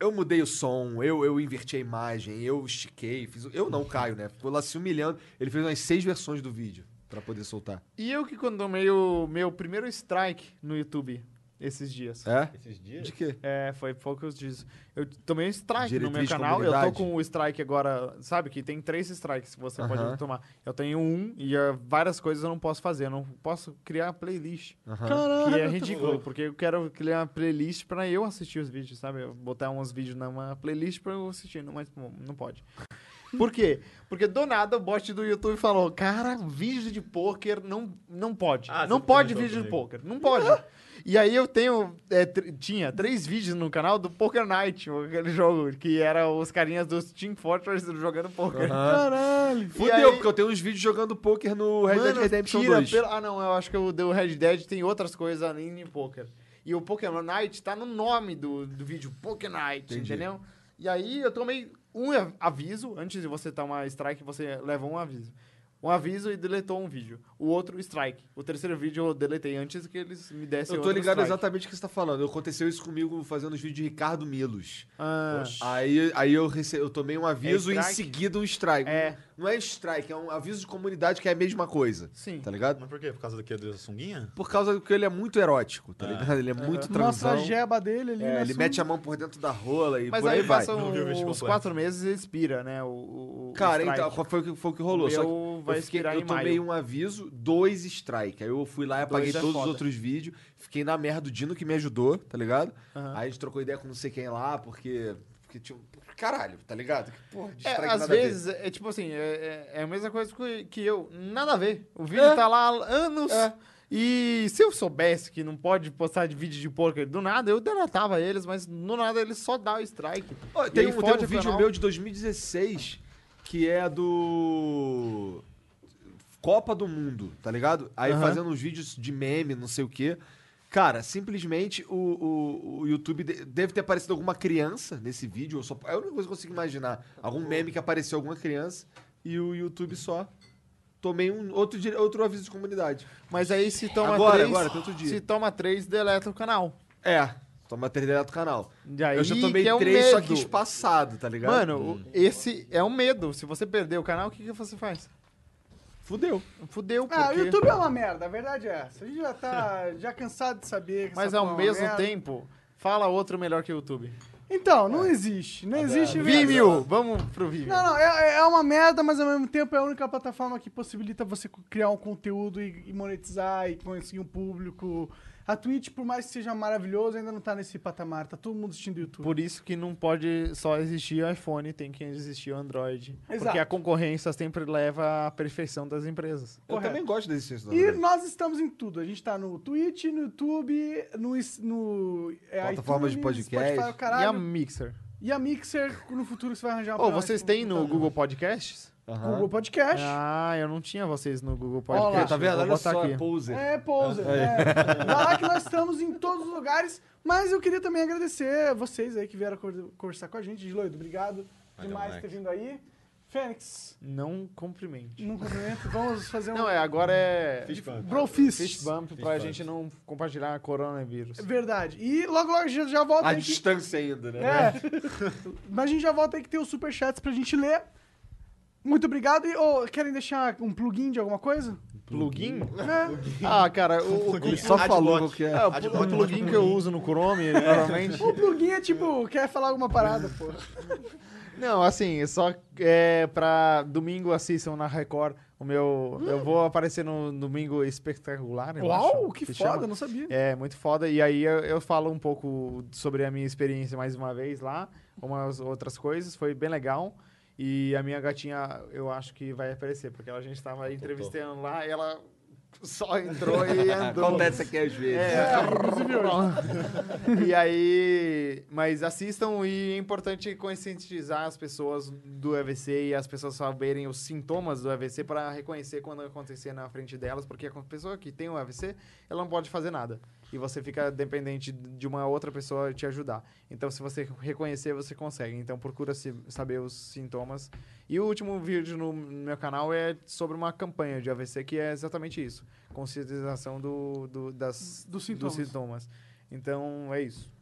Speaker 2: eu mudei o som, eu, eu inverti a imagem, eu estiquei, fiz. o- Eu não caio, né? Ficou lá se humilhando. Ele fez umas seis versões do vídeo pra poder soltar.
Speaker 3: E eu que quando tomei o meu primeiro strike no YouTube esses dias.
Speaker 2: É?
Speaker 5: Esses dias?
Speaker 2: De quê?
Speaker 3: É, foi poucos dias. Eu tomei um strike no meu
Speaker 2: Diretriz de
Speaker 3: canal. Eu tô
Speaker 2: comunidade.
Speaker 3: com o strike agora, sabe? Que tem três strikes que você
Speaker 2: Aham.
Speaker 3: pode tomar. Eu tenho um e eh, várias coisas eu não posso fazer. Eu não posso criar playlist.
Speaker 1: Caralho. tá
Speaker 3: Que é
Speaker 1: eu tô-
Speaker 3: ridículo, porque eu quero criar uma playlist pra eu assistir os vídeos, sabe? Eu botar uns vídeos numa playlist pra eu assistir, não- mas pô, não pode. Por quê? Porque do nada o bot do YouTube falou: Cara, vídeo de pôquer não, não pode.
Speaker 5: Ah,
Speaker 3: não
Speaker 5: você
Speaker 3: pode
Speaker 5: comentou
Speaker 3: vídeo de
Speaker 5: comigo.
Speaker 3: pôquer, não pode. E aí eu tenho. é, tr- tinha três vídeos no canal do Poker Night, aquele jogo, que era os carinhas do Team Fortress jogando pôquer.
Speaker 1: Caralho.
Speaker 2: Fudeu,
Speaker 3: aí-
Speaker 2: porque eu tenho uns vídeos jogando poker no Red Dead
Speaker 3: Mano,
Speaker 2: Redemption
Speaker 3: tira
Speaker 2: 2.
Speaker 3: pelo- Ah, não, eu acho que o The Red Dead tem outras coisas além de poker. E o Pokémon Night tá no nome do, do vídeo, Poker Night, entendeu? E aí eu tomei um av- aviso, antes de você tomar strike, você leva um aviso. Um aviso e deletou um vídeo. O outro, strike. O terceiro vídeo eu deletei antes que eles me dessem
Speaker 2: Eu tô
Speaker 3: é outro
Speaker 2: ligado
Speaker 3: strike.
Speaker 2: exatamente o que você tá falando. Aconteceu isso comigo fazendo os vídeos de Ricardo Milos.
Speaker 3: Ah,
Speaker 2: Aí, aí eu, rece... eu tomei um aviso
Speaker 3: É
Speaker 2: e em
Speaker 3: strike?
Speaker 2: seguida um strike.
Speaker 3: É.
Speaker 2: Não é strike, é um aviso de comunidade que é a mesma coisa.
Speaker 3: Sim.
Speaker 2: Tá ligado?
Speaker 5: Mas por quê? Por causa daquele da sunguinha?
Speaker 2: Por causa que ele é muito erótico, tá ligado? Ele é muito transão.
Speaker 1: Mostra a jeba dele ali,
Speaker 2: É,
Speaker 1: né?
Speaker 2: ele
Speaker 1: Sum-
Speaker 2: mete a mão por dentro da rola e
Speaker 3: Mas
Speaker 2: por
Speaker 3: aí
Speaker 2: aí vai.
Speaker 3: passam
Speaker 5: Não vi o vídeo
Speaker 3: uns
Speaker 5: completo.
Speaker 3: quatro meses e expira, né? O, o, o
Speaker 2: Cara,
Speaker 3: strike.
Speaker 2: então, foi, o que- foi o que rolou.
Speaker 3: O
Speaker 2: Só que
Speaker 3: meu
Speaker 2: eu,
Speaker 3: vai
Speaker 2: fiquei-
Speaker 3: expirar
Speaker 2: eu
Speaker 3: em
Speaker 2: tomei
Speaker 3: maio.
Speaker 2: um aviso, dois strike. Aí eu fui lá e apaguei
Speaker 3: Dois é
Speaker 2: todos os
Speaker 3: foda.
Speaker 2: outros vídeos. Fiquei na merda do Dino que me ajudou, tá ligado?
Speaker 3: Aham.
Speaker 2: Aí a gente trocou ideia com não sei quem lá, porque. Porque tinha. um- Caralho, tá ligado? Que porra, de
Speaker 3: É,
Speaker 2: strike nada
Speaker 3: às
Speaker 2: a ver.
Speaker 3: vezes, é tipo assim, é, é- é a mesma coisa que, que eu. Nada a ver. O vídeo
Speaker 1: É.
Speaker 3: tá lá há anos. E se eu soubesse que não pode postar de vídeo de porca do nada, eu delatava eles, mas do nada eles só dá o strike.
Speaker 2: Ó,
Speaker 3: E
Speaker 2: tem,
Speaker 3: aí
Speaker 2: um, tem
Speaker 3: fode
Speaker 2: um
Speaker 3: o
Speaker 2: vídeo
Speaker 3: canal.
Speaker 2: meu de 2016 que é do. Copa do Mundo, tá ligado? Aí
Speaker 3: Aham.
Speaker 2: fazendo uns vídeos de meme, não sei o quê. Cara, simplesmente o, o, o YouTube de- deve ter aparecido alguma criança nesse vídeo. Eu só, é a única coisa que eu consigo imaginar. Algum meme que apareceu alguma criança e o YouTube só. Tomei um outro, dire- outro aviso de comunidade.
Speaker 3: Mas aí se toma
Speaker 2: Agora,
Speaker 3: três.
Speaker 2: agora, tem outro dia.
Speaker 3: Se toma três, deleta o canal.
Speaker 2: É, toma três direto do canal.
Speaker 3: E aí
Speaker 2: eu já tomei
Speaker 3: que é um
Speaker 2: três,
Speaker 3: medo.
Speaker 2: só que espaçado, tá ligado?
Speaker 3: Mano, o- esse é um medo. Se você perder o canal, o que, que você faz?
Speaker 2: fudeu.
Speaker 3: Fudeu,
Speaker 2: um
Speaker 3: porque...
Speaker 1: Ah, o YouTube é uma merda, a verdade é essa. A gente já tá já cansado de saber que
Speaker 3: Mas
Speaker 1: essa
Speaker 3: ao
Speaker 1: porra é uma
Speaker 3: mesmo
Speaker 1: merda.
Speaker 3: tempo, fala outro melhor que o YouTube.
Speaker 1: Então, não existe.
Speaker 2: É
Speaker 1: Não existe
Speaker 3: Vimeo! Vamos pro Vimeo.
Speaker 1: Não, não, é, é uma merda, mas ao mesmo tempo é a única plataforma que possibilita você criar um conteúdo e, e monetizar e conseguir um público. A Twitch, por mais que seja maravilhoso, ainda não tá nesse patamar. Tá todo mundo assistindo o YouTube.
Speaker 3: Por isso que não pode só existir iPhone, tem que existir o Android.
Speaker 1: Exato.
Speaker 3: Porque a concorrência sempre leva à perfeição das empresas.
Speaker 2: Eu também gosto desse senso da
Speaker 1: E
Speaker 2: verdade.
Speaker 1: nós estamos em tudo. A gente tá no Twitch, no YouTube, no. is- no é,
Speaker 2: Plataformas de
Speaker 1: iTunes,
Speaker 2: podcast.
Speaker 1: Spotify, o
Speaker 3: E a
Speaker 1: caralho. Tá
Speaker 3: Mixer?
Speaker 1: E a Mixer, no futuro você vai arranjar uma
Speaker 3: Ô,
Speaker 1: pra
Speaker 3: vocês
Speaker 1: nós
Speaker 3: têm no
Speaker 1: botar
Speaker 3: Google Podcasts?
Speaker 2: Aham.
Speaker 1: Google Podcast.
Speaker 3: Ah, eu não tinha vocês no Google
Speaker 1: lá,
Speaker 3: Podcasts.
Speaker 2: Tá vendo?
Speaker 3: Vou
Speaker 2: Olha
Speaker 3: botar
Speaker 2: só,
Speaker 3: aqui.
Speaker 2: é poser.
Speaker 1: É, poser. É. Vai lá que nós estamos em todos os lugares. Mas eu queria também agradecer vocês aí que vieram cor- conversar com a gente. Diloido, obrigado
Speaker 5: Valeu,
Speaker 1: demais por
Speaker 5: moleque.
Speaker 1: ter vindo aí. Fênix,
Speaker 3: Não cumprimente.
Speaker 1: num cumprimento, vamos fazer um
Speaker 3: Não, é, agora é.
Speaker 5: Fish bump.
Speaker 1: bro fist.
Speaker 3: Fist bump pra
Speaker 5: bump.
Speaker 3: gente não compartilhar coronavírus.
Speaker 1: É Verdade. E logo, logo a gente já volta
Speaker 4: A
Speaker 1: aqui.
Speaker 4: distância ainda, né?
Speaker 1: É. Mas a gente já volta aí que tem os superchats pra gente ler. Muito obrigado. E ô, querem deixar um plugin de alguma coisa?
Speaker 3: Plugin?
Speaker 1: É.
Speaker 3: Ah, cara, o, o,
Speaker 5: Ele
Speaker 3: plugin-
Speaker 2: só falou o que é.
Speaker 3: é,
Speaker 5: Ah,
Speaker 3: o plu- o plugin que eu uso no [laughs] Chrome,
Speaker 1: [laughs]
Speaker 3: geralmente.
Speaker 1: O plugin é tipo, quer falar alguma parada, pô.
Speaker 3: Não, assim, só é, pra domingo assistam na Record. O meu. Eu vou aparecer no domingo espetacular. eu
Speaker 1: Hum. Uau,
Speaker 3: acho
Speaker 1: que
Speaker 3: chama.
Speaker 1: foda, não sabia.
Speaker 3: É, muito foda. E aí eu, eu falo um pouco sobre a minha experiência mais uma vez lá, umas outras coisas. Foi bem legal. E a minha gatinha, eu acho que vai aparecer, porque a gente tava entrevistando lá e ela só entrou e andou.
Speaker 4: Acontece aqui às
Speaker 7: É
Speaker 4: vezes.
Speaker 3: É. [laughs] e aí, mas assistam e é importante conscientizar as pessoas do AVC e as pessoas saberem os sintomas do AVC para reconhecer quando acontecer na frente delas, porque a pessoa que tem o AVC, ela não pode fazer nada. E você fica dependente de uma outra pessoa te ajudar. Então, se você reconhecer, você consegue. Então, procura se- saber os sintomas. E o último vídeo no meu canal é sobre uma campanha de AVC que é exatamente isso. Conscientização do, do- das,
Speaker 1: Dos sintomas.
Speaker 3: dos sintomas. Então é
Speaker 5: [laughs]
Speaker 3: isso.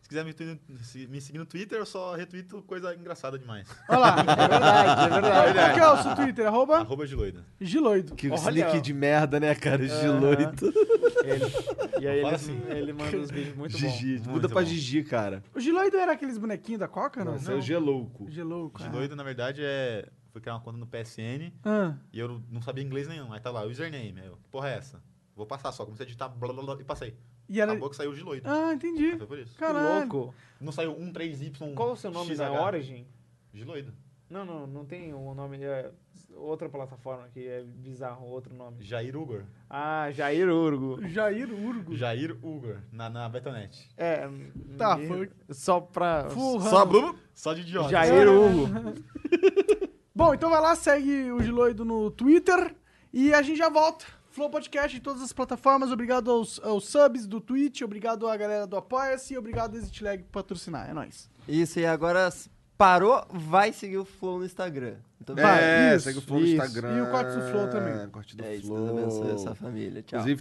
Speaker 5: Se quiser me, tu- se- me seguir no Twitter, eu só retuito coisa engraçada demais.
Speaker 1: Olha lá. É verdade, é verdade. Qual que é o seu Twitter?
Speaker 3: Ah.
Speaker 1: Arroba
Speaker 5: Arroba Giloido.
Speaker 1: Giloido.
Speaker 4: Que
Speaker 3: Olha.
Speaker 4: sneak de merda, né, cara? Giloito.
Speaker 3: Ele, e aí ele,
Speaker 5: Fala assim.
Speaker 3: ele manda uns vídeos muito bons.
Speaker 4: Gigi.
Speaker 5: bom.
Speaker 4: Muda
Speaker 5: Muito
Speaker 4: pra
Speaker 5: bom.
Speaker 4: Gigi, cara.
Speaker 1: O Giloido era aqueles bonequinhos da Coca, não?
Speaker 4: Nossa, é o Gelouco.
Speaker 3: Ah.
Speaker 1: Gelouco. cara.
Speaker 5: Giloido, na verdade, é. Fui criar uma conta no PSN
Speaker 1: Ah,
Speaker 5: e eu não sabia inglês nenhum. Aí tá lá, username. Aí eu, que porra é essa? Vou passar só. Comecei a digitar blá blá blá e passei.
Speaker 1: e era...
Speaker 5: Acabou que saiu o Giloido.
Speaker 1: Ah, entendi.
Speaker 5: Foi por isso.
Speaker 3: Que
Speaker 1: Caralho.
Speaker 3: louco.
Speaker 5: Não saiu 13Y.
Speaker 3: Qual o seu nome
Speaker 5: XH?
Speaker 3: na Origin?
Speaker 5: Giloido.
Speaker 3: Não, não, não tem um nome. É outra plataforma que é bizarro, outro nome.
Speaker 5: Jair Ugor.
Speaker 3: Ah, Jair Urgo.
Speaker 1: Jair Urgo.
Speaker 5: Jair Ugor, na, na Betonet.
Speaker 3: É.
Speaker 1: Tá,
Speaker 3: ninguém- Só pra.
Speaker 1: Furra.
Speaker 4: Só Bruno.
Speaker 5: Só de idiota.
Speaker 3: Jair Urgo.
Speaker 1: Bom, então vai lá, segue o Giloido no Twitter e a gente já volta. Flow Podcast em todas as plataformas. Obrigado aos, aos subs do Twitch, obrigado à galera do Apoia-se e obrigado a Exit Lag por patrocinar. É nóis.
Speaker 7: Isso, e agora s- parou, vai seguir o Flow no Instagram. Então,
Speaker 1: Vai,
Speaker 4: É,
Speaker 1: isso,
Speaker 4: segue o Flow
Speaker 3: isso.
Speaker 4: no Instagram.
Speaker 1: E o Corte do Flow também.
Speaker 4: Corte do
Speaker 7: é isso, Deus
Speaker 4: Flow.
Speaker 7: abençoe essa família. Tchau.
Speaker 4: Inclusive,